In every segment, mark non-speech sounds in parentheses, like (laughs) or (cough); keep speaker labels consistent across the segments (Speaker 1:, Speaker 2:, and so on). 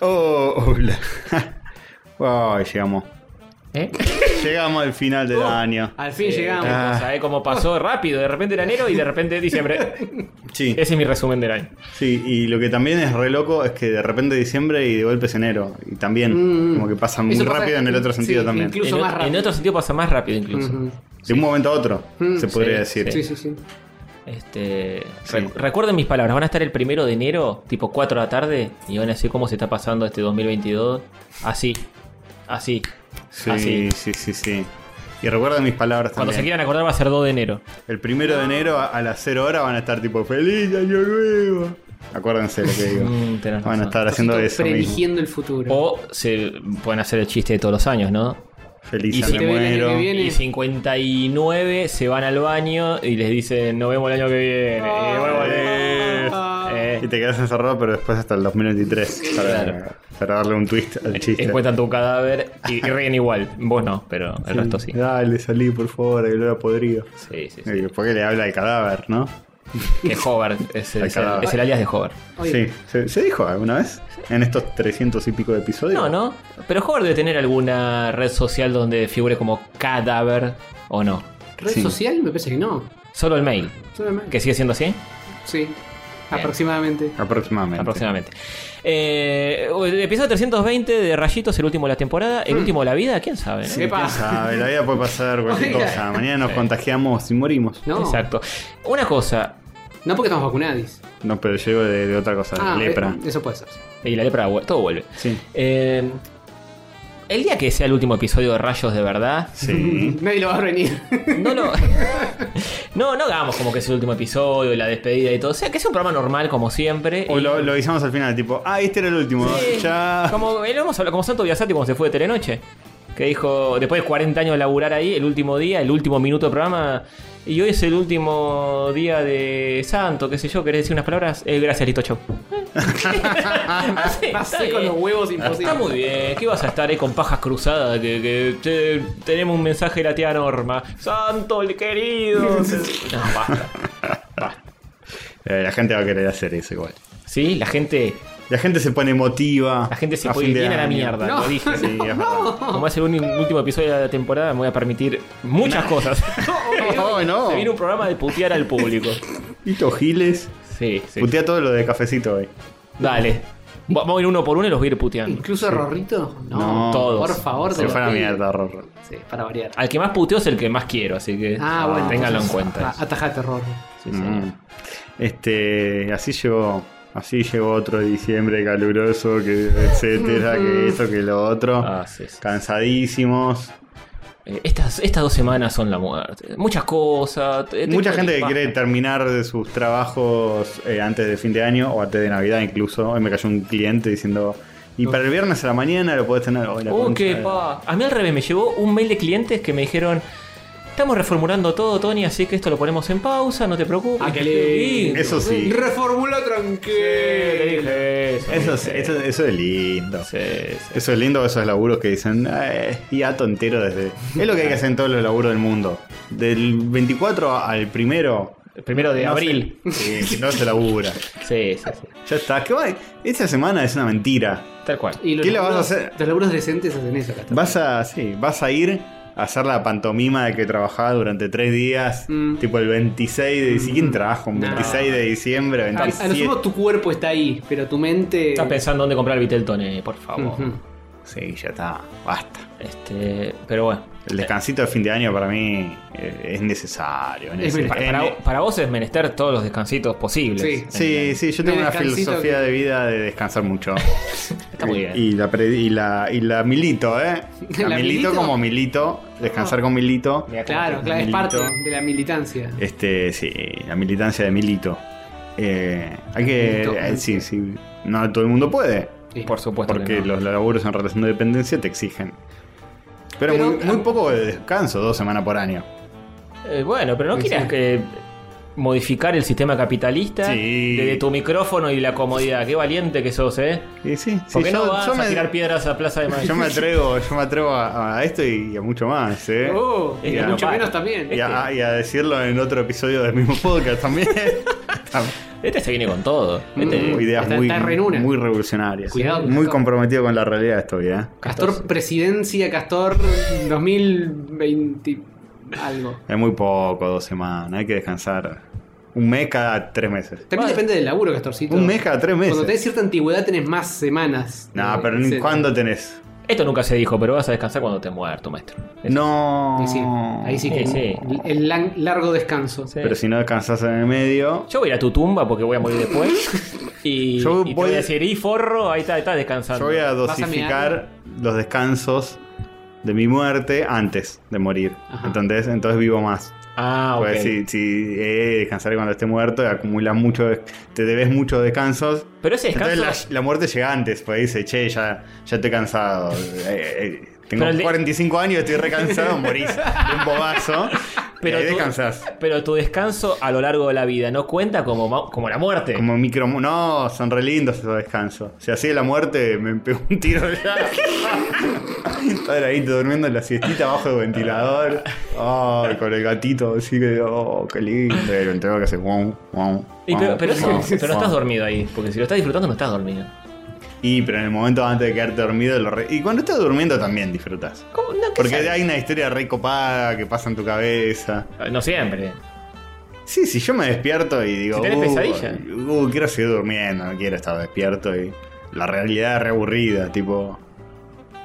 Speaker 1: Oh, hola. (laughs) Ay, llegamos.
Speaker 2: ¿Eh?
Speaker 1: Llegamos al final
Speaker 3: Oh.
Speaker 1: del año.
Speaker 2: Al fin llegamos.
Speaker 1: ah.
Speaker 2: ¿Sabés cómo pasó rápido? De repente era enero y de
Speaker 1: (laughs)
Speaker 2: repente diciembre.
Speaker 1: Sí,
Speaker 2: Ese es mi resumen del año.
Speaker 1: sí, y lo que también es re loco es que de repente diciembre y de golpe es enero. Y también,
Speaker 3: Mm.
Speaker 1: como que pasa muy
Speaker 3: Eso pasa-
Speaker 1: rápido en el otro
Speaker 3: sí,
Speaker 1: sentido también.
Speaker 3: incluso- Incluso
Speaker 2: en, o-
Speaker 3: más rápido.
Speaker 2: en otro sentido pasa más rápido incluso.
Speaker 3: Ujú.
Speaker 1: De un momento a otro,
Speaker 3: Mm,
Speaker 1: se podría
Speaker 2: sí,
Speaker 1: decir.
Speaker 3: Sí, sí, sí.
Speaker 2: Este,
Speaker 1: Sí.
Speaker 2: recu- recuerden mis palabras, van a estar el primero de enero, tipo 4 de la tarde, y van a decir cómo se está pasando este 2022. Así, así, así.
Speaker 3: Ah,
Speaker 1: Sí, sí, sí, sí. Y recuerden mis palabras
Speaker 2: Cuando se
Speaker 1: también.
Speaker 2: quieran acordar va a ser 2 de enero.
Speaker 1: El primero de enero a, a las 0 horas van a estar tipo feliz año nuevo. Acuérdense lo que digo.
Speaker 2: Mm, tenés
Speaker 1: van a
Speaker 2: razón.
Speaker 1: estar haciendo
Speaker 3: Cosito
Speaker 1: eso. Oh, mismo.
Speaker 3: Preligiendo el futuro.
Speaker 2: O se pueden hacer el chiste de todos los años, ¿no?
Speaker 1: Feliz
Speaker 2: Y si
Speaker 1: año
Speaker 3: te ven el año
Speaker 1: nuevo.
Speaker 3: que viene.
Speaker 2: Y 59 se van al baño y les dicen, nos vemos el año que viene. Y bueno, eh, eh,
Speaker 1: Y te quedas encerrado, pero después hasta el 2023. Para,
Speaker 2: Claro. Eh,
Speaker 1: para darle un twist al chiste.
Speaker 2: encuentran tu cadáver y, y ríen igual. Vos no, pero el resto sí.
Speaker 1: Dale, salí, por favor, el olor a podrido.
Speaker 2: Sí, sí, sí.
Speaker 1: Y ¿Por qué le habla al cadáver, no?
Speaker 2: Que Hover es el,
Speaker 1: Al
Speaker 2: es el-
Speaker 1: cadáver.
Speaker 2: es el alias de Hover.
Speaker 3: Oye.
Speaker 1: Sí. ¿Se, se dijo alguna vez? En estos 300 y pico de episodios.
Speaker 2: No, no. Pero Hover debe tener alguna red social donde figure como cadáver o no.
Speaker 3: Red
Speaker 1: Sí.
Speaker 3: social me parece que no.
Speaker 2: Solo el mail.
Speaker 3: Solamente.
Speaker 2: Que sigue siendo así,
Speaker 3: Sí. Aproximadamente.
Speaker 1: Ah, Aproximadamente.
Speaker 2: aproximadamente. Eh, el episodio 320 de Rayitos, el último de la temporada. El último de la vida, quién sabe. no?
Speaker 1: Sí,
Speaker 3: Epa.
Speaker 1: quién sabe, la vida puede pasar cualquier
Speaker 3: Oiga.
Speaker 1: cosa. Mañana nos contagiamos y morimos.
Speaker 3: No.
Speaker 2: Exacto. Una cosa,
Speaker 3: No porque estamos vacunados.
Speaker 1: No, pero yo digo de, de otra cosa, de
Speaker 3: Ah,
Speaker 1: lepra.
Speaker 3: eh, Eso puede ser.
Speaker 2: y la lepra, vu- todo vuelve.
Speaker 1: Sí.
Speaker 2: Eh, el día que sea el último episodio de Rayos de verdad, (laughs)
Speaker 1: Sí.
Speaker 3: Nadie lo va
Speaker 1: (laughs)
Speaker 3: a venir.
Speaker 2: No lo. (laughs) No, no hagamos como que es el último episodio, la despedida y todo. O sea, que es un programa normal como siempre.
Speaker 1: O
Speaker 2: Y-
Speaker 1: lo, lo avisamos al final, tipo, ah, este era el último.
Speaker 2: Sí,
Speaker 1: Ya.
Speaker 2: Como, eh, lo hemos hablado, como Santo Biasati cuando se fue de Telenoche. Que dijo, después de 40 años de laburar ahí, el último día, el último minuto del programa. Y hoy es el último día de Santo, qué sé yo, ¿querés decir unas palabras? Eh, gracias, listo,
Speaker 3: (laughs)
Speaker 2: chau. (laughs) Sí, está
Speaker 3: Así con
Speaker 2: bien.
Speaker 3: los huevos
Speaker 1: Ah,
Speaker 3: imposible.
Speaker 2: Está muy bien, ¿qué vas a estar eh, con pajas cruzadas? Que, que, che, tenemos un mensaje de la tía Norma. Santo
Speaker 1: (laughs)
Speaker 2: el querido. se- No, basta.
Speaker 1: Eh, la gente va a querer hacer eso igual.
Speaker 2: Sí, la gente,
Speaker 1: La gente se pone emotiva.
Speaker 2: la gente se
Speaker 1: a
Speaker 2: puede
Speaker 1: fin de
Speaker 2: ir a la
Speaker 1: año.
Speaker 2: mierda,
Speaker 3: No,
Speaker 2: lo dije.
Speaker 1: Sí,
Speaker 3: (laughs)
Speaker 1: es verdad.
Speaker 2: Como es el uni- último episodio de la temporada, me voy a permitir muchas cosas.
Speaker 1: (laughs) Ay, no.
Speaker 2: Se viene un programa de putear al público.
Speaker 1: Y Tojiles.
Speaker 2: Sí, sí.
Speaker 1: Putea todo lo de cafecito hoy.
Speaker 2: Dale. Va- Vamos a ir uno por uno y los voy a ir puteando.
Speaker 3: Incluso Rorrito. No.
Speaker 1: No,
Speaker 2: todos.
Speaker 3: Por favor, te
Speaker 1: Se
Speaker 3: lo
Speaker 1: fue a la
Speaker 3: pido.
Speaker 1: mierda, Ah, Rorro.
Speaker 3: Sí, para variar.
Speaker 2: Al que más puteo es el que más quiero, así que
Speaker 3: Ah, bueno.
Speaker 2: ténganlo en
Speaker 3: entonces,
Speaker 2: cuenta.
Speaker 3: a- Atajate, Rorro.
Speaker 2: Sí, señor.
Speaker 1: ah, Mm. Este, así llegó, así llegó otro diciembre caluroso, que etcétera,
Speaker 3: Mm.
Speaker 1: que esto, que lo otro.
Speaker 2: Ah, sí, sí.
Speaker 1: Cansadísimos.
Speaker 2: Eh, estas, estas dos semanas son la muerte. Muchas cosas. eh, tengo
Speaker 1: Mucha gente que
Speaker 2: pa-
Speaker 1: quiere terminar de sus trabajos eh, antes de fin de año o antes de Navidad incluso. Hoy me cayó un cliente diciendo, y para el viernes a la mañana lo podés tener. Oh, la
Speaker 2: Oh,
Speaker 1: concha
Speaker 2: qué
Speaker 1: de-
Speaker 2: pa. A mí al revés, me llegó un mail de clientes que me dijeron. Estamos reformulando todo, Tony, así que esto lo ponemos en pausa, no te preocupes.
Speaker 3: Ah, qué lindo.
Speaker 1: Eso sí.
Speaker 3: Reformula
Speaker 2: Te
Speaker 3: tranquilo.
Speaker 2: dije eso.
Speaker 1: Eso, es- eso, eso es lindo.
Speaker 2: Sí, sí.
Speaker 1: Eh, Eso es lindo, esos laburos que dicen, "Eh, y a tontero desde. Es lo que hay que hacer en todos los laburos del mundo. Del 24 al primero.
Speaker 2: El primero de
Speaker 1: no
Speaker 2: abril.
Speaker 1: se- sí, no se labura.
Speaker 2: Sí, sí, sí.
Speaker 1: Ya está. ¿Qué va? Esa semana es una mentira.
Speaker 2: Tal cual.
Speaker 3: Y los
Speaker 1: ¿Qué le vas a
Speaker 3: laburos-
Speaker 1: hacer?
Speaker 3: Los laburos decentes hacen eso, Castro.
Speaker 1: Vas a, sí, vas a ir a hacer la pantomima de que trabajaba durante tres días,
Speaker 3: Mm.
Speaker 1: tipo el 26 de diciembre. ¿Quién trabaja un
Speaker 3: No. Ah,
Speaker 1: 26 de diciembre?
Speaker 3: A, a lo
Speaker 1: 27?
Speaker 3: sumo tu cuerpo está ahí, pero tu mente.
Speaker 2: Estás pensando dónde comprar el Viteltone, por favor.
Speaker 3: Ujú.
Speaker 1: Sí, ya está. Basta.
Speaker 2: Este, pero bueno.
Speaker 1: El descansito de fin de año para mí eh, es necesario.
Speaker 3: Es
Speaker 1: neces-
Speaker 3: mi-
Speaker 2: Para, para- para vos es menester todos los descansitos posibles.
Speaker 3: Sí.
Speaker 1: Sí, sí, yo
Speaker 3: Me
Speaker 1: tengo una
Speaker 3: descansito
Speaker 1: filosofía
Speaker 3: que-
Speaker 1: de vida de descansar mucho.
Speaker 2: Está muy bien.
Speaker 1: Y la, pre- y la, y la milito,
Speaker 2: (laughs)
Speaker 1: ¿eh? La,
Speaker 3: ¿La
Speaker 1: milito,
Speaker 3: milito?
Speaker 1: como milito, descansar
Speaker 2: Ah.
Speaker 1: con milito.
Speaker 2: Mirá cómo
Speaker 3: Claro,
Speaker 2: te-
Speaker 3: claro, es
Speaker 1: Milito.
Speaker 3: parte de la militancia.
Speaker 1: Este, sí, la militancia de milito. Eh, hay que.
Speaker 3: Milito.
Speaker 1: eh, sí, sí. No todo el mundo puede.
Speaker 3: Sí.
Speaker 2: Por supuesto.
Speaker 1: Porque
Speaker 2: que no.
Speaker 1: los laburos en relación de dependencia te exigen. Pero,
Speaker 3: Pero-
Speaker 1: muy, muy poco de descanso, dos semanas por año.
Speaker 2: Eh, bueno, pero no
Speaker 3: Sí,
Speaker 2: quieras
Speaker 3: sí.
Speaker 2: que modificar el sistema capitalista
Speaker 1: Sí.
Speaker 2: de tu micrófono y la comodidad. Qué valiente que sos, ¿eh?
Speaker 1: Y sí, sí,
Speaker 2: ¿Por qué no
Speaker 1: yo-
Speaker 2: vas
Speaker 1: yo
Speaker 2: a
Speaker 1: me-
Speaker 2: tirar piedras a Plaza de Mayo? (laughs)
Speaker 1: yo me atrevo, yo me atrevo a, a esto y a mucho más, ¿eh?
Speaker 3: Oh, y
Speaker 2: Ya,
Speaker 3: mucho
Speaker 2: no,
Speaker 3: menos
Speaker 2: para.
Speaker 3: también. (laughs)
Speaker 1: Y a, y a decirlo en otro episodio del mismo podcast también.
Speaker 2: Este se viene con todo. Este-
Speaker 3: Mm.
Speaker 1: Ideas
Speaker 3: Está-
Speaker 1: muy,
Speaker 3: está re en una.
Speaker 1: muy revolucionarias.
Speaker 3: Cuidado,
Speaker 1: muy
Speaker 3: Castor.
Speaker 1: comprometido con la realidad estoy, ¿eh?
Speaker 3: Castor Presidencia, Castor 2020 algo.
Speaker 1: Es muy poco, dos semanas. Hay que descansar un mes cada tres meses.
Speaker 3: También
Speaker 2: Bueno.
Speaker 3: depende del laburo, Castorcito.
Speaker 1: Un mes cada tres
Speaker 3: Cuando tenés
Speaker 1: meses.
Speaker 3: cierta antigüedad tenés más semanas.
Speaker 1: No,
Speaker 3: Eh,
Speaker 1: pero ni
Speaker 3: etcétera.
Speaker 1: ¿cuándo tenés?
Speaker 2: Esto nunca se dijo, pero vas a descansar cuando te mueras, tu maestro. Eso.
Speaker 1: No.
Speaker 3: Y sí, ahí sí que
Speaker 2: Sí, sí.
Speaker 3: el lan- largo descanso.
Speaker 2: Sí.
Speaker 1: Pero si no descansás en el medio.
Speaker 2: Yo voy a ir a tu tumba porque voy a morir
Speaker 1: (laughs)
Speaker 2: después. y,
Speaker 1: Yo
Speaker 2: y te
Speaker 1: voy-
Speaker 2: voy a decir, y forro, ahí está, está descansando.
Speaker 1: Yo voy a
Speaker 3: ¿Vas a
Speaker 1: dosificar los descansos de mi muerte antes de morir.
Speaker 3: Ajá.
Speaker 1: Entonces, entonces vivo más.
Speaker 2: Ah, ok.
Speaker 1: Pues si, si eh, descansar cuando esté muerto, acumulas mucho, des- te debes muchos descansos.
Speaker 2: Pero ese descanso.
Speaker 1: Entonces la, la muerte llega antes, pues dice, che, ya, ya estoy cansado. Eh, eh, tengo
Speaker 2: Pero el de-
Speaker 1: 45 años, estoy recansado, morís de un bobazo. Pero
Speaker 2: (laughs) Pero
Speaker 1: ahí
Speaker 2: tú-
Speaker 1: descansás.
Speaker 2: Pero tu descanso a lo largo de la vida no cuenta como, ma- como la muerte.
Speaker 1: Como micro. No, son re lindos esos descansos. Si así de la muerte, me pegó un tiro ya. (laughs) Estar ahí durmiendo en la siestita abajo del ventilador. Ay, con el gatito, así que, oh, qué lindo. Pero entrego que hace wow, wow.
Speaker 2: Y pero, pero eso-
Speaker 1: wow,
Speaker 2: pero no
Speaker 1: wow.
Speaker 2: estás dormido ahí, porque si lo estás disfrutando no estás dormido.
Speaker 1: Y pero en el momento antes de quedarte dormido, lo re- y cuando estás durmiendo también disfrutas.
Speaker 2: ¿Cómo? No, ¿qué
Speaker 1: Porque
Speaker 2: sabes?
Speaker 1: hay una historia re copada que pasa en tu cabeza.
Speaker 2: Ah, No siempre.
Speaker 1: Sí, si yo me despierto y digo.
Speaker 2: Si tenés
Speaker 1: "Uh,
Speaker 2: pesadilla".
Speaker 1: Uh, quiero seguir durmiendo, no quiero estar despierto y. La realidad es re aburrida, tipo.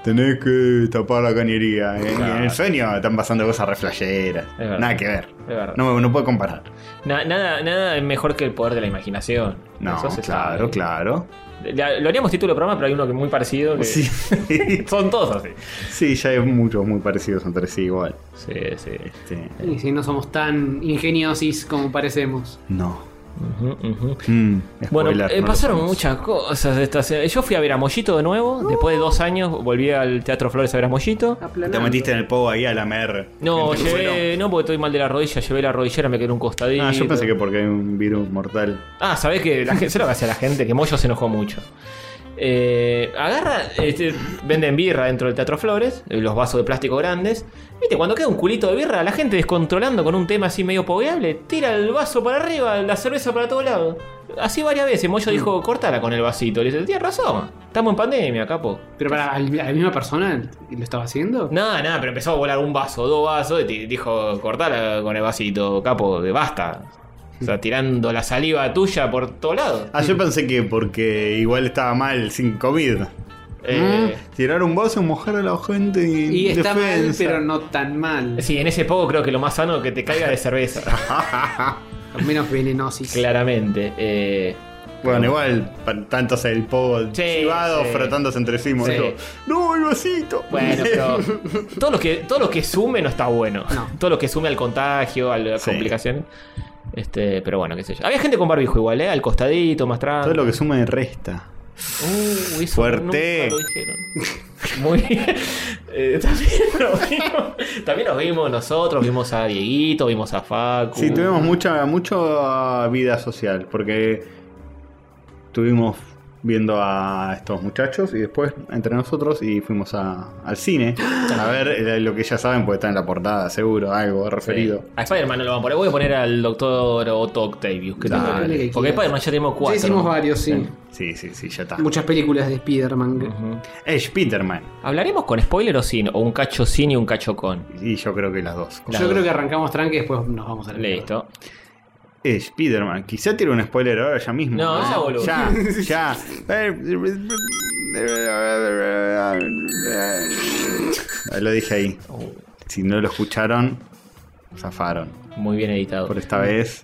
Speaker 1: Tenés que tapar la cañería. ¿eh? En- En, el
Speaker 2: Claro.
Speaker 1: sueño están pasando cosas re flasheras.
Speaker 2: verdad.
Speaker 1: Nada que ver.
Speaker 2: Es verdad.
Speaker 1: No, no puedo comparar.
Speaker 2: Na- nada, nada es mejor que el poder de la imaginación.
Speaker 1: No,
Speaker 2: Eso se
Speaker 1: claro,
Speaker 2: sabe.
Speaker 1: claro.
Speaker 2: Ya, Lo haríamos título de programa, pero hay uno que es muy parecido. que-
Speaker 1: Sí. (laughs)
Speaker 2: Son todos así.
Speaker 1: sí, ya hay muchos muy parecidos entre sí igual.
Speaker 2: Sí, sí.
Speaker 1: Este,
Speaker 3: Y si no somos tan ingeniosis como parecemos.
Speaker 1: no.
Speaker 2: Ujú, ujú.
Speaker 1: Mm,
Speaker 2: (laughs) Bueno,
Speaker 1: spoiler,
Speaker 2: eh,
Speaker 1: no lo
Speaker 2: pasaron
Speaker 1: podemos.
Speaker 2: muchas cosas. Esta se- Yo fui a ver a Mollito de nuevo. Después de dos años volví al Teatro Flores a ver a Mollito.
Speaker 1: Te metiste en el povo ahí a la mer.
Speaker 2: No,
Speaker 1: Entre el suelo.
Speaker 2: llevé, no porque estoy mal de la rodilla, llevé la rodillera, me quedé en un costadito.
Speaker 1: Ah, yo pensé que porque hay un virus mortal.
Speaker 2: Ah, sabés que la gente, se lo que hace a la gente, que Moyo se enojó mucho. Eh, agarra, este, venden birra dentro del Teatro Flores, eh, los vasos de plástico grandes. Viste, cuando queda un culito de birra, la gente descontrolando con un tema así medio pogueable, tira el vaso para arriba, la cerveza para todos lados. Así varias veces, Moyo dijo, cortala con el vasito. Le dice, tienes razón, estamos en pandemia, capo.
Speaker 3: Pero para ¿al- a la misma persona lo estaba haciendo.
Speaker 2: Nada, nada, pero empezó a volar un vaso, dos vasos, y te- dijo, cortala con el vasito, capo, de basta. O sea, tirando la saliva tuya por todos lados.
Speaker 1: Ah, yo pensé que porque igual estaba mal sin COVID.
Speaker 2: Eh,
Speaker 1: Mm, Tirar un vaso, mojar a la gente y.
Speaker 3: Y está mal, pero no tan mal.
Speaker 2: Sí, en ese poco creo que lo más sano es que te caiga
Speaker 1: (laughs)
Speaker 2: de
Speaker 1: Ah,
Speaker 2: cerveza.
Speaker 3: Al menos venenosis.
Speaker 2: Claramente. eh,
Speaker 1: Bueno, igual, pa- tanto es el pogo
Speaker 2: Sí,
Speaker 1: chivado
Speaker 2: sí.
Speaker 1: frotándose entre sí.
Speaker 2: Sí.
Speaker 1: yo, no, el vasito.
Speaker 2: bueno, pero. Todo lo, que, todo lo que sume no está bueno.
Speaker 3: No.
Speaker 2: (laughs) Todo lo que sume al contagio, a las
Speaker 1: Sí.
Speaker 2: complicaciones. Este, pero bueno, qué sé yo. Había gente con barbijo igual, ¿eh? Al costadito, más
Speaker 1: (laughs)
Speaker 2: atrás.
Speaker 1: Todo lo que suma y resta.
Speaker 2: Uh, eso
Speaker 1: Fuerte.
Speaker 2: nunca lo dijeron. Muy bien. (laughs) Eh, también, nos vimos, también nos vimos nosotros, vimos a Dieguito, vimos a Facu.
Speaker 1: Sí, tuvimos mucha, mucha vida social, porque estuvimos viendo a estos muchachos y después entre nosotros y fuimos a- al cine a ver eh, lo que ya saben, porque está en la portada, seguro, algo
Speaker 2: Sí.
Speaker 1: referido.
Speaker 2: Eh, A Spider-Man no lo van a poner. Voy a poner al doctor Otto Octavius. que
Speaker 1: Dale.
Speaker 2: tiene-
Speaker 3: Dale.
Speaker 2: Porque Spider-Man ya tenemos
Speaker 3: Ya
Speaker 2: cuatro.
Speaker 3: hicimos varios, sí.
Speaker 1: Sí, sí, sí, ya está.
Speaker 3: Muchas películas de Spider-Man.
Speaker 2: Ujú.
Speaker 1: Es Spiderman.
Speaker 2: ¿Hablaremos con spoiler o sin? O un cacho sin y un cacho con.
Speaker 1: Y yo creo que las dos.
Speaker 2: Las
Speaker 3: Yo
Speaker 2: dos.
Speaker 3: creo que arrancamos tranqui y después nos vamos a la
Speaker 2: Listo.
Speaker 1: Es Spiderman. Quizá tire un spoiler ahora ya mismo.
Speaker 2: No, esa boludo.
Speaker 1: Ya, ya. Eh, Lo dije ahí.
Speaker 2: Uh,
Speaker 1: Si no lo escucharon, zafaron.
Speaker 2: muy bien editado.
Speaker 1: Por esta vez.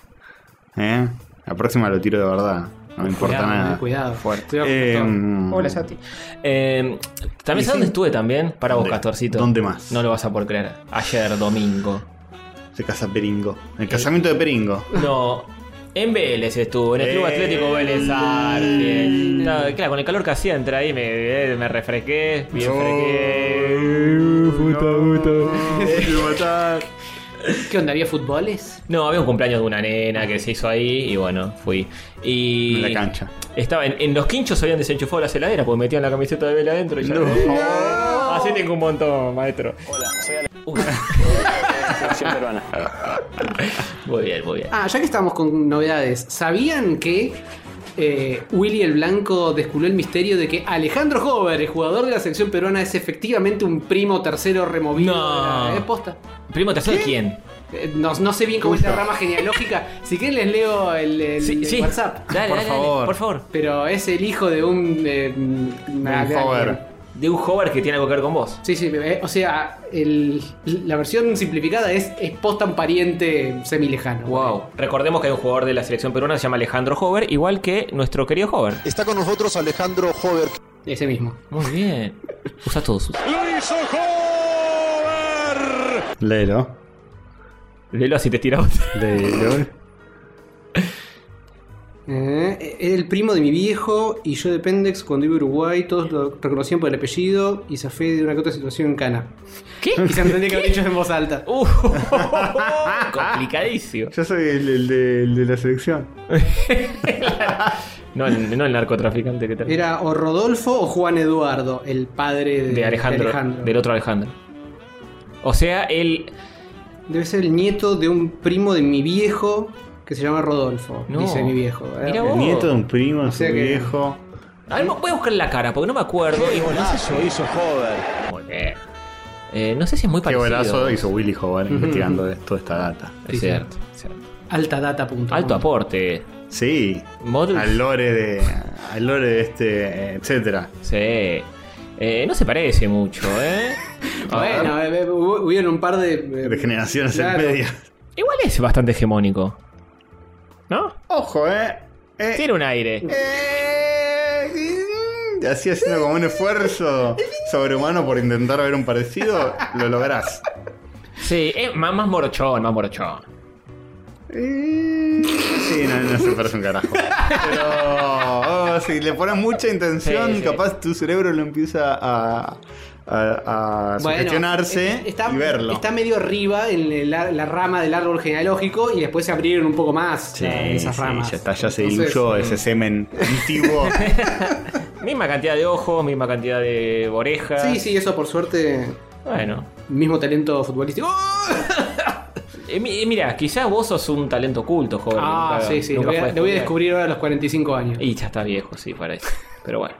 Speaker 1: ¿eh? La próxima lo tiro de verdad. No me importa
Speaker 3: Cuidado,
Speaker 1: nada.
Speaker 3: cuidado.
Speaker 2: Ah, Fuerte.
Speaker 3: Cuidado con
Speaker 1: Eh,
Speaker 3: esto.
Speaker 2: Hola, Sati. Eh, ¿También sabes dónde estuve también? Para vos,
Speaker 1: ¿Dónde?
Speaker 2: Castorcito.
Speaker 1: ¿Dónde más?
Speaker 2: No lo vas a por creer. Ayer, domingo.
Speaker 1: Se casa Peringo.
Speaker 2: Eh.
Speaker 1: El casamiento de Peringo.
Speaker 2: No. En Vélez estuvo, en el Club
Speaker 1: Eh.
Speaker 2: Atlético Vélez Arfiel. No, claro, con el calor que hacía entre ahí me, me refresqué, bien fresqué. Eh,
Speaker 3: ¿Qué onda? ¿Había futboles?
Speaker 2: No, había un cumpleaños de una nena que se hizo ahí y bueno, fui. Y
Speaker 1: En la cancha.
Speaker 2: Estaba en, en los quinchos habían desenchufado las heladeras porque metían la camiseta de vela adentro y ya.
Speaker 1: No.
Speaker 2: Así tengo un montón, maestro. Hola, soy
Speaker 4: selección peruana.
Speaker 2: Muy bien, muy bien.
Speaker 3: Ah, ya que estamos con novedades, ¿sabían que eh, Willy el Blanco descubrió el misterio de que Alejandro Hover, el jugador de la selección peruana, es efectivamente un primo tercero removido
Speaker 2: No.
Speaker 3: de la eh, posta?
Speaker 2: Primo tercero, ¿quién?
Speaker 3: Eh, No, no sé bien cómo es la rama genealógica. Si quieren les leo el, el- el WhatsApp.
Speaker 2: Dale,
Speaker 1: Por
Speaker 2: dale, dale,
Speaker 1: favor.
Speaker 2: por favor.
Speaker 3: Pero es el hijo de un... eh, una-
Speaker 1: Un hover.
Speaker 2: De un hover que tiene algo que ver con vos.
Speaker 3: Sí, sí, eh, o sea, el- la versión simplificada es, es posta un pariente semilejano.
Speaker 2: Wow. Recordemos que hay un jugador de la selección peruana que se llama Alejandro Hover, igual que nuestro querido Hover.
Speaker 5: Está con nosotros Alejandro Hover.
Speaker 3: Ese mismo.
Speaker 2: Muy bien. Usás todos sus.
Speaker 1: Léelo.
Speaker 2: Lelo así te tiramos.
Speaker 1: Léelo.
Speaker 3: Eh, era el primo de mi viejo y yo de Pendex cuando iba a Uruguay, todos lo reconocían por el apellido y zafé de una que otra situación en Cana.
Speaker 2: ¿Qué?
Speaker 3: Y se entendía que lo dicho en
Speaker 2: (laughs)
Speaker 3: voz alta.
Speaker 2: Uh, complicadísimo.
Speaker 1: Yo soy el, el de, el de la selección.
Speaker 2: No, el- no el narcotraficante que te
Speaker 3: Era o Rodolfo o Juan Eduardo, el padre de,
Speaker 2: de Alejandro,
Speaker 3: de
Speaker 2: Del otro Alejandro. O sea, él.
Speaker 3: Debe ser el nieto de un primo de mi viejo que se llama Rodolfo,
Speaker 2: No.
Speaker 3: dice mi viejo. Eh,
Speaker 2: Mirá
Speaker 1: El
Speaker 2: vos.
Speaker 1: nieto de un primo, su
Speaker 3: sea que-
Speaker 1: viejo.
Speaker 2: A ver, voy a buscar la cara porque no me acuerdo. Y bueno,
Speaker 4: Golazo hizo Hover.
Speaker 2: muy bien. Eh, no sé si es muy
Speaker 1: Qué
Speaker 2: parecido.
Speaker 1: golazo hizo Willy (laughs) Howard investigando de- toda esta data.
Speaker 2: Es cierto, es cierto.
Speaker 3: Altadata.com.
Speaker 2: Alto aporte.
Speaker 1: Sí.
Speaker 2: Model.
Speaker 1: Al lore de. Al lore de este. etcétera.
Speaker 2: Sí. Eh, no se parece mucho, ¿eh? A ver.
Speaker 3: (laughs) Bueno, eh, eh, hubo- hubieron un par de. eh,
Speaker 1: De generaciones
Speaker 3: Claro.
Speaker 1: en medio.
Speaker 2: Igual es bastante hegemónico. ¿No?
Speaker 1: Ojo, eh. Eh,
Speaker 2: Tiene un aire.
Speaker 1: eh, mm, Así haciendo como un
Speaker 3: (laughs)
Speaker 1: esfuerzo sobrehumano por intentar ver un parecido, lo lográs.
Speaker 2: Sí, es más, más morochón, más morochón.
Speaker 1: Eh, Sí, no, no se parece un carajo. Pero oh, si le pones mucha intención,
Speaker 2: Sí, sí.
Speaker 1: capaz tu cerebro lo empieza a, a, a
Speaker 3: bueno,
Speaker 1: sugestionarse
Speaker 3: es- está,
Speaker 1: y verlo.
Speaker 3: Está medio arriba en la, la rama del árbol genealógico y después se abrieron un poco más
Speaker 1: Sí,
Speaker 3: eh, esas
Speaker 1: sí,
Speaker 3: ramas.
Speaker 1: Ya, está, ya se
Speaker 3: Entonces,
Speaker 1: diluyó
Speaker 3: eh,
Speaker 1: ese semen (laughs) antiguo.
Speaker 2: Misma cantidad de ojos, misma cantidad de orejas.
Speaker 3: Sí, sí, eso por suerte.
Speaker 2: Bueno.
Speaker 3: Mismo talento futbolístico. ¡Oh!
Speaker 2: Eh, mi- eh, mira, quizás vos sos un talento oculto, joven.
Speaker 3: Ah,
Speaker 2: nunca-
Speaker 3: sí, sí. Lo
Speaker 2: nunca
Speaker 3: voy, a,
Speaker 2: fue
Speaker 3: lo voy a
Speaker 2: descubierto.
Speaker 3: descubrir ahora a los 45 años.
Speaker 2: Y ya está viejo, sí, parece. Pero bueno.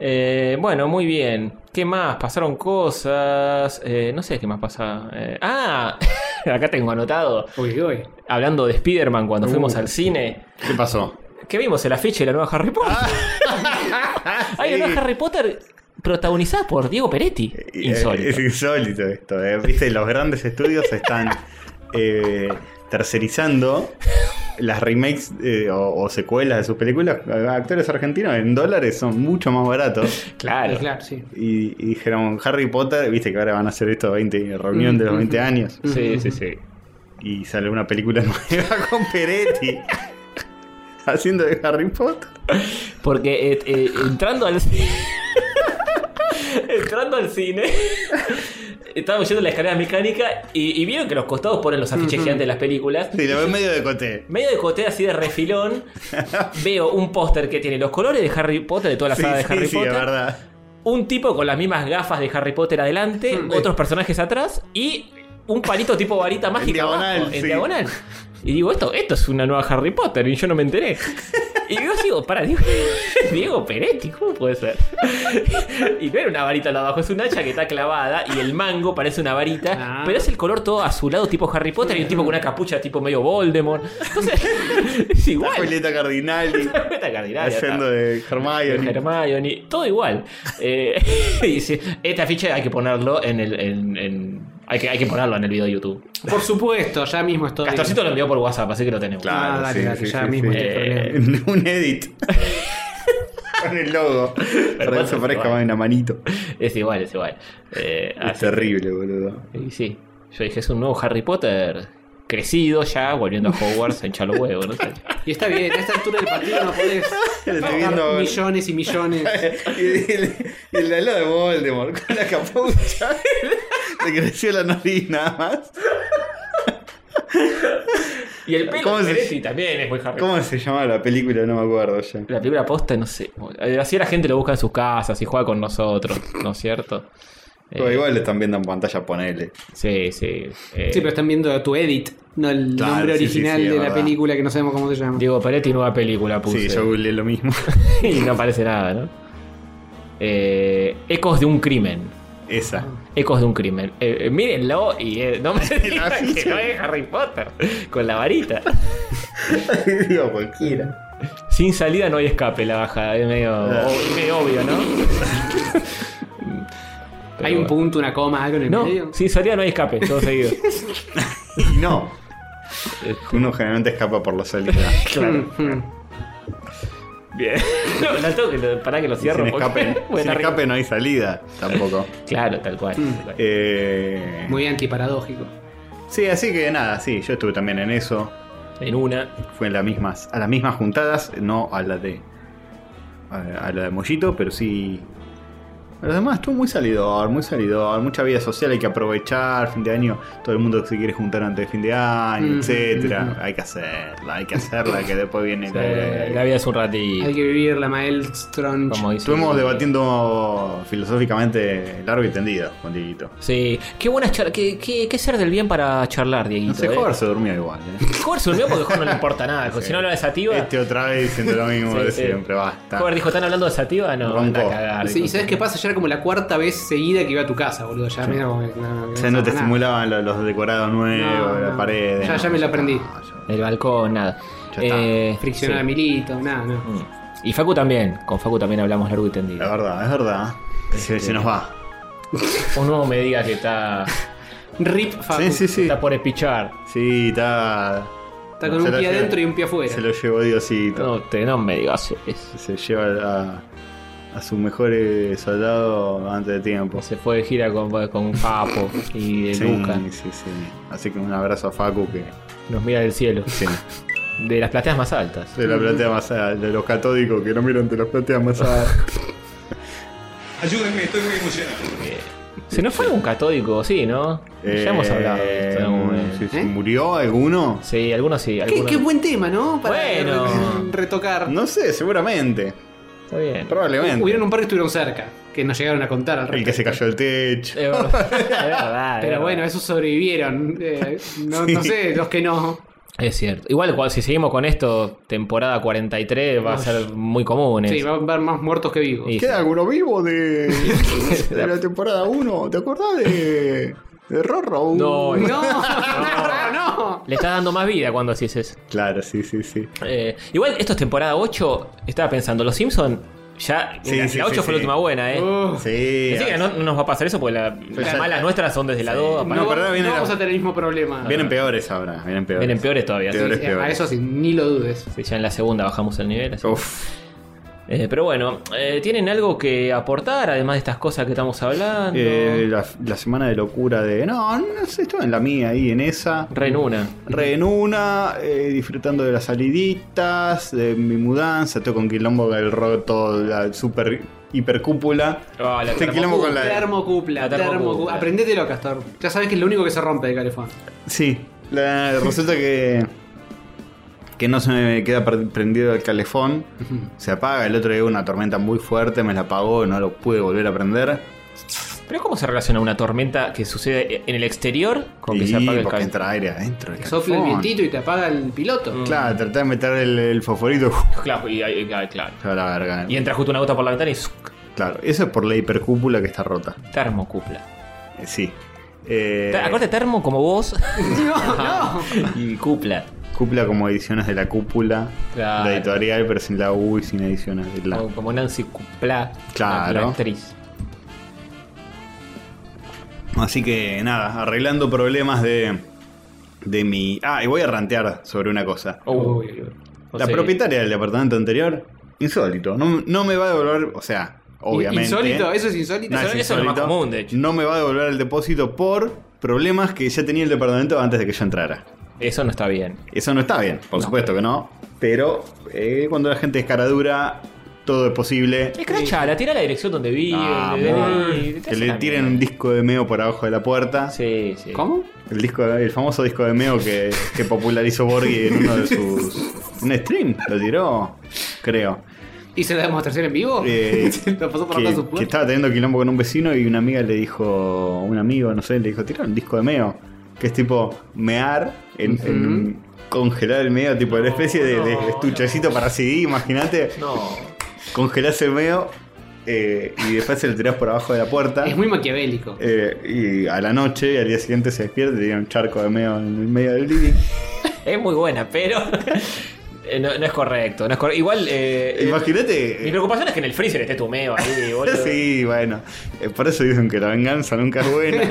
Speaker 2: Eh, bueno, muy bien. ¿Qué más? Pasaron cosas. Eh, no sé qué más pasa. Eh, ah, (laughs) acá tengo anotado.
Speaker 3: Uy, uy.
Speaker 2: Hablando de Spider-Man cuando
Speaker 3: Uh.
Speaker 2: fuimos al cine.
Speaker 1: ¿Qué pasó?
Speaker 2: Que vimos el afiche de la nueva Harry Potter.
Speaker 3: Ah. (laughs)
Speaker 2: (laughs) Hay una nueva Harry Potter protagonizada por Diego Peretti.
Speaker 1: Eh, Es
Speaker 2: Insólito.
Speaker 1: insólito esto. eh. Viste, los grandes estudios están eh, tercerizando las remakes eh, o, o secuelas de sus películas. Actores argentinos en dólares son mucho más baratos.
Speaker 2: Claro.
Speaker 3: Claro, sí.
Speaker 1: Y, y dijeron Harry Potter, viste que ahora van a hacer esto 20, reunión de los 20 años.
Speaker 2: Sí, sí, sí.
Speaker 1: Y sale una película (laughs) nueva con Peretti (laughs) haciendo de Harry Potter.
Speaker 2: Porque eh, eh, entrando al cine. (laughs) entrando al cine. Estábamos yendo a la escalera mecánica y, y vieron que los costados ponen los afiches gigantes de las películas.
Speaker 1: Sí, lo veo medio de coté.
Speaker 2: Medio de coté así de refilón, veo un póster que tiene los colores de Harry Potter, de toda la
Speaker 1: Sí, sí,
Speaker 2: saga de Harry
Speaker 1: sí, es
Speaker 2: Potter.
Speaker 1: verdad.
Speaker 2: un tipo con las mismas gafas de Harry Potter adelante, otros personajes atrás y un palito tipo varita mágica
Speaker 1: diagonal,
Speaker 2: abajo, en
Speaker 1: sí.
Speaker 2: diagonal. Y digo, esto, esto es una nueva Harry Potter y yo no me enteré. Y digo, digo, para, Diego, (laughs) Diego Peretti, ¿cómo puede ser? Y no era una varita al abajo, es un hacha que está clavada y el mango parece una varita,
Speaker 3: Ah.
Speaker 2: pero es el color todo azulado tipo Harry Potter y un tipo con una capucha tipo medio Voldemort. Entonces, (laughs) es
Speaker 1: La
Speaker 2: (laughs) igual.
Speaker 1: Julieta Cardinali
Speaker 2: Esta cardinaria, está.
Speaker 1: haciendo de Hermione.
Speaker 2: Hermione, todo igual. Eh, (laughs) dice, esta ficha hay que ponerlo en el. en- en- hay, que, hay que ponerlo en el video de YouTube.
Speaker 3: Por supuesto, ya mismo estoy.
Speaker 2: Castorcito lo envió por WhatsApp, así que lo tenemos.
Speaker 1: Claro,
Speaker 3: Ah, dale,
Speaker 1: sí,
Speaker 3: dale,
Speaker 1: sí,
Speaker 3: ya
Speaker 1: sí,
Speaker 3: mismo
Speaker 1: sí.
Speaker 3: estoy
Speaker 2: Eh,
Speaker 1: (laughs)
Speaker 3: troleando.
Speaker 1: un edit. Con el logo. Para que
Speaker 2: bueno,
Speaker 1: se parezca
Speaker 2: igual.
Speaker 1: más una manito.
Speaker 2: Es igual, es igual. Eh,
Speaker 1: Es
Speaker 2: así-
Speaker 1: terrible, boludo.
Speaker 2: y sí. Yo dije, es un nuevo Harry Potter. Crecido ya, volviendo a Hogwarts, en los huevo, no sé.
Speaker 3: Y está bien, a esta altura del partido
Speaker 1: (laughs)
Speaker 3: no podés
Speaker 1: Lo estoy
Speaker 3: gastar
Speaker 1: viendo.
Speaker 3: millones y millones.
Speaker 1: Y el- y el lado de Voldemort con la capucha. Le creció la nariz nada más.
Speaker 2: (laughs) Y el pelo
Speaker 1: ¿Cómo
Speaker 2: de
Speaker 1: se-
Speaker 2: Peretti también es muy Harry Potter.
Speaker 1: ¿Cómo se llama la película? No me acuerdo ya.
Speaker 2: La Eh, primera posta, no sé. Así la gente lo busca en sus casas y juega con nosotros, ¿no es cierto? Eh,
Speaker 1: Pero igual le están viendo en pantalla, ponele.
Speaker 2: Sí, sí. eh,
Speaker 3: Sí, pero están viendo tu edit, no el
Speaker 1: Claro,
Speaker 3: nombre
Speaker 1: sí, sí, sí,
Speaker 3: original
Speaker 1: es
Speaker 3: de la
Speaker 1: verdad.
Speaker 3: película que no sabemos cómo se llama.
Speaker 2: Diego Peretti, nueva película puse.
Speaker 1: Sí, yo googleé lo mismo. (laughs)
Speaker 2: (laughs) y no aparece nada, ¿no? Eh, Ecos de un crimen.
Speaker 1: Esa.
Speaker 2: Ecos de un crimen. Eh, eh, mírenlo y eh,
Speaker 1: (laughs)
Speaker 2: no me digan que
Speaker 1: ficha.
Speaker 2: no es Harry Potter con la varita.
Speaker 1: (laughs) Digo, cualquiera.
Speaker 2: Sin salida no hay escape la baja, es medio, o- medio obvio, ¿no? Pero
Speaker 3: Hay un
Speaker 2: bueno.
Speaker 3: punto, una coma, algo (laughs) en el medio.
Speaker 2: No, sin salida no hay escape,
Speaker 1: (laughs)
Speaker 2: todo seguido.
Speaker 1: Y no. Uno generalmente escapa por la salida.
Speaker 2: (laughs) claro.
Speaker 3: Mm, mm.
Speaker 2: Bien. (laughs) No, no tengo que lo- pará que lo cierro.
Speaker 1: Sin
Speaker 2: (laughs) porque-
Speaker 1: escape,
Speaker 2: Bueno,
Speaker 1: sin
Speaker 2: arriba.
Speaker 1: escape Mm. no hay salida tampoco.
Speaker 2: Claro, tal cual. tal cual.
Speaker 1: Eh,
Speaker 3: Muy antiparadójico.
Speaker 1: sí, así que nada, sí, yo estuve también en eso.
Speaker 2: En una.
Speaker 1: Fue en las mismas, a las mismas juntadas, no a la de. A, a la de Mollito, pero sí. Pero además estuvo muy salidor, muy salidor, mucha vida social hay que aprovechar, fin de año, todo el mundo se quiere juntar antes de fin de año,
Speaker 3: Mm,
Speaker 1: etcétera. Hay que hacerla, hay que hacerla, que después viene
Speaker 2: eh,
Speaker 1: el-
Speaker 2: la vida es un ratito.
Speaker 3: Hay que vivir la maelstrom.
Speaker 2: como dice-
Speaker 1: Estuvimos debatiendo filosóficamente largo y tendido con Dieguito.
Speaker 2: Sí. Qué buenas charlas. Qué, qué, qué ser del bien para charlar, Dieguito.
Speaker 1: No sé,
Speaker 2: eh.
Speaker 1: Jorge se durmió igual. ¿eh?
Speaker 2: Jorge se durmió porque Jorge no le
Speaker 1: (laughs)
Speaker 2: importa nada. Si no lo de Sativa.
Speaker 1: Este otra vez diciendo lo mismo
Speaker 2: (laughs) Sí,
Speaker 1: de
Speaker 2: sí.
Speaker 1: siempre, basta.
Speaker 2: Jorge dijo: ¿están hablando de Sativa? No,
Speaker 1: Roncó.
Speaker 2: anda a cagar.
Speaker 3: Sí, ¿Y sabes qué pasa? Ya era como la cuarta vez seguida que iba a tu casa, boludo. Ya, mira, como que no,
Speaker 1: O sea, no te
Speaker 3: nada.
Speaker 1: simulaban lo- los, decorados nuevos,
Speaker 3: No,
Speaker 1: las
Speaker 3: no.
Speaker 1: paredes.
Speaker 3: Ya-
Speaker 1: no,
Speaker 3: ya me lo aprendí.
Speaker 1: está, ya-
Speaker 2: El balcón, nada.
Speaker 1: Ya está.
Speaker 2: Eh,
Speaker 3: Friccionar a
Speaker 2: sí.
Speaker 3: Milito, nada, no.
Speaker 2: Mm. Y Facu también. Con Facu también hablamos largo y
Speaker 1: La
Speaker 2: tendido.
Speaker 1: verdad, es verdad. Se,
Speaker 2: Este,
Speaker 1: se nos va.
Speaker 2: O no me diga que está,
Speaker 3: Rip Facu.
Speaker 1: Sí, (laughs) sí, sí.
Speaker 2: está por espichar.
Speaker 1: Sí, está.
Speaker 3: Está con
Speaker 1: Se
Speaker 3: un
Speaker 1: lo
Speaker 3: pie
Speaker 1: lleva-
Speaker 3: adentro y un pie afuera.
Speaker 1: Se lo llevó Diosito.
Speaker 2: No, te, no me digas eso.
Speaker 1: Se lleva a, a su mejor eh, soldado antes de tiempo.
Speaker 2: Se fue de gira con, con Papo y de
Speaker 1: Sí,
Speaker 2: Luca.
Speaker 1: sí, sí. Así que un abrazo a Facu que.
Speaker 2: Nos mira del cielo.
Speaker 1: sí.
Speaker 2: De las plateas más altas.
Speaker 1: De la platea más a- de los catódicos que no miran de las plateas más a-
Speaker 4: Ayúdenme, estoy muy emocionado.
Speaker 2: Se nos fue algún catódico, sí, ¿no? (laughs) ya hemos hablado de esto. en algún
Speaker 1: Eh,
Speaker 2: momento.
Speaker 1: sí, sí.
Speaker 3: ¿Eh?
Speaker 1: ¿Murió alguno?
Speaker 2: Sí, algunos sí.
Speaker 3: Qué,
Speaker 2: Algunos...
Speaker 3: qué buen tema, ¿no? Para
Speaker 2: Bueno.
Speaker 3: re- retocar.
Speaker 1: No sé, seguramente.
Speaker 2: Está bien.
Speaker 1: Probablemente.
Speaker 3: Hubieron un par que estuvieron cerca, que nos llegaron a contar al
Speaker 1: El
Speaker 3: respecto.
Speaker 1: que se cayó del techo.
Speaker 2: Es verdad, es verdad, es
Speaker 3: Pero
Speaker 2: verdad.
Speaker 3: bueno, esos sobrevivieron. Eh, no,
Speaker 1: (laughs)
Speaker 3: no
Speaker 1: Sí.
Speaker 3: sé, los que no.
Speaker 2: Es cierto. Igual, cua- si seguimos con esto, temporada 43 va a
Speaker 3: Ush.
Speaker 2: ser muy común.
Speaker 3: Sí,
Speaker 2: eso.
Speaker 3: va a haber más muertos que vivos.
Speaker 2: Y-
Speaker 1: ¿Queda alguno vivo de, de la temporada 1? ¿Te acordás de, de Rorro?
Speaker 2: No,
Speaker 3: No, eh. (laughs) no, no.
Speaker 2: Le estás dando más vida cuando haces eso.
Speaker 1: Claro, sí, sí, sí.
Speaker 2: Eh, igual, esto es temporada 8. Estaba pensando, los Simpsons. Ya,
Speaker 1: Sí,
Speaker 2: la,
Speaker 1: sí,
Speaker 2: la
Speaker 1: sí,
Speaker 2: 8 fue la
Speaker 1: sí.
Speaker 2: última buena, ¿eh?
Speaker 1: Oh.
Speaker 3: Uh,
Speaker 1: Sí.
Speaker 2: Así que no, no nos va a pasar eso porque la- las
Speaker 1: ya-
Speaker 2: malas nuestras son desde la 2.
Speaker 1: Bueno,
Speaker 3: no,
Speaker 1: pero ahora viene
Speaker 3: no
Speaker 1: la-
Speaker 3: vamos a tener el mismo problema.
Speaker 1: Vienen peores ahora, vienen peores.
Speaker 2: Vienen peores todavía. sí.
Speaker 1: Peores,
Speaker 3: Sí, a
Speaker 1: peores.
Speaker 3: eso sí, ni lo dudes.
Speaker 2: Sí, ya en la segunda bajamos el nivel. así.
Speaker 1: Uf.
Speaker 2: Eh, pero bueno, eh, ¿tienen algo que aportar además de estas cosas que estamos hablando?
Speaker 1: Eh, la, la semana de locura de. No, no sé, estaba en la mía ahí, en esa.
Speaker 2: Re en una.
Speaker 1: Re en una, eh, disfrutando de las saliditas, de mi mudanza, estoy con quilombo del roto, la super hipercúpula.
Speaker 2: Ah, la
Speaker 1: Este quilombo con la.
Speaker 3: Termocupla,
Speaker 2: La termocupla.
Speaker 3: termocupla. Aprendetelo, Castor. Ya sabes que es lo único que se rompe de Calefón.
Speaker 1: Sí, la- resulta que. Que no se me queda per- prendido el calefón. Se apaga. El otro día hubo una tormenta muy fuerte, me la apagó, no lo pude volver a prender.
Speaker 2: Pero ¿cómo se relaciona una tormenta que sucede en el exterior con que
Speaker 1: y
Speaker 2: se apague el
Speaker 1: porque
Speaker 2: calefón?
Speaker 1: entra aire adentro. del
Speaker 3: Sopla el
Speaker 1: calefón.
Speaker 3: vientito y te apaga el piloto.
Speaker 1: Claro, traté de meter el, el fosforito.
Speaker 2: Claro, y, y- y- claro.
Speaker 1: se va a la verga.
Speaker 2: Y entra justo una gota por la ventana y ¡zuc!
Speaker 1: Claro, eso es por la hipercúpula que está rota.
Speaker 2: termocupla.
Speaker 1: Eh, Sí. Eh,
Speaker 2: Ta- Acorde termo como vos
Speaker 1: (laughs)
Speaker 3: No, no.
Speaker 2: (laughs) y cupla.
Speaker 1: Cúpula como ediciones de la cúpula.
Speaker 2: Claro.
Speaker 1: La editorial, pero sin la U y sin ediciones de la.
Speaker 2: Como, como Nancy Cupla,
Speaker 1: Claro.
Speaker 2: la actriz.
Speaker 1: Así que nada, arreglando problemas de, de mi... Ah, y voy a rantear sobre una cosa.
Speaker 2: Uy,
Speaker 3: Uy.
Speaker 2: o
Speaker 1: la
Speaker 2: sea,
Speaker 1: propietaria del departamento anterior, insólito, no, no me va a devolver, o sea, obviamente...
Speaker 3: Insólito, eso es insólito.
Speaker 1: No,
Speaker 2: Eso- eso es lo más común, de hecho.
Speaker 1: No me va a devolver el depósito por problemas que ya tenía el departamento antes de que yo entrara.
Speaker 2: Eso no está bien.
Speaker 1: Eso no está bien, por supuesto que no. Pero eh, cuando la gente es cara dura, todo es posible.
Speaker 2: Escrachala, tira la dirección donde vive.
Speaker 1: Vamos.
Speaker 2: le- le- le-
Speaker 1: Ah, que le tiren un disco de meo por abajo de la puerta.
Speaker 2: Sí, sí.
Speaker 3: ¿Cómo?
Speaker 1: El, disco, el famoso disco de Meo que, que popularizó Borghi en uno de sus. Un stream, lo tiró, creo.
Speaker 3: ¿Hice la demostración en vivo? (laughs)
Speaker 1: Eh,
Speaker 3: Lo pasó por
Speaker 1: que,
Speaker 3: atrás su
Speaker 1: que
Speaker 3: puerta.
Speaker 1: estaba teniendo quilombo con un vecino y una amiga le dijo, un amigo, no sé, le dijo, tira un disco de meo, que es tipo mear en, en un- congelar el meo, tipo una especie de, de
Speaker 2: no,
Speaker 1: estuchecito para CD, imagínate,
Speaker 2: No.
Speaker 1: congelás el meo eh, y después se lo tirás por abajo de la puerta.
Speaker 3: Es muy maquiavélico.
Speaker 1: eh, y a la noche, y al día siguiente se despierta y tiene un charco de meo en el medio del living.
Speaker 2: Es muy buena, pero. (laughs) eh, no, no es correcto. No es cor- Igual. eh, eh, mi
Speaker 1: Imagínate. eh,
Speaker 2: preocupación es que en el freezer esté tu meo
Speaker 1: (laughs)
Speaker 2: ahí, boludo.
Speaker 1: Sí, bueno. eh, Por eso dicen que la venganza nunca es buena.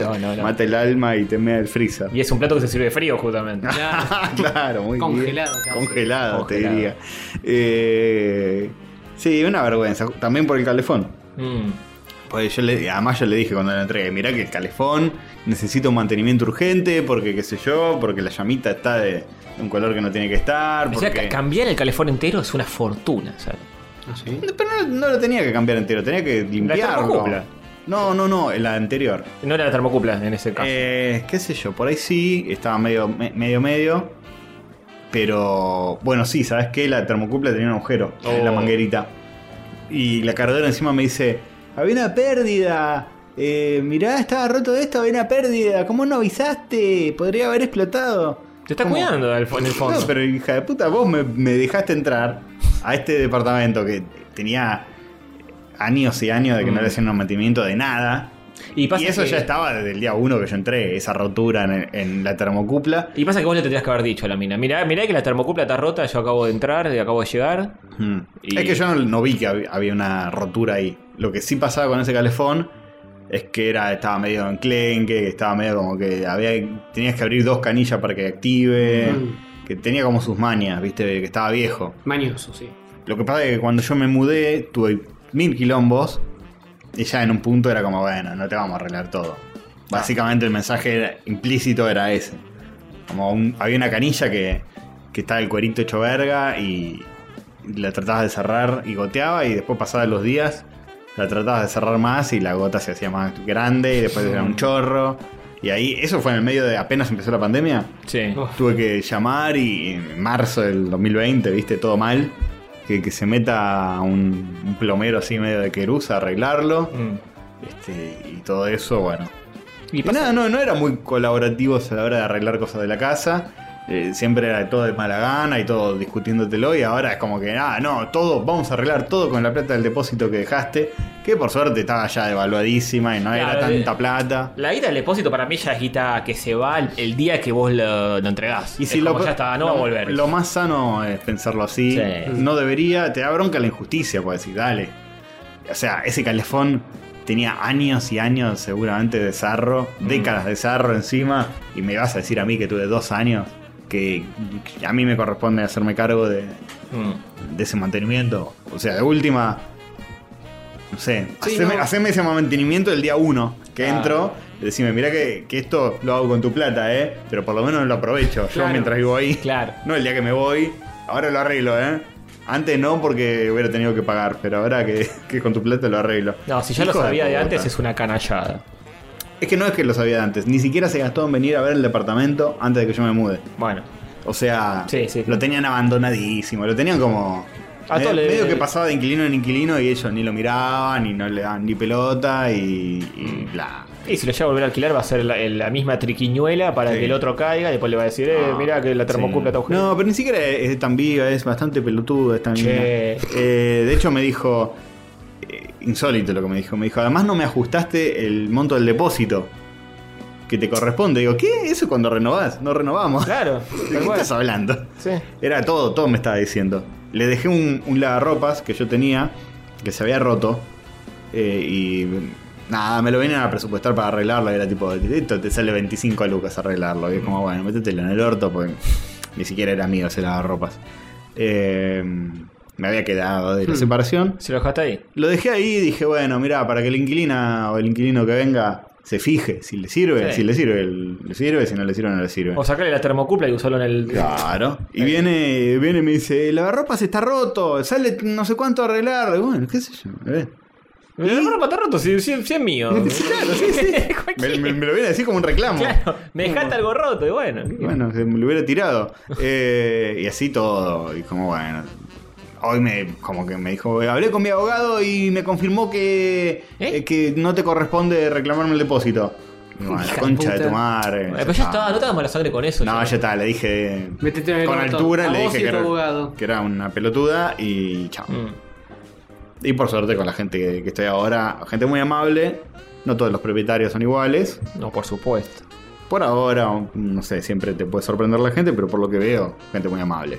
Speaker 2: No, no, no.
Speaker 1: Mata el alma y te mea el freezer.
Speaker 2: Y es un plato que se sirve frío, justamente.
Speaker 1: Ah. (laughs)
Speaker 3: Claro.
Speaker 1: claro, muy
Speaker 3: Congelado,
Speaker 1: bien.
Speaker 3: casi.
Speaker 1: Congelado, te
Speaker 2: Congelado.
Speaker 1: diría. Eh, sí, una vergüenza. También por el calefón.
Speaker 2: Mm.
Speaker 1: Pues yo le, además yo le dije cuando la entregué, mirá que el calefón necesita un mantenimiento urgente, porque qué sé yo, porque la llamita está de, de un color que no tiene que estar.
Speaker 2: O sea,
Speaker 1: porque-
Speaker 2: ca- cambiar el calefón entero es una fortuna, ¿sabes?
Speaker 3: Ah,
Speaker 1: Pero no, no lo tenía que cambiar entero, tenía que limpiarlo.
Speaker 2: termocupla.
Speaker 1: No, no, no, la anterior.
Speaker 2: No era la termocupla en ese caso.
Speaker 1: Eh, qué sé yo, por ahí sí, estaba medio, me- medio, medio. Pero bueno, sí, ¿sabes qué? La termocupla tenía un agujero en la
Speaker 2: Oh.
Speaker 1: manguerita. Y la cargadora encima me dice: Había una pérdida. Eh, mirá, estaba roto esto, había una pérdida. ¿Cómo no avisaste? Podría haber explotado.
Speaker 2: Te está
Speaker 1: ¿Cómo?
Speaker 2: cuidando al fo- en el fondo.
Speaker 1: No, pero hija de puta, vos me, me dejaste entrar a este departamento que tenía años y años
Speaker 2: Mm.
Speaker 1: de que no le hacían un mantenimiento de nada.
Speaker 2: Y
Speaker 1: Y,
Speaker 2: pasa
Speaker 1: eso
Speaker 2: que-
Speaker 1: ya estaba desde el día uno que yo entré, esa rotura en, en la termocupla.
Speaker 2: Y pasa que vos le tendrías que haber dicho a la mina. Mirá, mirá que la termocupla está rota, yo acabo de entrar, eh, acabo de llegar.
Speaker 1: Mm.
Speaker 2: Y-
Speaker 1: Es que yo no, no vi que hab- había una rotura ahí. Lo que sí pasaba con ese calefón es que era estaba medio enclenque, que estaba medio como que había tenías que abrir dos canillas para que active,
Speaker 3: Mm.
Speaker 1: que tenía como sus mañas, viste, que estaba viejo.
Speaker 3: Mañoso, sí.
Speaker 1: Lo que pasa es que cuando yo me mudé, tuve mil quilombos. Y ya en un punto era como, bueno, no te vamos a arreglar todo. Básicamente el mensaje era- implícito era ese. Como un- había una canilla que, que estaba el cuerito hecho verga y la tratabas de cerrar y goteaba y después pasaban los días, la tratabas de cerrar más y la gota se hacía más grande y después era un chorro. Y ahí, eso fue en el medio de apenas empezó la pandemia.
Speaker 2: Sí.
Speaker 3: Oh.
Speaker 1: Tuve que llamar y en marzo del 2020, viste, todo mal. Que, que se meta un, un plomero así medio de querusa a arreglarlo.
Speaker 2: Mm.
Speaker 1: Este, y todo eso, bueno.
Speaker 2: Y
Speaker 1: Y
Speaker 2: pasa-
Speaker 1: nada, no, no eran muy colaborativos a la hora de arreglar cosas de la casa. Eh, siempre era todo de mala gana y todo discutiéndotelo. Y ahora es como que, ah, no, todo, vamos a arreglar todo con la plata del depósito que dejaste. Que por suerte estaba ya devaluadísima y no
Speaker 2: Claro, eh,
Speaker 1: era
Speaker 2: de-
Speaker 1: tanta plata.
Speaker 2: La guita del depósito para mí ya es guita que se va el, el día que vos lo, lo entregás.
Speaker 1: Y si
Speaker 2: Es
Speaker 1: lo,
Speaker 2: como, ya está, no va a
Speaker 1: lo-
Speaker 2: volver.
Speaker 1: Lo más sano es pensarlo así.
Speaker 2: Sí.
Speaker 1: No debería, te da bronca la injusticia, puedes decir, dale. O sea, ese calefón tenía años y años seguramente de sarro,
Speaker 2: Mm.
Speaker 1: décadas de sarro encima, y me vas a decir a mí que tuve dos años, que, que a mí me corresponde hacerme cargo de,
Speaker 2: Mm.
Speaker 1: de ese mantenimiento. O sea, de última, no sé,
Speaker 3: Sí,
Speaker 1: haceme,
Speaker 3: no.
Speaker 1: haceme ese mantenimiento el día uno que
Speaker 2: Claro.
Speaker 1: entro. Decime, mirá que, que esto lo hago con tu plata, ¿eh? Pero por lo menos lo aprovecho.
Speaker 3: Claro.
Speaker 1: Yo mientras vivo ahí.
Speaker 2: Claro.
Speaker 1: No el día que me voy. Ahora lo arreglo, ¿eh? Antes no porque hubiera tenido que pagar, pero ahora que, (laughs) que con tu plata lo arreglo.
Speaker 2: No, si ya lo
Speaker 1: Hijo
Speaker 2: sabía de,
Speaker 1: puta.
Speaker 2: antes es una canallada.
Speaker 1: Es que no es que lo sabía de antes. Ni siquiera se gastó en venir a ver el departamento antes de que yo me mude.
Speaker 2: Bueno.
Speaker 1: O sea,
Speaker 2: Sí, sí.
Speaker 1: lo tenían abandonadísimo, lo tenían como.
Speaker 2: A todo
Speaker 1: medio,
Speaker 2: le-
Speaker 1: medio que pasaba de inquilino en inquilino y ellos ni lo miraban, y no le daban ni pelota y, y bla.
Speaker 2: Y si lo llega a volver a alquilar va a ser la, el- la misma triquiñuela para
Speaker 1: Sí. Ah,
Speaker 2: que el otro caiga y después le va a decir, eh, mirá que la termocupla
Speaker 1: Sí.
Speaker 2: está agujereada.
Speaker 1: No, pero ni siquiera es, es tan viva, es bastante pelotuda esta
Speaker 2: Che.
Speaker 1: mina. Eh, de hecho, me dijo. eh, insólito lo que me dijo. Me dijo, además no me ajustaste el monto del depósito que te corresponde. Digo, ¿qué? Eso es cuando renovás, no renovamos.
Speaker 2: Claro,
Speaker 1: (laughs) ¿De
Speaker 2: tal
Speaker 1: qué
Speaker 2: cual.
Speaker 1: estás hablando?
Speaker 2: Sí.
Speaker 1: Era todo, todo me estaba diciendo. Le dejé un, un lavarropas que yo tenía, que se había roto. eh, y nada, me lo venían a presupuestar para arreglarlo. Y era tipo, esto te sale 25 lucas arreglarlo. Y es como, bueno, métetelo en el orto, porque ni siquiera era mío ese lavarropas. Eh, me había quedado de la separación.
Speaker 2: Se lo dejaste ahí.
Speaker 1: Lo dejé ahí y dije, bueno, mirá, para que la inquilina o el inquilino que venga se fije si le sirve,
Speaker 2: Sí.
Speaker 1: si le sirve, le sirve, si no le sirve, no le sirve.
Speaker 2: O sacarle la termocupla y usarlo en el.
Speaker 1: Claro. Y viene, viene y me dice, el lavarropas está roto, sale no sé cuánto a arreglar. Y bueno, qué sé yo. a ver.
Speaker 2: Me lo ropa está roto, si, si- si
Speaker 1: (laughs)
Speaker 2: es mío.
Speaker 1: Claro, sí, sí. me, (laughs)
Speaker 2: Cualquier-
Speaker 1: me- me lo viene a decir como un reclamo.
Speaker 2: Claro, me dejaste algo roto y bueno.
Speaker 1: Y Bueno, se me lo hubiera tirado. Eh, y así todo. Y como, bueno. hoy me como que me dijo, hablé con mi abogado y me confirmó que,
Speaker 2: ¿Eh?
Speaker 1: eh, que no te corresponde reclamarme el depósito. No, la
Speaker 3: Hija de
Speaker 1: concha de,
Speaker 3: puta.
Speaker 1: tu madre. Ah.
Speaker 2: Pero ya estaba, no te hagas mala sangre con eso.
Speaker 1: No,
Speaker 2: ya.
Speaker 1: ya está, le dije
Speaker 3: Métete en el
Speaker 1: con
Speaker 3: botón.
Speaker 1: altura,
Speaker 3: A
Speaker 1: le
Speaker 3: vos
Speaker 1: dije
Speaker 3: y
Speaker 1: que
Speaker 3: a tu
Speaker 1: era,
Speaker 3: abogado.
Speaker 1: que era una pelotuda y chao.
Speaker 2: Mm.
Speaker 1: Y por suerte con la gente que, que estoy ahora, gente muy amable, no todos los propietarios son iguales.
Speaker 2: No, por supuesto.
Speaker 1: Por ahora, no sé, siempre te puede sorprender la gente, pero por lo que veo, gente muy amable.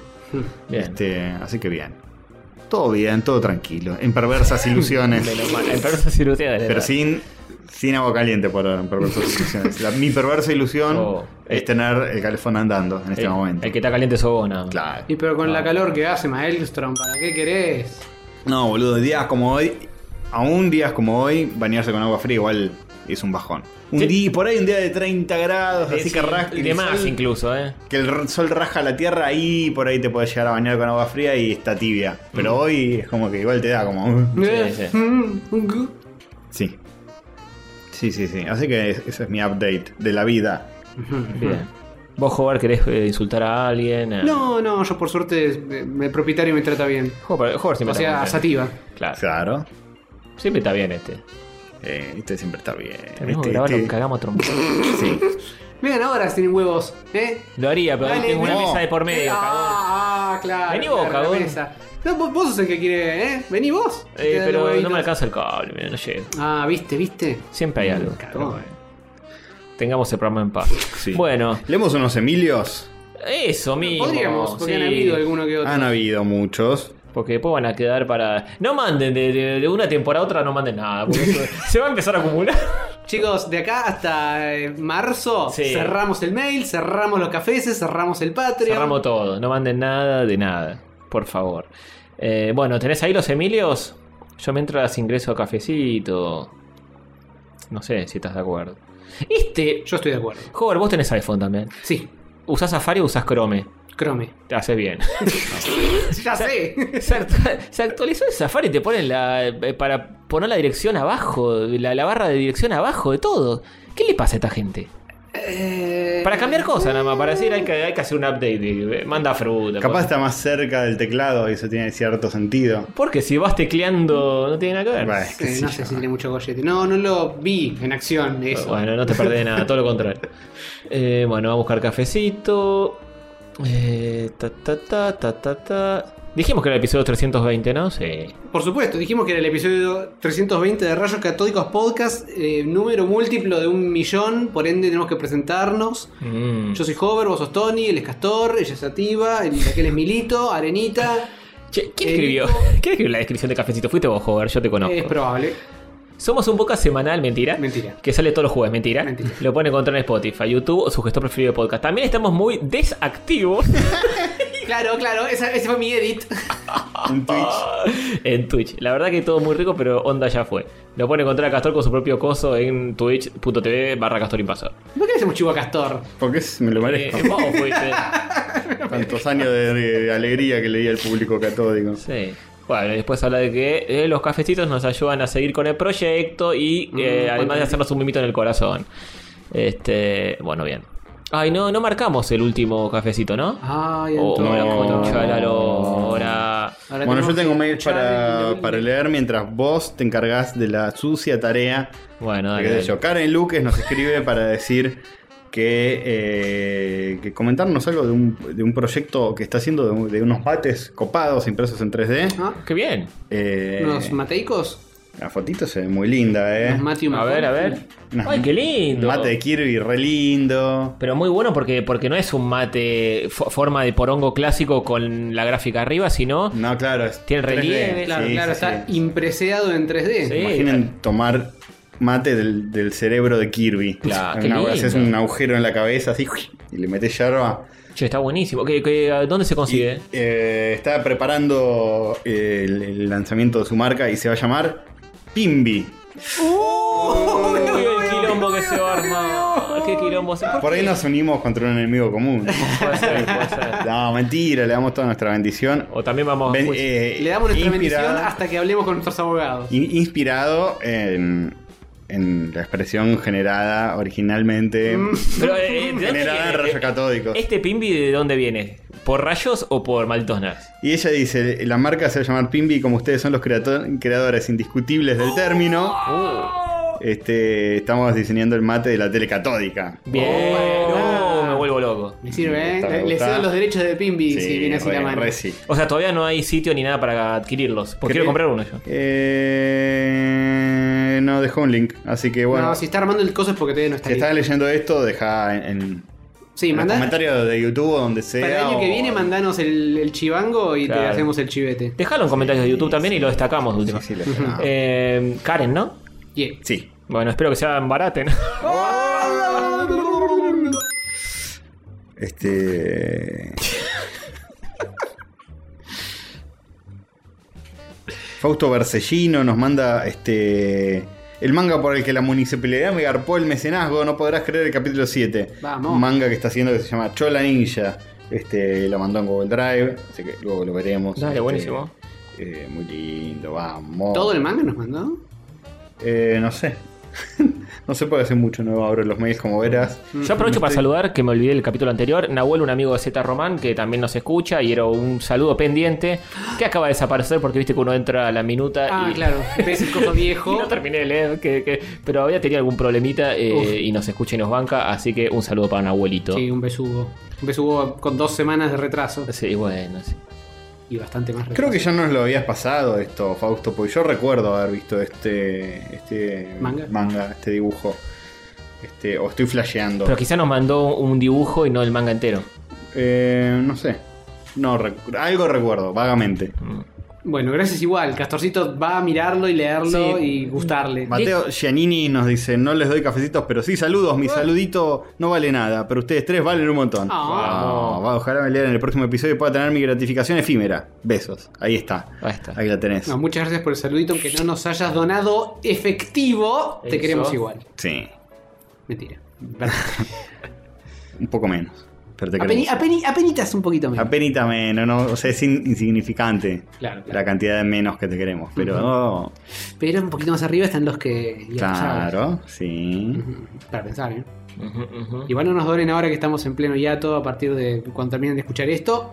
Speaker 2: Bien.
Speaker 1: Este, así que bien. Todo bien, todo tranquilo, en
Speaker 2: (laughs)
Speaker 1: perversas ilusiones.
Speaker 2: Menos mal. El perro se cirutea de la
Speaker 1: Pero
Speaker 2: edad.
Speaker 1: sin, sin agua caliente por ahora, en perversas
Speaker 2: (laughs)
Speaker 1: ilusiones. La- mi perversa ilusión
Speaker 2: Oh.
Speaker 1: es tener el calefón andando en este
Speaker 2: el,
Speaker 1: momento.
Speaker 2: el que está caliente sobona.
Speaker 1: Claro.
Speaker 3: Y pero con
Speaker 2: Ah.
Speaker 3: la calor que hace Maelstrom, ¿para qué querés?
Speaker 1: No, boludo, días como hoy, aún días como hoy, bañarse con agua fría igual es un bajón. Un
Speaker 2: Sí.
Speaker 1: día, por ahí un día de 30 grados, así que rasca.
Speaker 2: Y
Speaker 1: que
Speaker 2: de
Speaker 1: el
Speaker 2: más
Speaker 1: sol-
Speaker 2: incluso, ¿eh?
Speaker 1: Que el r- sol raja la tierra, ahí por ahí te puedes llegar a bañar con agua fría y está tibia. Pero hoy es como que igual te da como. "Uh".
Speaker 3: Eh,
Speaker 2: sí.
Speaker 3: mm, un gu-
Speaker 1: Sí. Sí, sí, sí. Así que es- ese es mi update de la vida. Mm.
Speaker 2: Bien. ¿Vos, Jobar, querés eh, insultar a alguien? Eh,
Speaker 3: No, no, yo por suerte eh, el propietario me trata bien.
Speaker 2: Jobar, Jobar
Speaker 3: O
Speaker 2: siempre está
Speaker 3: sea,
Speaker 2: bien.
Speaker 3: Sativa.
Speaker 2: Claro.
Speaker 1: Claro.
Speaker 2: Siempre está bien este.
Speaker 1: Eh, este siempre está bien.
Speaker 2: Tenemos
Speaker 1: Este-
Speaker 2: que grabarlo,
Speaker 1: este-
Speaker 2: cagamos a trompar.
Speaker 1: Sí.
Speaker 3: Vean ahora si tienen huevos, ¿eh?
Speaker 2: Lo haría, pero
Speaker 3: Dale,
Speaker 2: tengo una
Speaker 1: no.
Speaker 2: mesa de por medio, cagón.
Speaker 3: Ah, ah, claro.
Speaker 2: Vení vos,
Speaker 3: claro, la
Speaker 2: cagón.
Speaker 3: mesa. No, vos, vos sos el que quiere, ¿eh? Vení vos.
Speaker 2: Eh,
Speaker 3: Te quedan los
Speaker 2: pero no
Speaker 3: huevitos.
Speaker 2: me alcanza el cable, mira, no llego.
Speaker 3: Ah, viste, viste.
Speaker 2: Siempre
Speaker 1: Mm.
Speaker 2: hay algo.
Speaker 3: Cagón.
Speaker 2: Tengamos el programa en paz.
Speaker 1: Sí.
Speaker 2: Bueno,
Speaker 1: Leemos unos Emilios.
Speaker 2: eso mismo.
Speaker 3: Podríamos,
Speaker 2: sí.
Speaker 3: porque
Speaker 2: Ah,
Speaker 3: han habido alguno que otro.
Speaker 1: Han habido muchos.
Speaker 2: Porque después van a quedar para. No manden, de, de- de una temporada a otra no manden nada. Porque eso se va a empezar a acumular.
Speaker 3: Chicos, de acá hasta eh, marzo
Speaker 2: Sí.
Speaker 3: cerramos el mail, cerramos los cafés, cerramos el Patreon.
Speaker 2: Cerramos todo, no manden nada de nada, por favor. Eh, bueno, ¿tenés ahí los Emilios? Yo mientras ingreso a cafecito. No sé si estás de acuerdo. Este.
Speaker 3: Yo estoy de acuerdo.
Speaker 2: Joder, vos tenés iPhone también.
Speaker 3: Sí,
Speaker 2: ¿Usás Safari o usás Chrome? (laughs)
Speaker 3: Chrome.
Speaker 2: Te haces bien.
Speaker 3: Ya sé.
Speaker 2: se, actua- se actualizó el Safari, te ponen la. eh, para poner la dirección abajo, la, la barra de dirección abajo de todo. ¿Qué le pasa a esta gente?
Speaker 3: Eh,
Speaker 2: Para cambiar cosas nada más, para decir hay que, hay que hacer un update, eh, manda fruta.
Speaker 1: Capaz
Speaker 2: cosas.
Speaker 1: está más cerca del teclado y eso tiene cierto sentido.
Speaker 2: Porque si vas tecleando no tiene nada que ver.
Speaker 1: Bueno, qué
Speaker 3: eh,
Speaker 1: sé
Speaker 3: no
Speaker 1: yo.
Speaker 3: sé si tiene mucho gollete. No, no lo vi en acción eso.
Speaker 2: Bueno, no te perdés de nada, todo lo
Speaker 3: (laughs)
Speaker 2: contrario. Eh, bueno, vamos a buscar cafecito. Eh, ta, ta, ta, ta, ta, ta. Dijimos que era el episodio 320, ¿no? Sí.
Speaker 3: Por supuesto, dijimos que era el episodio 320 de Rayos Catódicos Podcast, eh, número múltiplo de un millón, por ende tenemos que presentarnos.
Speaker 2: Mm.
Speaker 3: Yo soy Hover, vos sos Tony, él es Castor, ella es Sativa, el, aquel es Milito, Arenita.
Speaker 2: Che, ¿Quién
Speaker 3: Eh,
Speaker 2: escribió? (laughs)
Speaker 3: Nico.
Speaker 2: ¿Quién escribió la descripción de cafecito? Fuiste vos, Hover, yo te conozco.
Speaker 3: es probable.
Speaker 2: Somos un podcast semanal, mentira.
Speaker 3: Mentira.
Speaker 2: Que sale todos los jueves, mentira.
Speaker 3: Mentira.
Speaker 2: Lo pueden encontrar en Spotify, YouTube o su gestor preferido de podcast. También estamos muy desactivos (laughs)
Speaker 3: Claro, claro, esa- ese fue mi edit.
Speaker 1: Un
Speaker 3: (laughs)
Speaker 1: Twitch.
Speaker 2: en Twitch. La verdad que todo muy rico, pero onda ya fue. Lo pueden encontrar a Castor con su propio coso en twitch.tv barra Castor Invasor.
Speaker 3: ¿Por qué le hacemos chivo a Castor?
Speaker 1: Porque me lo merezco.
Speaker 3: (laughs)
Speaker 2: Eh, vos fuiste.
Speaker 1: Tantos años de, de alegría que le di al público catódico.
Speaker 2: (laughs) Sí. Bueno, y después habla de que eh, los cafecitos nos ayudan a seguir con el proyecto y eh,
Speaker 3: Mm,
Speaker 2: además de hacernos un mimito en el corazón. Este, bueno, bien. Ay, no, no marcamos el último cafecito, ¿no?
Speaker 3: Ay,
Speaker 2: Oh, la
Speaker 3: Antonio.
Speaker 1: no.
Speaker 2: concha de la lora.
Speaker 3: Ahora
Speaker 1: bueno,
Speaker 3: tenemos
Speaker 1: yo tengo
Speaker 3: que
Speaker 1: mail
Speaker 3: escuchar
Speaker 1: para,
Speaker 3: el-
Speaker 1: para leer mientras vos te encargás de la sucia tarea.
Speaker 2: Bueno,
Speaker 3: Ah,
Speaker 1: de,
Speaker 2: dale,
Speaker 1: qué sé yo.
Speaker 2: dale.
Speaker 1: Karen Luques nos escribe para decir que, eh, que comentarnos algo de un, de un proyecto que está haciendo de, un- de unos mates copados impresos en 3D.
Speaker 3: ¿Ah?
Speaker 2: Qué bien.
Speaker 1: Eh,
Speaker 3: ¿Unos mateicos?
Speaker 1: la fotito se ve muy linda, ¿eh?
Speaker 3: ¿Unos mate y una
Speaker 2: A ver,
Speaker 3: foto?
Speaker 2: a ver.
Speaker 1: Unas-
Speaker 2: Ay, qué
Speaker 1: Un
Speaker 2: lindo.
Speaker 1: mate de Kirby re lindo.
Speaker 2: Pero muy bueno porque, porque no es un mate fo- forma de porongo clásico con la gráfica arriba, sino
Speaker 1: No, claro, es
Speaker 2: Tiene
Speaker 1: 3D.
Speaker 2: relieve,
Speaker 3: Claro,
Speaker 1: Sí,
Speaker 3: claro,
Speaker 1: sí,
Speaker 3: está
Speaker 1: sí.
Speaker 3: impreseado en 3D.
Speaker 2: Sí.
Speaker 1: Imaginen tomar mate del, del cerebro de Kirby.
Speaker 2: Claro,
Speaker 1: Una-
Speaker 2: qué
Speaker 1: haces
Speaker 2: lindo.
Speaker 1: un agujero en la cabeza así ¡uy! y le metes yerba.
Speaker 2: Che, está buenísimo. ¿Qué, qué- a dónde se
Speaker 1: Y,
Speaker 2: consigue?
Speaker 1: eh, está preparando eh, el, el lanzamiento de su marca y se va a llamar Pimbi.
Speaker 2: Uy, el quilombo que se va a armar. Qué quilombo se
Speaker 1: Por ahí nos unimos contra un enemigo común.
Speaker 2: Puede ser, puede ser.
Speaker 1: no, mentira, le damos toda nuestra bendición.
Speaker 2: O también vamos
Speaker 1: Ben-
Speaker 2: Uy,
Speaker 1: eh,
Speaker 3: Le damos nuestra
Speaker 1: inspirada-
Speaker 3: bendición hasta que hablemos con nuestros abogados.
Speaker 1: in- Inspirado en, en en la expresión generada originalmente.
Speaker 2: Pero, eh, ¿de dónde
Speaker 1: Generada en
Speaker 2: viene?
Speaker 1: rayos catódicos.
Speaker 2: ¿Este Pimbi de dónde viene? ¿Por rayos o por malditos nerds?
Speaker 1: Y ella dice, la marca se va a llamar Pimbi, como ustedes son los creato- creadores indiscutibles del término.
Speaker 3: Oh.
Speaker 1: Este, estamos diseñando el mate de la tele catódica.
Speaker 2: Bien,
Speaker 3: Bueno.
Speaker 2: Oh, no, me vuelvo loco.
Speaker 3: Me sirve, ¿eh?
Speaker 1: Mm, Está, me
Speaker 3: Le- Le
Speaker 1: gusta.
Speaker 3: cedo los derechos de Pimbi si viene así
Speaker 1: re-
Speaker 3: la mano.
Speaker 1: re sí.
Speaker 2: O sea, todavía no hay sitio ni nada para adquirirlos. Porque quiero
Speaker 1: ¿Qué?
Speaker 2: comprar uno yo.
Speaker 1: Eh, no, dejó un link. Así que bueno,
Speaker 3: No, si
Speaker 1: si,
Speaker 3: está armando el coso es porque todavía no está
Speaker 1: estás
Speaker 3: listo.
Speaker 1: leyendo esto, deja en, en-
Speaker 3: Sí,
Speaker 1: en los
Speaker 3: mandá.
Speaker 1: comentarios de YouTube o donde sea.
Speaker 3: Para el año que
Speaker 1: o-
Speaker 3: viene mandanos el, el chivango y te
Speaker 2: Claro.
Speaker 3: hacemos el chivete.
Speaker 2: Dejalo en comentarios de YouTube también y lo destacamos de última.
Speaker 1: Sí,
Speaker 3: (laughs)
Speaker 1: sí, le dejá.
Speaker 2: Eh, Karen, ¿no?
Speaker 3: Yeah.
Speaker 1: Sí.
Speaker 2: Bueno, espero que sean baraten.
Speaker 1: Este.
Speaker 3: (laughs)
Speaker 1: Fausto Bersellino nos manda este. El manga por el que la municipalidad me garpó el mecenazgo, no podrás creer el capítulo 7.
Speaker 3: Vamos.
Speaker 1: Un manga que está haciendo que se llama Chola Ninja. Este, lo mandó en Google Drive, así que luego lo veremos.
Speaker 2: Dale,
Speaker 1: Este,
Speaker 2: buenísimo.
Speaker 1: eh, muy lindo, vamos.
Speaker 3: ¿Todo el manga nos mandó?
Speaker 1: Eh, no sé. (laughs) no sé porque hace mucho no abro los mails como verás.
Speaker 2: Yo aprovecho para saludar, que me olvidé del capítulo anterior, Nahuel, un amigo de Z Román, que también nos escucha, y era un saludo pendiente, que acaba de desaparecer porque viste que uno entra a la minuta
Speaker 3: Ah,
Speaker 2: y...
Speaker 3: claro. Ves el coso
Speaker 2: (laughs) y
Speaker 3: viejo.
Speaker 2: no terminé de leer, que, que- pero había tenido algún problemita eh,
Speaker 3: Uf.
Speaker 2: y nos escucha y nos banca, así que un saludo para Nahuelito.
Speaker 3: Sí, un besugo. Un besugo con dos semanas de retraso.
Speaker 2: Sí, bueno, sí.
Speaker 3: Y bastante más retraso.
Speaker 1: Creo que ya nos lo habías pasado esto, Fausto, porque yo recuerdo haber visto este, este
Speaker 3: ¿Manga?
Speaker 1: este dibujo. Este, o estoy flasheando.
Speaker 2: Pero quizá nos mandó un dibujo y no el manga entero.
Speaker 1: Eh, no sé. No, recu- algo recuerdo, vagamente.
Speaker 3: Bueno, gracias igual. Castorcito va a mirarlo y
Speaker 2: Sí.
Speaker 3: leerlo y gustarle.
Speaker 1: Mateo Giannini nos dice, no les doy cafecitos, pero sí saludos. Mi saludito no vale nada, pero ustedes tres valen un montón.
Speaker 3: Ah.
Speaker 1: Vamos, va, ojalá me lean en el próximo episodio y pueda tener mi gratificación efímera. Besos. Ahí está.
Speaker 2: Ahí está.
Speaker 1: Ahí la tenés.
Speaker 3: No, muchas gracias por el saludito, aunque no nos hayas donado efectivo. Te
Speaker 2: Eso.
Speaker 3: queremos igual.
Speaker 1: Sí,
Speaker 3: Mentira. Verdad.
Speaker 1: un poco menos. Pero (laughs) te
Speaker 3: Apeni-
Speaker 1: queremos.
Speaker 3: apeni- Apenitas un poquito menos.
Speaker 1: Apenita menos, ¿no? O sea, es in- insignificante
Speaker 3: Claro, claro.
Speaker 1: la cantidad de menos que te queremos. Pero, oh,
Speaker 3: Pero un poquito más arriba están los que. ya sabes.
Speaker 1: claro, sí.
Speaker 3: Ujú, Para pensar, ¿eh?
Speaker 2: Ujú, ujú.
Speaker 3: Igual no nos donen ahora que estamos en pleno hiato a partir de cuando terminen de escuchar esto.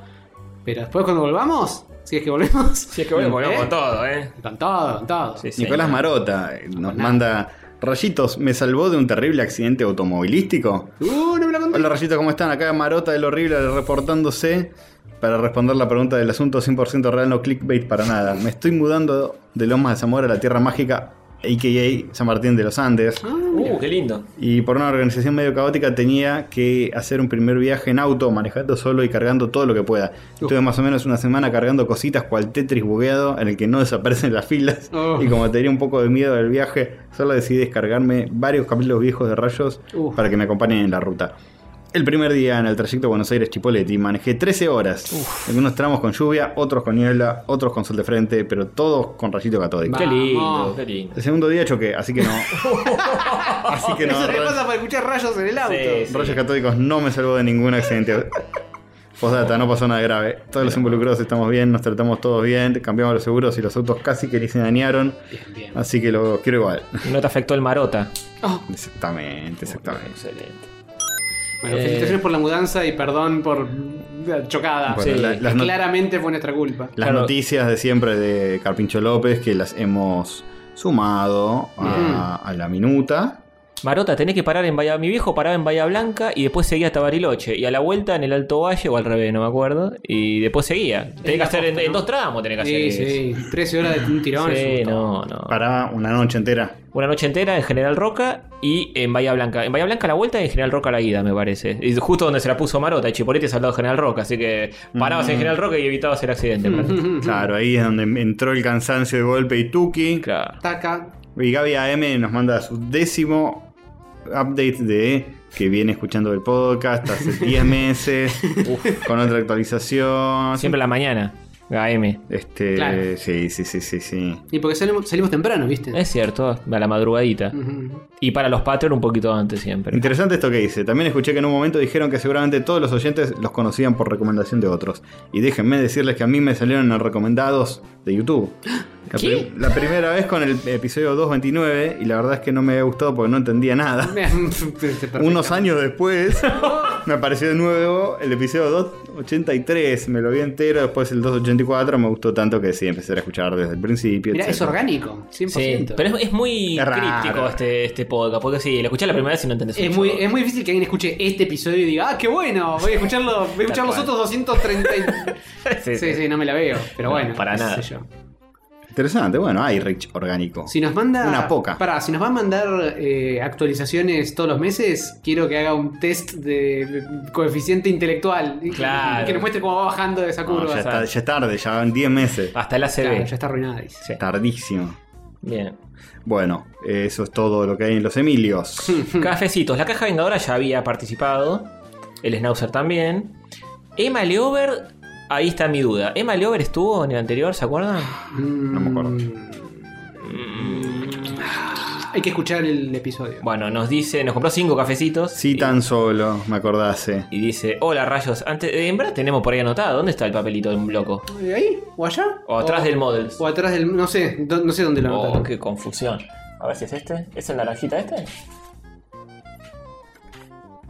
Speaker 3: Pero después cuando volvamos, si es
Speaker 2: (laughs)
Speaker 3: que volvemos. Si
Speaker 2: es que volvemos, volvemos con todo, ¿eh?
Speaker 3: Con todo, con todo.
Speaker 2: Sí, sí.
Speaker 1: Nicolás Marota eh, nos manda. Rayitos, ¿me salvó de un terrible accidente automovilístico?
Speaker 3: Uh, no me la conté.
Speaker 1: Hola Rayitos, ¿cómo están? Acá Marota del Horrible reportándose para responder la pregunta del asunto 100% real, no clickbait para nada. Me estoy mudando de Lomas de Zamora a la Tierra Mágica, a.k.a. San Martín de los
Speaker 3: Ah.
Speaker 1: Andes.
Speaker 2: Uh, qué lindo.
Speaker 1: Y por una organización medio caótica tenía que hacer un primer viaje en auto, manejando solo y cargando todo lo que pueda. Estuve más o menos una semana cargando cositas cual Tetris bugueado en el que no desaparecen las filas.
Speaker 3: Oh.
Speaker 1: Y como tenía un poco de miedo del viaje, solo decidí descargarme varios capítulos viejos de rayos
Speaker 3: Uh.
Speaker 1: para que me acompañen en la ruta. El primer día en el trayecto Buenos Aires-Chipoleti manejé 13 horas. Algunos tramos con lluvia, otros con niebla, otros con sol de frente, pero todos con rayito catódico.
Speaker 2: Qué
Speaker 3: Vamos.
Speaker 2: lindo, qué lindo.
Speaker 1: El segundo día choqué, así
Speaker 3: (laughs)
Speaker 1: que no. así que no.
Speaker 3: Eso te
Speaker 1: realmente-
Speaker 3: pasa por escuchar rayos en el auto.
Speaker 2: Sí.
Speaker 1: Rayos catódicos no me salvó de ningún accidente. Postdata, no pasó nada grave. Todos los involucrados estamos bien, nos tratamos todos bien, cambiamos los seguros y los autos casi que ni se dañaron.
Speaker 3: Bien, bien.
Speaker 1: Así que lo quiero igual. (laughs)
Speaker 2: No te afectó el marota.
Speaker 3: Oh,
Speaker 1: Exactamente, exactamente.
Speaker 2: Excelente.
Speaker 3: bueno,
Speaker 2: Eh.
Speaker 3: felicitaciones por la mudanza y perdón por la chocada.
Speaker 1: Bueno,
Speaker 2: Sí.
Speaker 1: la- las, no-
Speaker 3: Claramente fue nuestra culpa.
Speaker 1: las
Speaker 2: Claro.
Speaker 1: noticias de siempre de Carpincho López que las hemos sumado a, a la minuta.
Speaker 2: Marota, tenés que parar en Bahía. Mi viejo paraba en Bahía Blanca y después seguía hasta Bariloche. Y a la vuelta en el Alto Valle, o al revés, no me acuerdo. Y después seguía. Tenés que
Speaker 3: la
Speaker 2: hacer en,
Speaker 3: costa,
Speaker 2: en
Speaker 3: ¿no?
Speaker 2: dos tramos, tenés que hacer
Speaker 3: Sí,
Speaker 2: eso.
Speaker 3: sí. 13 horas de un tirón. es un
Speaker 2: Sí,
Speaker 3: montón.
Speaker 2: no, no.
Speaker 1: Paraba una noche entera.
Speaker 2: Una noche entera en General Roca y en Bahía Blanca. En Bahía Blanca la vuelta y en General Roca la ida, me parece. Y justo donde se la puso Marota, y Chipolete es al lado de General Roca. Así que parabas en General Roca y evitabas el accidente. prácticamente.
Speaker 1: Claro, ahí es donde entró el cansancio de golpe y Tuki.
Speaker 2: Claro.
Speaker 3: Taca.
Speaker 1: Y Gaby AM nos manda su décimo update de que viene escuchando el
Speaker 3: (laughs)
Speaker 1: podcast hace 10 meses, uf, con otra actualización.
Speaker 2: Siempre a la mañana. AM.
Speaker 1: Este,
Speaker 3: Claro.
Speaker 1: sí, sí, sí, sí, sí.
Speaker 3: Y porque salimos, salimos temprano, ¿viste?
Speaker 2: Es cierto, a la madrugadita.
Speaker 3: Ujú. (laughs)
Speaker 2: Y para los Patreon un poquito antes siempre.
Speaker 1: Interesante esto que dice. También escuché que en un momento dijeron que seguramente todos los oyentes los conocían por recomendación de otros. Y déjenme decirles que a mí me salieron en recomendados de YouTube. La,
Speaker 3: ¿Qué?
Speaker 1: pri- la primera vez con el episodio 229 y la verdad es que no me había gustado porque no entendía nada.
Speaker 3: Perfecto.
Speaker 1: Unos años después me apareció de nuevo el episodio 283, me lo vi entero, después el 284 me gustó tanto que sí, empecé a escuchar desde el principio.
Speaker 3: Mirá, es
Speaker 1: etcétera.
Speaker 3: orgánico, 100%.
Speaker 2: Sí, pero es, es muy
Speaker 1: Es raro.
Speaker 2: críptico este, este podcast, porque si lo escuchás la primera vez y no entendés
Speaker 3: Es
Speaker 2: mucho.
Speaker 3: muy, es muy difícil que alguien escuche este episodio y diga, ah, qué bueno, voy a escucharlo, voy a escuchar los
Speaker 2: cual.
Speaker 3: otros 230. y-".
Speaker 2: (laughs) (laughs) Sí,
Speaker 3: sí, sí, no me
Speaker 2: (laughs)
Speaker 3: la veo, pero
Speaker 2: No,
Speaker 3: bueno.
Speaker 2: para
Speaker 3: qué
Speaker 2: nada.
Speaker 3: sé yo.
Speaker 1: Interesante, bueno, hay Rich orgánico.
Speaker 3: Si nos manda.
Speaker 1: Una poca.
Speaker 3: Pará, si nos va a mandar eh, actualizaciones todos los meses, quiero que haga un test de coeficiente intelectual. Y que-
Speaker 2: Claro.
Speaker 3: Que nos muestre cómo va bajando de esa
Speaker 1: No, Ah,
Speaker 3: curva.
Speaker 1: ya,
Speaker 2: o sea.
Speaker 1: está- ya es tarde, ya van 10 meses.
Speaker 2: Hasta el ACB.
Speaker 3: Claro, ya está arruinada. dice.
Speaker 2: Sí.
Speaker 1: Tardísimo.
Speaker 2: Bien.
Speaker 1: Bueno, eso es todo lo que hay en los (laughs) Emilios.
Speaker 2: Cafecitos. La caja vengadora ya había participado. El Snauzer también. Emma Leover. Ahí está mi duda. ¿Emma Leover estuvo en el anterior, se acuerdan?
Speaker 1: No me acuerdo.
Speaker 3: Hay que escuchar el episodio.
Speaker 2: Bueno, nos dice, nos compró cinco cafecitos.
Speaker 1: Sí,
Speaker 2: y,
Speaker 1: tan solo, me acordase.
Speaker 2: y dice, hola rayos, antes, eh, en verdad tenemos por ahí anotado, ¿dónde está el papelito de un loco?
Speaker 3: ¿Eh, ¿Ahí? ¿O allá?
Speaker 2: O atrás del Models.
Speaker 3: O atrás del. No sé, do- no sé dónde lo
Speaker 2: Oh,
Speaker 3: anotaron.
Speaker 2: qué confusión. A ver si es este. ¿Es el naranjita este?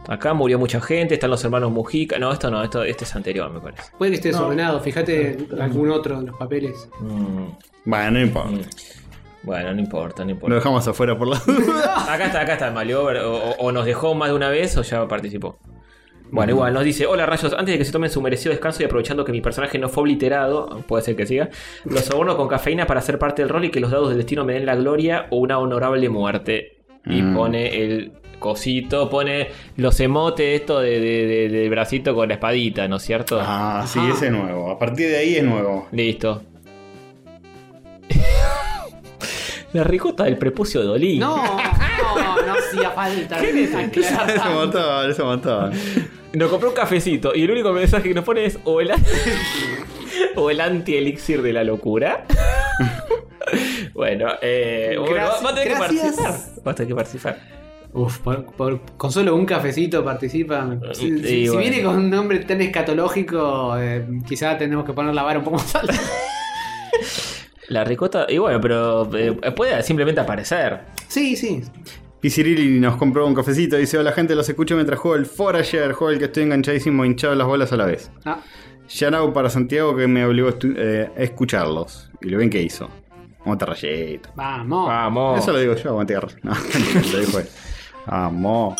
Speaker 2: Acá murió mucha gente, están los hermanos Mujica. No, esto no, esto, este es anterior, me parece.
Speaker 3: Puede que esté desordenado, fíjate algún otro de los papeles.
Speaker 2: Mm,
Speaker 1: Bueno, no importa.
Speaker 2: bueno, no importa, no
Speaker 1: Lo
Speaker 2: importa.
Speaker 1: dejamos afuera (laughs) por la duda.
Speaker 2: Acá está, acá está el Maliover. O, o- o nos dejó más de una vez o ya participó. Bueno, igual nos dice, hola rayos, antes de que se tomen su merecido descanso y aprovechando que mi personaje no fue obliterado, puede ser que siga, los soborno con cafeína para ser parte del rol y que los dados del destino me den la gloria o una honorable muerte. Y
Speaker 1: Mm.
Speaker 2: pone el cosito, pone los emotes, esto de, de- de- del bracito con la espadita, ¿no es cierto?
Speaker 1: Ah, sí,
Speaker 3: Ajá.
Speaker 1: ese es nuevo. A partir de ahí es (laughs) nuevo.
Speaker 2: Listo. (laughs) la ricota del prepucio de Olí.
Speaker 3: No, no, no hacía falta. aclarar
Speaker 1: Ese
Speaker 3: tanto.
Speaker 1: montón, ese montón.
Speaker 2: Nos compró un cafecito y el único mensaje que nos pone es o el,
Speaker 3: (laughs)
Speaker 2: an- (laughs) o el anti-elixir de la
Speaker 3: (laughs)
Speaker 2: locura. bueno, eh, bueno, va- va a tener que
Speaker 3: Gracias.
Speaker 2: participar. Va a tener que participar.
Speaker 3: Uf, por- por- con solo un cafecito participa.
Speaker 2: Sí,
Speaker 3: Si, si- si
Speaker 2: bueno.
Speaker 3: viene con un nombre tan escatológico, eh, quizá tenemos que poner la vara un poco más alta.
Speaker 2: La ricota, y bueno, pero eh, puede simplemente aparecer.
Speaker 3: (laughs) Sí, sí.
Speaker 1: Piscirilli nos compró un cafecito. Dice: Hola, gente, los escucho mientras juego el Forager, juego el que estoy enganchadísimo, hinchado las bolas a la vez.
Speaker 3: Ah,
Speaker 1: Yanau para Santiago que me obligó a estu- eh, a escucharlos. Y lo bien que hizo. Monta rayito.
Speaker 3: vamos.
Speaker 2: Vamos.
Speaker 1: Eso lo digo yo, aguante garra. No, (laughs) lo dijo él. Amo.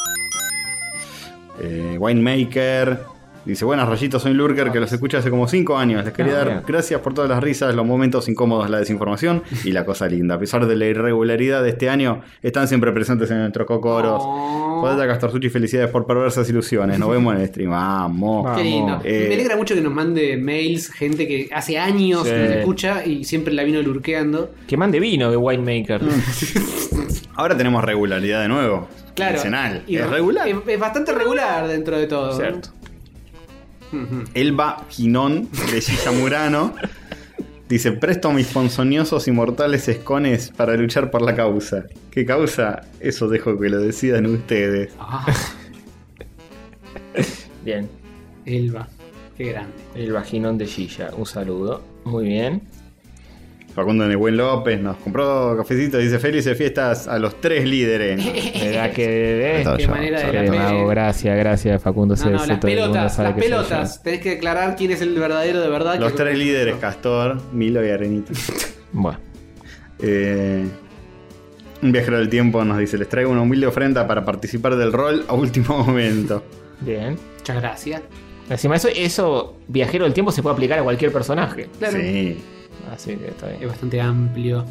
Speaker 1: Eh, Winemaker. Dice, buenas rayitos, soy Lurker, que los escucha hace como 5 años. Les quería
Speaker 2: Ah,
Speaker 1: dar
Speaker 2: mira.
Speaker 1: gracias por todas las risas, los momentos incómodos, la desinformación y la cosa linda. A pesar de la irregularidad de este año, están siempre presentes en nuestros cocoros.
Speaker 3: Oh.
Speaker 1: Podata Castorzucci, felicidades por perversas ilusiones. Nos vemos en el stream. Amo.
Speaker 3: Qué lindo.
Speaker 1: Eh,
Speaker 3: Me alegra mucho que nos mande mails gente que hace años
Speaker 2: Sí.
Speaker 3: que nos escucha y siempre la vino lurqueando.
Speaker 2: Que mande vino de winemaker.
Speaker 3: Mm.
Speaker 1: Ahora tenemos regularidad de nuevo.
Speaker 3: Claro.
Speaker 1: Quincenal.
Speaker 3: Y
Speaker 1: Es regular.
Speaker 3: Es, es bastante regular dentro de todo.
Speaker 2: (laughs) Cierto.
Speaker 3: Ujú.
Speaker 1: Elba Ginón de Gilla Murano. Dice, presto mis ponzoñosos inmortales escones para luchar por la causa. ¿Qué causa? Eso dejo que lo decidan ustedes.
Speaker 3: Ah,
Speaker 2: Bien.
Speaker 3: Elba. Qué grande.
Speaker 2: El vaginón de Gilla. Un saludo. Muy bien.
Speaker 1: Facundo Nebuen López nos compró cafecito. Dice, felices fiestas a los tres líderes.
Speaker 2: Verá que bebé.
Speaker 1: Todo
Speaker 3: Qué
Speaker 1: yo,
Speaker 3: manera
Speaker 1: yo.
Speaker 3: de la
Speaker 2: Qué
Speaker 3: pele.
Speaker 2: mago, gracias, gracias Facundo.
Speaker 3: No, no,
Speaker 2: CDC,
Speaker 3: las
Speaker 2: todo el mundo
Speaker 3: pelotas,
Speaker 2: sabe
Speaker 3: las
Speaker 2: que soy yo.
Speaker 3: pelotas. Tenés que aclarar quién es el verdadero de verdad.
Speaker 1: Los
Speaker 3: que-
Speaker 1: tres líderes, Castor, Milo y Arenita.
Speaker 2: Bueno.
Speaker 1: Eh, un viajero del tiempo nos dice, les traigo una humilde ofrenda para participar del rol a último momento.
Speaker 2: Bien.
Speaker 3: Muchas gracias.
Speaker 2: Encima eso, eso, viajero del tiempo se puede aplicar a cualquier personaje.
Speaker 3: Claro.
Speaker 1: Sí.
Speaker 2: Así que está
Speaker 3: Es
Speaker 2: bien.
Speaker 3: bastante amplio.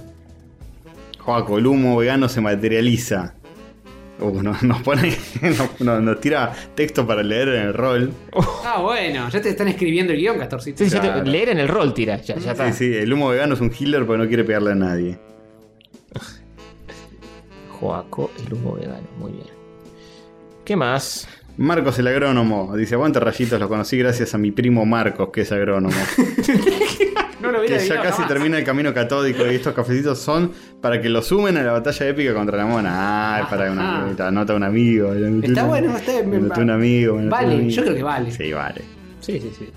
Speaker 1: Joaco, el humo vegano se materializa. Uh, no- (laughs) nos pone. no- no- nos tira texto para leer en el rol.
Speaker 3: Ah, bueno, ya te están escribiendo el guión, Castorcito.
Speaker 2: Sí, sí,
Speaker 1: Claro.
Speaker 2: te- leer en el rol tira, ya, ya
Speaker 3: Ah.
Speaker 2: está.
Speaker 1: Sí, sí, el humo vegano es un healer porque no quiere pegarle a nadie.
Speaker 2: Joaco, el humo vegano, muy bien. ¿Qué más?
Speaker 1: Marcos el
Speaker 3: (laughs)
Speaker 1: agrónomo dice: Aguanta rayitos, lo conocí gracias a mi primo Marcos, que es agrónomo.
Speaker 3: No lo hubiera
Speaker 1: Que ya
Speaker 3: adivinado
Speaker 1: casi
Speaker 3: jamás.
Speaker 1: termina el camino catódico y estos cafecitos son para que lo sumen a la batalla épica contra la mona. Ay, para
Speaker 3: Ajá.
Speaker 1: una te anota un amigo. le anotó
Speaker 3: Está
Speaker 1: un-
Speaker 3: bueno, está-
Speaker 1: le anotó un amigo. le anotó
Speaker 3: Vale,
Speaker 1: un amigo.
Speaker 3: yo creo que vale.
Speaker 1: Sí, vale.
Speaker 2: Sí, sí, sí.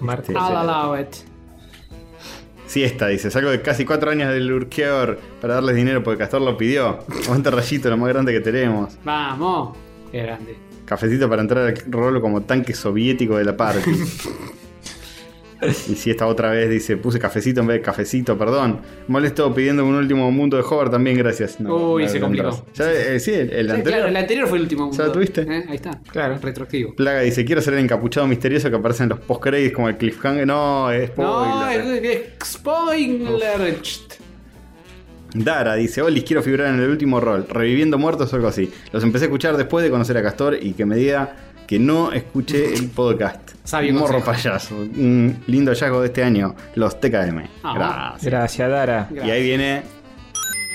Speaker 2: Martes.
Speaker 1: Sí.
Speaker 3: I'll allow it.
Speaker 1: Siesta, dice, salgo de casi cuatro años del urqueor para darles dinero porque Castor lo pidió. Aguanta rayito, lo más grande que tenemos.
Speaker 3: Vamos. Qué grande.
Speaker 1: Cafecito para entrar al rolo como tanque soviético de la party. y si esta otra vez dice, puse cafecito en vez de cafecito, perdón. Molesto pidiendo un último mundo de Hover también, gracias.
Speaker 3: Uy, se
Speaker 1: lo
Speaker 3: complicó.
Speaker 1: encontrás. Ya, eh, sí, el, el
Speaker 3: Sí,
Speaker 1: anterior.
Speaker 3: claro, el anterior fue el último.
Speaker 1: ¿Ya lo
Speaker 3: mundo.
Speaker 1: tuviste?
Speaker 3: ¿Eh? Ahí está.
Speaker 2: Claro.
Speaker 3: Retroactivo.
Speaker 1: Plaga dice, quiero ser el encapuchado misterioso que aparece en los post-credits como el cliffhanger. No, es
Speaker 3: No,
Speaker 1: spoiler.
Speaker 3: es- es- spoiler. Chst.
Speaker 1: Dara dice, Olis, quiero figurar en el último rol, reviviendo muertos o algo así. Los empecé a escuchar después de conocer a Castor y que me diga que no escuché
Speaker 3: (laughs)
Speaker 1: el podcast.
Speaker 3: Sabio
Speaker 1: Morro
Speaker 3: consejo.
Speaker 1: payaso. Un lindo hallazgo de este año, los TKM.
Speaker 3: Ah,
Speaker 1: Gracias.
Speaker 2: Gracias, Dara.
Speaker 1: Y ahí viene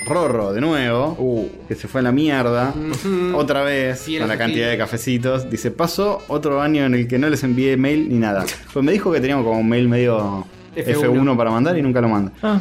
Speaker 1: Rorro de nuevo, que se fue a la mierda.
Speaker 3: Uh. Ujú.
Speaker 1: Otra vez,
Speaker 3: Fiel
Speaker 1: con la
Speaker 3: fiel.
Speaker 1: cantidad de cafecitos. Dice, pasó otro año en el que no les envié mail ni
Speaker 3: (laughs)
Speaker 1: nada. Pues me dijo que teníamos como un mail medio
Speaker 3: F1.
Speaker 1: F1 para mandar y nunca lo manda.
Speaker 2: Ah,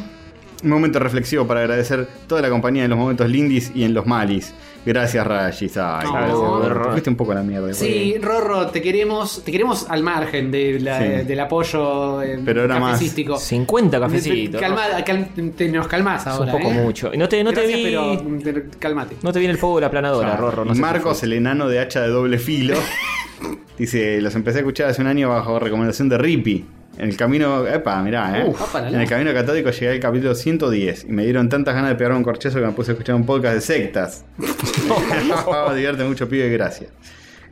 Speaker 1: Un momento reflexivo para agradecer toda la compañía en los momentos lindis y en los malis. Gracias, Rayis. Ay,
Speaker 3: No.
Speaker 1: gracias, Gordo. Te fuiste un poco a la mierda.
Speaker 3: Sí, Rorro, te queremos, te queremos al margen de la-
Speaker 1: Sí.
Speaker 3: del apoyo eh,
Speaker 1: Pero era más.
Speaker 3: cafecístico.
Speaker 2: 50 cafecitos.
Speaker 3: Calma- cal- te nos calmas
Speaker 2: Es
Speaker 3: ahora.
Speaker 2: un poco
Speaker 3: ¿eh?
Speaker 2: mucho. Y No te, no te
Speaker 3: Gracias,
Speaker 2: vi.
Speaker 3: pero mm, calmate.
Speaker 2: No te viene el fuego de la planadora,
Speaker 1: Ah,
Speaker 2: Rorro.
Speaker 1: y
Speaker 2: No sé
Speaker 1: Marcos, el enano de hacha de doble
Speaker 3: (laughs)
Speaker 1: filo. dice, los empecé a escuchar hace un año bajo recomendación de Rippy. En el camino. Epa, mirá, eh.
Speaker 3: Uf, ópala.
Speaker 1: en el camino católico llegué al capítulo 110 y me dieron tantas ganas de pegar un corchazo que me puse a escuchar un podcast de
Speaker 3: (laughs)
Speaker 1: sectas. (laughs) Ah, Divierte mucho, pibe, gracias.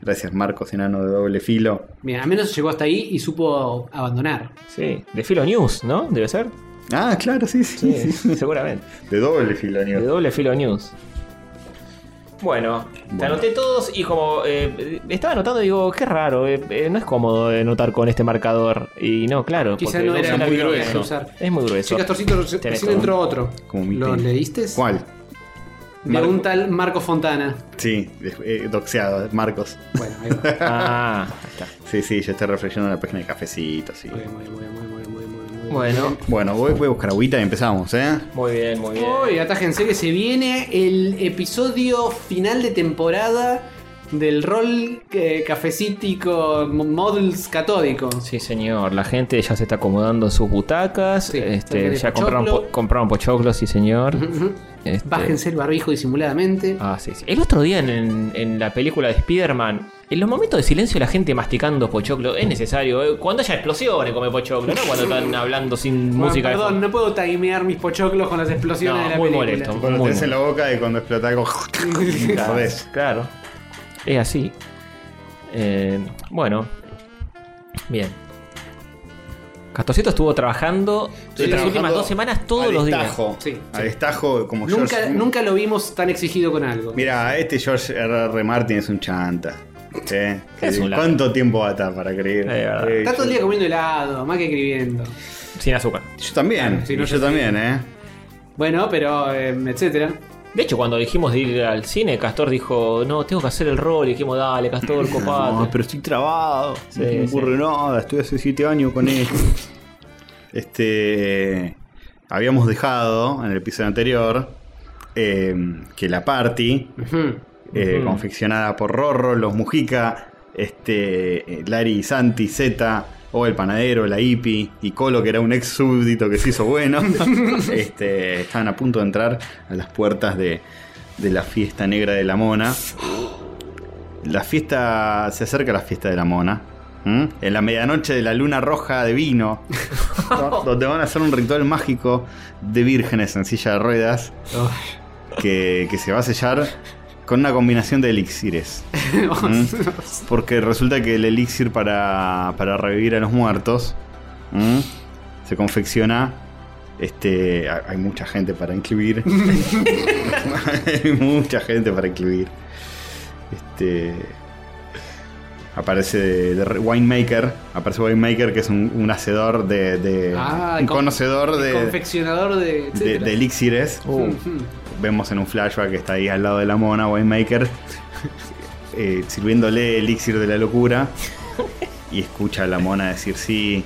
Speaker 1: Gracias, Marcos, enano de doble filo.
Speaker 3: Mira, al menos llegó hasta ahí y supo abandonar.
Speaker 2: qué fue. Sí, de Filo News, ¿no? Debe ser.
Speaker 1: Ah, claro, sí, sí. sí.
Speaker 2: (laughs) seguramente.
Speaker 1: De doble filo,
Speaker 2: De
Speaker 1: Neo.
Speaker 2: doble Filo News. Bueno, te
Speaker 1: Bueno.
Speaker 2: anoté todos y como eh, estaba anotando, digo, qué raro, eh, eh, no es cómodo anotar con este marcador. Y no, claro,
Speaker 3: Quizá
Speaker 2: porque
Speaker 3: no
Speaker 2: se
Speaker 3: era
Speaker 2: la
Speaker 3: muy
Speaker 2: vio.
Speaker 3: grueso. usar.
Speaker 2: Es muy grueso.
Speaker 3: Sí, Castorcito, reci-
Speaker 2: Tenés
Speaker 3: recién
Speaker 2: todo.
Speaker 3: entró otro.
Speaker 1: Como mi
Speaker 3: ¿Lo
Speaker 1: tío.
Speaker 3: leíste?
Speaker 1: ¿Cuál?
Speaker 3: De un tal Marco Fontana.
Speaker 1: Sí, eh, doxeado, Marcos.
Speaker 3: Bueno, ahí va. (laughs)
Speaker 2: Ah, ahí está.
Speaker 1: Sí, sí, yo estoy reflexionando en la página de cafecito, sí.
Speaker 3: Muy bien, muy bien, muy bien, muy bien, muy bien, muy bien.
Speaker 2: Bueno,
Speaker 1: Bueno, voy, voy a buscar agüita y empezamos, ¿eh?
Speaker 2: muy bien, muy bien.
Speaker 3: Uy, atájense que se viene el episodio final de temporada del rol eh, cafecítico mo- Models Catódico.
Speaker 2: Sí, señor. La gente ya se está acomodando en sus butacas.
Speaker 3: Sí,
Speaker 2: este,
Speaker 3: de
Speaker 2: ya compraron,
Speaker 3: pochoclo.
Speaker 2: po- compraron pochoclos, sí,
Speaker 3: (laughs)
Speaker 2: señor.
Speaker 3: Ujú.
Speaker 2: Este,
Speaker 3: (laughs) Bájense el barbijo disimuladamente.
Speaker 2: Ah, sí, sí. El otro día en, en la película de Spider-Man, en los momentos de silencio la gente masticando pochoclo es necesario. eh, Cuando haya explosiones come pochoclo, no cuando
Speaker 3: (laughs)
Speaker 2: están hablando sin
Speaker 3: Bueno,
Speaker 2: música. de
Speaker 3: Ah, perdón,
Speaker 2: fondo.
Speaker 3: no puedo timear mis pochoclos con las
Speaker 2: No,
Speaker 3: explosiones de la
Speaker 2: muy
Speaker 3: película.
Speaker 2: molesto.
Speaker 1: Cuando
Speaker 2: Muy
Speaker 1: te en
Speaker 2: bueno.
Speaker 1: la boca y cuando explota
Speaker 3: (laughs)
Speaker 1: algo. (laughs) Mordés.
Speaker 2: Claro. Es así. Eh, bueno. Bien. Castorcito estuvo trabajando
Speaker 1: Estoy
Speaker 2: estas
Speaker 1: trabajando
Speaker 2: últimas dos semanas todos
Speaker 1: al
Speaker 2: los días.
Speaker 1: estajo,
Speaker 3: Sí, sí.
Speaker 1: Al estajo, como yo.
Speaker 3: Nunca, nunca lo vimos tan exigido con algo.
Speaker 1: Mira, este George R. R. Martin es un chanta. ¿eh?
Speaker 2: Es un lado.
Speaker 1: ¿Cuánto tiempo va a estar para creer?
Speaker 2: Es verdad.
Speaker 1: Eh,
Speaker 3: Está todo el
Speaker 1: yo,
Speaker 3: día comiendo helado, más que escribiendo.
Speaker 2: Sin azúcar.
Speaker 1: yo también,
Speaker 3: Sí,
Speaker 1: y
Speaker 3: no,
Speaker 1: yo
Speaker 3: yo-
Speaker 1: también, ¿eh?
Speaker 3: Bueno, pero eh, etcétera.
Speaker 2: De hecho, cuando dijimos de ir al cine, Castor dijo, no, tengo que hacer el rol. Y dijimos, dale, Castor,
Speaker 1: (laughs)
Speaker 2: copate.
Speaker 1: No, pero estoy trabado.
Speaker 2: Sí,
Speaker 1: no se me
Speaker 2: sí.
Speaker 1: ocurre nada. Estuve hace siete años con
Speaker 2: (laughs)
Speaker 1: esto. este. Habíamos dejado en el episodio anterior eh, que la party,
Speaker 3: Ujú.
Speaker 1: eh,
Speaker 2: Ujú.
Speaker 1: confeccionada por Rorro, los Mujica, este, eh, Lari, Santi, Zeta, o el panadero, la hippie y Colo, que era un ex súbdito que se hizo bueno, este, estaban a punto de entrar a las puertas de, de la fiesta negra de la mona. La fiesta se acerca a la fiesta de la mona. ¿m? En la medianoche de la luna roja de vino, ¿no? donde van a hacer un ritual mágico de vírgenes en silla de ruedas que, que se va a sellar con una combinación de elixires. ¿m? Porque resulta que el elixir para, para revivir a los muertos ¿m? se confecciona. Este, ha- hay mucha gente para incluir. hay mucha gente para incluir. Este. Aparece de, de re- Winemaker. Aparece Winemaker, que es un, un hacedor de. de-
Speaker 3: (laughs) Ah,
Speaker 1: un
Speaker 3: con-
Speaker 1: conocedor de,
Speaker 3: Confeccionador de.
Speaker 1: de-
Speaker 3: etcétera.
Speaker 1: de Uh. elixires
Speaker 3: Ujú.
Speaker 1: vemos en un flashback que está ahí al lado de la mona, Winemaker, eh, sirviéndole elixir de la locura. Y escucha a la mona decir, sí,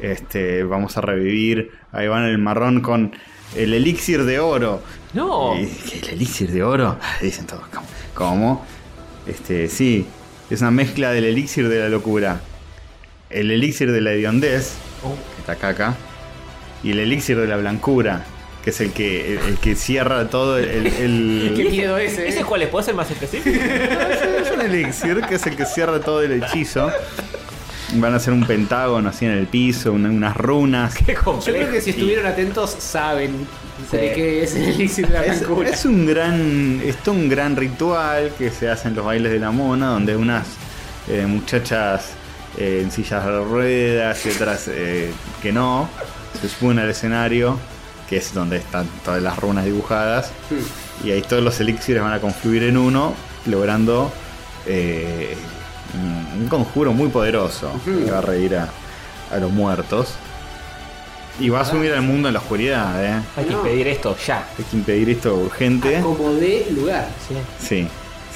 Speaker 1: Este, vamos a revivir a Iván el Marrón con el elixir de oro.
Speaker 2: No.
Speaker 1: Y que el elixir de oro, dicen todos. ¿Cómo? ¿Cómo? Este, sí, es una mezcla del elixir de la locura, el elixir de la hediondez, que está acá, acá, y el elixir de la blancura, que es el que, el, el que cierra todo el. el-
Speaker 3: Qué miedo ese. eh.
Speaker 2: ¿Ese cuál es? ¿Puedo ser más específico?
Speaker 1: (laughs) es un elixir que es el que cierra todo el hechizo. Van a hacer un pentágono así en el piso, una- unas runas. (laughs)
Speaker 2: Qué
Speaker 3: Yo creo
Speaker 2: complejo.
Speaker 3: que si estuvieron atentos saben de qué es el elixir de la
Speaker 1: Es,
Speaker 3: blancura.
Speaker 1: es un gran es todo un gran ritual que se hace en los bailes de la mona, donde unas eh, muchachas eh, en sillas de ruedas y otras eh, que no, se suben al escenario, que es donde están todas las runas dibujadas, y ahí todos los elixires van a confluir en uno, logrando eh, un- un conjuro muy poderoso que va a reír a, a los muertos. Y va a sumir al mundo en la oscuridad, ¿eh?
Speaker 2: Hay que
Speaker 3: No.
Speaker 2: impedir esto ya.
Speaker 1: Hay que impedir esto urgente.
Speaker 3: Como de lugar.
Speaker 1: Sí,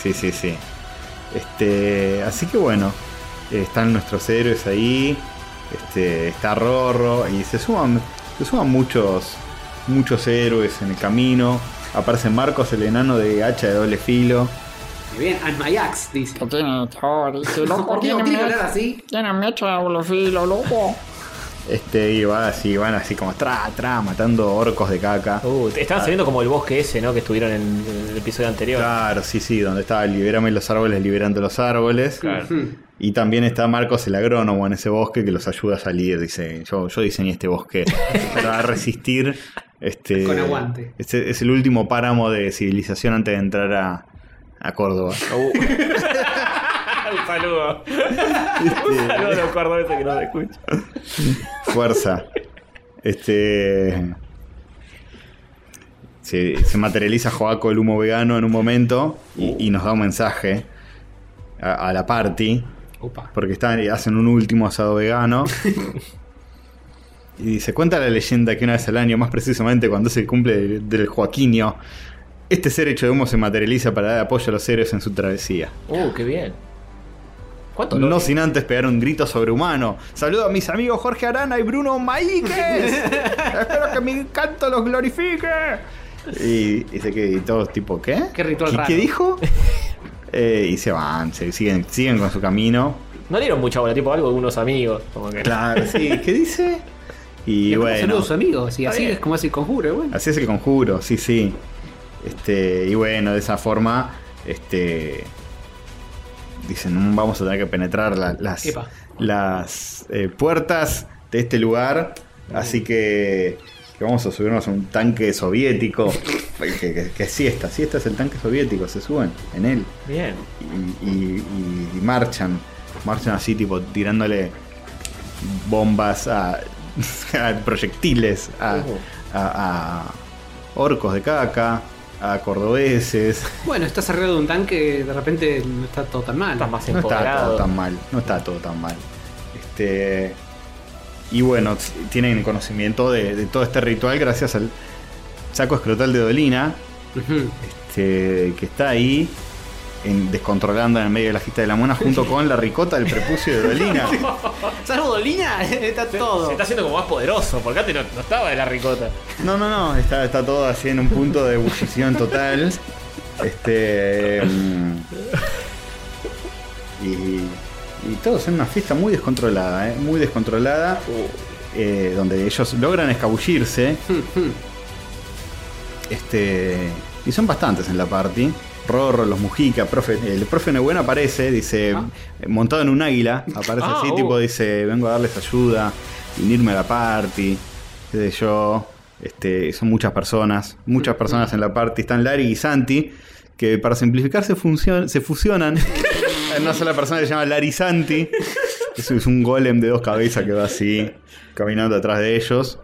Speaker 1: sí, sí, sí. Este, así que bueno, eh, están nuestros héroes ahí. Este, está Rorro y se suman, se suman muchos, muchos héroes en el camino. Aparece Marcos, el enano de hacha de doble filo.
Speaker 3: Muy bien, Almayax dice.
Speaker 6: ¿Por qué me todo? Dice, loco,
Speaker 3: (laughs) ¿Por qué
Speaker 6: ¿quién
Speaker 3: no
Speaker 6: me
Speaker 3: tiene que
Speaker 6: echa?
Speaker 3: hablar así?
Speaker 6: ¿Quién me echa el filo, loco?
Speaker 1: Este, y va así, van así como tra, tra, matando orcos de caca.
Speaker 2: Uh, te estaban saliendo como el bosque ese, ¿no? Que estuvieron en el episodio anterior.
Speaker 1: Claro, sí, sí, donde estaba Libérame los árboles, liberando los árboles.
Speaker 3: Ujú.
Speaker 1: Y también está Marcos el agrónomo en ese bosque que los ayuda a salir. Dice, yo, yo diseñé este
Speaker 3: (laughs)
Speaker 1: bosque para resistir. Este,
Speaker 3: Con aguante.
Speaker 1: Este es el último páramo de civilización antes de entrar a, a Córdoba.
Speaker 2: (laughs)
Speaker 3: Uh.
Speaker 1: (laughs)
Speaker 2: Un saludo. Un saludo a los cordobeses que nos escuchan.
Speaker 1: Fuerza. Este. Se, se materializa Joaco el humo vegano en un momento y, y nos da un mensaje a- a la party.
Speaker 3: Opa.
Speaker 1: Porque están, hacen un último asado
Speaker 3: (laughs)
Speaker 1: vegano. y se cuenta la leyenda que una vez al año, más precisamente cuando se cumple del, del Joaquinio, este ser hecho de humo se materializa para dar apoyo a los héroes en su travesía.
Speaker 2: Uh, qué bien. ¿Cuánto
Speaker 1: No
Speaker 2: lo-
Speaker 1: sin antes pegar un grito sobrehumano. Saludo a mis amigos Jorge Arana y Bruno
Speaker 3: (laughs)
Speaker 1: Maíquez. Espero que mi canto los glorifique. Y dice que y todos tipo, ¿qué?
Speaker 3: Qué ritual
Speaker 1: ¿Qué,
Speaker 3: raro.
Speaker 1: qué
Speaker 3: (laughs)
Speaker 1: dijo? Eh, y se van, se, siguen, siguen con su camino.
Speaker 2: No dieron mucha bola, tipo algo de unos amigos. Como que...
Speaker 1: Claro, sí. ¿Qué dice? Y
Speaker 3: Le mando
Speaker 1: bueno.
Speaker 3: Saludos amigos. Y así
Speaker 2: bien.
Speaker 3: es como hace el conjuro, bueno.
Speaker 1: Así es el conjuro, sí, sí. Este, y bueno, de esa forma, este. Dicen, "Mm, vamos a tener que penetrar la- las,
Speaker 3: Epa.
Speaker 1: las eh, puertas de este lugar. Así que, que vamos a subirnos a un tanque soviético. que, que, que es siesta, siesta es el tanque soviético, se suben en él
Speaker 2: Bien.
Speaker 1: y, y- y- y marchan. Marchan así, tipo, tirándole bombas a, (laughs) a proyectiles, a, a- a orcos de caca, a cordobeses.
Speaker 3: Bueno, estás arriba de un tanque, de repente no está todo tan mal.
Speaker 2: Estás más
Speaker 1: No está
Speaker 2: empoderado.
Speaker 1: todo tan mal, no está todo tan mal. Este, y bueno, t- tienen conocimiento de, de todo este ritual gracias al saco escrotal de Dolina,
Speaker 3: Ujú.
Speaker 1: este, que está ahí en- descontrolando en el medio de la fiesta de la mona junto con la ricota del prepucio de Dolina.
Speaker 3: Salvo Lina, (laughs) está todo.
Speaker 2: Se está haciendo como más poderoso, porque antes no, no estaba de la ricota.
Speaker 1: No, no, no, está, está todo así en un punto de ebullición total. Este. mm, Y, y todos en una fiesta muy descontrolada, ¿eh? muy descontrolada, eh, donde ellos logran escabullirse. Este. Y son bastantes en la party. Rorro, los Mujica, profe, el profe Nebueno aparece, dice, montado en un águila, aparece
Speaker 2: Ah,
Speaker 1: así,
Speaker 2: oh.
Speaker 1: tipo dice, vengo a darles ayuda, unirme a la party, qué sé yo. Este, son muchas personas, muchas personas en la party. Están Larry y Santi, que para simplificar se, funcion- se fusionan (laughs) en una sola persona que se llama Larry Santi. Es, es un golem de dos cabezas que va así, caminando atrás de ellos.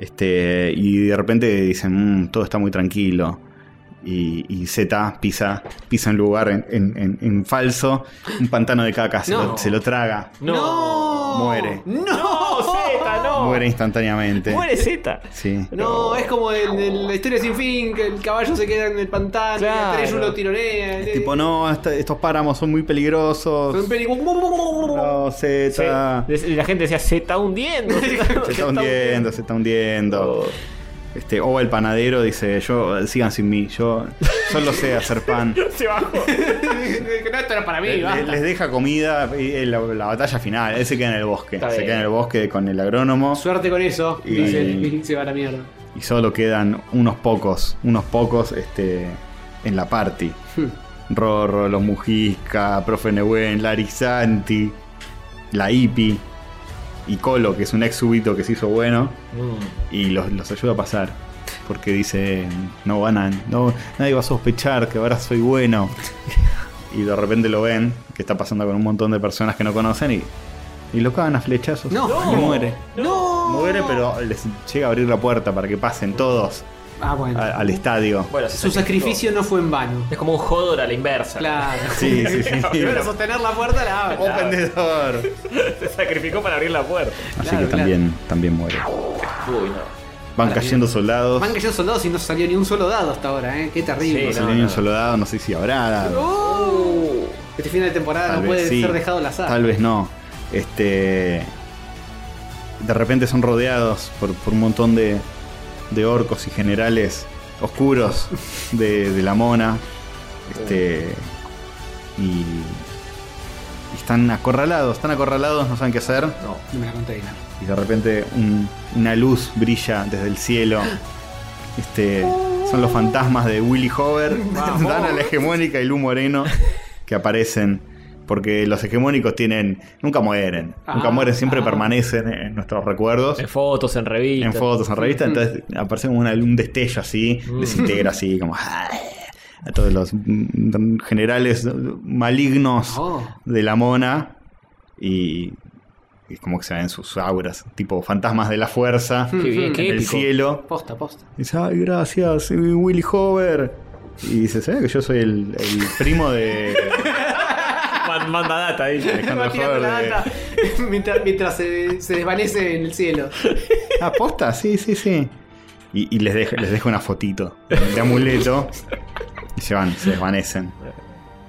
Speaker 1: Este, y de repente dicen, "Mm, todo está muy tranquilo. Y, y Z pisa, pisa un lugar en, en- en- en falso, un pantano de caca, se,
Speaker 3: No.
Speaker 1: lo, se lo traga,
Speaker 2: No.
Speaker 3: No.
Speaker 1: muere.
Speaker 2: No, Zeta, no. No.
Speaker 1: Muere este. instantáneamente.
Speaker 2: Muere Z.
Speaker 1: Sí.
Speaker 3: No, es como el, el- la historia sin fin, que el caballo se queda en el pantano,
Speaker 2: Claro.
Speaker 3: y el lo tironea. eh,
Speaker 1: Tipo, no, esta- estos páramos son muy
Speaker 3: son
Speaker 1: peligrosos.
Speaker 3: peligros. (laughs) No,
Speaker 1: No, Z.
Speaker 2: Se- de- la gente decía, se está
Speaker 1: (laughs)
Speaker 2: hundiendo. se está-
Speaker 1: Se
Speaker 2: se
Speaker 1: está hundiendo, Oh. se está hundiendo. Este, o el panadero dice, yo sigan sin mí, yo solo sé hacer (laughs) pan.
Speaker 2: Se bajó.
Speaker 3: esto era para
Speaker 1: Le-
Speaker 3: mí,
Speaker 1: le-
Speaker 3: basta.
Speaker 1: les deja comida y eh, la, la batalla final. Él se queda en el bosque.
Speaker 2: Está
Speaker 1: Se
Speaker 2: bien.
Speaker 1: queda en el bosque con el agrónomo.
Speaker 3: Suerte con eso,
Speaker 1: Y-
Speaker 3: dice el Bill, se va a la mierda.
Speaker 1: Y solo quedan unos pocos, unos pocos este, en la party.
Speaker 2: Hmm.
Speaker 1: Rorro, los Mujica, Profe Nehuen, Larizanti, la Ipi y Colo, que es un ex súbito que se hizo bueno. y los, los ayuda a pasar. Porque dice, no van a, no, nadie va a sospechar que ahora soy bueno. Y de repente lo ven, que está pasando con un montón de personas que no conocen y, y lo cagan a flechazos.
Speaker 3: No.
Speaker 1: y muere.
Speaker 3: ¡No!
Speaker 1: Muere, pero les llega a abrir la puerta para que pasen todos
Speaker 3: Ah, bueno.
Speaker 1: a- al estadio.
Speaker 2: Bueno, se
Speaker 3: Su
Speaker 2: sacrificó.
Speaker 3: sacrificio no fue
Speaker 1: (laughs)
Speaker 3: en vano.
Speaker 2: Es como un jodor a la inversa.
Speaker 3: Claro.
Speaker 1: Sí, sí,
Speaker 3: (laughs)
Speaker 1: sí. sí.
Speaker 3: Primero sostener la puerta la abre.
Speaker 1: Oh, vendedor.
Speaker 2: (laughs) Se sacrificó para abrir la puerta.
Speaker 1: Así
Speaker 3: Claro,
Speaker 1: que también, también muere.
Speaker 2: Uy, no.
Speaker 1: Van cayendo soldados.
Speaker 3: Van cayendo soldados y no salió ni un solo dado hasta ahora, ¿eh? Qué terrible.
Speaker 1: No
Speaker 2: Sí,
Speaker 1: salió ni un solo dado, no sé si habrá dado.
Speaker 3: ¡Oh! Este final de temporada
Speaker 1: Tal
Speaker 3: no
Speaker 1: vez
Speaker 3: puede
Speaker 1: sí,
Speaker 3: ser dejado al azar.
Speaker 1: Tal vez no. Este. De repente son rodeados por, por un montón de, de orcos y generales oscuros de, de la mona. Este. Y, y Están acorralados, están acorralados, no saben qué hacer.
Speaker 3: No me la conté bien.
Speaker 1: Y de repente un- una luz brilla desde el cielo. Este, son los fantasmas de Willy Hover, (laughs) Dana la hegemónica y Lu Moreno que aparecen. Porque los hegemónicos tienen. nunca mueren. nunca
Speaker 3: Ah,
Speaker 1: mueren, siempre
Speaker 3: ah.
Speaker 1: permanecen en nuestros recuerdos.
Speaker 2: En fotos, en revistas.
Speaker 1: En fotos, en revistas. Entonces aparece como una- un destello así, desintegra así, como. (laughs) A todos los mm, generales malignos (laughs)
Speaker 3: Oh.
Speaker 1: de la mona y, y como que se ven sus auras, tipo fantasmas de la fuerza
Speaker 2: Qué bien, qué
Speaker 1: en el
Speaker 2: Hmm, épico.
Speaker 1: cielo.
Speaker 3: Posta, posta.
Speaker 1: Y dice, ay, gracias, eh, Willy Hover. Y dice, ¿sabes que yo soy el, el primo de
Speaker 2: Man- manda data, dice.
Speaker 1: Alejandro
Speaker 3: Va tirando
Speaker 1: Hover?
Speaker 3: la
Speaker 1: de-
Speaker 3: data (laughs) mientras, mientras se, se desvanece en el cielo.
Speaker 1: Ah, posta, sí, sí, sí. Y, y les, dejo, les dejo una fotito de amuleto. Y se van, se desvanecen.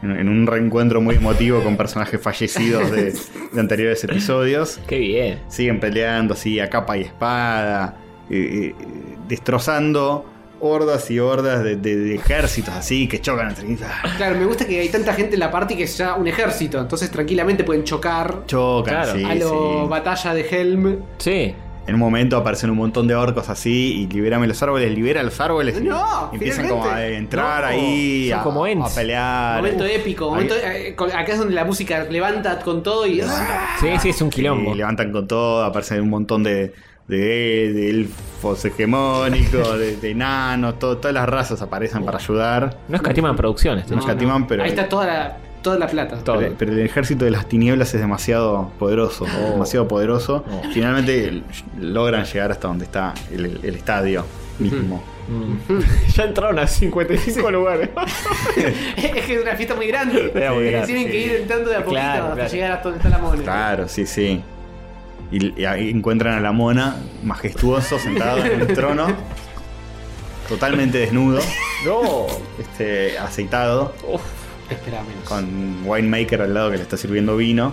Speaker 1: En, en un reencuentro muy emotivo con personajes fallecidos de, de anteriores episodios.
Speaker 2: Qué bien.
Speaker 1: Siguen peleando así a capa y espada. eh, eh, destrozando hordas y hordas de, de- de ejércitos así que chocan entre sí. Ah,
Speaker 3: Claro, me gusta que hay tanta gente en la party que es ya un ejército. Entonces tranquilamente pueden chocar
Speaker 1: Chocan,
Speaker 2: Claro.
Speaker 1: sí,
Speaker 3: a lo
Speaker 1: sí.
Speaker 3: batalla de Helm.
Speaker 2: Sí.
Speaker 1: En un momento aparecen un montón de orcos así y liberame los árboles, libera los árboles. y
Speaker 3: No,
Speaker 1: empiezan
Speaker 3: finalmente.
Speaker 1: como a entrar
Speaker 2: No,
Speaker 1: ahí
Speaker 2: son
Speaker 1: a,
Speaker 2: como Ents.
Speaker 1: a pelear.
Speaker 3: Momento
Speaker 1: Uf,
Speaker 3: épico. momento- eh, con- acá es donde la música levanta con todo y. Ah.
Speaker 2: Sí, sí, es
Speaker 1: y
Speaker 2: un Ah, quilombo.
Speaker 1: Ah, levantan con todo, aparecen un montón de, de, de elfos hegemónicos, de, de enanos, todo- todas las razas aparecen para ayudar.
Speaker 2: No es Catiman
Speaker 1: (laughs)
Speaker 2: Producciones.
Speaker 1: No, escatiman, pero-
Speaker 3: Ahí está toda la, toda la plata.
Speaker 2: Todo.
Speaker 1: Pero, pero el ejército de las tinieblas es demasiado poderoso, demasiado poderoso. Finalmente l- logran llegar hasta donde está el, el estadio mismo.
Speaker 2: Ya entraron a 55 lugares.
Speaker 3: (laughs) es que es una fiesta muy grande.
Speaker 2: Era muy
Speaker 1: Sí,
Speaker 2: grande,
Speaker 3: Tienen
Speaker 1: sí.
Speaker 3: que ir entrando de a poquito
Speaker 2: Claro,
Speaker 3: hasta
Speaker 2: claro.
Speaker 3: llegar hasta donde está la mona.
Speaker 1: Claro, sí, sí. Y, y ahí encuentran a la mona, majestuoso, sentado en un trono, totalmente desnudo,
Speaker 2: No.
Speaker 1: este, aceitado,
Speaker 3: Espera menos.
Speaker 1: con winemaker al lado que le está sirviendo vino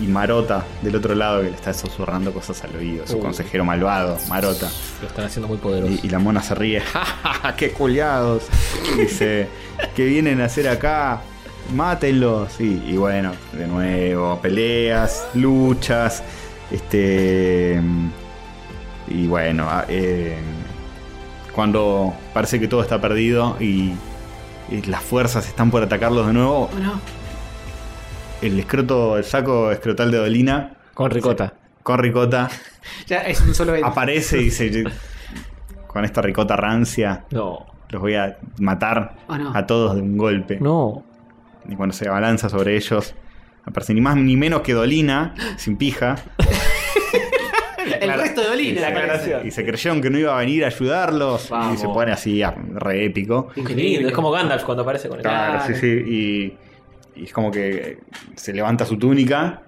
Speaker 1: y Marota del otro lado que le está susurrando cosas al oído, su consejero malvado, Marota.
Speaker 2: Lo están haciendo muy poderoso.
Speaker 1: Y, y la mona se ríe, (laughs) ¡Ja, ja, ja, Ah, qué culiados! Dice, ¿qué vienen a hacer acá? Mátenlos. Y, y bueno, de nuevo, peleas, luchas, este... Y bueno, a- eh, cuando parece que todo está perdido y, y las fuerzas están por atacarlos de nuevo,
Speaker 3: Bueno,
Speaker 1: el escroto, el saco escrotal de Dolina,
Speaker 2: Con ricota.
Speaker 1: con (laughs) ricota,
Speaker 3: ya es un solo evento.
Speaker 1: aparece y dice, con esta ricota rancia,
Speaker 2: No.
Speaker 1: los voy a matar
Speaker 3: Ah, no.
Speaker 1: a todos de un golpe.
Speaker 2: No.
Speaker 1: Y cuando se abalanza sobre ellos, aparece ni más ni menos que Dolina, sin pija.
Speaker 3: El resto de
Speaker 1: Y
Speaker 3: Dolina.
Speaker 1: se,
Speaker 3: aparece.
Speaker 1: y se creyeron que no iba a venir a ayudarlos.
Speaker 2: Vamos.
Speaker 1: Y se pone así, ah, re épico.
Speaker 2: Qué lindo. Es como Gandalf cuando aparece con el.
Speaker 3: Claro.
Speaker 1: Claro, sí, sí. Y, y es como que se levanta su túnica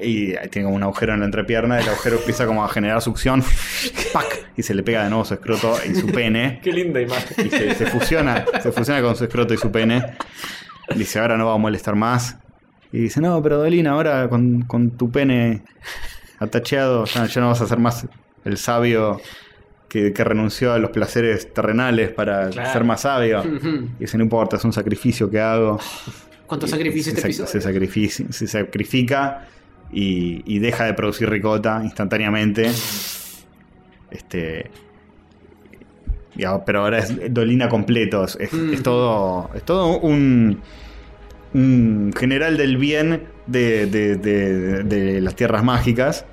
Speaker 1: Y tiene como un agujero en la entrepierna. El agujero empieza como a generar succión. (laughs) ¡Pac! Y se le pega de nuevo su escroto y su pene.
Speaker 2: Qué linda imagen.
Speaker 1: Y se, se fusiona, se fusiona con su escroto y su pene. Dice, ahora no va a molestar más. Y dice, no, pero Dolina, ahora con, con tu pene atacheado, ya, ya no vas a ser más el sabio que, que renunció a los placeres terrenales para
Speaker 2: Claro.
Speaker 1: ser más sabio.
Speaker 3: Ujú.
Speaker 1: Y dice, no importa, es un sacrificio que hago.
Speaker 3: ¿Cuántos
Speaker 1: Y-
Speaker 3: sacrificios
Speaker 1: se,
Speaker 3: este
Speaker 1: sac-
Speaker 3: episodio?
Speaker 1: se sacrifici- se sacrifica y, y deja de producir ricota instantáneamente. Este. y ahora- pero ahora es Dolina completo. Es, es-
Speaker 3: Mm.
Speaker 1: es todo. Es todo un. un general del bien de, de- de- de las tierras mágicas.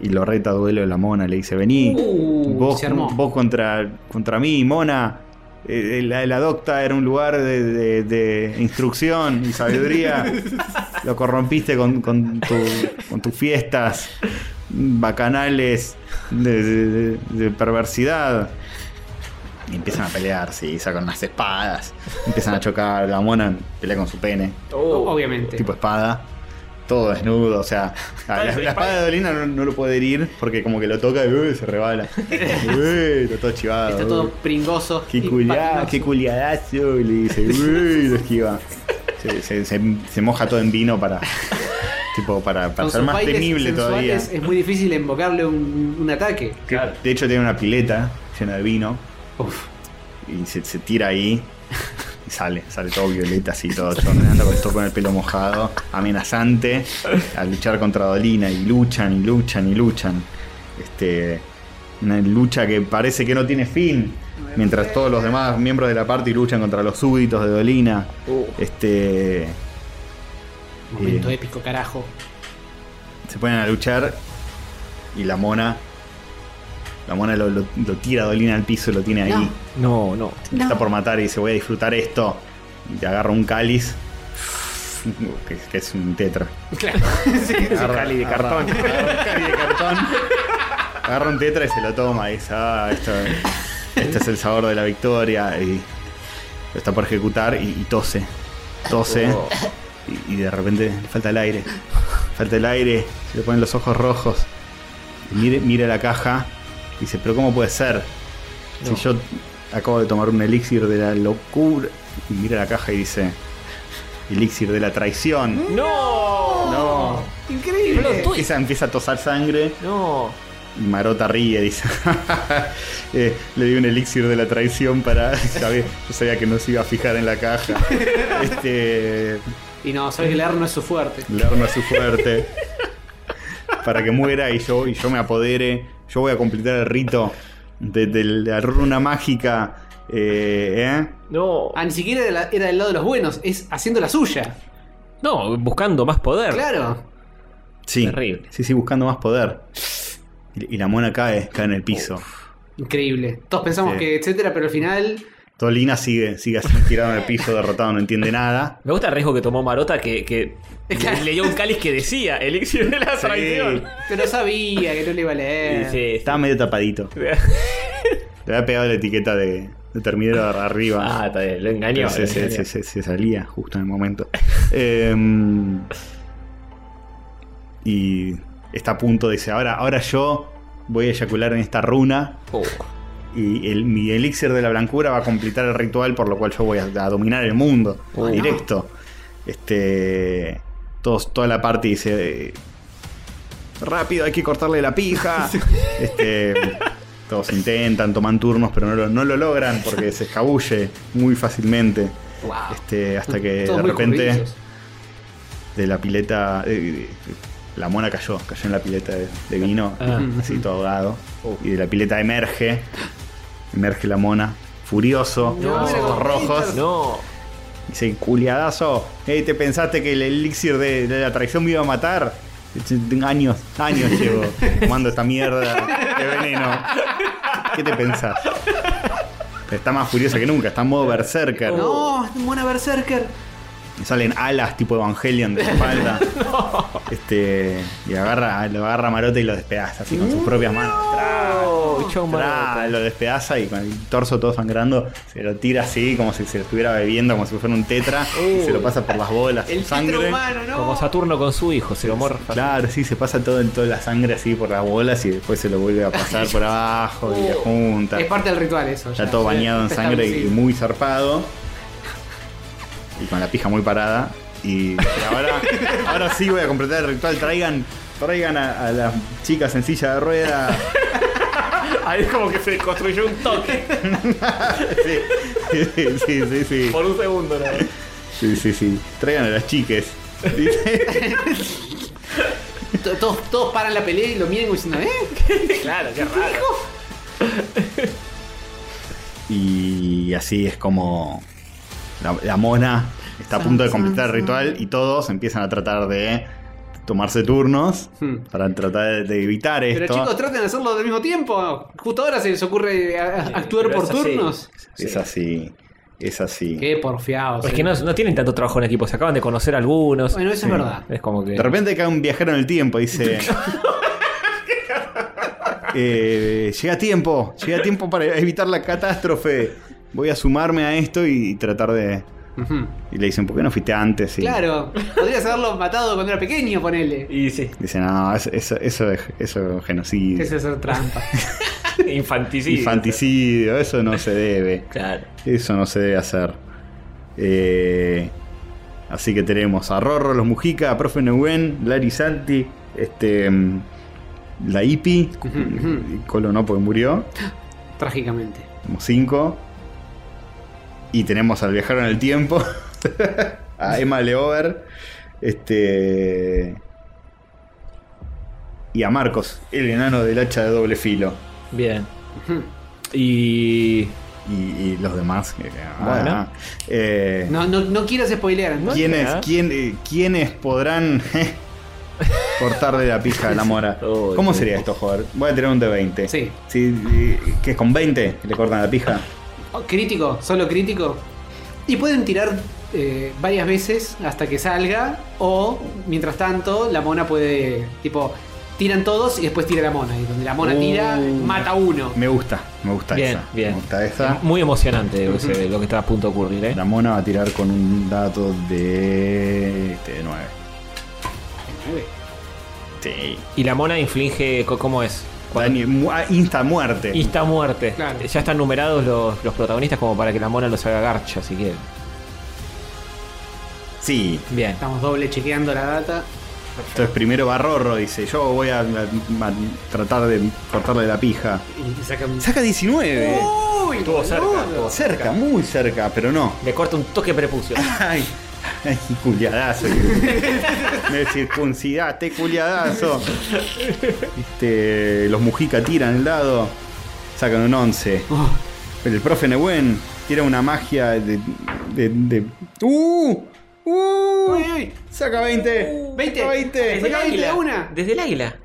Speaker 1: Y lo reta a duelo de la mona. Le dice: Vení,
Speaker 3: Uh,
Speaker 1: vos,
Speaker 3: se armó.
Speaker 1: vos contra, contra mí, mona. Eh, eh, La, la docta era un lugar de, de- de instrucción y sabiduría.
Speaker 3: (laughs)
Speaker 1: Lo corrompiste con, con tu- con tus fiestas bacanales de, de- de- de perversidad. Y empiezan a pelear, sí, sacan unas espadas. Empiezan a chocar. La mona pelea con su pene,
Speaker 2: Oh,
Speaker 3: Obviamente.
Speaker 1: tipo espada. Todo desnudo, o
Speaker 3: (laughs)
Speaker 1: sea, la, la espada de Dolina no, no lo puede herir porque como que lo toca y uy, se
Speaker 3: (laughs)
Speaker 1: rebala. Uy, está todo chivado.
Speaker 3: Está todo
Speaker 1: uy.
Speaker 3: pringoso.
Speaker 1: Qué
Speaker 3: y
Speaker 1: culiá,
Speaker 3: patinoso.
Speaker 1: qué culiadazo. Y le dice,
Speaker 3: (laughs)
Speaker 1: uy, lo esquiva. Se, se- se- se moja todo en vino
Speaker 3: (laughs)
Speaker 1: para. Tipo, para, para
Speaker 3: Con
Speaker 1: ser
Speaker 3: sus
Speaker 1: más
Speaker 3: bailes
Speaker 1: temible todavía.
Speaker 3: sensuales Es muy difícil invocarle un, un ataque.
Speaker 2: claro.
Speaker 1: De hecho, tiene una pileta llena de vino.
Speaker 3: Uf.
Speaker 1: Y se, se tira ahí. Y sale, sale todo violeta, así todo chorreando, con- todo con el pelo mojado, amenazante, a luchar contra Dolina. Y luchan, y luchan, y luchan. Este, una lucha que parece que no tiene fin. Mientras todos los demás miembros de la party luchan contra los súbditos de Dolina.
Speaker 2: Uh,
Speaker 1: Este.
Speaker 3: Momento
Speaker 1: eh,
Speaker 3: épico,
Speaker 1: (laughs)
Speaker 3: carajo.
Speaker 1: se ponen a luchar. Y la mona. La mona lo, lo- lo tira a Dolina al piso y lo tiene ahí.
Speaker 3: No.
Speaker 2: no, no.
Speaker 1: Está por matar y dice: Voy a disfrutar esto. Y te agarra un cáliz. Que, que es un tetra.
Speaker 3: Claro.
Speaker 1: Agarra- agarra- agarra un cáliz de cartón. Agarra un tetra y se lo toma. Y dice: Ah, esto, este es el sabor de la victoria. Y lo está por ejecutar y, y tose. Tose.
Speaker 2: Oh.
Speaker 1: Y, y de repente le falta el aire. Falta el aire. Se le ponen los ojos rojos. Y mire- mira la caja. y Dice, pero ¿cómo puede ser?
Speaker 2: No.
Speaker 1: Si yo acabo de tomar un elixir de la locura. Y mira la caja y dice, elixir de la traición.
Speaker 2: No,
Speaker 1: No.
Speaker 3: Increíble.
Speaker 1: Esa empieza a tosar sangre.
Speaker 2: no.
Speaker 1: Y Marota ríe, dice. (laughs) Eh, le di un elixir de la traición para. (laughs) sabía- yo sabía que no se iba a fijar en la caja. Este.
Speaker 3: Y no, sabes que leer no es su fuerte.
Speaker 1: Le arma su fuerte. para que muera y yo, y yo me apodere. Yo voy a completar el rito de, de la runa mágica. eh, ¿eh?
Speaker 2: No.
Speaker 3: Ah, ni siquiera era, la- era del lado de los buenos, es haciendo la suya.
Speaker 2: No, buscando más poder.
Speaker 3: Claro.
Speaker 1: Sí.
Speaker 2: Terrible.
Speaker 1: Sí, sí, buscando más poder. Y, y la mona cae, cae en el piso.
Speaker 3: Increíble. Todos pensamos
Speaker 1: Sí.
Speaker 3: que etcétera, pero al final.
Speaker 1: Tolina sigue, sigue así tirado en el piso, derrotado, no entiende nada.
Speaker 2: Me gusta el riesgo que tomó Marota que, que
Speaker 3: Claro.
Speaker 2: leyó un cáliz que decía elixir de la
Speaker 1: Sí.
Speaker 2: traición.
Speaker 3: Pero sabía que no le iba a leer.
Speaker 2: Dice,
Speaker 1: Estaba medio
Speaker 2: (laughs)
Speaker 1: tapadito. Le había pegado la etiqueta de, de terminero arriba.
Speaker 2: Ah, está bien, lo engañó.
Speaker 1: Pero se,
Speaker 2: lo
Speaker 1: se-
Speaker 2: engañó.
Speaker 1: se- se- se salía justo en el
Speaker 2: (laughs)
Speaker 1: momento. Eh, y está a punto, dice, ahora, ahora yo voy a eyacular en esta runa
Speaker 2: Oh,
Speaker 1: y el, mi elixir de la blancura va a completar el ritual por lo cual yo voy a, a dominar el mundo
Speaker 2: Oh.
Speaker 1: directo. Este, todos, toda la parte dice, eh, rápido, hay que cortarle la pija. este, todos intentan, toman turnos, pero no lo, no lo logran porque se escabulle muy fácilmente.
Speaker 3: Wow.
Speaker 1: Este, hasta que
Speaker 3: Todos
Speaker 1: de
Speaker 3: muy
Speaker 1: repente
Speaker 3: corridizos.
Speaker 1: de la pileta. eh, eh, la mona cayó, cayó en la pileta de, de vino,
Speaker 2: Ah.
Speaker 1: así todo ahogado. Y de la pileta emerge. Emerge la mona, furioso,
Speaker 3: No,
Speaker 1: con los
Speaker 3: era
Speaker 1: ojos
Speaker 3: con
Speaker 1: rojos.
Speaker 2: no.
Speaker 1: Dice, culiadazo, "Ey, ¿te pensaste que el elixir de, de la traición me iba a matar? Años, años llevo tomando esta mierda de veneno. ¿Qué te pensás? Está más furiosa que nunca, está en modo berserker.
Speaker 3: No, es un buena berserker.
Speaker 1: Y salen alas tipo Evangelion de la
Speaker 3: (laughs)
Speaker 1: espalda. Este. Y agarra, lo agarra a Marote y lo despedaza así con sus propias manos. Tra,
Speaker 2: Oh, chau,
Speaker 1: Tra, lo despedaza y con el torso todo sangrando se lo tira así como si se lo estuviera bebiendo como si fuera un tetra y se lo pasa por las bolas
Speaker 3: Uh. El
Speaker 1: su
Speaker 3: sangre
Speaker 1: sangre
Speaker 3: humano, ¿no?
Speaker 2: Como Saturno con su hijo, se lo morfa.
Speaker 1: claro sí se pasa todo en toda la sangre así por las bolas y después se lo vuelve a pasar por abajo y la junta
Speaker 3: Es parte del ritual eso.
Speaker 1: Está
Speaker 3: ya,
Speaker 1: todo
Speaker 3: sí,
Speaker 1: bañado en
Speaker 3: está
Speaker 1: sangre y
Speaker 3: establecido.
Speaker 1: muy zarpado. Y con la pija muy parada. Y
Speaker 3: (laughs)
Speaker 1: ahora, ahora sí voy a completar el ritual. Traigan, traigan a, a las chicas en silla de rueda.
Speaker 3: (laughs)
Speaker 2: Ahí es como que se construyó un toque
Speaker 1: Sí, sí, sí, sí, sí.
Speaker 2: por un segundo. nada más.
Speaker 1: Sí, sí, sí. Traigan a las chiques. Dice.
Speaker 3: To- Todos, todos paran la pelea y lo miran como diciendo, ¿eh?
Speaker 2: Claro, qué raro.
Speaker 1: Y así es como la, la mona está a punto de completar el ritual y todos empiezan a tratar de tomarse turnos
Speaker 3: Hmm.
Speaker 1: para tratar de evitar
Speaker 3: Pero
Speaker 1: esto.
Speaker 3: chicos, traten de hacerlo al mismo tiempo. Justo ahora se les ocurre eh, a- a- actuar
Speaker 2: pero
Speaker 3: por
Speaker 2: es así.
Speaker 3: turnos.
Speaker 1: Es así, es así.
Speaker 3: Qué porfiados.
Speaker 2: Es
Speaker 3: eh.
Speaker 2: que no, no tienen tanto trabajo en equipo, se acaban de conocer algunos.
Speaker 3: Bueno, eso es verdad.
Speaker 2: Es como que.
Speaker 1: De repente cae un viajero en el tiempo,
Speaker 3: (laughs)
Speaker 1: dice. eh, llega tiempo, llega tiempo para evitar la catástrofe. Voy a sumarme a esto y tratar de.
Speaker 3: Ujú.
Speaker 1: Y le dicen, ¿por qué no fuiste antes? Y
Speaker 3: Claro, podrías haberlo matado cuando era pequeño, ponele.
Speaker 2: Y sí, (laughs)
Speaker 1: Dicen, no, es- eso, eso, es- eso es genocidio.
Speaker 3: Ese es hacer trampa.
Speaker 2: infanticidio.
Speaker 1: Infanticidio, eso no se debe.
Speaker 2: Claro.
Speaker 1: Eso no se debe hacer. Eh, así que tenemos a Rorro, los Mujica, a Profe Neuwen, Larry Santi, este, mm, la Ipi, eh,
Speaker 3: ujú.
Speaker 1: Colo no porque murió,
Speaker 3: Trágicamente.
Speaker 1: tenemos cinco. Y tenemos al viajero en el tiempo, (laughs) a Emma Leover, este, y a Marcos, el enano del hacha de doble filo.
Speaker 2: Bien.
Speaker 3: Ujú.
Speaker 2: Y.
Speaker 1: Y, y los demás. que-
Speaker 2: Bueno.
Speaker 1: eh,
Speaker 3: No, no, no quieras spoilear, ¿no? ¿ah?
Speaker 1: ¿Quiénes,
Speaker 2: ¿eh?
Speaker 1: quién, eh, ¿Quiénes podrán (laughs) cortarle la pija a la
Speaker 3: (laughs)
Speaker 1: mora?
Speaker 2: Oh,
Speaker 1: ¿Cómo
Speaker 2: qué
Speaker 1: sería esto, joder? Voy a tirar un D20.
Speaker 3: Sí.
Speaker 1: sí ¿Qué es con 20? ¿Le cortan la pija?
Speaker 3: Oh, Crítico, solo crítico. Y pueden tirar eh, varias veces hasta que salga. O, mientras tanto, la mona puede. Tipo, tiran todos y después tira la mona. Y donde la mona tira, mata uno.
Speaker 1: Uh. Me gusta, me gusta
Speaker 2: Bien,
Speaker 1: esa.
Speaker 2: bien.
Speaker 1: Me gusta esa.
Speaker 2: Muy emocionante lo que, se- lo que está a punto de ocurrir, ¿eh?
Speaker 1: La mona va a tirar con un dato de, de 9. Sí.
Speaker 2: Y la mona inflige. co- ¿Cómo es?
Speaker 1: Dani- mu- ah, insta muerte.
Speaker 2: Insta muerte.
Speaker 3: Eh, Claro.
Speaker 2: Ya están numerados los, los protagonistas como para que la mona los haga garcha, así que.
Speaker 1: Sí.
Speaker 2: Bien.
Speaker 3: Estamos doble chequeando la data.
Speaker 1: Entonces primero va Rorro, dice, yo voy a, a- a tratar de cortarle la pija. Oh,
Speaker 3: Y saca
Speaker 1: (laughs)
Speaker 3: un.
Speaker 1: Saca 19.
Speaker 3: ¡Uy!
Speaker 2: Estuvo cerca,
Speaker 3: boludo!
Speaker 2: estuvo
Speaker 1: Cerca, muy cerca, pero no.
Speaker 2: Le corta un toque prepucio.
Speaker 1: Ay, ay, culiadazo. Me circuncidaste, culiadazo. Este, los Mujica tiran el dado, sacan un 11.
Speaker 3: Oh,
Speaker 1: Pero el profe Nehuen tira una magia de. de, de- ¡Uh! ¡Uh!
Speaker 3: uy, uy.
Speaker 1: Saca 20.
Speaker 3: 20.
Speaker 1: Saca
Speaker 3: Desde
Speaker 1: 20.
Speaker 3: el águila, una.
Speaker 2: Desde el águila.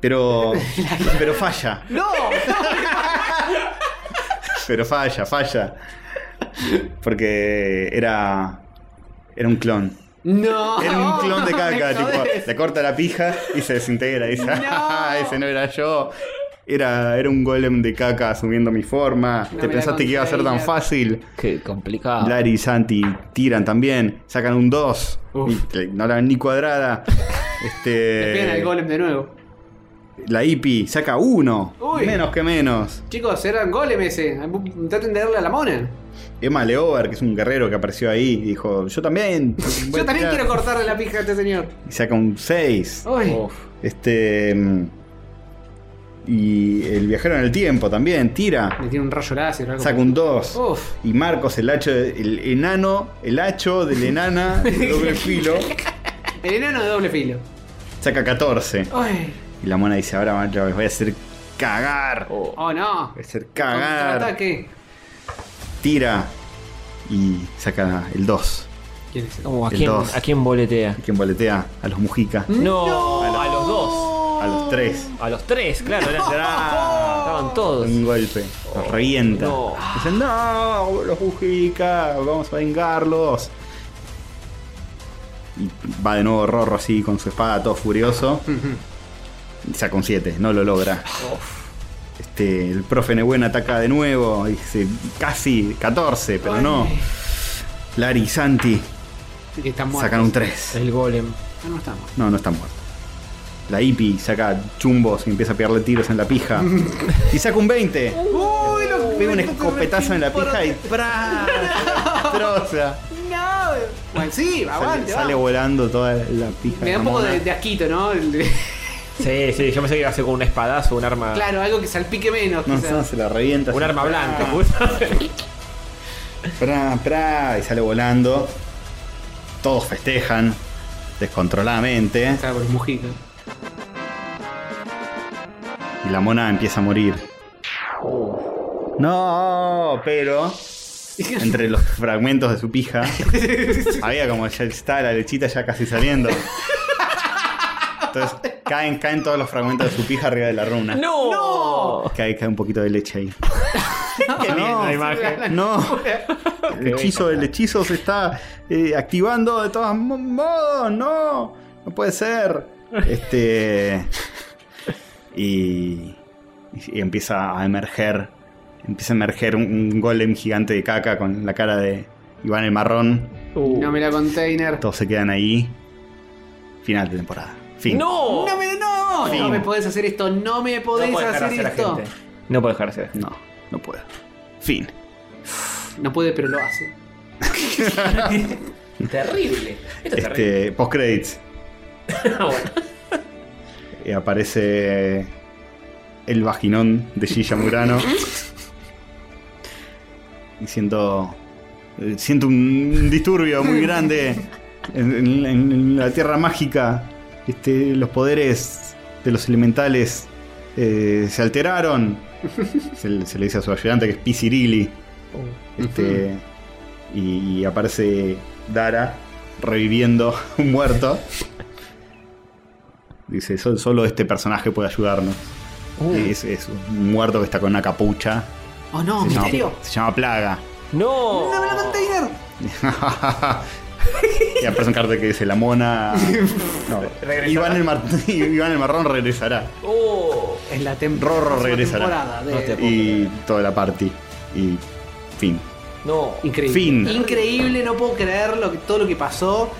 Speaker 1: Pero. Pero falla. (laughs)
Speaker 3: ¡No!
Speaker 1: Pero falla, falla. Porque era. Era un clon.
Speaker 3: Oh, ¡No!
Speaker 1: Era un clon de caca,
Speaker 3: (laughs) Me
Speaker 1: tipo,
Speaker 3: jodés.
Speaker 1: le corta la pija y se desintegra. Dice,
Speaker 3: No.
Speaker 1: "Ah, ese no era yo. Era, era un golem de caca asumiendo mi forma.
Speaker 3: No
Speaker 1: ¿Te
Speaker 3: me la
Speaker 1: pensaste que iba a ser tan
Speaker 3: conseguía.
Speaker 1: fácil?
Speaker 2: Qué complicado.
Speaker 1: Larry y Santi tiran también, sacan un 2. No la ven ni cuadrada.
Speaker 3: (laughs) Le pegan al
Speaker 1: Este,
Speaker 3: golem de nuevo.
Speaker 1: la hippie saca 1.
Speaker 3: Uy.
Speaker 1: Menos que menos.
Speaker 3: Chicos, eran golem ese. Traten de darle a la mona.
Speaker 1: Emma Leover, que es un guerrero que apareció ahí, dijo, yo también. voy
Speaker 3: (laughs) Yo
Speaker 1: a
Speaker 3: también
Speaker 1: tirar".
Speaker 3: quiero cortarle la pija a este señor.
Speaker 1: Y saca un 6.
Speaker 3: Uy.
Speaker 2: Uf.
Speaker 1: Este. mm, Y el viajero en el tiempo también tira.
Speaker 3: Le tiene un rayo láser o algo.
Speaker 1: Saca un 2.
Speaker 3: Uf.
Speaker 1: Y Marcos, el hacho, de- el enano, el hacho de la enana de doble filo,
Speaker 3: El enano de doble filo.
Speaker 1: saca 14.
Speaker 3: Uy.
Speaker 1: Y la mona dice: Ahora macho, les voy a hacer cagar. Voy
Speaker 3: Oh no.
Speaker 1: a hacer cagar.
Speaker 3: Contraataque.
Speaker 1: Tira. Y saca el 2.
Speaker 3: ¿Quién es?
Speaker 2: Como, ¿a,
Speaker 1: El
Speaker 2: quién,
Speaker 1: dos.
Speaker 2: ¿A quién boletea?
Speaker 1: Quien boletea a los Mujica.
Speaker 2: No, a los dos.
Speaker 1: A los Ah. 3.
Speaker 2: A los tres, claro. eran- estaban todos.
Speaker 1: Un golpe. Los revienta.
Speaker 2: no.
Speaker 1: Dicen, no, los Mujica, vamos a vengarlos. Y va de nuevo Rorro así con su espada todo furioso. Y saca un 7, no lo logra. Este, el profe Nebuen ataca de nuevo. y dice, casi 14, pero no. Lari y Santi
Speaker 3: Sí, que están
Speaker 1: sacan
Speaker 3: muertos.
Speaker 1: un 3.
Speaker 2: El golem.
Speaker 3: Ah, este No estamos.
Speaker 1: No, no está muerto. La Ipi saca chumbos y empieza a pegarle tiros en la
Speaker 3: (laughs)
Speaker 1: pija. y saca un 20.
Speaker 3: Uy, lo-
Speaker 1: Pega un escopetazo en la pija y
Speaker 3: (laughs)
Speaker 1: ¡pra! Troza.
Speaker 3: No. Bueno, sí,
Speaker 1: Sale,
Speaker 3: aguante.
Speaker 1: sale
Speaker 3: vamos.
Speaker 1: volando toda la pija.
Speaker 3: Me da un poco
Speaker 1: mona.
Speaker 3: de, de asquito, ¿no? El-
Speaker 1: Ah.
Speaker 2: Sí, sí, yo pensé que iba a ser con un espadazo, un arma.
Speaker 3: claro, algo que salpique menos.
Speaker 1: No,
Speaker 3: quizás.
Speaker 1: no, se la revienta.
Speaker 2: Un
Speaker 1: así,
Speaker 2: arma
Speaker 1: ¡pra!
Speaker 2: blanca, puta.
Speaker 1: Pra, pra, y sale volando. Todos festejan descontroladamente.
Speaker 3: Claro, por el mojito.
Speaker 1: Y la mona empieza a morir. No, pero
Speaker 3: (laughs)
Speaker 1: entre los fragmentos de su pija había como ya está la lechita ya casi saliendo. Entonces caen, caen todos los fragmentos de su pija arriba de la runa.
Speaker 2: ¡No!
Speaker 1: Cae, cae un poquito de leche ahí.
Speaker 2: Qué linda
Speaker 1: No.
Speaker 2: imagen.
Speaker 1: No, el
Speaker 2: Qué
Speaker 1: hechizo, el hechizo se está eh, activando de todos mo- modos. No, no puede
Speaker 2: (laughs)
Speaker 1: ser. Este y, y empieza a emerger, empieza a emerger un, un golem gigante de caca con la cara de Iván el marrón.
Speaker 2: Uh.
Speaker 3: No me la container.
Speaker 1: Todos se quedan ahí. Final de temporada. Fin.
Speaker 2: ¡No!
Speaker 3: No me, no,
Speaker 1: Sí.
Speaker 3: no me podés hacer esto, no me podés
Speaker 2: puedo dejar
Speaker 3: hacer,
Speaker 2: hacer a
Speaker 3: esto.
Speaker 2: gente. No puedo dejar hacer.
Speaker 1: no, no puedo. Fin.
Speaker 3: No puede, pero lo hace.
Speaker 2: Terrible. Esto es terrible.
Speaker 1: Este post credits.
Speaker 2: Ah, bueno.
Speaker 1: Y eh, aparece el vaginón de Gilla Murano. Y siento. eh, Siento un disturbio muy grande en, en- en la tierra mágica. Este, los poderes de los elementales eh, se alteraron. Se, le- se le dice a su ayudante que es Pisirili. Este, y, y aparece Dara reviviendo un muerto. Dice, "Sol- solo este personaje puede ayudarnos. Es, es un muerto que está con una capucha.
Speaker 3: Oh no,
Speaker 1: se,
Speaker 3: misterio.
Speaker 1: llama, se llama Plaga. (laughs)
Speaker 2: ¡No!
Speaker 3: No me la container.
Speaker 1: y aparece un cartel que dice, la
Speaker 3: (laughs)
Speaker 1: mona... No, Iván, el mar- (laughs) Iván el Marrón regresará.
Speaker 2: ¡Oh!
Speaker 3: Es la tem-
Speaker 1: Rorro
Speaker 3: próxima
Speaker 1: regresará.
Speaker 3: temporada de-
Speaker 2: No te-
Speaker 1: Y toda la party. Y fin.
Speaker 2: ¡No!
Speaker 3: Increíble.
Speaker 1: Fin.
Speaker 3: Increíble, no puedo creer lo que, todo lo que pasó.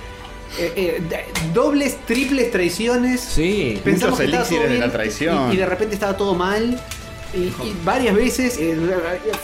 Speaker 3: Eh, eh, d- dobles, triples traiciones.
Speaker 2: Sí.
Speaker 1: Muchos
Speaker 3: Pensamos que estaba todo
Speaker 1: elixires de
Speaker 3: bien
Speaker 1: la traición.
Speaker 3: Y, y de repente estaba todo mal. Y, y varias veces eh,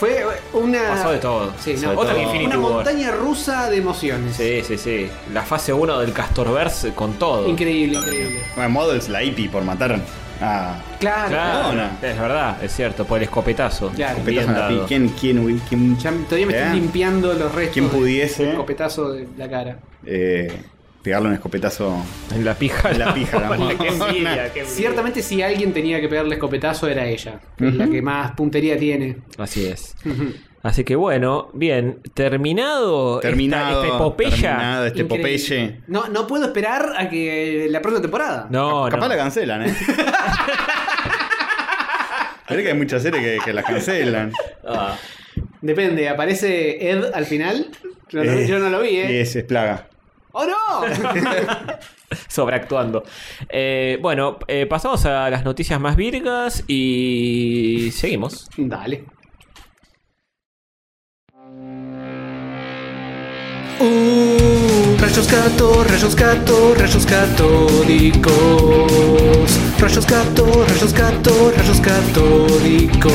Speaker 3: fue una.
Speaker 2: Pasó de todo.
Speaker 3: Sí,
Speaker 2: Pasó
Speaker 3: no,
Speaker 2: de
Speaker 3: otra
Speaker 2: todo.
Speaker 1: que
Speaker 2: Infinity
Speaker 3: Una
Speaker 2: War.
Speaker 3: montaña rusa de emociones.
Speaker 2: Sí, sí, sí. La fase 1 del Castorverse con todo.
Speaker 3: Increíble, increíble.
Speaker 1: Bueno, Models, la hippie por matar a...
Speaker 3: Claro.
Speaker 2: Claro,
Speaker 1: No, no.
Speaker 2: es verdad, es cierto, por el escopetazo.
Speaker 3: Claro.
Speaker 1: Escopetazo
Speaker 2: Bien
Speaker 1: en la
Speaker 2: dado.
Speaker 1: pi- ¿Quién, quién, quién, quién-
Speaker 3: Ya todavía me
Speaker 1: ¿Eh?
Speaker 3: están limpiando los restos.
Speaker 1: ¿Quién
Speaker 3: de-
Speaker 1: pudiese?
Speaker 3: del copetazo de la cara.
Speaker 1: eh, pegarle un escopetazo
Speaker 2: En la pija.
Speaker 1: En la pija, la mona.
Speaker 2: (laughs) qué envidia, qué envidia.
Speaker 3: Ciertamente, si alguien tenía que pegarle escopetazo, era ella. que es La que más puntería (laughs) tiene.
Speaker 2: Así es.
Speaker 3: Ujú.
Speaker 2: Así que bueno, bien, terminado, esta-
Speaker 1: terminado.
Speaker 2: esta, epopeya.
Speaker 1: terminado este
Speaker 3: Increíble.
Speaker 1: Popeye.
Speaker 3: No, no puedo esperar a que la próxima temporada.
Speaker 2: No,
Speaker 1: Capaz
Speaker 2: no.
Speaker 1: la cancelan,
Speaker 2: (laughs)
Speaker 1: ¿eh? Creo que hay muchas series que, que las cancelan.
Speaker 2: Ah,
Speaker 3: Depende, ¿aparece Ed al final? Yo, no-
Speaker 1: (laughs) Eh,
Speaker 3: yo no lo vi,
Speaker 1: Y
Speaker 3: ¿eh?
Speaker 1: es, es plaga. (laughs)
Speaker 3: ¡Oh, no!
Speaker 2: sobreactuando. Eh, bueno, eh, pasamos a las noticias más virgas y seguimos.
Speaker 3: Dale. Uh, rayos gato, rayos gato, rayos catódicos. Rayos gato, rayos gato, rayos catódicos.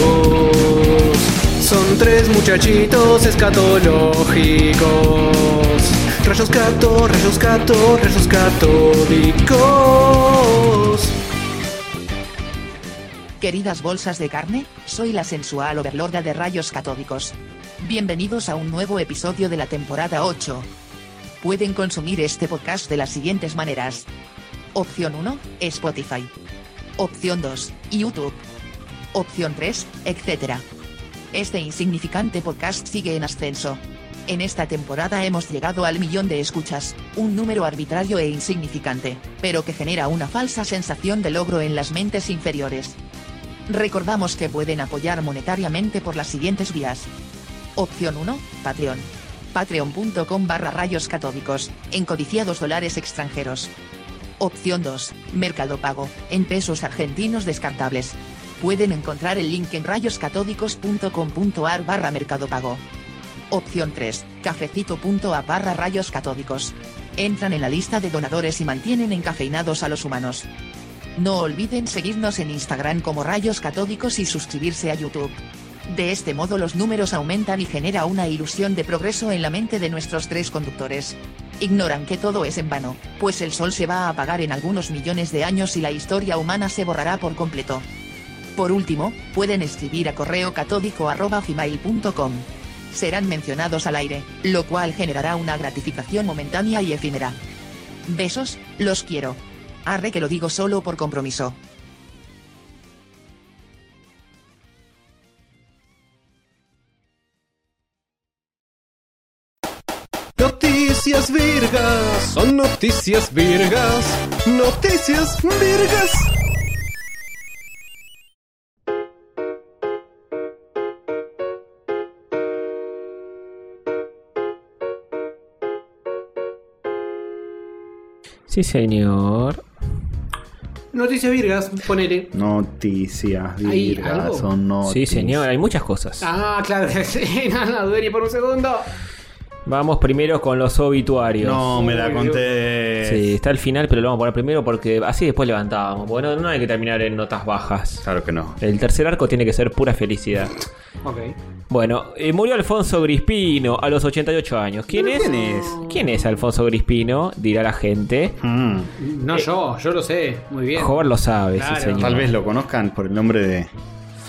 Speaker 3: Son tres muchachitos escatológicos. Rayos gato, rayos gato, rayos catódicos.
Speaker 7: Queridas bolsas de carne, soy la sensual overlorda de rayos catódicos. Bienvenidos a un nuevo episodio de la temporada 8. Pueden consumir este podcast de las siguientes maneras. Opción 1, Spotify. Opción 2, YouTube. Opción 3, etc. Este insignificante podcast sigue en ascenso. En esta temporada hemos llegado al millón de escuchas, un número arbitrario e insignificante, pero que genera una falsa sensación de logro en las mentes inferiores. Recordamos que pueden apoyar monetariamente por las siguientes vías. Opción 1, Patreon. Patreon.com barra rayos catódicos, en codiciados dólares extranjeros. Opción 2, Mercado Pago, en pesos argentinos descartables. Pueden encontrar el link en rayoscatódicos.com.ar barra mercadopago. Opción 3. Cafecito.a barra rayos catódicos. Entran en la lista de donadores y mantienen encafeinados a los humanos. No olviden seguirnos en Instagram como Rayos Catódicos y suscribirse a YouTube. De este modo los números aumentan y genera una ilusión de progreso en la mente de nuestros tres conductores. Ignoran que todo es en vano, pues el sol se va a apagar en algunos millones de años y la historia humana se borrará por completo. Por último, pueden escribir a correo catódico arroba gmail.com. Serán mencionados al aire, lo cual generará una gratificación momentánea y efímera. Besos, los quiero. Arre que lo digo solo por compromiso.
Speaker 8: Noticias virgas, son noticias virgas, noticias virgas.
Speaker 2: Sí, señor.
Speaker 3: Noticias virgas, ponele.
Speaker 1: Noticias,
Speaker 3: ¿Hay
Speaker 1: virgas,
Speaker 3: algo?
Speaker 1: son noticias.
Speaker 2: Sí, señor. Hay muchas cosas.
Speaker 3: Ah, claro, (laughs) sí, no, no, dudé ni por un segundo.
Speaker 2: Vamos primero con los obituarios.
Speaker 1: No, me la
Speaker 3: Uy,
Speaker 1: conté.
Speaker 2: Sí, está al final, pero lo vamos a poner primero porque así después levantábamos. Bueno, no hay que terminar en notas bajas.
Speaker 1: Claro que no.
Speaker 2: El tercer arco tiene que ser pura felicidad.
Speaker 3: Ok.
Speaker 2: Bueno, eh, murió Alfonso Grispino a los 88 años. ¿Quién es?
Speaker 1: ¿Quién es?
Speaker 2: ¿Quién es Alfonso Grispino? Dirá la gente.
Speaker 1: Mm,
Speaker 3: No yo, yo lo sé, muy bien.
Speaker 2: Jover lo sabe, sí,
Speaker 3: Claro.
Speaker 2: señor.
Speaker 1: Tal vez lo conozcan por el nombre de.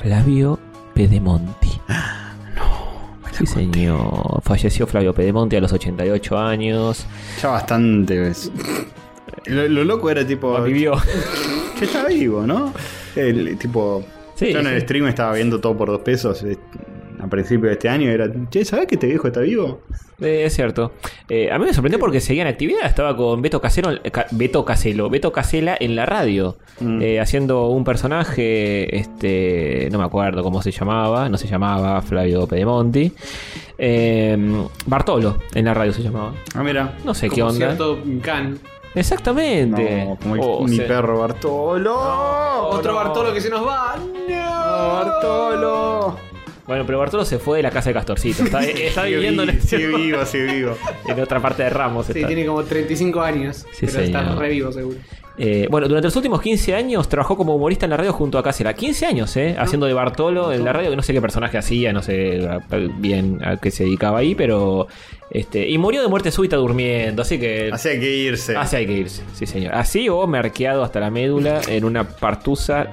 Speaker 2: Flavio Pedemonti.
Speaker 1: Ah,
Speaker 2: No, sí, señor. Falleció Flavio Pedemonti a los 88 años.
Speaker 1: Ya bastante. ves. Lo, lo loco era tipo.
Speaker 2: Ah, Vivió.
Speaker 1: Que está vivo, ¿no? El, tipo.
Speaker 2: Sí,
Speaker 1: yo en el
Speaker 2: sí.
Speaker 1: stream estaba viendo todo por dos pesos eh, a principio de este año. y Era, che, ¿sabes que este viejo está vivo?
Speaker 2: Eh, es cierto. Eh, a mí me sorprendió porque seguía en actividad. Estaba con Beto Casero, eh, Ca- Beto Caselo, Beto Casela en la radio,
Speaker 1: Mm.
Speaker 2: eh, haciendo un personaje, este, no me acuerdo cómo se llamaba, no se llamaba Flavio Pedemonti. Eh, Bartolo en la radio se llamaba.
Speaker 1: Ah, mira.
Speaker 2: No sé
Speaker 3: Como
Speaker 2: qué onda.
Speaker 3: cierto can.
Speaker 2: Exactamente. Oh,
Speaker 1: No, como el-
Speaker 2: O
Speaker 1: mi
Speaker 2: sea,
Speaker 1: perro Bartolo.
Speaker 3: Otro
Speaker 2: no.
Speaker 3: Bartolo que se nos va. No.
Speaker 1: Bartolo.
Speaker 2: Bueno, pero Bartolo se fue de la casa de Castorcito.
Speaker 1: (laughs)
Speaker 2: Está, está
Speaker 1: Sigue
Speaker 2: viviendo en, (laughs)
Speaker 1: vivo, sigue vivo, sigue vivo.
Speaker 2: en otra parte de Ramos.
Speaker 3: Sí,
Speaker 2: está.
Speaker 3: tiene como 35 años.
Speaker 2: Sí,
Speaker 3: pero está
Speaker 2: señor.
Speaker 3: revivo seguro.
Speaker 2: Eh, bueno, durante los últimos 15 años trabajó como humorista en la radio junto a Cáceres. 15 años, ¿eh? Haciendo de Bartolo en la radio, que no sé qué personaje hacía, no sé a- a- bien a qué se dedicaba ahí, pero. Este, y murió de muerte súbita durmiendo, así que.
Speaker 1: Así hay que irse.
Speaker 2: Así hay que irse, Ah, sí señor. Así o merqueado hasta la médula en una partusa.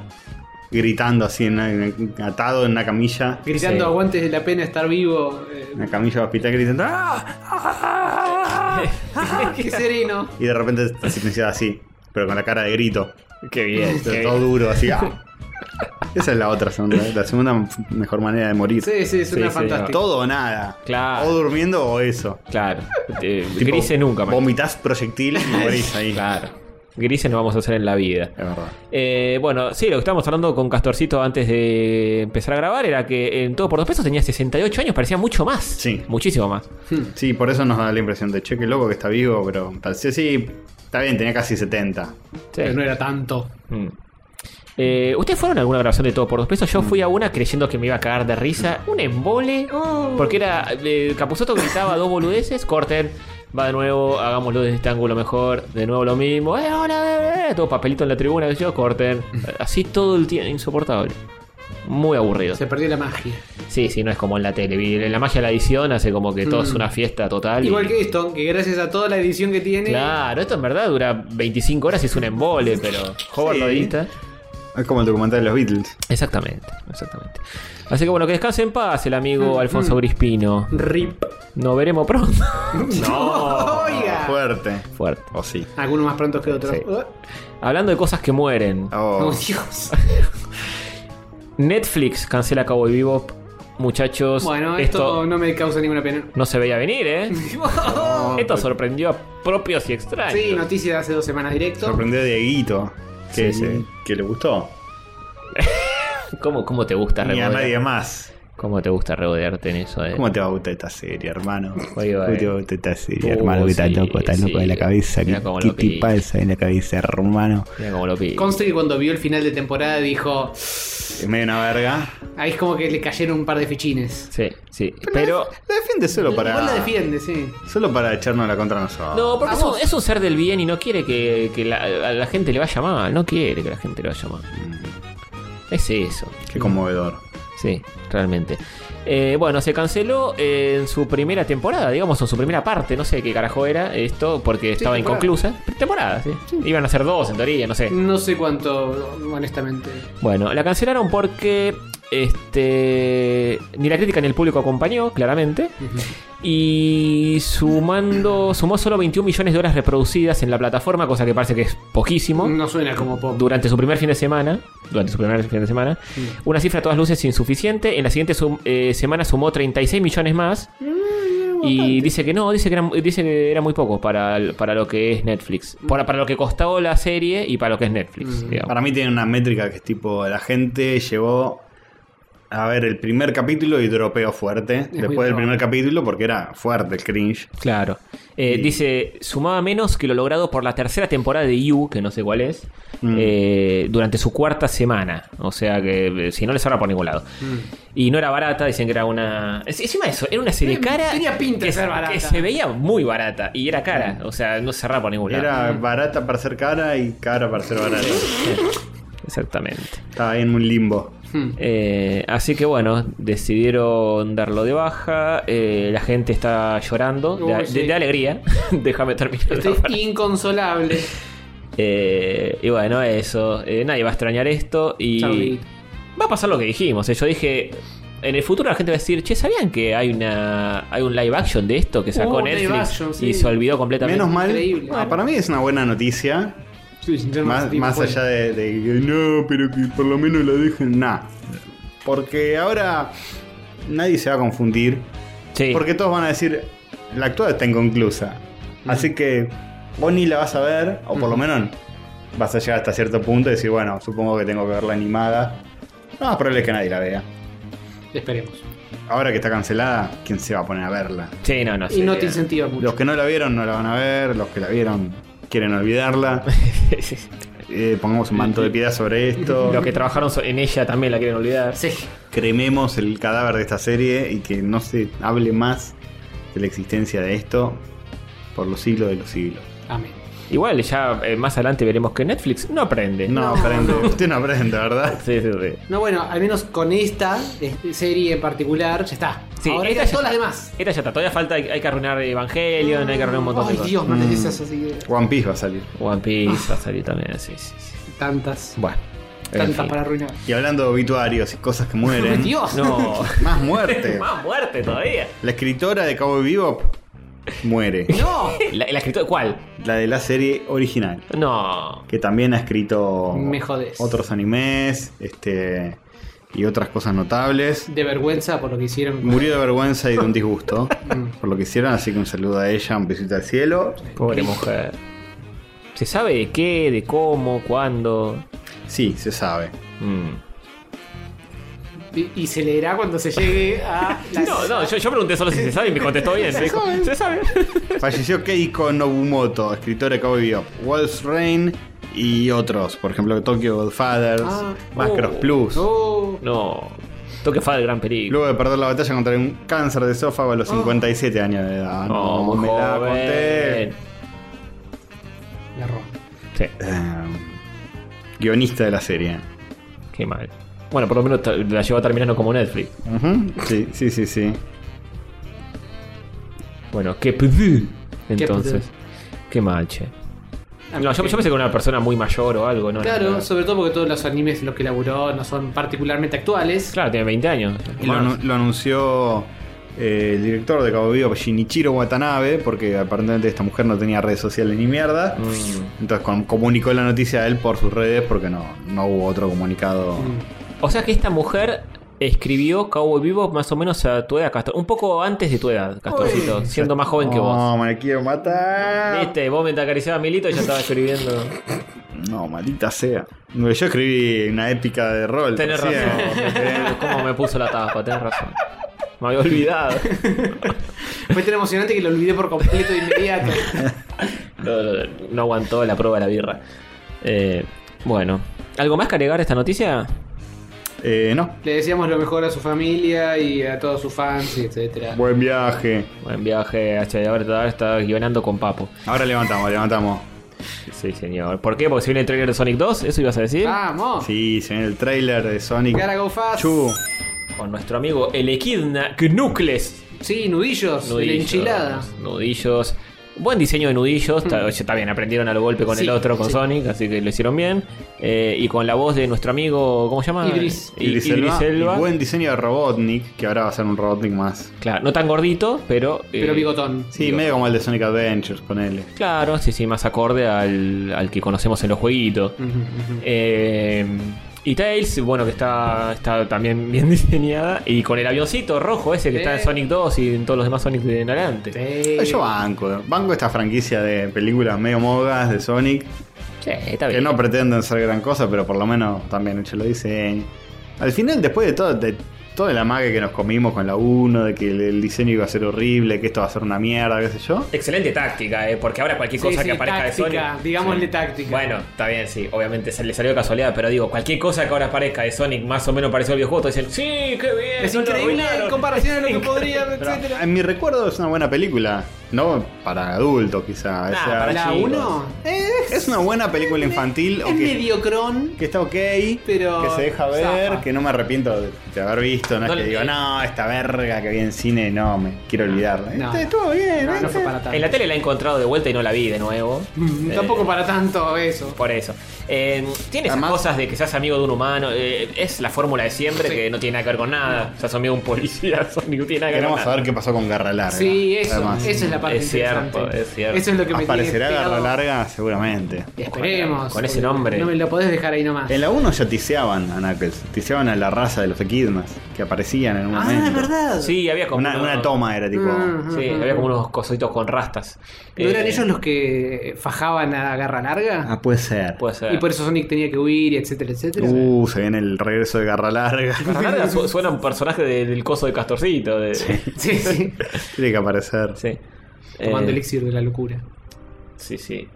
Speaker 1: Gritando así, en- en- atado en una camilla.
Speaker 3: Gritando
Speaker 2: Sí.
Speaker 3: aguantes de la pena estar vivo. eh,
Speaker 1: Una camilla de hospital gritando. "¡Ah!".
Speaker 3: (laughs) qué sereno.
Speaker 1: Y de repente está silenciada así, pero con la cara de grito.
Speaker 2: qué bien.
Speaker 1: Pero todo duro, así. "Ah". Esa es la otra segunda. La segunda mejor manera de morir.
Speaker 3: Sí, sí, es una
Speaker 2: Sí,
Speaker 3: fantástica.
Speaker 1: Todo o nada.
Speaker 2: Claro.
Speaker 1: O durmiendo o eso.
Speaker 2: Claro. Eh, grises nunca, man.
Speaker 1: Vomitas proyectiles y morís ahí.
Speaker 2: Claro. Grises no vamos a hacer en la vida.
Speaker 1: Es verdad.
Speaker 2: Eh, bueno, sí, lo que estábamos hablando con Castorcito antes de empezar a grabar era que en todo por dos pesos tenía 68 años, parecía mucho más.
Speaker 1: Sí.
Speaker 2: Muchísimo más.
Speaker 1: Sí, por eso nos da la impresión de che, qué loco que está vivo, pero parecía sí. Está bien, tenía casi 70.
Speaker 2: Sí.
Speaker 3: Pero no era tanto.
Speaker 2: Mm. Eh, ¿Ustedes fueron a alguna grabación de todo por dos pesos? Yo fui a una creyendo que me iba a cagar de risa. Un embole. Porque era. Eh, Capuzoto gritaba dos boludeces, corten. Va de nuevo, hagámoslo desde este ángulo mejor. De nuevo lo mismo. Eh, hola, eh, eh, Todo papelito en la tribuna, qué sé yo, corten. Así todo el tiempo, insoportable. Muy aburrido.
Speaker 3: Se perdió la magia.
Speaker 2: Sí, sí, no es como en la tele. Vi- La magia de la edición hace como que todo
Speaker 3: Mm.
Speaker 2: es una fiesta total. y-
Speaker 3: Igual que esto, que gracias a toda la edición que tiene.
Speaker 2: Claro, esto en verdad dura 25 horas y es un embole, pero. Howard
Speaker 1: Sí.
Speaker 2: lo edita.
Speaker 1: Es como el documental de los Beatles.
Speaker 2: Exactamente, exactamente. Así que bueno, que descanse en paz el amigo
Speaker 1: Mm,
Speaker 2: Alfonso Grispino.
Speaker 3: Rip.
Speaker 2: Nos veremos pronto. (laughs) no.
Speaker 3: (laughs) Oiga.
Speaker 1: Fuerte.
Speaker 2: Fuerte.
Speaker 1: O sí.
Speaker 3: Algunos más prontos que otros.
Speaker 2: Sí.
Speaker 3: Ah,
Speaker 2: Hablando de cosas que mueren.
Speaker 1: Oh.
Speaker 3: Oh, (laughs) Dios.
Speaker 2: Netflix cancela Cowboy Bebop. Muchachos,
Speaker 3: Bueno,
Speaker 2: esto,
Speaker 3: esto
Speaker 2: no...
Speaker 3: no me causa ninguna pena.
Speaker 2: se veía
Speaker 1: (laughs)
Speaker 2: venir, ¿eh?
Speaker 1: Oh,
Speaker 2: esto
Speaker 1: pero-
Speaker 2: sorprendió a propios y extraños.
Speaker 3: Sí, noticia de hace dos semanas directo.
Speaker 1: sorprendió a Dieguito. Que,
Speaker 2: Sí, sí.
Speaker 1: que le gustó.
Speaker 2: ¿Cómo, ¿Cómo te gusta
Speaker 1: Ni a
Speaker 2: remodelar?
Speaker 1: nadie más.
Speaker 2: ¿Cómo te gusta regodearte en eso? eh?
Speaker 1: ¿Cómo te va a gustar esta serie, hermano? ¿Cómo
Speaker 2: Oye,
Speaker 1: te va a
Speaker 2: vale.
Speaker 1: gustar esta serie,
Speaker 2: Uh,
Speaker 1: hermano? Que estás
Speaker 2: sí,
Speaker 1: loco, estás loco de la
Speaker 2: sí.
Speaker 1: cabeza.
Speaker 2: Mirá
Speaker 1: ¿Qué,
Speaker 2: cómo
Speaker 1: qué
Speaker 2: lo
Speaker 1: te
Speaker 2: pilla.
Speaker 1: pasa en la cabeza, hermano?
Speaker 2: Mira cómo lo pide.
Speaker 3: Conste que cuando vio el final de temporada dijo.
Speaker 1: Es medio una verga.
Speaker 3: Ahí es como que le cayeron un par de fichines.
Speaker 2: Sí, sí. Pero.
Speaker 1: La defiende solo
Speaker 3: Igual la
Speaker 1: para.
Speaker 3: defiende, sí.
Speaker 1: Solo para echarnos la contra nosotros.
Speaker 2: No, porque
Speaker 3: ¿A
Speaker 2: es un,
Speaker 3: vos?
Speaker 2: es un ser del bien y no quiere que, que la, a la gente le vaya mal. No quiere que la gente le vaya mal. Mm. Es eso. Mm,
Speaker 1: Qué conmovedor.
Speaker 2: Sí, realmente. Eh, bueno, se canceló eh, en su primera temporada, digamos, en su primera parte, no sé qué carajo era esto, porque estaba
Speaker 3: temporada.
Speaker 2: inconclusa. Temporada, sí. Iban a ser dos en teoría, no sé.
Speaker 3: No sé cuánto, honestamente.
Speaker 2: Bueno, la cancelaron porque este ni la crítica ni el público acompañó, claramente. Y sumando sumó solo 21 millones de horas reproducidas en la plataforma, cosa que parece que es poquísimo.
Speaker 3: No suena como pop.
Speaker 2: Durante su primer fin de semana, durante su primer fin de semana, una cifra a todas luces insuficiente. En la siguiente sum- eh, semana sumó 36 millones más. Y dice que no, dice que era, dice que era muy poco para, el- para lo que es Netflix. Para, para lo que costó la serie y para lo que es Netflix. digamos.
Speaker 1: Para mí tiene una métrica que es tipo, la gente llegó a ver el primer capítulo y dropeo fuerte.
Speaker 3: muy
Speaker 1: después del
Speaker 3: probable.
Speaker 1: primer capítulo, porque era fuerte el cringe.
Speaker 2: Claro. Eh,
Speaker 1: Y-
Speaker 2: Dice, sumaba menos que lo logrado por la tercera temporada de You, que no sé cuál es,
Speaker 3: Mm.
Speaker 2: eh, durante su cuarta semana. O sea que eh, si no les ahorra por ningún lado.
Speaker 3: Mm.
Speaker 2: Y no era barata, dicen que era una... es- Encima de eso, era una serie
Speaker 3: Eh,
Speaker 2: cara...
Speaker 3: tenía pinta de
Speaker 2: que,
Speaker 3: ser
Speaker 2: se-
Speaker 3: barata. Mm.
Speaker 2: que se veía muy barata y era cara. O sea, no se cerraba por ningún lado.
Speaker 1: Era barata para ser cara y cara para ser barata.
Speaker 2: Exactamente.
Speaker 1: Estaba ahí en un limbo.
Speaker 3: Hmm.
Speaker 2: Eh, así que bueno, decidieron darlo de baja. eh, la gente está llorando de,
Speaker 3: Uy,
Speaker 2: de-
Speaker 3: sí.
Speaker 2: de alegría. (laughs) Déjame terminar. la
Speaker 3: Estoy
Speaker 2: frase.
Speaker 3: inconsolable.
Speaker 2: Eh, y bueno, eso. Eh, nadie va a extrañar esto. Y
Speaker 3: Charlie.
Speaker 2: va a pasar lo que dijimos. eh. Yo dije. En el futuro la gente va a decir, che, ¿sabían que hay una hay un live action de esto que sacó
Speaker 3: Oh, live
Speaker 2: Netflix?
Speaker 3: action, sí.
Speaker 2: Y se olvidó completamente.
Speaker 1: Menos mal.
Speaker 3: Increíble.
Speaker 1: Ah, para mí es una buena noticia. Más, más allá de, de que no, pero que por lo menos la dejen. Nah. Porque ahora nadie se va a confundir.
Speaker 2: Sí.
Speaker 1: Porque todos van a decir, la actual está inconclusa. Así que vos ni la vas a ver, o por lo menos vas a llegar hasta cierto punto y decir, bueno, supongo que tengo que verla animada. No, más probable es que nadie la vea.
Speaker 3: Esperemos.
Speaker 1: Ahora que está cancelada, ¿quién se va a poner a verla?
Speaker 2: Sí, no, no. (laughs)
Speaker 3: Y no te
Speaker 2: sería-
Speaker 3: incentiva mucho.
Speaker 1: Los que no la vieron no la van a ver, los que la vieron quieren
Speaker 2: (laughs)
Speaker 1: olvidarla. Eh, pongamos un manto de piedad sobre
Speaker 2: (laughs)
Speaker 1: esto.
Speaker 2: Los que trabajaron so- en ella también la quieren olvidar.
Speaker 3: Sí.
Speaker 1: crememos el cadáver de esta serie y que no se hable más de la existencia de esto por los siglos de los siglos.
Speaker 3: Amén.
Speaker 2: Igual ya eh, más adelante veremos que Netflix no aprende.
Speaker 1: No,
Speaker 3: (laughs)
Speaker 1: aprende. Usted no aprende, ¿verdad?
Speaker 2: Sí, sí, sí.
Speaker 3: No, bueno, al menos con esta eh, serie en particular, ya está.
Speaker 2: Sí,
Speaker 3: Ahora
Speaker 2: esta ya
Speaker 3: quedan todas las
Speaker 2: está.
Speaker 3: demás.
Speaker 2: Esta ya está. Todavía falta, hay, hay que arruinar Evangelion, hay que arruinar un montón de
Speaker 3: Ay,
Speaker 2: cosas.
Speaker 3: Dios, no les
Speaker 1: Mm.
Speaker 3: dices así. eh,
Speaker 1: One Piece va a salir.
Speaker 2: One Piece va a salir también, sí, sí, sí.
Speaker 3: Tantas.
Speaker 2: Bueno. en
Speaker 3: Tantas
Speaker 2: fin.
Speaker 3: para arruinar.
Speaker 1: Y hablando de obituarios y cosas que mueren,
Speaker 3: (laughs) Dios. (laughs)
Speaker 2: No.
Speaker 1: más muerte.
Speaker 2: Más muerte todavía.
Speaker 1: La escritora de Cowboy Bebop muere.
Speaker 3: No.
Speaker 2: La, la escritora, ¿cuál?
Speaker 1: La de la serie original,
Speaker 2: No.
Speaker 1: que también ha escrito
Speaker 3: Me jodés.
Speaker 1: otros animes, este y otras cosas notables.
Speaker 3: De vergüenza por lo que hicieron.
Speaker 1: Murió de vergüenza y de un disgusto
Speaker 3: (laughs)
Speaker 1: por lo que hicieron, así que un saludo a ella, un besito al cielo.
Speaker 2: Pobre mujer. ¿Se sabe de qué, de cómo, cuándo?
Speaker 1: Sí, se sabe.
Speaker 2: Mm.
Speaker 3: Y, y se leerá cuando se
Speaker 2: (laughs)
Speaker 3: llegue a las-
Speaker 2: No, no, yo, yo pregunté solo si se sabe y me contestó bien. Me dijo, (laughs) Se sabe.
Speaker 1: Falleció Keiko Nobumoto, escritora de Cowboy Bebop, Wolf's Rain y otros, por ejemplo Tokyo Godfathers,
Speaker 3: Ah.
Speaker 1: Macros
Speaker 2: Oh.
Speaker 1: Plus.
Speaker 3: Oh,
Speaker 2: No. Toque fa del gran peligro.
Speaker 1: Luego de perder la batalla contra un cáncer de esófago a
Speaker 2: Oh.
Speaker 1: los 57 años de edad.
Speaker 2: No, Oh,
Speaker 1: me
Speaker 2: muy
Speaker 1: la
Speaker 2: joven.
Speaker 1: conté.
Speaker 3: la rompo.
Speaker 2: Sí,
Speaker 1: Eh, guionista de la serie.
Speaker 2: qué mal. Bueno, por lo menos ta- la llevó terminando como Netflix.
Speaker 1: Ujú, Sí, sí, sí, sí.
Speaker 2: Bueno, qué pd. Entonces,
Speaker 3: pd.
Speaker 2: qué mal, che. No, yo, yo pensé que era una persona muy mayor o algo, ¿no?
Speaker 3: Claro,
Speaker 2: no, no.
Speaker 3: sobre todo porque todos los animes en los que laburó no son particularmente actuales.
Speaker 2: Claro, tiene 20 años.
Speaker 1: Y lo, anu- lo anunció eh, el director de Cabo Vivo, Shinichiro Watanabe, porque aparentemente esta mujer no tenía redes sociales ni mierda.
Speaker 2: Mm.
Speaker 1: Entonces com- comunicó la noticia a él por sus redes porque no, no hubo otro comunicado.
Speaker 2: Mm. O sea que esta mujer escribió Cowboy Vivo más o menos a tu edad, Castor. Un poco antes de tu edad, Castorcito. siendo más joven que vos.
Speaker 1: No, me la quiero matar.
Speaker 2: Ah. (laughs) Viste, vos me te acariciabas Milito y ya estaba escribiendo.
Speaker 1: No, maldita sea. Yo escribí una épica de rol.
Speaker 2: Tenés
Speaker 1: recién.
Speaker 2: razón. ¿Cómo me puso la tapa? Tenés razón. Me había olvidado.
Speaker 3: Fue tan emocionante que lo olvidé por completo de inmediato.
Speaker 2: No, no, no, no aguantó la prueba de la birra. Eh, bueno. ¿Algo más que agregar a esta noticia?
Speaker 1: (laughs) Eh, no.
Speaker 3: Le decíamos lo mejor a su familia y a todos sus fans, y etcétera.
Speaker 1: Buen viaje.
Speaker 2: Buen viaje a Ahora está guionando con Papo.
Speaker 1: Ahora levantamos, levantamos.
Speaker 2: Sí, señor. ¿Por qué? Porque si viene el trailer de Sonic 2, ¿eso ibas a decir?
Speaker 3: ¡Vamos!
Speaker 1: Sí, se viene el trailer de Sonic.
Speaker 3: Gotta go fast.
Speaker 1: Chu.
Speaker 2: Con nuestro amigo el Equidna Knuckles.
Speaker 3: Sí, nudillos, de la
Speaker 2: Nudillos,
Speaker 3: enchilada. Mm.
Speaker 2: Nudillos. Buen diseño de nudillos. Está, está bien, aprendieron al golpe con
Speaker 3: Sí,
Speaker 2: el otro, con
Speaker 3: sí.
Speaker 2: Sonic, así que lo hicieron bien. Eh, y con la voz de nuestro amigo, ¿cómo se llama?
Speaker 3: Idris.
Speaker 2: I- Idris Elba.
Speaker 1: Y buen diseño de Robotnik, que ahora va a ser un Robotnik más.
Speaker 2: Claro, no tan gordito, pero. eh,
Speaker 3: Pero bigotón.
Speaker 1: Sí, medio como el de Sonic Adventures, ponele.
Speaker 2: Claro, sí, sí, más acorde al, al que conocemos en los jueguitos.
Speaker 3: Mm.
Speaker 2: Eh, y Tails, bueno, que está, está también (laughs) bien diseñada. Y con el avioncito rojo ese que está en
Speaker 3: Sí.
Speaker 2: Sonic 2 y en todos los demás Sonic de en adelante.
Speaker 3: Sí.
Speaker 1: Yo banco. Banco esta franquicia de películas medio mogas de Sonic.
Speaker 2: Sí, está
Speaker 1: Que
Speaker 2: bien.
Speaker 1: no pretenden ser gran cosa, pero por lo menos también hecho lo diseño. Al final, después de todo, de todo el amague que nos comimos con la 1, de que el, el diseño iba a ser horrible, que esto va a ser una mierda, qué sé yo.
Speaker 2: Excelente táctica, eh, porque ahora cualquier
Speaker 3: Sí,
Speaker 2: cosa
Speaker 3: sí,
Speaker 2: que aparezca de
Speaker 3: táctica,
Speaker 2: Sonic.
Speaker 3: digámosle táctica.
Speaker 2: Bueno, está bien, sí. Obviamente se le salió de casualidad, pero digo, cualquier cosa que ahora aparezca de Sonic más o menos parecido al videojuego, te dicen, sí, qué bien.
Speaker 3: Es
Speaker 2: no lo
Speaker 3: increíble
Speaker 2: arruinaron".
Speaker 3: en comparación
Speaker 2: (laughs)
Speaker 3: a lo que podría,
Speaker 1: Pero,
Speaker 3: etcétera.
Speaker 1: En mi recuerdo es una buena película, no para adultos quizá. o
Speaker 2: Nah,
Speaker 1: sea,
Speaker 2: para
Speaker 3: La
Speaker 2: chicos.
Speaker 3: 1 es,
Speaker 1: es una buena película infantil. o
Speaker 3: es
Speaker 1: que-
Speaker 3: mediocrón.
Speaker 1: que está ok,
Speaker 3: Pero
Speaker 1: que se deja ver,
Speaker 3: zafa.
Speaker 1: que no me arrepiento de, de haber visto, no,
Speaker 2: No
Speaker 1: es
Speaker 2: le-
Speaker 1: que digo, no, esta verga que vi en cine, no, me quiero olvidarla.
Speaker 3: No.
Speaker 1: Este, estuvo bien,
Speaker 3: No, no
Speaker 1: este.
Speaker 3: fue para tanto.
Speaker 2: En la tele la he encontrado de vuelta y no la vi de nuevo.
Speaker 3: Mm,
Speaker 2: Eh,
Speaker 3: Tampoco para tanto eso.
Speaker 2: Por eso. Eh, tiene esas
Speaker 1: Además-
Speaker 2: cosas de que seas amigo de un humano. eh, es la fórmula de siempre que no tiene nada que ver con nada. Seas amigo de un policía, (laughs) Sonic, no tiene nada que ver con
Speaker 1: Queremos
Speaker 2: nada.
Speaker 1: saber qué pasó con Garra Larga.
Speaker 3: Sí, eso.
Speaker 1: además.
Speaker 3: Esa es la parte
Speaker 2: Es cierto,
Speaker 3: interesante.
Speaker 2: es cierto.
Speaker 3: Eso es lo que me tiene
Speaker 1: Aparecerá
Speaker 3: pegado.
Speaker 1: Garra Larga seguramente.
Speaker 3: Esperemos.
Speaker 2: Con ese nombre.
Speaker 3: No me lo podés dejar ahí nomás.
Speaker 1: En la 1 ya tiseaban a Knuckles, tiseaban a la raza de los Equidnas, que aparecían en un
Speaker 3: Ah,
Speaker 1: momento.
Speaker 3: es verdad.
Speaker 2: Sí, había como.
Speaker 1: Una,
Speaker 2: unos-
Speaker 1: una toma era tipo.
Speaker 3: Mm.
Speaker 2: Sí, había como unos cositos con rastas.
Speaker 3: ¿No
Speaker 2: Eh,
Speaker 3: eran ellos los que fajaban a garra larga?
Speaker 1: Ah, puede ser.
Speaker 2: Puede ser.
Speaker 3: Y por eso Sonic tenía que huir, y etcétera, etcétera.
Speaker 1: Uh, se viene el regreso de Garra Larga.
Speaker 2: Para nada su- suena un personaje de- del coso de Castorcito. de- Sí.
Speaker 3: (laughs) Sí, sí.
Speaker 1: Tiene que aparecer.
Speaker 3: Tomando
Speaker 2: Eh,
Speaker 3: elixir de la locura.
Speaker 2: Sí, sí.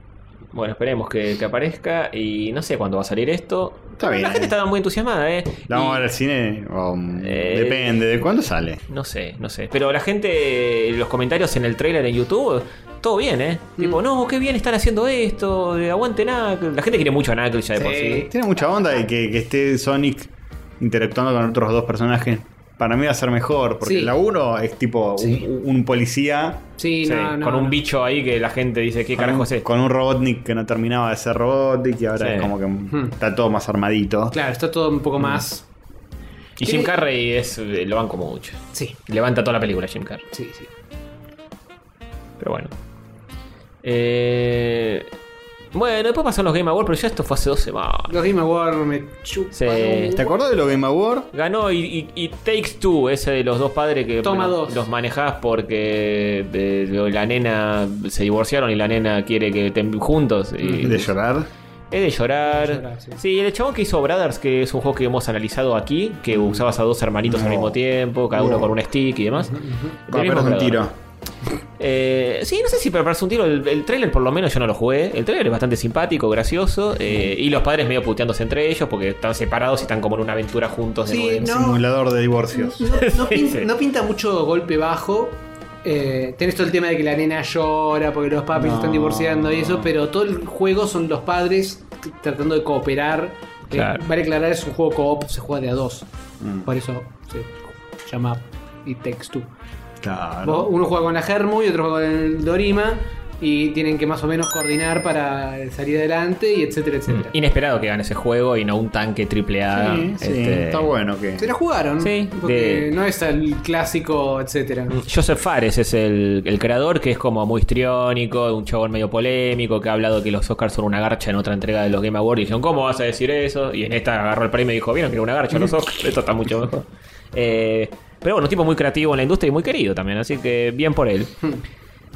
Speaker 2: Bueno, esperemos que, que aparezca. Y no sé cuándo va a salir esto.
Speaker 1: Está
Speaker 2: La
Speaker 1: bien.
Speaker 2: gente está muy entusiasmada, ¿eh?
Speaker 1: ¿La vamos
Speaker 2: Y-
Speaker 1: a ver al cine? Um,
Speaker 2: Eh,
Speaker 1: depende, ¿de cuándo sale?
Speaker 2: No sé, no sé. Pero la gente, eh, los comentarios en el trailer en YouTube, todo bien, ¿eh? Tipo, no, qué bien están haciendo esto, de aguante Knuckles. La gente quiere mucho a Knuckles ya de por sí.
Speaker 1: Tiene mucha onda y que, que esté Sonic interactuando con otros dos personajes. Para mí va a ser mejor, porque
Speaker 3: Sí.
Speaker 1: la 1 es tipo
Speaker 3: Sí.
Speaker 1: un, un policía
Speaker 3: Sí,
Speaker 2: Sí,
Speaker 3: no, no,
Speaker 2: con un
Speaker 3: no.
Speaker 2: bicho ahí que la gente dice, ¿qué
Speaker 1: con
Speaker 2: carajo
Speaker 1: un,
Speaker 2: es esto?
Speaker 1: con un Robotnik que no terminaba de ser Robotnik y ahora
Speaker 2: Sí.
Speaker 1: es como que está todo más armadito.
Speaker 3: Claro, está todo un
Speaker 2: Mm.
Speaker 3: poco más.
Speaker 2: Y Jim Carrey es, eh, lo banco mucho.
Speaker 3: Sí,
Speaker 2: Levanta toda la película Jim Carrey.
Speaker 3: sí, sí.
Speaker 2: Pero bueno. Eh, bueno, después pasaron los Game Awards, pero ya esto fue hace dos semanas.
Speaker 3: Los Game Awards me chupan.
Speaker 2: Sí.
Speaker 1: ¿Te acordás de los Game Awards?
Speaker 2: Ganó y, y- y Takes Two, ese de los dos padres que
Speaker 3: Toma
Speaker 2: los,
Speaker 3: dos.
Speaker 2: los manejás porque eh, lo- la nena se divorciaron y la nena quiere que estén juntos. Y,
Speaker 1: De llorar.
Speaker 2: Es de llorar.
Speaker 3: De llorar, sí.
Speaker 2: sí. el chabón que hizo Brothers, que es un juego que hemos analizado aquí, que usabas a dos hermanitos al
Speaker 1: No.
Speaker 2: mismo tiempo, cada uno
Speaker 1: No.
Speaker 2: con un stick y demás. Del
Speaker 1: Para
Speaker 2: mismo
Speaker 1: perder un
Speaker 2: creador.
Speaker 1: tiro.
Speaker 2: Eh, sí, no sé si para pararse un tiro. El, el trailer, por lo menos, yo no lo jugué. El trailer es bastante simpático, gracioso. eh, y los padres medio puteándose entre ellos porque están separados y están como en una aventura juntos. de
Speaker 3: Sí,
Speaker 2: nuevo.
Speaker 3: No.
Speaker 1: Simulador de divorcios.
Speaker 3: No,
Speaker 2: (laughs)
Speaker 3: no
Speaker 2: Sí,
Speaker 3: pin-
Speaker 2: sí.
Speaker 3: no pinta mucho golpe bajo. Eh, tenés todo el tema de que la nena llora porque los papis se están divorciando y eso, pero todo el juego son los padres t- tratando de cooperar. Eh,
Speaker 2: Claro.
Speaker 3: vale aclarar, es un juego co-op, se juega de a dos. Por eso se llama It Takes Two. Vos-
Speaker 1: Claro.
Speaker 3: Uno juega con la Germu y otro juega con el Dorima y tienen que más o menos coordinar para salir adelante y etcétera, etcétera.
Speaker 2: Inesperado que gane ese juego y no un tanque triple A.
Speaker 1: Sí, sí,
Speaker 2: este,
Speaker 1: está bueno que.
Speaker 3: Se la jugaron,
Speaker 2: Sí,
Speaker 3: porque
Speaker 2: de- Mm.
Speaker 3: no es el clásico, etcétera.
Speaker 2: Joseph Fares es el, el creador, que es como muy histriónico, un chabón medio polémico, que ha hablado que los Oscars son una garcha en otra entrega de los Game Awards. Y dijeron, ¿cómo vas a decir eso? Y en esta agarró el premio y dijo, ¿vieron que era una garcha los Oscars? Esto está mucho
Speaker 3: (laughs)
Speaker 2: mejor. Eh, pero bueno, un tipo muy creativo en la industria y muy querido también, así que bien por él.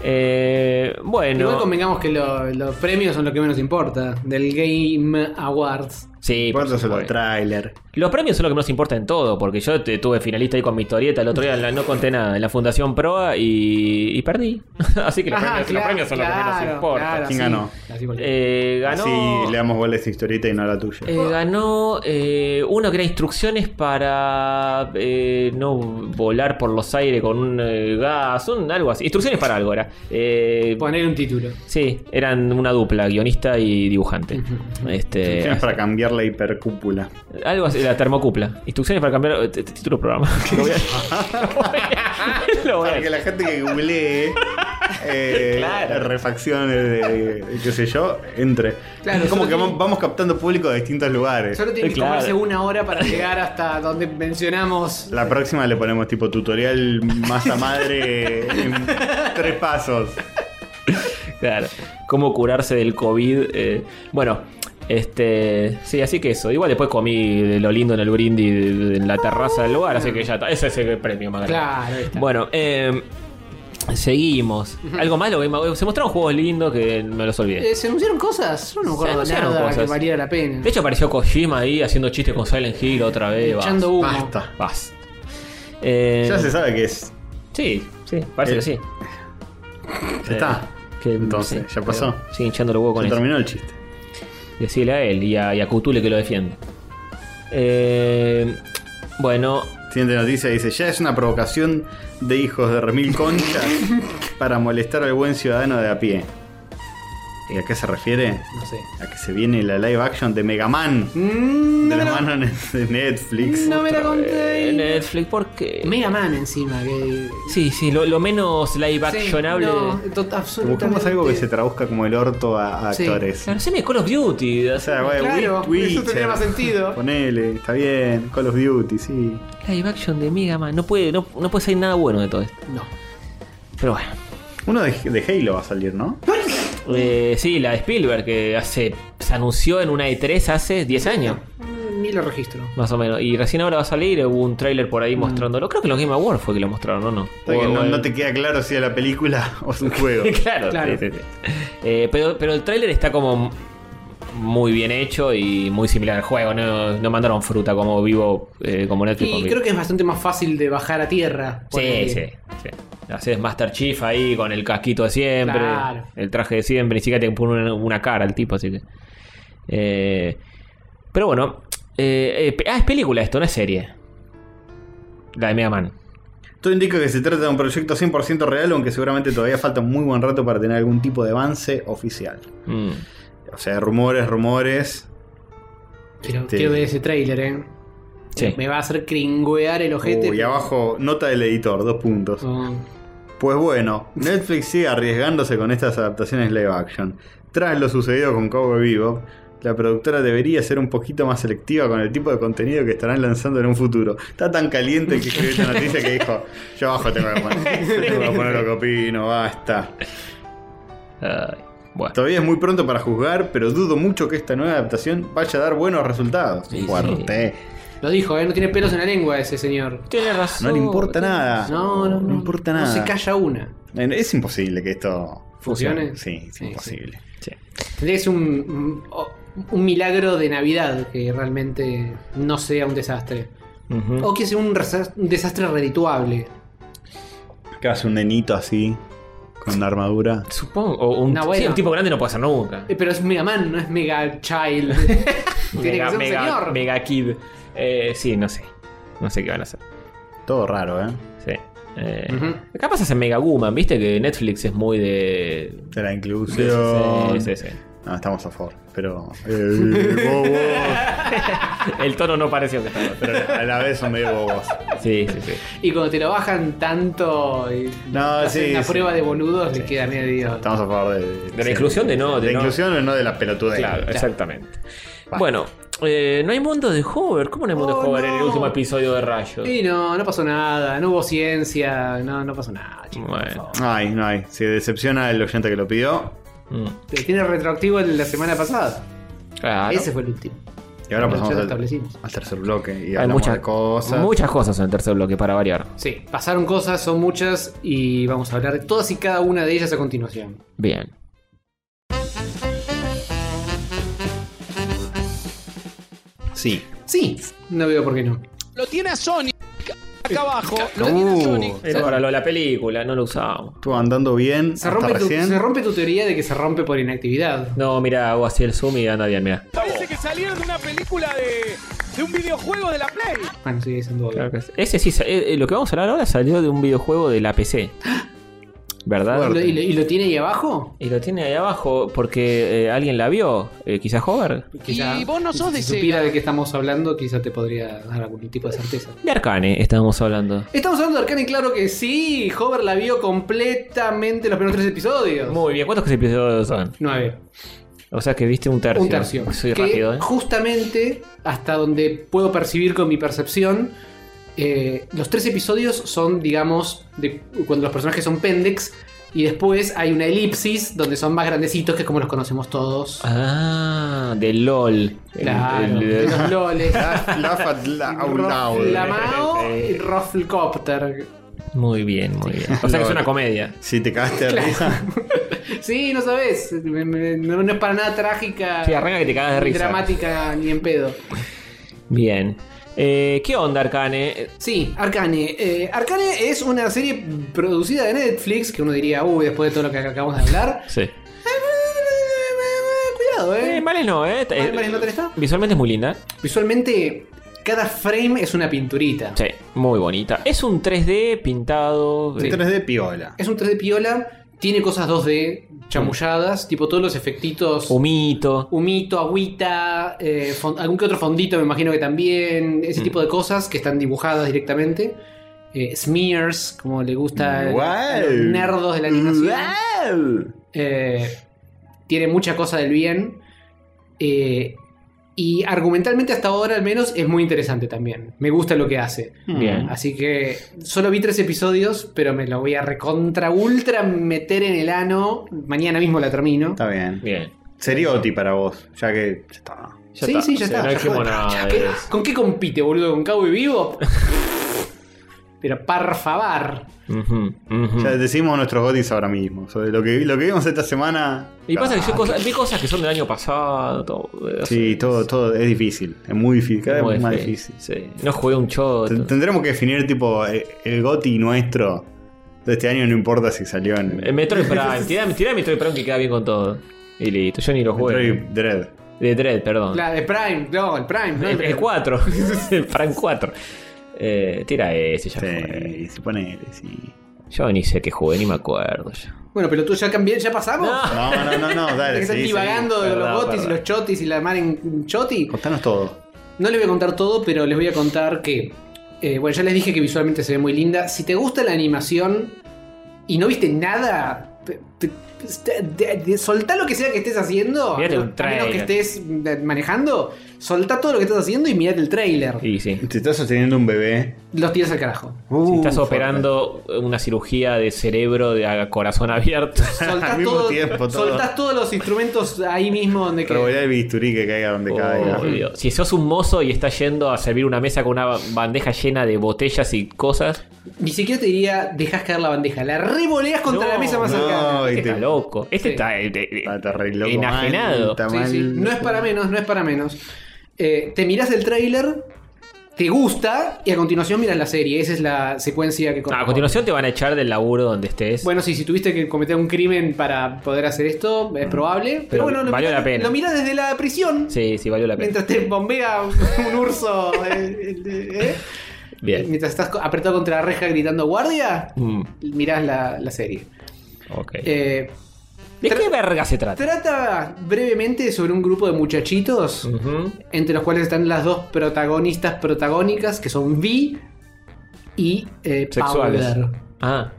Speaker 2: Eh,
Speaker 3: Hmm. Igual
Speaker 2: bueno.
Speaker 3: convengamos que lo- los premios son lo que menos importa del Game Awards.
Speaker 2: Sí, por
Speaker 1: Importa solo el
Speaker 2: supuesto.
Speaker 1: tráiler.
Speaker 2: Los premios son lo que nos importa en todo, porque yo te- tuve finalista ahí con mi historieta, el otro día la- no conté nada en la Fundación Proa y, y perdí. (laughs) Así que los,
Speaker 3: Ajá,
Speaker 2: premios, los premios son lo que menos
Speaker 3: claro,
Speaker 2: importa.
Speaker 3: claro,
Speaker 1: ¿Quién
Speaker 3: sí.
Speaker 1: ganó?
Speaker 3: La sigo leyendo.
Speaker 2: Eh, ganó
Speaker 1: Así Ah, le damos bola a esa historieta y no a la tuya.
Speaker 2: eh, ganó eh, uno que era instrucciones para eh, no volar por los aires con un eh, gas, un, algo así. Instrucciones para algo era. Eh,
Speaker 3: Poner un título.
Speaker 2: sí, eran una dupla, guionista y dibujante. este,
Speaker 1: Tienes para cambiar la hipercúpula.
Speaker 2: Algo así, la termocupla. Instrucciones para cambiar eh, t- t- título de programa. (laughs) Lo voy a- Lo voy a-
Speaker 1: Para que la gente que
Speaker 2: (laughs)
Speaker 1: googlee (laughs) eh,
Speaker 2: Claro.
Speaker 1: refacciones de qué sé yo, entre.
Speaker 3: Claro,
Speaker 1: es como
Speaker 3: solo
Speaker 1: que
Speaker 3: tiene-
Speaker 1: vamos captando público de distintos lugares.
Speaker 3: Solo tiene que
Speaker 2: Claro.
Speaker 3: tomarse una hora
Speaker 2: (laughs)
Speaker 3: para llegar hasta donde mencionamos.
Speaker 1: La próxima le ponemos tipo tutorial masa madre en tres pasos.
Speaker 2: Claro. Cómo curarse del COVID. eh, bueno, este. Sí, así que eso. Igual después comí de lo lindo en el brindis de- de- en la terraza del lugar, así que ya está. Ese es el premio más grande.
Speaker 3: Claro, ahí está.
Speaker 2: Bueno, eh, seguimos. Algo malo, Game Boy? se mostraron juegos lindos que me los olvidé.
Speaker 3: Eh, ¿Se anunciaron cosas? Yo no me
Speaker 2: Se
Speaker 3: acuerdo
Speaker 2: anunciaron
Speaker 3: nada que
Speaker 2: cosas.
Speaker 3: valiera la pena.
Speaker 2: De hecho, apareció Kojima ahí haciendo chistes con Silent Hill otra vez. basta,
Speaker 3: Echando humo.
Speaker 1: Basta.
Speaker 2: basta. Eh,
Speaker 1: Ya se sabe que es.
Speaker 2: Sí, sí, parece
Speaker 1: Eh,
Speaker 2: que sí.
Speaker 1: Ya está.
Speaker 2: Que,
Speaker 1: Entonces,
Speaker 2: sí,
Speaker 1: ya pasó.
Speaker 2: pero Sigue hinchando los huevos con
Speaker 1: Se
Speaker 2: eso.
Speaker 1: terminó el chiste.
Speaker 2: Decirle a él y a, y a Cutule que lo defienda. Eh, bueno, eh,
Speaker 1: Siguiente noticia dice: Ya es una provocación de hijos de remil conchas para molestar al buen ciudadano de a pie. ¿Y a qué se refiere?
Speaker 3: No sé.
Speaker 1: A que se viene la live action de Mega Man
Speaker 3: Mm,
Speaker 1: de
Speaker 3: no
Speaker 1: la
Speaker 3: me lo-
Speaker 1: mano de Netflix.
Speaker 3: No me la
Speaker 2: eh,
Speaker 3: conté.
Speaker 2: Netflix, ¿por qué?
Speaker 3: Mega Man encima, que.
Speaker 2: Sí, sí, lo, lo menos live actionable.
Speaker 3: Sí, no, to- absolutamente.
Speaker 1: Buscamos algo que se traduzca como el orto a, a
Speaker 3: Sí,
Speaker 1: actores.
Speaker 2: Claro, se me Call of Duty,
Speaker 1: O sea, güey,
Speaker 3: Claro,
Speaker 1: Wi-
Speaker 3: eso
Speaker 1: Witcher,
Speaker 3: tendría más sentido.
Speaker 1: Ponele, está bien. Call of Duty, sí.
Speaker 2: live action de Mega Man. No puede, no, no puede salir nada bueno de todo esto.
Speaker 3: No.
Speaker 2: Pero bueno.
Speaker 1: Uno de, de Halo va a salir, ¿no?
Speaker 2: Eh, sí, la de Spielberg, que hace, se anunció en una E3 hace 10 años.
Speaker 3: Mm, Ni lo registro.
Speaker 2: Más o menos. Y recién ahora va a salir, hubo un tráiler por ahí
Speaker 3: Mm.
Speaker 2: mostrándolo. Creo que en los Game Awards fue que lo mostraron, ¿no? No.
Speaker 1: Está que
Speaker 2: O-
Speaker 1: no,
Speaker 2: o-
Speaker 1: no te queda claro si es la película (laughs) o es un
Speaker 2: (laughs)
Speaker 1: juego.
Speaker 2: claro,
Speaker 3: Claro.
Speaker 2: sí, sí, sí. Eh, pero, pero el tráiler está como muy bien hecho y muy similar al juego. No, no mandaron fruta como vivo, eh, como Netflix. con
Speaker 3: Y
Speaker 2: Vivo.
Speaker 3: creo que es bastante más fácil de bajar a tierra.
Speaker 2: Sí,
Speaker 3: porque-
Speaker 2: sí, sí. Haces Master Chief ahí con el casquito de siempre,
Speaker 3: Claro.
Speaker 2: el traje de siempre, ni siquiera te pone una, una cara el tipo, así que. Eh, pero bueno, eh, eh, pe- ah, es película esto, no es serie. La de Mega Man.
Speaker 1: Todo indica que se trata de un proyecto 100% real, aunque seguramente todavía falta un muy buen rato para tener algún tipo de avance oficial.
Speaker 2: Mm.
Speaker 1: O sea, rumores, rumores.
Speaker 3: Quiero,
Speaker 1: Este-
Speaker 3: quiero ver ese tráiler, eh.
Speaker 2: Sí.
Speaker 3: Me va a hacer cringuear el ojete.
Speaker 1: Uy, abajo, nota del editor, dos puntos.
Speaker 3: Oh.
Speaker 1: Pues bueno, Netflix sigue arriesgándose con estas adaptaciones live action. Tras lo sucedido con Cowboy Vivo, la productora debería ser un poquito más selectiva con el tipo de contenido que estarán lanzando en un futuro. Está tan caliente el que escribió esta noticia que dijo, yo abajo tengo que poner,
Speaker 3: (laughs)
Speaker 1: tengo que poner lo que opino, basta.
Speaker 2: Ay, bueno.
Speaker 1: Todavía es muy pronto para juzgar, pero dudo mucho que esta nueva adaptación vaya a dar buenos resultados.
Speaker 2: Sí, sí.
Speaker 1: Fuerte.
Speaker 3: Lo dijo, eh. No tiene pelos en la lengua ese señor.
Speaker 2: Tiene razón.
Speaker 1: No le importa
Speaker 2: tiene-
Speaker 1: nada.
Speaker 3: No, no, no.
Speaker 1: Ah, No importa
Speaker 3: No
Speaker 1: nada.
Speaker 3: se calla una.
Speaker 1: Es imposible que esto
Speaker 3: ¿Funcione?
Speaker 1: Sí, es
Speaker 3: Sí,
Speaker 1: imposible.
Speaker 2: Sí.
Speaker 3: Tendría que ser un, un- o- un milagro de Navidad que realmente no sea un desastre.
Speaker 1: Mm.
Speaker 2: Ujú.
Speaker 3: O que sea un, resa- un desastre redituable.
Speaker 1: Que hace un nenito así, con una armadura.
Speaker 2: Supongo. O un,
Speaker 3: Una
Speaker 2: sí,
Speaker 3: buena.
Speaker 2: un tipo grande no puede hacer nunca.
Speaker 3: (laughs) Eh, pero es un Mega Man, no es Mega Child.
Speaker 1: (laughs)
Speaker 3: Tiene que ser un
Speaker 2: mega,
Speaker 3: señor.
Speaker 2: mega kid. Eh, sí, no sé. No sé qué van a hacer.
Speaker 1: Todo raro, ¿eh?
Speaker 2: Sí. Eh,
Speaker 3: Ujú.
Speaker 2: Capaz hacen Mega Woman, viste que Netflix es muy de.
Speaker 1: De la
Speaker 2: Sí,
Speaker 1: inclusión.
Speaker 2: sí, sí, sí.
Speaker 1: No, estamos a favor. Pero.
Speaker 2: (laughs)
Speaker 1: eh, bobos.
Speaker 2: El tono no pareció que estaba. pero-
Speaker 1: Pero a la vez son medio bobos.
Speaker 2: Sí, sí, sí.
Speaker 3: Y cuando te lo bajan tanto y
Speaker 1: No,
Speaker 3: hacen
Speaker 1: Ah, sí,
Speaker 3: una
Speaker 1: sí.
Speaker 3: prudos, de boludos, le queda medio.
Speaker 1: Estamos a favor de.
Speaker 2: De la inclusión, de no- de
Speaker 1: la
Speaker 2: no-
Speaker 1: inclusión o no de la pelotudez.
Speaker 2: Claro, exactamente.
Speaker 1: Basta.
Speaker 2: Bueno, eh, no hay mundo de Hover. ¿Cómo no hay mundo
Speaker 3: Oh,
Speaker 2: de Hover en el
Speaker 3: no.
Speaker 2: último episodio de Rayo?
Speaker 3: Y no, no pasó nada, no hubo ciencia, no, no pasó nada, chicos. por
Speaker 2: Bueno.
Speaker 3: favor.
Speaker 1: Ay, no hay. Se decepciona el oyente que lo pidió.
Speaker 2: Mm.
Speaker 3: Te Tiene retroactivo el de la semana pasada.
Speaker 2: Claro.
Speaker 1: Ah,
Speaker 3: Ese fue el último.
Speaker 1: Y ahora
Speaker 3: Ya
Speaker 1: pasamos
Speaker 3: lo
Speaker 1: al,
Speaker 3: establecimos.
Speaker 1: al tercer bloque y
Speaker 2: Hay
Speaker 1: hablamos
Speaker 2: muchas
Speaker 1: de cosas.
Speaker 2: Muchas cosas en el tercer bloque para variar.
Speaker 3: Sí, pasaron cosas, son muchas y vamos a hablar de todas y cada una de ellas a continuación.
Speaker 2: Bien.
Speaker 1: Sí.
Speaker 3: Sí, no veo por qué no.
Speaker 9: Lo tiene a Sonic acá abajo. Lo
Speaker 1: Uh.
Speaker 9: tiene a Sonic.
Speaker 2: Era para lo de la película, no lo usamos.
Speaker 1: Estuvo andando bien.
Speaker 3: Se
Speaker 1: hasta
Speaker 3: rompe, tu,
Speaker 1: Ah, recién.
Speaker 3: se rompe tu teoría de que se rompe por inactividad.
Speaker 2: No, mira, hago así el zoom y anda bien, mira.
Speaker 9: Parece que salieron de una película de, de un videojuego de la Play.
Speaker 3: Bueno, sigue diciendo obvio.
Speaker 2: Ese sí, sa- eh, eh, lo que vamos a hablar ahora salió de un videojuego de la PC. ¿Verdad?
Speaker 1: Fuerte.
Speaker 3: ¿Y lo- ¿Y, lo, y lo tiene ahí abajo?
Speaker 2: Y lo tiene ahí abajo porque eh, alguien la vio, eh, quizás Hover.
Speaker 3: Quizá,
Speaker 9: Y vos no sos de
Speaker 3: Si supiera
Speaker 9: Sega.
Speaker 3: de qué estamos hablando, quizá te podría dar algún tipo de certeza.
Speaker 2: De Arcane estábamos hablando.
Speaker 3: Estamos hablando de Arcane, claro que sí. Hover la vio completamente los primeros tres episodios.
Speaker 2: Muy bien, ¿cuántos episodios son?
Speaker 3: Nueve.
Speaker 2: O sea que viste un tercio.
Speaker 3: Un tercio.
Speaker 2: Soy
Speaker 3: Que
Speaker 2: rápido, ¿eh?
Speaker 3: Justamente, hasta donde puedo percibir con mi percepción, eh, los tres episodios son, digamos, de cuando los personajes son pendex. Y después hay una elipsis donde son más grandecitos, que es como los conocemos todos.
Speaker 2: Ah, de LOL. El-
Speaker 3: Claro,
Speaker 2: el- Ah,
Speaker 3: de
Speaker 2: el-
Speaker 3: los loles.
Speaker 2: (laughs)
Speaker 1: Laugh at
Speaker 3: (laughs)
Speaker 1: la- out loud.
Speaker 3: Roflamao y Roflcopter.
Speaker 2: Muy bien, muy bien. O sea que es una comedia.
Speaker 1: eh. Si te cagaste de risa.
Speaker 3: Sí, no sabes. me- me- No, no es para nada trágica.
Speaker 2: Sí, arranca que te cagas de
Speaker 3: ni
Speaker 2: risa.
Speaker 3: dramática ni en pedo.
Speaker 2: Bien. Eh, ¿Qué onda, Arcane? Eh,
Speaker 3: Sí, Arcane. Eh, Arcane es una serie producida de Netflix que uno diría, uy, después de todo lo que acabamos de hablar. (laughs)
Speaker 2: Sí.
Speaker 3: Cuidado, eh.
Speaker 2: Eh, males no, ¿eh?
Speaker 3: Mal- Males no tenés nada.
Speaker 2: Visualmente es muy linda.
Speaker 3: Visualmente, cada frame es una pinturita.
Speaker 2: Sí, muy bonita. Es un 3D pintado. eh,
Speaker 3: Sí.
Speaker 1: 3D piola.
Speaker 3: Es un 3D piola, tiene cosas 2D chamulladas, tipo todos los efectitos.
Speaker 2: Humito.
Speaker 3: humito, agüita, eh, fon- algún que otro fondito, me imagino que también, ese tipo de cosas que están dibujadas directamente. Eh, smears, como le gusta a- a los nerdos de la animación.
Speaker 1: animación.
Speaker 3: Eh, tiene mucha cosa del bien. Eh, y argumentalmente hasta ahora al menos es muy interesante también. Me gusta lo que hace.
Speaker 2: Mm. Bien.
Speaker 3: Así que solo vi tres episodios, pero me lo voy a recontra ultra meter en el ano. Mañana mismo la termino.
Speaker 1: Está bien.
Speaker 2: Bien.
Speaker 1: Serioti para vos, ya que ya está.
Speaker 2: Ya
Speaker 3: Sí,
Speaker 2: está.
Speaker 3: sí, ya
Speaker 2: O sea,
Speaker 3: está.
Speaker 2: No
Speaker 3: (laughs) Ya
Speaker 2: dijimos
Speaker 3: fue.
Speaker 2: nada. de
Speaker 3: ¿Qué-
Speaker 2: eso.
Speaker 3: ¿Con qué compite, boludo? ¿Con Cabo y Vivo? Pero por favor.
Speaker 2: Ujú, ujú.
Speaker 1: Ya decimos nuestros gotis ahora mismo. Sobre lo que lo que vimos esta semana.
Speaker 2: Y pasa que yo
Speaker 1: ah,
Speaker 2: cosa- vi cosas que son del año pasado. Todo, eh,
Speaker 1: Sí, todo, todo es difícil. Es muy difícil. Cada
Speaker 2: Muy
Speaker 1: vez más
Speaker 2: difícil.
Speaker 1: difícil.
Speaker 2: Sí. No jugué un choto.
Speaker 1: Ten- Tendremos que definir tipo eh, el goti nuestro de este año no importa si salió en
Speaker 2: Eh, Metroid
Speaker 3: (laughs)
Speaker 2: Prime. Tirá, tirá Metroid Prime que queda bien con todo. Y listo. Yo ni lo jugué.
Speaker 1: Metroid Dread.
Speaker 2: De Dread, perdón.
Speaker 3: La de Prime, no, el Prime.
Speaker 2: (laughs)
Speaker 3: ¿no?
Speaker 2: El, el 4. el Prime 4. Eh, tira ese, ya fue.
Speaker 1: Sí, sí, ponele, sí.
Speaker 2: Yo ni sé qué jugué, ni me acuerdo ya.
Speaker 3: Bueno, pero tú ya cambié, ya pasamos.
Speaker 2: No.
Speaker 1: No, no, no,
Speaker 2: (laughs)
Speaker 1: no,
Speaker 3: Que
Speaker 1: dale.
Speaker 3: están
Speaker 1: sí, sí.
Speaker 3: divagando de
Speaker 2: Verdad,
Speaker 3: los botis y
Speaker 2: verdad.
Speaker 3: los chotis y la mar en choti.
Speaker 1: Contanos todo.
Speaker 3: No les voy a contar todo, pero les voy a contar que. eh, bueno, ya les dije que visualmente se ve muy linda. Si te gusta la animación y no viste nada, te- te- te- te- te- soltá lo que sea que estés haciendo.
Speaker 2: Mirate un
Speaker 3: a menos que
Speaker 2: trailer.
Speaker 3: estés eh, manejando, soltá todo lo que estás haciendo y mirate el trailer.
Speaker 2: Y sí.
Speaker 1: Te estás sosteniendo un bebé.
Speaker 3: Los tiras al carajo.
Speaker 2: Si
Speaker 1: Uh,
Speaker 2: estás
Speaker 1: fuerte.
Speaker 2: operando una cirugía de cerebro de a corazón abierto.
Speaker 1: (laughs) Al
Speaker 2: (laughs)
Speaker 3: Soltás,
Speaker 1: mismo
Speaker 3: todo-
Speaker 1: tiempo, todo.
Speaker 3: soltás todos los instrumentos ahí mismo donde
Speaker 1: Revolea
Speaker 3: quede.
Speaker 1: el bisturí que caiga donde caiga.
Speaker 2: Oh, Dios. Si sos un mozo y estás yendo a servir una mesa con una bandeja llena de botellas y cosas,
Speaker 3: Ni siquiera te diría, dejás caer la bandeja. La revoleas contra
Speaker 2: No,
Speaker 3: la mesa más
Speaker 1: no,
Speaker 3: cercana.
Speaker 1: Ay,
Speaker 2: este
Speaker 1: te-
Speaker 2: está loco. Este
Speaker 3: Sí.
Speaker 2: está, eh, eh,
Speaker 1: Está, está re loco,
Speaker 2: Enajenado.
Speaker 1: mal, está
Speaker 3: Sí,
Speaker 1: mal.
Speaker 3: sí. No es para menos, no es para menos. Eh, te mirás el tráiler, te gusta y a continuación miras la serie. Esa es la secuencia que
Speaker 2: Ah, A
Speaker 3: corresponde.
Speaker 2: continuación te van a echar del laburo donde estés.
Speaker 3: Bueno, sí, si tuviste que cometer un crimen para poder hacer esto, es probable. Pero,
Speaker 2: Mm. Pero
Speaker 3: bueno, lo,
Speaker 2: valió
Speaker 3: mirás,
Speaker 2: la pena.
Speaker 3: lo mirás desde la prisión.
Speaker 2: sí, sí, valió la pena.
Speaker 3: Mientras te bombea un urso. eh, eh, eh.
Speaker 2: Bien.
Speaker 3: Mientras estás co- apretado contra la reja gritando guardia,
Speaker 2: Mm,
Speaker 3: mirás la, la serie.
Speaker 2: ok.
Speaker 3: Eh,
Speaker 2: ¿De
Speaker 3: tra-
Speaker 2: qué verga se trata?
Speaker 3: trata brevemente sobre un grupo de muchachitos,
Speaker 2: Ujú.
Speaker 3: entre los cuales están las dos protagonistas protagónicas, que son Vi y eh,
Speaker 2: Sexuales.
Speaker 3: Powder,
Speaker 2: Ah,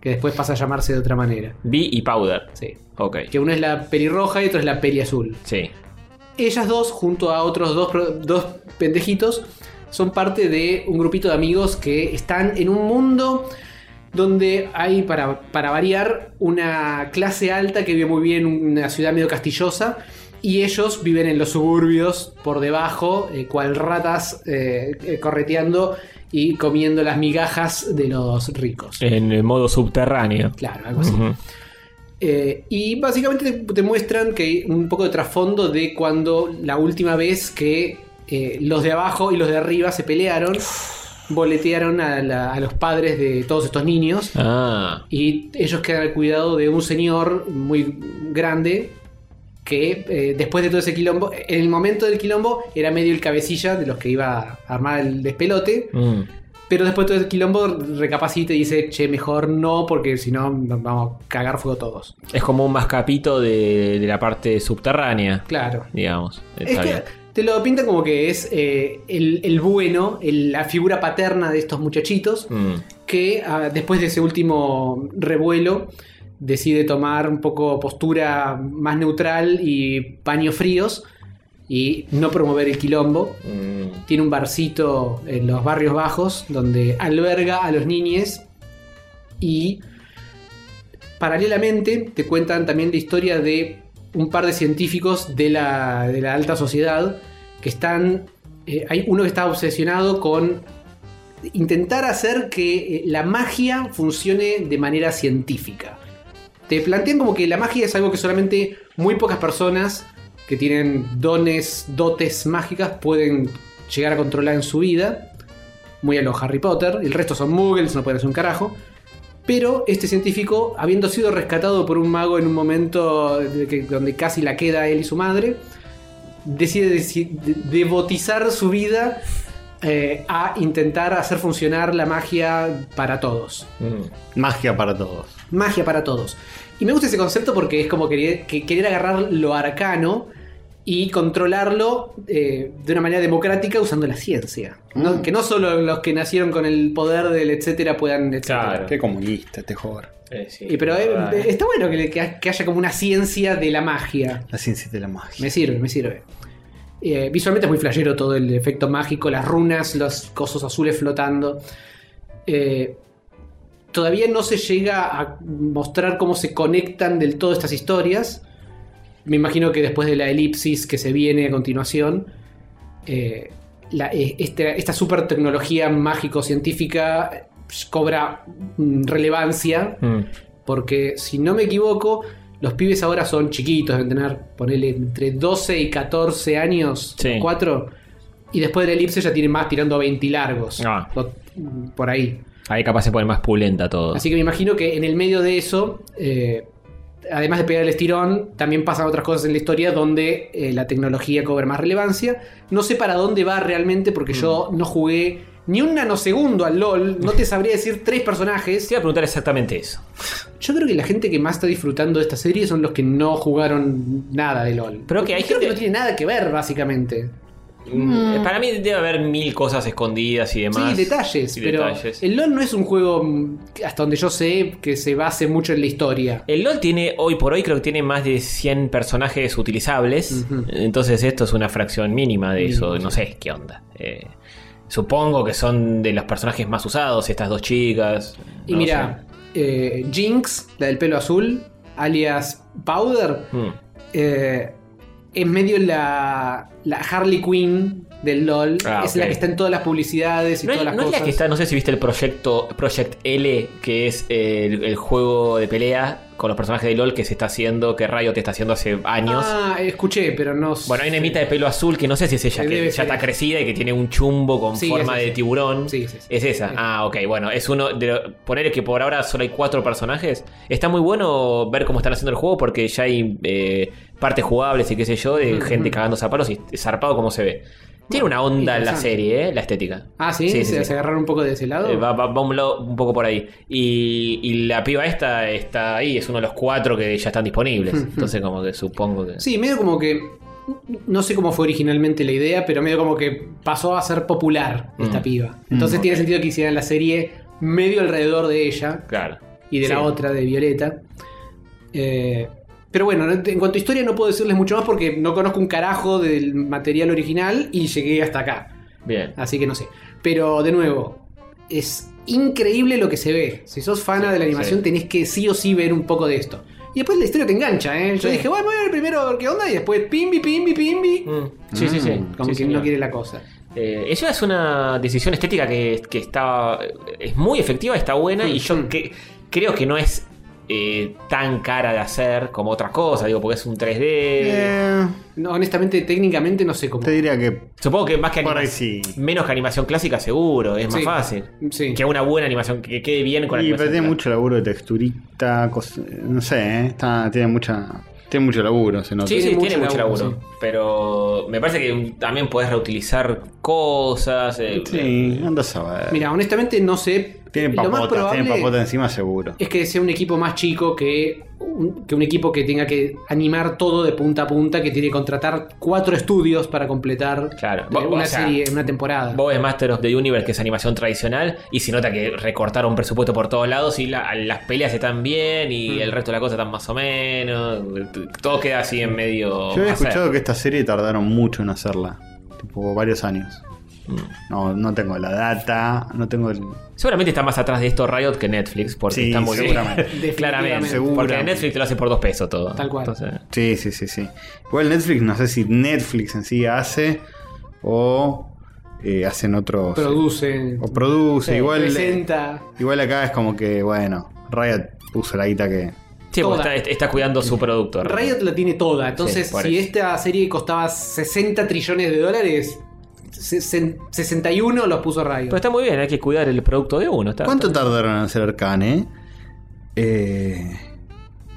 Speaker 3: que después pasa a llamarse de otra manera.
Speaker 2: Vi y Powder.
Speaker 3: Sí.
Speaker 2: Ok.
Speaker 3: Que uno es la pelirroja y otro es la peli azul.
Speaker 2: Sí.
Speaker 3: Ellas dos, junto a otros dos, pro- dos pendejitos, son parte de un grupito de amigos que están en un mundo donde hay, para, para variar, una clase alta que vive muy bien en una ciudad medio castillosa Y ellos viven en los suburbios por debajo, eh, cual ratas eh, eh, correteando y comiendo las migajas de los ricos.
Speaker 2: En el modo subterráneo.
Speaker 3: Claro, algo así.
Speaker 2: Eh. Ujú.
Speaker 3: Eh, y básicamente te, te muestran que hay un poco de trasfondo de cuando la última vez que eh, los de abajo y los de arriba se pelearon, boletearon a, la- a los padres de todos estos niños
Speaker 2: Ah.
Speaker 3: y ellos quedan al cuidado de un señor muy grande que eh, después de todo ese quilombo, en el momento del quilombo era medio el cabecilla de los que iba a armar el despelote.
Speaker 2: Mm.
Speaker 3: Pero después de todo el quilombo recapacita y dice, che, mejor no, porque si no nos vamos a cagar fuego todos.
Speaker 2: Es como un mascapito de, de la parte subterránea,
Speaker 3: Claro.
Speaker 2: digamos.
Speaker 3: Es
Speaker 2: Está
Speaker 3: que
Speaker 2: bien.
Speaker 3: te lo pinta como que es eh, el, el bueno, el- la figura paterna de estos muchachitos,
Speaker 2: Mm.
Speaker 3: que ah, después de ese último revuelo decide tomar un poco postura más neutral y paños fríos y no promover el quilombo.
Speaker 2: Mm.
Speaker 3: Tiene un barcito en los barrios bajos donde alberga a los niñes y paralelamente te cuentan también la historia de un par de científicos de la, de la alta sociedad que están... eh, hay uno que está obsesionado con intentar hacer que eh, la magia funcione de manera científica. Te plantean como que la magia es algo que solamente muy pocas personas que tienen dones, dotes mágicas pueden llegar a controlar en su vida. Muy a lo Harry Potter. El resto son muggles, no pueden hacer un carajo. Pero este científico, habiendo sido rescatado por un mago en un momento de que- donde casi la queda él y su madre, decide deci- de- devotizar su vida eh, a intentar hacer funcionar la magia para todos.
Speaker 1: Magia para todos.
Speaker 3: Magia para todos. Y me gusta ese concepto porque es como querer, que- querer agarrar lo arcano y controlarlo eh, de una manera democrática usando la ciencia. No-
Speaker 1: Mm.
Speaker 3: Que no solo los que nacieron con el poder del etcétera puedan etcétera.
Speaker 2: Claro.
Speaker 1: Qué comunista este joder.
Speaker 2: Eh, sí,
Speaker 3: Y pero eh,
Speaker 2: verdad, eh.
Speaker 3: está bueno que, que- que haya como una ciencia de la magia.
Speaker 1: La ciencia de la magia.
Speaker 3: Me sirve, me sirve. Eh, visualmente es muy flashero todo el efecto mágico, las runas, los cosos azules flotando. Eh, todavía no se llega a mostrar cómo se conectan del todo estas historias. Me imagino que después de la elipsis que se viene a continuación, eh, la- eh, este- esta super tecnología mágico-científica eh, cobra mm, relevancia
Speaker 2: Mm.
Speaker 3: porque si no me equivoco, los pibes ahora son chiquitos, deben tener, ponele, entre 12 y 14 años,
Speaker 2: Sí.
Speaker 3: 4. Y después de la elipse ya tienen más tirando a 20 largos.
Speaker 2: Ah.
Speaker 3: o- por ahí.
Speaker 2: Ahí capaz se pone más pulenta todo.
Speaker 3: Así que me imagino que en el medio de eso, eh, además de pegar el estirón, también pasan otras cosas en la historia donde eh, la tecnología cobra más relevancia. No sé para dónde va realmente
Speaker 2: Mm.
Speaker 3: porque yo no jugué ni un nanosegundo al LOL. No te sabría decir tres personajes.
Speaker 2: Te iba a preguntar exactamente eso.
Speaker 3: Yo creo que la gente que más está disfrutando de esta serie son los que no jugaron nada de LOL.
Speaker 2: Pero que hay
Speaker 3: creo
Speaker 2: gente-
Speaker 3: que no tiene nada que ver, básicamente.
Speaker 2: Mm, Para mí debe haber mil cosas escondidas y demás.
Speaker 3: sí, detalles,
Speaker 2: Y
Speaker 3: pero
Speaker 2: detalles. El...
Speaker 3: el LOL no es un juego, mm, que hasta donde yo sé, que se base mucho en la historia.
Speaker 2: LOL tiene, hoy por hoy, creo que tiene más de 100 personajes utilizables.
Speaker 3: Ujú. Mm.
Speaker 2: Entonces, esto es una fracción mínima de eso.
Speaker 3: Mínima,
Speaker 2: No sé qué onda. Eh, supongo que son de los personajes más usados, estas dos chicas.
Speaker 3: Y
Speaker 2: no
Speaker 3: mira, eh, Jinx, la del pelo azul, alias Powder,
Speaker 2: sé. Mm.
Speaker 3: eh, es medio la, la Harley Quinn del LOL.
Speaker 2: Ah,
Speaker 3: es
Speaker 2: ok.
Speaker 3: la que está en todas las publicidades y
Speaker 2: No, es,
Speaker 3: todas las
Speaker 2: no es
Speaker 3: cosas.
Speaker 2: la que está, no sé si viste el proyecto Project L, que es el, el juego de pelea con los personajes de LOL que se está haciendo, que Riot está haciendo hace años.
Speaker 3: Ah, escuché, pero no
Speaker 2: Bueno, hay una emita de pelo azul que no sé si es ella,
Speaker 3: Debe
Speaker 2: que ya
Speaker 3: ser
Speaker 2: está
Speaker 3: ella.
Speaker 2: crecida y que tiene un chumbo con
Speaker 3: Sí,
Speaker 2: forma
Speaker 3: es
Speaker 2: de
Speaker 3: esa.
Speaker 2: tiburón.
Speaker 3: Sí, sí, sí.
Speaker 2: Es esa.
Speaker 3: Sí.
Speaker 2: Ah, ok, bueno, es uno de lo- poner que por ahora solo hay cuatro personajes. Está muy bueno ver cómo están haciendo el juego porque ya hay eh, partes jugables y qué sé yo, de
Speaker 3: Ujú.
Speaker 2: gente cagando zapatos y zarpado como se ve. Tiene una onda la
Speaker 3: interesante.
Speaker 2: serie, ¿eh? la estética.
Speaker 3: Ah, sí, se, se agarraron un poco de ese lado.
Speaker 2: Eh, va, va- va un, lado- un poco por ahí. Y, y la piba esta está ahí, es uno de los cuatro que ya están
Speaker 3: (laughs)
Speaker 2: disponibles. Entonces, como que supongo que.
Speaker 3: Sí, medio como que. No sé cómo fue originalmente la idea, pero medio como que pasó a ser popular esta
Speaker 2: Mm.
Speaker 3: piba. Entonces tiene sentido que hicieran la serie medio alrededor de ella
Speaker 2: Claro.
Speaker 3: y de la
Speaker 2: Sí.
Speaker 3: otra, de Violeta. Eh, pero bueno, no- en cuanto a historia no puedo decirles mucho más porque no conozco un carajo del material original y llegué hasta acá.
Speaker 2: Bien.
Speaker 3: Así que no sé. Pero de nuevo, es increíble lo que se ve. Si sos fana de la animación,
Speaker 1: sí.
Speaker 3: tenés que sí o sí ver un poco de esto. Y después la historia te engancha, ¿eh? Yo
Speaker 2: Sí.
Speaker 3: dije, bueno, voy a ver primero a ver qué onda y después pimbi, pimbi, pimbi.
Speaker 2: Mm. Sí, sí, sí.
Speaker 3: Ah. Como
Speaker 2: Sí,
Speaker 3: quien
Speaker 2: señor.
Speaker 3: no quiere la cosa.
Speaker 2: Eh, ella es una decisión estética que, que está. es muy efectiva, está buena, y yo
Speaker 3: Mm.
Speaker 2: que, creo que no es eh, tan cara de hacer como otras cosas, digo, porque es un 3D.
Speaker 1: Eh,
Speaker 3: No, honestamente, técnicamente no sé cómo.
Speaker 1: te diría que
Speaker 2: Supongo que más que
Speaker 1: por ahí
Speaker 2: anima-
Speaker 1: sí.
Speaker 2: menos que animación clásica, seguro, es más
Speaker 3: Sí.
Speaker 2: fácil.
Speaker 3: Sí.
Speaker 2: Que una buena animación, que quede bien con la
Speaker 1: Y
Speaker 2: animación.
Speaker 1: pero tiene
Speaker 2: clásica.
Speaker 1: mucho laburo de texturita, cos- no sé, ¿eh? Está- tiene mucha tiene mucho laburo, se nota.
Speaker 2: Sí, sí,
Speaker 3: Tiene
Speaker 2: tiene
Speaker 3: mucho
Speaker 2: mucho laburo.
Speaker 3: laburo,
Speaker 2: Pero me parece que también podés reutilizar cosas. eh,
Speaker 1: Sí, anda a saber.
Speaker 3: Mira, honestamente no sé.
Speaker 1: tiene
Speaker 3: lo más
Speaker 1: papota,
Speaker 3: probable
Speaker 1: tiene papota encima seguro.
Speaker 3: es que sea un equipo más chico que un, que un equipo que tenga que animar todo de punta a punta, que tiene que contratar cuatro estudios para completar
Speaker 2: Claro.
Speaker 3: eh,
Speaker 2: Vos- vos,
Speaker 3: una
Speaker 2: o sea,
Speaker 3: serie, una temporada.
Speaker 2: Vos ves Master of the Universe, que es animación tradicional, y se nota que recortaron presupuesto por todos lados y la- las peleas están bien y el resto de la cosa están más o menos. Todo queda así en medio.
Speaker 1: Yo había
Speaker 2: hacer.
Speaker 1: escuchado que esta serie tardaron mucho en hacerla. Tipo, varios años. No, no tengo la data, no tengo el.
Speaker 2: Seguramente está más atrás de esto Riot que Netflix, porque
Speaker 1: Sí,
Speaker 2: está muy bien.
Speaker 1: seguramente.
Speaker 2: (laughs) Claramente.
Speaker 1: Seguramente.
Speaker 2: Porque Netflix te lo hace por dos pesos todo.
Speaker 3: Tal cual.
Speaker 2: Entonces,
Speaker 1: Sí, sí, sí, sí. Igual Netflix, no sé si Netflix en sí hace o eh, hacen otros.
Speaker 3: Produce,
Speaker 1: o produce. igual,
Speaker 3: presenta.
Speaker 1: igual acá es como que, bueno, Riot puso la guita que.
Speaker 2: sí, porque
Speaker 3: Toda.
Speaker 2: está, está cuidando su producto.
Speaker 3: Riot la tiene toda,
Speaker 2: eh,
Speaker 3: entonces
Speaker 2: Sí, por
Speaker 3: si
Speaker 2: eso.
Speaker 3: esta serie costaba 60 trillones de dólares, sesen- 61 los puso Riot.
Speaker 2: Pero está muy bien, hay que cuidar el producto de uno. Está,
Speaker 1: ¿Cuánto tardaron en hacer Arcane? Eh.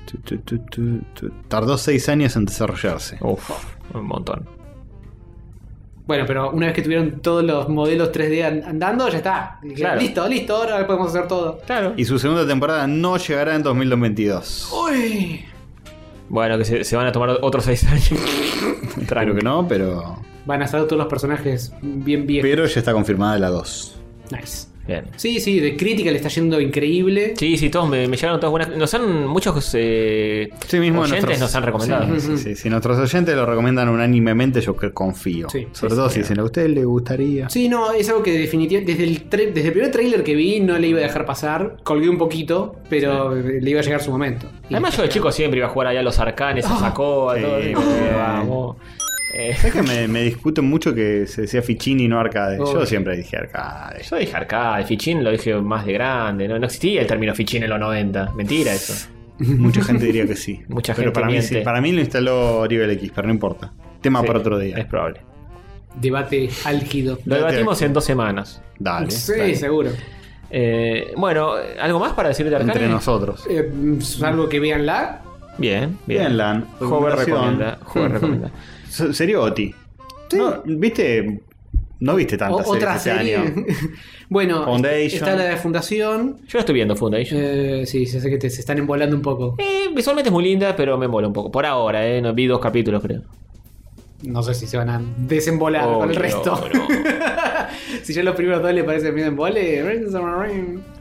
Speaker 1: tu, tu, tu, tu, tu. Tardó seis años en desarrollarse.
Speaker 2: Uf, un montón.
Speaker 3: Bueno, pero una vez que tuvieron todos los modelos 3D an- andando, ya está.
Speaker 2: Claro.
Speaker 3: Listo, listo, ahora podemos hacer todo.
Speaker 2: Claro.
Speaker 1: Y su segunda temporada no llegará en 2022.
Speaker 3: Uy.
Speaker 2: Bueno, que se, se van a tomar otros
Speaker 1: (laughs)
Speaker 2: seis años.
Speaker 1: Claro que no, pero.
Speaker 3: Van a salir todos los personajes bien viejos.
Speaker 1: Pero ya está confirmada la 2.
Speaker 3: Nice.
Speaker 2: Bien.
Speaker 3: Sí, sí, de crítica le está yendo increíble.
Speaker 2: Sí, sí, todos me, me llegaron todas buenas. Nos han muchos eh,
Speaker 1: Sí, mismo
Speaker 2: oyentes
Speaker 1: nuestros-
Speaker 2: nos han
Speaker 1: Sí,
Speaker 2: recomendado.
Speaker 1: sí, sí. Si nuestros oyentes lo recomiendan unánimemente, yo que confío.
Speaker 3: Sí,
Speaker 1: Sobre todo si dicen a usted le gustaría.
Speaker 3: Sí, no, es algo que definitivamente desde el, tra- desde el primer tráiler que vi no le iba a dejar pasar. Colgué un poquito, pero le iba a llegar su momento. Y-
Speaker 2: Además, yo de chico siempre iba a jugar allá a los arcanes, a Sacoa,
Speaker 1: Ah, Sí. Ah,
Speaker 2: todo. digo, eh, vamos. Eh,
Speaker 1: Es que me, me discuten mucho que se decía Fichini y no arcade. Yo
Speaker 3: Uy.
Speaker 1: siempre dije arcade.
Speaker 2: yo dije arcade, fichín lo dije más de grande. No, no existía el término fichín en los 90. Mentira eso.
Speaker 1: Mucha gente diría que sí.
Speaker 2: Mucha
Speaker 1: Pero
Speaker 2: gente
Speaker 1: para mí,
Speaker 2: miente.
Speaker 1: sí. para mí lo instaló Oriol X, pero no importa. Tema
Speaker 2: Sí,
Speaker 1: para otro
Speaker 2: Es
Speaker 1: día.
Speaker 2: probable.
Speaker 3: Debate álgido.
Speaker 2: Lo
Speaker 1: Date
Speaker 2: debatimos en dos semanas.
Speaker 1: Dale.
Speaker 3: Sí,
Speaker 1: dale.
Speaker 3: seguro.
Speaker 2: Eh, bueno, ¿algo más para decir de arcade?
Speaker 1: Entre nosotros.
Speaker 3: Eh, salvo que vean la.
Speaker 2: Bien, bien.
Speaker 1: Bien, Lan.
Speaker 2: Hover
Speaker 1: Recomendación.
Speaker 2: recomienda. Hover recomienda.
Speaker 1: Se- Sería Oti. No, ¿Viste? No viste tantas
Speaker 3: otra
Speaker 1: series este
Speaker 3: serie. (laughs)
Speaker 1: año.
Speaker 3: bueno,
Speaker 1: Foundation.
Speaker 3: está la de Fundación.
Speaker 2: Yo la estoy viendo Foundation.
Speaker 3: Eh, sí, ya sé que te, se están embolando un poco.
Speaker 2: Eh, visualmente es muy linda, pero me mola un poco. Por ahora, eh. No, vi dos capítulos, creo.
Speaker 3: No sé si se van a desembolar con el
Speaker 2: Obvio,
Speaker 3: resto.
Speaker 2: no.
Speaker 3: (laughs) si ya los primeros dos le parecen bien embole.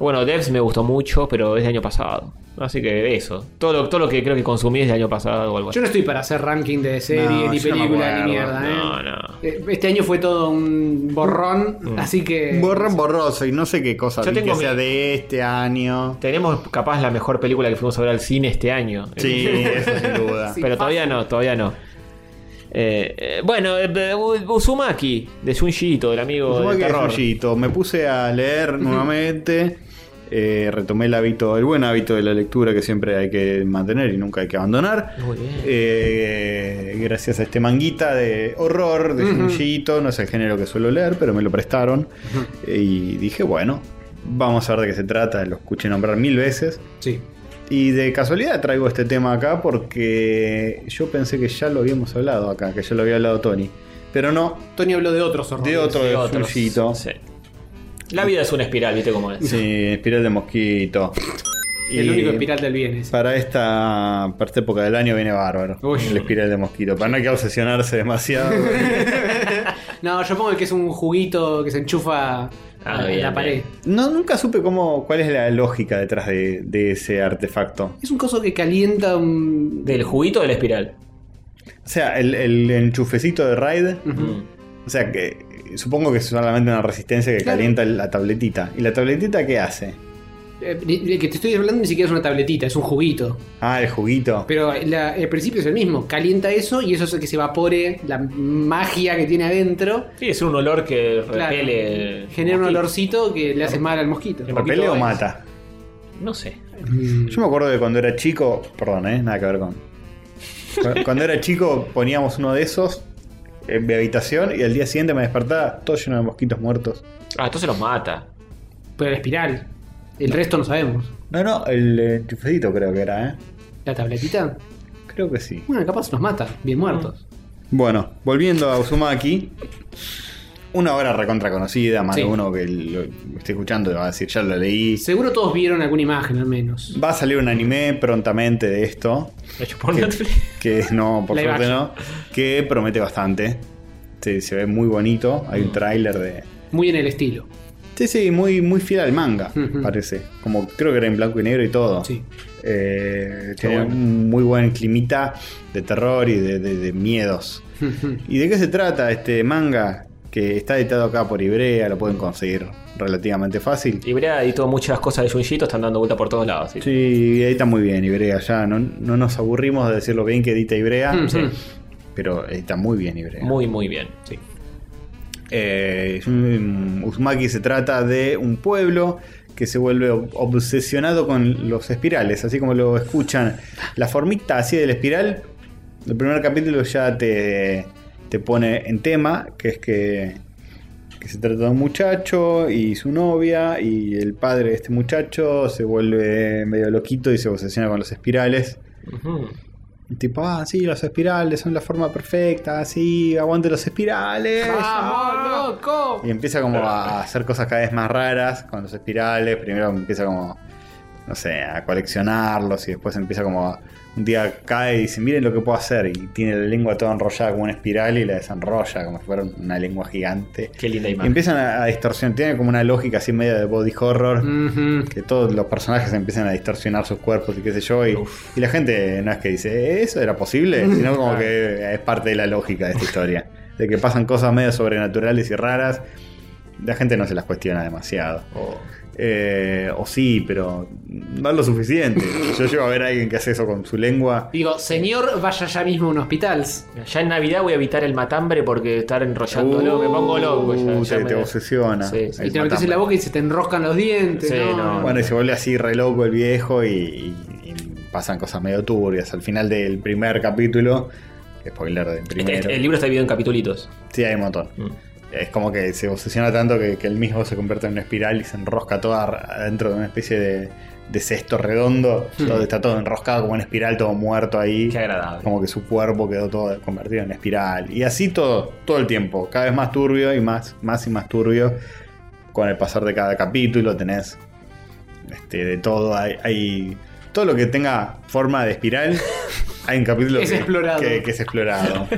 Speaker 2: Bueno, Devs me gustó mucho, pero es del año pasado. Así que eso. Todo lo, todo lo que creo que consumí es del año pasado o algo así.
Speaker 3: Yo no estoy para hacer ranking de series,
Speaker 1: No,
Speaker 3: ni
Speaker 1: yo no me
Speaker 3: películas, ni
Speaker 1: acuerdo.
Speaker 3: mierda. ¿eh?
Speaker 2: No, Mm. no.
Speaker 3: Eh, Este año fue todo un borrón, así que.
Speaker 1: Borrón borroso y no sé qué cosa
Speaker 2: Yo
Speaker 1: vi
Speaker 2: tengo
Speaker 1: que
Speaker 2: mi-
Speaker 1: sea de este año.
Speaker 2: Tenemos capaz la mejor película que fuimos a ver al cine este año.
Speaker 1: Sí, eso sin duda.
Speaker 2: (laughs)
Speaker 3: Sí.
Speaker 2: Pero todavía no, todavía no. Eh, eh, bueno, eh, eh, Uzumaki, de Junji Ito, del amigo
Speaker 1: Supongo
Speaker 2: de
Speaker 1: que es
Speaker 2: terror.
Speaker 1: Yuyito. Me puse a leer nuevamente. eh, retomé el hábito, el buen hábito de la lectura que siempre hay que mantener y nunca hay que abandonar.
Speaker 2: Muy bien.
Speaker 1: Eh, gracias a este manguita de horror de Junjiito, no es el género que suelo leer, pero me lo prestaron. Y dije, bueno, vamos a ver de qué se trata. Lo escuché nombrar mil veces.
Speaker 3: Sí.
Speaker 1: Y de casualidad traigo este tema acá porque yo pensé que ya lo habíamos hablado acá, que ya lo había hablado Tony. Pero no,
Speaker 3: Tony habló de otros horrores.
Speaker 1: de otro de
Speaker 2: otros.
Speaker 1: Junjiito.
Speaker 2: Sí. La vida es una espiral, ¿viste cómo es?
Speaker 1: Sí, espiral de mosquito.
Speaker 3: (laughs) El
Speaker 1: Y
Speaker 3: único espiral del bien. ese.
Speaker 1: Para esta, para esta época del año viene bárbaro.
Speaker 3: Uy.
Speaker 1: El espiral de mosquito. Para no hay que obsesionarse
Speaker 3: (laughs)
Speaker 1: demasiado.
Speaker 3: No, yo pongo que es un juguito que se enchufa a
Speaker 2: Ah, bien,
Speaker 3: la pared.
Speaker 2: bien.
Speaker 1: no, nunca supe cómo, cuál es la lógica detrás de, de ese artefacto.
Speaker 3: Es un coso que calienta un.
Speaker 2: Del juguito o de la espiral.
Speaker 1: O sea, el, el enchufecito de Raid.
Speaker 3: Ujú.
Speaker 1: O sea, que supongo que es solamente una resistencia que
Speaker 3: Claro.
Speaker 1: calienta la tabletita. ¿Y la tabletita qué hace?
Speaker 3: Eh, ni- El que te estoy hablando ni siquiera es una tabletita, es un juguito.
Speaker 1: Ah, el juguito.
Speaker 3: Pero la- el principio es el mismo. Calienta eso y eso hace que se evapore la magia que tiene adentro.
Speaker 2: Sí, es un olor que
Speaker 3: Claro.
Speaker 2: repele. el
Speaker 3: Genera un
Speaker 2: mosquito.
Speaker 3: olorcito que le hace mal al mosquito.
Speaker 2: El
Speaker 1: ¿Repele
Speaker 2: mosquito
Speaker 1: o
Speaker 2: es-
Speaker 1: mata?
Speaker 2: No sé.
Speaker 3: Mm.
Speaker 1: Yo me acuerdo de cuando era chico, perdón, eh, nada que ver con. cu- Cuando era chico poníamos uno de esos en mi habitación y al día siguiente me despertaba todo lleno de mosquitos muertos.
Speaker 2: Ah, entonces los mata.
Speaker 3: Pero la espiral. El resto no sabemos.
Speaker 1: No, no, el eh, chufecito creo que era, ¿eh?
Speaker 3: La tabletita.
Speaker 1: Creo que sí.
Speaker 3: Bueno, capaz nos mata. Bien muertos.
Speaker 1: Bueno, volviendo a Uzumaki. Una obra recontra conocida, más de
Speaker 3: Sí.
Speaker 1: uno que lo esté escuchando va a decir, ya lo leí.
Speaker 3: Seguro todos vieron alguna imagen al menos.
Speaker 1: Va a salir un anime prontamente de esto.
Speaker 2: Lo chupó en
Speaker 1: que-
Speaker 2: Netflix.
Speaker 1: Que no, por
Speaker 3: Live
Speaker 1: suerte
Speaker 3: action.
Speaker 1: no. Que promete bastante. Sí, se ve muy bonito. Hay
Speaker 3: Mm.
Speaker 1: un tráiler de.
Speaker 3: Muy en el
Speaker 1: (laughs)
Speaker 3: estilo.
Speaker 1: Sí, sí, muy, muy fiel al manga,
Speaker 3: Ujú.
Speaker 1: parece. Como creo que era en blanco y negro y todo.
Speaker 3: Sí.
Speaker 1: Eh, tiene
Speaker 2: bueno.
Speaker 1: un muy buen climita de terror y de, de- de miedos. ¿Y de qué se trata este manga? Que está editado acá por Ibrea, lo pueden conseguir relativamente fácil.
Speaker 2: Ibrea editó muchas cosas de Junjito, están dando vuelta por todos lados. sí.
Speaker 1: Sí, edita muy bien Ibrea, ya no, no nos aburrimos de decir lo bien que edita Ibrea,
Speaker 3: Ujú.
Speaker 1: pero edita muy bien Ibrea.
Speaker 2: Muy, muy bien. Sí.
Speaker 1: Eh, mm, Uzumaki se trata de un pueblo que se vuelve ob- obsesionado con los espirales, así como lo escuchan. La formita así del espiral, el primer capítulo ya te, te pone en tema, que es que, que se trata de un muchacho y su novia, y el padre de este muchacho se vuelve medio loquito y se obsesiona con los espirales.
Speaker 2: Ujú.
Speaker 1: Tipo, ah, sí, los espirales son la forma perfecta, sí, aguante los espirales.
Speaker 3: ¡Vamos, loco!
Speaker 1: Y empieza como a hacer cosas cada vez más raras con los espirales. Primero empieza como, no sé, a coleccionarlos y después empieza como a- un día cae y dice, miren lo que puedo hacer. Y tiene la lengua toda enrollada como una espiral y la desenrolla como si fuera una lengua gigante.
Speaker 2: Qué linda
Speaker 1: Y
Speaker 2: imagen.
Speaker 1: empiezan a, a distorsionar, tiene como una lógica así media de body horror.
Speaker 3: Ujú.
Speaker 1: Que todos los personajes empiezan a distorsionar sus cuerpos y qué sé yo. Y, y la gente no es que dice, "Eh, ¿eso era posible? Sino
Speaker 2: (laughs)
Speaker 1: como que es parte de la lógica de esta historia. De que pasan cosas medio sobrenaturales y raras. La gente no se las cuestiona demasiado.
Speaker 2: Oh.
Speaker 1: Eh, o sí, pero no es lo
Speaker 2: (laughs)
Speaker 1: suficiente. Yo llego a ver a alguien que hace eso con su lengua.
Speaker 3: Digo, señor, vaya ya mismo a un hospital.
Speaker 2: Ya en Navidad voy a evitar el matambre porque estar enrollándolo, me pongo loco. Ya,
Speaker 1: Uh,
Speaker 2: ya
Speaker 1: te,
Speaker 2: me-
Speaker 1: te obsesiona.
Speaker 2: Sí, sí.
Speaker 1: El
Speaker 3: Y te lo metes en
Speaker 1: matambre.
Speaker 3: la boca y se te enroscan los dientes.
Speaker 2: Sí,
Speaker 3: no,
Speaker 2: no.
Speaker 1: Bueno, y se vuelve así re loco el viejo y, y- y pasan cosas medio turbias. Al final del primer capítulo, spoiler del
Speaker 2: Este-
Speaker 1: primero,
Speaker 2: este- el libro está dividido en capitulitos.
Speaker 1: sí hay un montón.
Speaker 2: Mm.
Speaker 1: Es como que se obsesiona tanto que, que él mismo se convierte en una espiral y se enrosca toda dentro de una especie de, de cesto redondo. Todo, está todo enroscado como una espiral, todo muerto ahí.
Speaker 2: Mm. Qué agradable.
Speaker 1: Como que su cuerpo quedó todo convertido en espiral. Y así todo, todo el tiempo. Cada vez más turbio y más, más y más turbio. Con el pasar de cada capítulo tenés este, de todo. Hay, hay- todo lo que tenga forma de
Speaker 3: (laughs)
Speaker 1: espiral. Hay un capítulo
Speaker 3: Es
Speaker 1: que,
Speaker 3: explorado.
Speaker 1: que- que es explorado.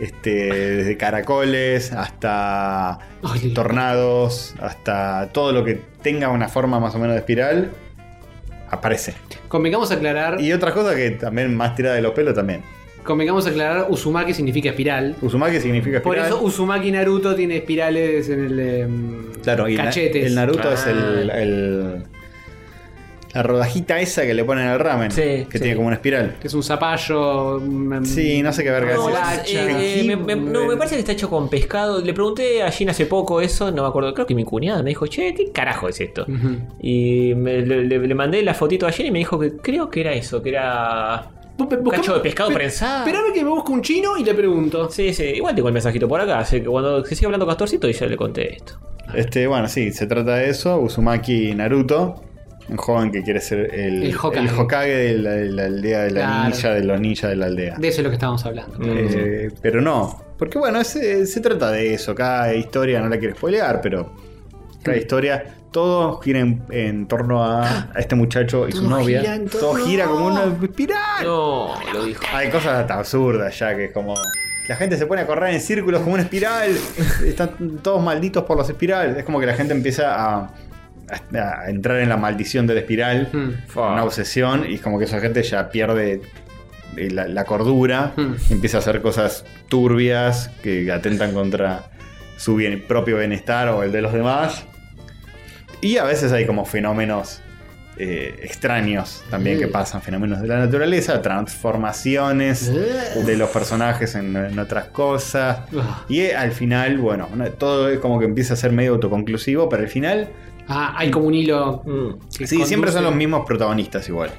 Speaker 1: Este, desde caracoles hasta
Speaker 3: Ay.
Speaker 1: tornados, hasta todo lo que tenga una forma más o menos de espiral, aparece.
Speaker 3: Convengamos aclarar,
Speaker 1: Y otra cosa que también más tirada de los pelos también.
Speaker 3: convengamos aclarar, Uzumaki significa espiral.
Speaker 1: Uzumaki significa
Speaker 3: Por
Speaker 1: espiral.
Speaker 3: eso Uzumaki Naruto tiene espirales en el em,
Speaker 1: Claro, y na-
Speaker 3: cachetes.
Speaker 1: el Naruto es el,
Speaker 2: Ah.
Speaker 1: el- La rodajita esa que le ponen al ramen.
Speaker 2: Sí,
Speaker 1: que
Speaker 2: sí.
Speaker 1: tiene como una espiral.
Speaker 3: Ah, que es un zapallo. un- em,
Speaker 1: Sí, no sé qué verga
Speaker 2: No,
Speaker 1: es.
Speaker 3: Hola,
Speaker 2: es- eh, me, me- no, me parece que está hecho con pescado. Le pregunté a Gina hace poco eso, no me acuerdo. Creo que mi cuñada me dijo, che, ¿qué carajo es esto?
Speaker 3: Ujú.
Speaker 2: Y me- le, le- le mandé la fotito a Gina y me dijo que creo que era eso, que era. Un
Speaker 3: Buscame-
Speaker 2: cacho de pescado
Speaker 3: pe-
Speaker 2: prensado.
Speaker 3: Esperame que me busque un chino y le pregunto.
Speaker 2: Sí, sí, igual tengo el mensajito por acá. Así que cuando se siga hablando Castorcito, y ya le conté esto.
Speaker 1: Este, bueno, sí, se trata de eso. Uzumaki Naruto, un joven que quiere ser el,
Speaker 3: El Hokage.
Speaker 1: de la, de la aldea, de la
Speaker 3: Claro.
Speaker 1: ninja, de los ninjas de la aldea.
Speaker 3: De eso es lo que estábamos hablando.
Speaker 1: Eh, pero no, porque bueno, es- eh, se trata de eso. Cada historia, no la quiero spoilear, pero cada historia, todo gira en, en torno
Speaker 3: (gasps)
Speaker 1: a, a este muchacho y su novia.
Speaker 3: gira en torno-
Speaker 1: todo gira como una espiral.
Speaker 2: No, lo dijo.
Speaker 1: Hay cosas hasta absurdas ya que es como. La gente se pone a correr en círculos como una espiral.
Speaker 3: (laughs)
Speaker 1: Están todos malditos por los espirales. Es como que la gente empieza a, a- a entrar en la maldición del espiral.
Speaker 2: Mm.
Speaker 3: Hmm.
Speaker 2: Fa.
Speaker 1: Una obsesión. Y es como que esa gente ya pierde eh, la, la cordura.
Speaker 3: Hmm.
Speaker 1: Empieza a hacer cosas turbias que atentan contra su bien- propio bienestar o el de los demás. Y a veces hay como fenómenos eh, extraños también que pasan, fenómenos de la naturaleza, transformaciones
Speaker 3: Hmm.
Speaker 1: de los personajes en, en otras cosas.
Speaker 3: Ah,
Speaker 1: Y eh, al final, bueno, una- todo es como que empieza a ser medio autoconclusivo, pero al final
Speaker 3: Ah, hay como un hilo.
Speaker 2: Mm.
Speaker 3: que
Speaker 1: Sí, siempre son
Speaker 3: conduce.
Speaker 1: los mismos protagonistas igual.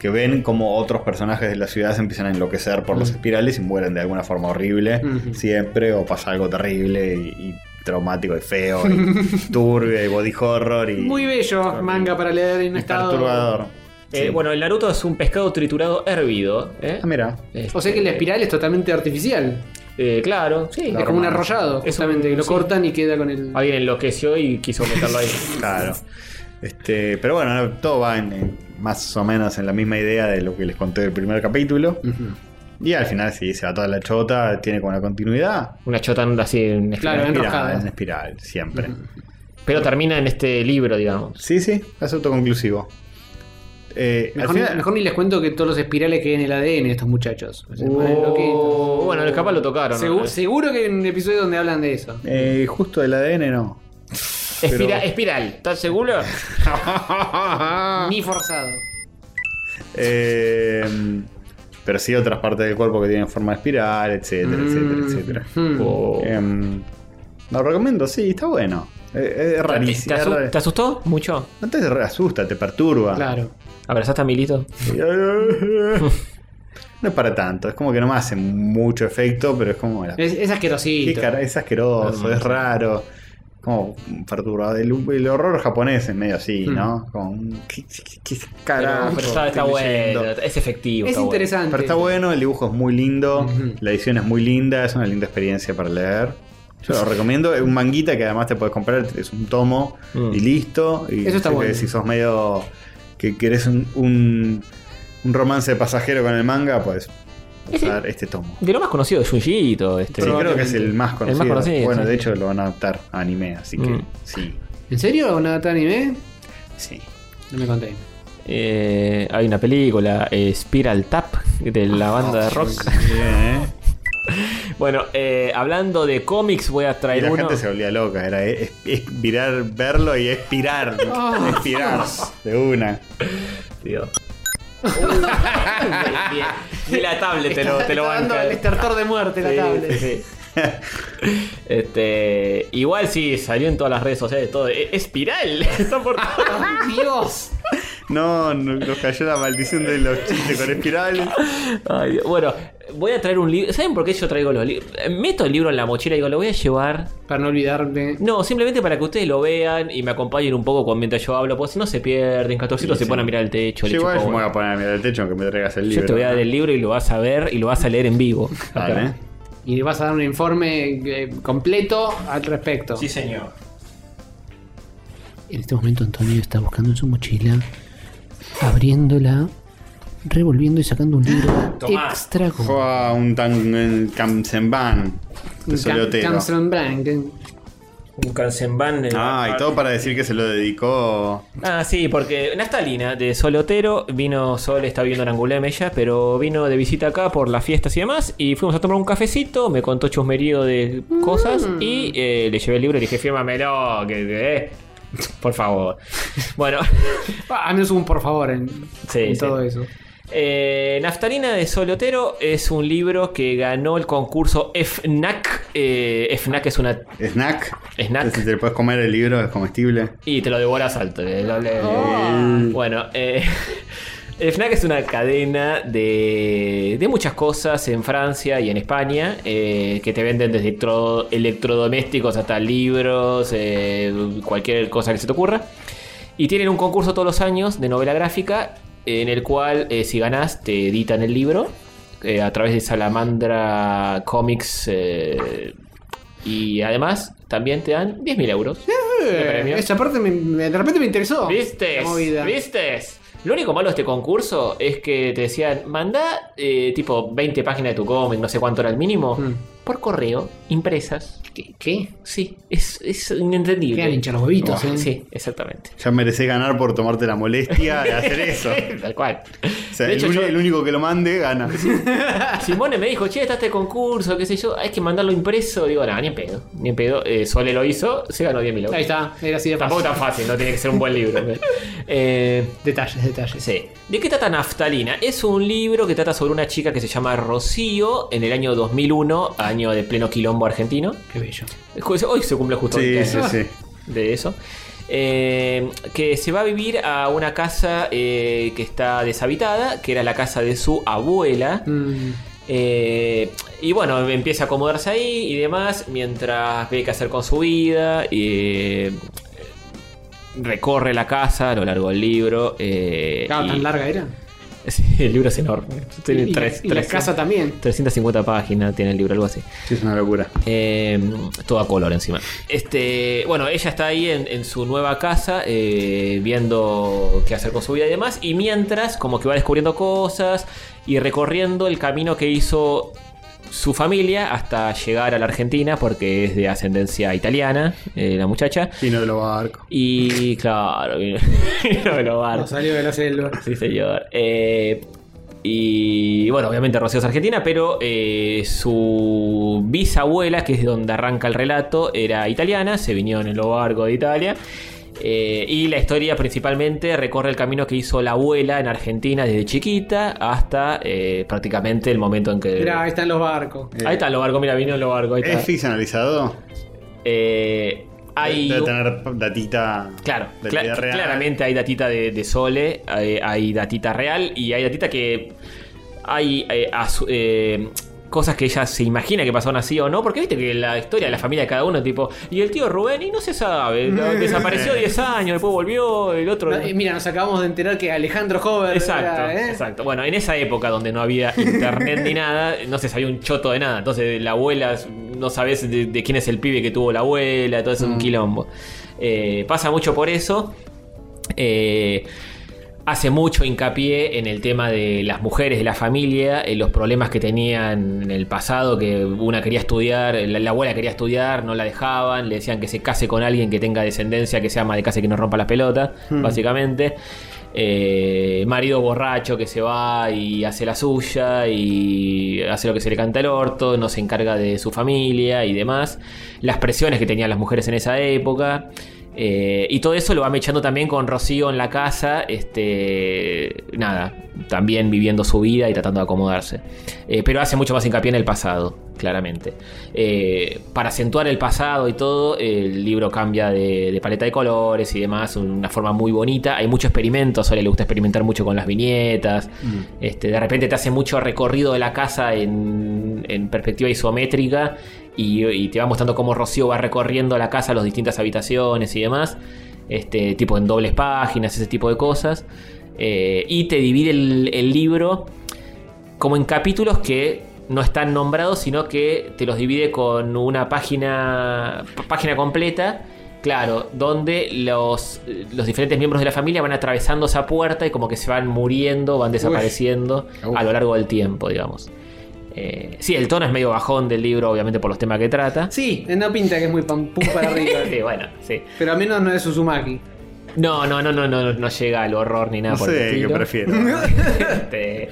Speaker 1: Que ven como otros personajes de la ciudad se empiezan a enloquecer por los espirales y mueren de alguna forma horrible.
Speaker 3: Mm. Ujú.
Speaker 1: Siempre, o pasa algo terrible y, y traumático y feo,
Speaker 3: (laughs)
Speaker 1: y turbio y body horror y,
Speaker 3: Muy bello, manga para leer en un
Speaker 1: y
Speaker 3: estado.
Speaker 1: perturbador.
Speaker 2: Eh,
Speaker 1: Sí.
Speaker 2: Bueno, el Naruto es un pescado triturado hervido. ¿eh?
Speaker 1: Ah, mira.
Speaker 2: Este,
Speaker 3: O sea que la espiral es totalmente artificial.
Speaker 2: eh, claro, sí.
Speaker 1: Claro.
Speaker 3: es como un
Speaker 1: Normal.
Speaker 2: Es
Speaker 3: arrollado,
Speaker 2: un-
Speaker 3: justamente. lo
Speaker 2: sí.
Speaker 3: cortan y queda con el.
Speaker 2: Alguien enloqueció y quiso meterlo ahí.
Speaker 1: Claro. Este, pero bueno, no, todo va en- en más o menos en la misma idea de lo que les conté del primer capítulo.
Speaker 3: Ujú.
Speaker 1: Y al final sí, se va toda la chota, tiene como una continuidad.
Speaker 2: Una chota así en
Speaker 3: Claro,
Speaker 1: Una espiral,
Speaker 3: enroscada.
Speaker 1: una espiral, siempre.
Speaker 2: Pero termina en este libro, digamos.
Speaker 1: Sí, sí, es autoconclusivo. Eh, al
Speaker 3: Mejor,
Speaker 1: final-
Speaker 3: mejor ni les cuento que todos los espirales queden en el ADN de estos muchachos. O sea, ponen lo que-
Speaker 2: Oh, bueno, capaz lo tocaron.
Speaker 3: Segu-
Speaker 2: ¿no?
Speaker 3: seguro que hay un episodio donde hablan de eso.
Speaker 1: eh, justo del ADN
Speaker 3: (laughs)
Speaker 1: no.
Speaker 2: Espira-
Speaker 1: pero-
Speaker 2: Espiral, ¿estás seguro? Ah.
Speaker 3: Ni forzado.
Speaker 1: Eh, pero sí otras partes del cuerpo que tienen forma de espiral, etcétera,
Speaker 3: Mm.
Speaker 1: etcétera, etcétera.
Speaker 2: (laughs)
Speaker 3: Hmm.
Speaker 2: Oh.
Speaker 1: Em, lo recomiendo, sí, está bueno. Eh, es rarísimo.
Speaker 2: ¿Te,
Speaker 1: es
Speaker 2: asu-
Speaker 1: raro.
Speaker 2: te asustó mucho?
Speaker 1: No te re- asusta, te perturba.
Speaker 3: Claro.
Speaker 2: ¿Abrazaste a Milito?
Speaker 1: (laughs) No es para tanto, es como que no me hace mucho efecto, pero es como... la-
Speaker 3: Es, es asquerosito.
Speaker 1: Qué cara- es asqueroso, es raro. Como perturbador. El, el horror japonés es medio así,
Speaker 3: Mm.
Speaker 1: ¿no? Como un- ¿Qué, qué- qué
Speaker 2: Pero,
Speaker 1: carajo
Speaker 2: pero está, está
Speaker 1: estoy
Speaker 2: bueno,
Speaker 1: leyendo?
Speaker 2: es efectivo.
Speaker 3: es
Speaker 2: está bueno.
Speaker 3: interesante.
Speaker 1: Pero está bueno, el dibujo es muy lindo,
Speaker 3: Ujú.
Speaker 1: la edición es muy linda, es una linda experiencia para leer. Yo lo recomiendo, es un manguita que además te puedes comprar, es un tomo
Speaker 2: Mm.
Speaker 1: y listo. Y
Speaker 3: Eso está
Speaker 1: si,
Speaker 3: bueno.
Speaker 1: si sos medio que querés un, un, un romance pasajero con el manga, pues usar este tomo.
Speaker 2: De lo más conocido de Junjiito. Este.
Speaker 1: Sí, creo que es el más
Speaker 2: El
Speaker 1: conocido.
Speaker 2: más conocido,
Speaker 1: bueno,
Speaker 2: sí.
Speaker 1: de hecho lo van a adaptar a anime, así que
Speaker 2: Mm.
Speaker 1: sí,
Speaker 3: ¿En serio? ¿Una data anime?
Speaker 1: sí.
Speaker 3: No me conté.
Speaker 2: Eh, hay una película, eh, Spiral Tap, de la banda
Speaker 1: Ah,
Speaker 2: de rock.
Speaker 1: Bien, ¿eh?
Speaker 2: Bueno, eh, hablando de cómics, voy a
Speaker 1: Y
Speaker 2: traer
Speaker 1: la
Speaker 2: uno.
Speaker 1: gente se volvía loca, era es- es- mirar, verlo y expirar.
Speaker 2: (laughs) Oh.
Speaker 1: expirar de una.
Speaker 2: Dios. Ni- ni- Ni la tablet te lo, te lo
Speaker 3: Está dando
Speaker 2: banca.
Speaker 3: el estertor de muerte la
Speaker 2: Sí,
Speaker 3: tablet.
Speaker 2: sí, sí. Este, igual sí salió en todas las redes sociales todo. E- Espiral, (laughs) está por todos.
Speaker 3: ¡Ay, Dios!
Speaker 1: No, no- nos cayó la maldición de los chistes con espirales.
Speaker 2: Ay, Dios. bueno, voy a traer un libro. ¿Saben por qué yo traigo los libros? Eh, Meto el libro en la mochila y digo, lo voy a llevar.
Speaker 3: Para no olvidarme.
Speaker 2: No, simplemente para que ustedes lo vean y me acompañen un poco con- mientras yo hablo, porque si no se pierden, Castorcito
Speaker 1: Sí,
Speaker 2: se
Speaker 1: sí.
Speaker 2: pone a mirar el techo.
Speaker 1: Yo
Speaker 2: le
Speaker 1: igual
Speaker 2: chupa
Speaker 1: yo me
Speaker 2: huevo.
Speaker 1: voy a poner a mirar el techo aunque me traigas el libro.
Speaker 2: Yo te voy a dar el ¿eh? libro y lo vas a ver y lo vas a leer en vivo.
Speaker 1: Dale.
Speaker 2: Acá.
Speaker 3: Y le vas a dar un informe eh, completo al respecto.
Speaker 2: señor.
Speaker 3: En este momento Antonio está buscando en su mochila, abriéndola, revolviendo y sacando un libro
Speaker 2: (gasps) Tomá.
Speaker 3: extra
Speaker 1: Fue a un tan el Kamsenban. tesolotero.
Speaker 2: Un Kansenban. en-
Speaker 1: Ah, y todo para decir que se lo dedicó.
Speaker 2: Ah, sí, porque Naftalina de Solotero vino, Sol está viviendo en Angulem ella, pero vino de visita acá por las fiestas y demás, y fuimos a tomar un cafecito, me contó chusmerío de cosas, y eh, le llevé el libro y le dije, fírmamelo, que, que- eh, por favor. (laughs) bueno,
Speaker 3: Ah, al menos un por favor en,
Speaker 2: Sí,
Speaker 3: en
Speaker 2: sí.
Speaker 3: todo eso.
Speaker 2: eh, Naftalina de Solotero es un libro que ganó el concurso FNAC, eh, FNAC es una...
Speaker 1: Snack.
Speaker 2: Snack.
Speaker 1: Si te lo puedes comer el libro, es comestible.
Speaker 2: Y te lo devoras alto. eh, lo- le- Bueno, eh, (laughs) el FNAC es una cadena de, de muchas cosas en Francia y en España eh, que te venden desde electro- electrodomésticos hasta libros, eh, cualquier cosa que se te ocurra. Y tienen un concurso todos los años de novela gráfica en el cual eh, si ganás te editan el libro eh, a través de Salamandra Comics eh, y además también te dan 10.000 euros. de premio.
Speaker 3: Eh, esa parte me, me- de repente me interesó.
Speaker 2: ¿Viste?
Speaker 3: La movida.
Speaker 2: ¿Viste? Lo único malo de este concurso es que te decían, mandá eh, tipo 20 páginas de tu cómic, no sé cuánto era el mínimo,
Speaker 3: Mm.
Speaker 2: por correo, impresas.
Speaker 3: ¿Qué? ¿Qué?
Speaker 2: Sí, es, es inentendible.
Speaker 3: Quedan hinchas los huevitos,
Speaker 2: Ah,
Speaker 3: ¿eh?
Speaker 2: Sí, exactamente.
Speaker 1: Ya merecés ganar por tomarte la molestia de
Speaker 2: (laughs)
Speaker 1: hacer eso. O
Speaker 2: Tal cual.
Speaker 1: sea,
Speaker 2: de
Speaker 1: el,
Speaker 2: hecho,
Speaker 1: uni-
Speaker 2: yo-
Speaker 1: el único que lo mande gana.
Speaker 2: Simone me dijo, che, está este concurso, qué sé yo, hay que mandarlo impreso. Digo, nada, ni en pedo, ni en pedo. Eh, Sole lo hizo, se ganó 10.000 euros.
Speaker 3: Ahí está, era así de
Speaker 2: Tampoco
Speaker 3: fácil.
Speaker 2: tan fácil, no tiene que ser un buen libro.
Speaker 3: (laughs)
Speaker 2: eh,
Speaker 3: Detalles, detalles.
Speaker 2: Sí. ¿De qué trata Naftalina? Es un libro que trata sobre una chica que se llama Rocío en el año 2001, año de pleno quilombo argentino.
Speaker 3: Qué bello.
Speaker 2: Ju- Hoy se cumple justo
Speaker 1: Sí,
Speaker 2: 20
Speaker 1: sí,
Speaker 2: años
Speaker 1: sí.
Speaker 2: de eso. Eh, que se va a vivir a una casa eh, que está deshabitada, que era la casa de su abuela.
Speaker 3: Mm,
Speaker 2: Eh, y bueno, empieza a acomodarse ahí y demás, mientras ve qué hacer con su vida. eh, recorre la casa a lo largo del libro. eh,
Speaker 3: claro,
Speaker 2: y-
Speaker 3: tan larga era.
Speaker 2: (laughs) Sí, el libro es enorme. Tiene
Speaker 3: Y- y,
Speaker 2: tres-
Speaker 3: y la
Speaker 2: tres-
Speaker 3: casa también.
Speaker 2: 350 páginas tiene el libro, algo así.
Speaker 1: Sí, es una locura.
Speaker 2: Eh, todo a color encima. Este, bueno, ella está ahí en, en su nueva casa eh, viendo qué hacer con su vida y demás. Y mientras, como que va descubriendo cosas y recorriendo el camino que hizo su familia hasta llegar a la Argentina, porque es de ascendencia italiana, eh, la muchacha.
Speaker 1: Y no de los barcos.
Speaker 2: Y claro, (laughs) vino, vino de los barcos.
Speaker 3: No, salió de la selva.
Speaker 2: Sí, señor. Eh, y bueno, obviamente Rocío es argentina, pero eh, su bisabuela, que es donde arranca el relato, era italiana, se vino en el barco de Italia. Eh, y la historia principalmente recorre el camino que hizo la abuela en Argentina desde chiquita hasta eh, prácticamente el momento en que...
Speaker 3: Mirá, ahí están los barcos.
Speaker 2: Ahí está lo barco, mira, vino el barco, ahí
Speaker 1: ¿Es
Speaker 2: está.
Speaker 1: fix analizado?
Speaker 2: Eh, hay
Speaker 1: Debe
Speaker 2: un-
Speaker 1: tener datita.
Speaker 2: Claro,
Speaker 1: de
Speaker 2: cla-
Speaker 1: vida real.
Speaker 2: claramente hay datita de, de Sole, hay, hay datita real y hay datita que hay eh, asu- eh, cosas que ella se imagina que pasaron así o no, porque viste que la historia de la familia de cada uno, tipo, y el tío Rubén, y no se sabe, desapareció 10 años, después volvió, el otro...
Speaker 3: No, eh, mira, nos acabamos de enterar que Alejandro Hover.
Speaker 2: Exacto,
Speaker 3: era, ¿eh?
Speaker 2: exacto. Bueno, en esa época donde no había internet ni nada, no se sabía un choto de nada. Entonces, la abuela, no sabes de, de quién es el pibe que tuvo la abuela, todo eso es un quilombo. Eh, pasa mucho por eso. Eh, hace mucho hincapié en el tema de las mujeres de la familia, en los problemas que tenían en el pasado, que una quería estudiar, la, la abuela quería estudiar, no la dejaban, le decían que se case con alguien que tenga descendencia, que sea ama de casa y que no rompa las pelotas, básicamente. Eh, marido borracho que se va y hace la suya y hace lo que se le canta el orto, no se encarga de su familia y demás. Las presiones que tenían las mujeres en esa época. Eh, y todo eso lo va mechando también con Rocío en la casa, este, nada, también viviendo su vida y tratando de acomodarse. Eh, pero hace mucho más hincapié en el pasado, claramente. Eh, para acentuar el pasado y todo, el libro cambia de, de paleta de colores y demás, una forma muy bonita. Hay mucho experimento, a Sole le gusta experimentar mucho con las viñetas.
Speaker 1: Mm.
Speaker 2: Este, de repente te hace mucho recorrido de la casa en, en perspectiva isométrica y, y te va mostrando cómo Rocío va recorriendo la casa, las distintas habitaciones y demás, este, tipo en dobles páginas, ese tipo de cosas. Eh, y te divide el, el libro como en capítulos que no están nombrados, sino que te los divide con una página, p- página completa. Claro, donde los, los diferentes miembros de la familia van atravesando esa puerta y como que se van muriendo, van desapareciendo
Speaker 1: Uf.
Speaker 2: a lo largo del tiempo, digamos. Eh, sí, el tono es medio bajón del libro, obviamente por los temas que trata.
Speaker 3: Sí, eh, no pinta que es muy pam, pum
Speaker 2: (laughs)
Speaker 3: para arriba.
Speaker 2: Sí, bueno, sí.
Speaker 3: Pero al menos no es Uzumaki.
Speaker 2: No, no, no, no, no, no llega al horror ni nada
Speaker 1: No
Speaker 2: por el
Speaker 1: sé qué
Speaker 2: estilo. (laughs)
Speaker 1: prefiero.
Speaker 2: Este,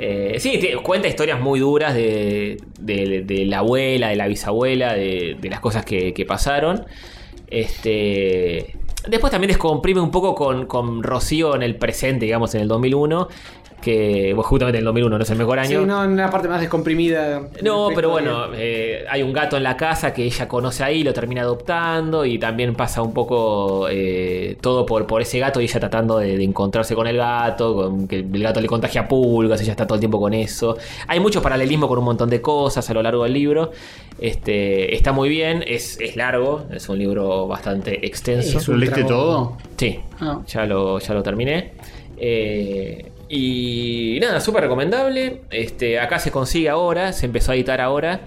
Speaker 2: eh, sí, te- cuenta historias muy duras de, de- de la abuela, de la bisabuela, de, de las cosas que, que pasaron. Este, después también descomprime un poco con, con Rocío en el presente, digamos, en el 2001. Que, bueno, justamente en el 2001 no es el mejor año.
Speaker 3: Sí, no, en la parte más descomprimida.
Speaker 2: No,
Speaker 3: respecto
Speaker 2: pero
Speaker 3: de-
Speaker 2: bueno, eh, hay un gato en la casa que ella conoce ahí, lo termina adoptando y también pasa un poco eh, todo por, por ese gato y ella tratando de, de encontrarse con el gato, con que el gato le contagia pulgas, ella está todo el tiempo con eso. Hay mucho paralelismo con un montón de cosas a lo largo del libro. Este, está muy bien, es, es largo, es un libro bastante extenso.
Speaker 3: Es
Speaker 1: ¿Lo
Speaker 3: un
Speaker 1: leíste
Speaker 3: trago.
Speaker 1: todo?
Speaker 2: Sí,
Speaker 3: Ah.
Speaker 2: ya, lo, ya lo terminé. Eh, y nada, súper recomendable. Este, acá se consigue ahora, se empezó a editar ahora.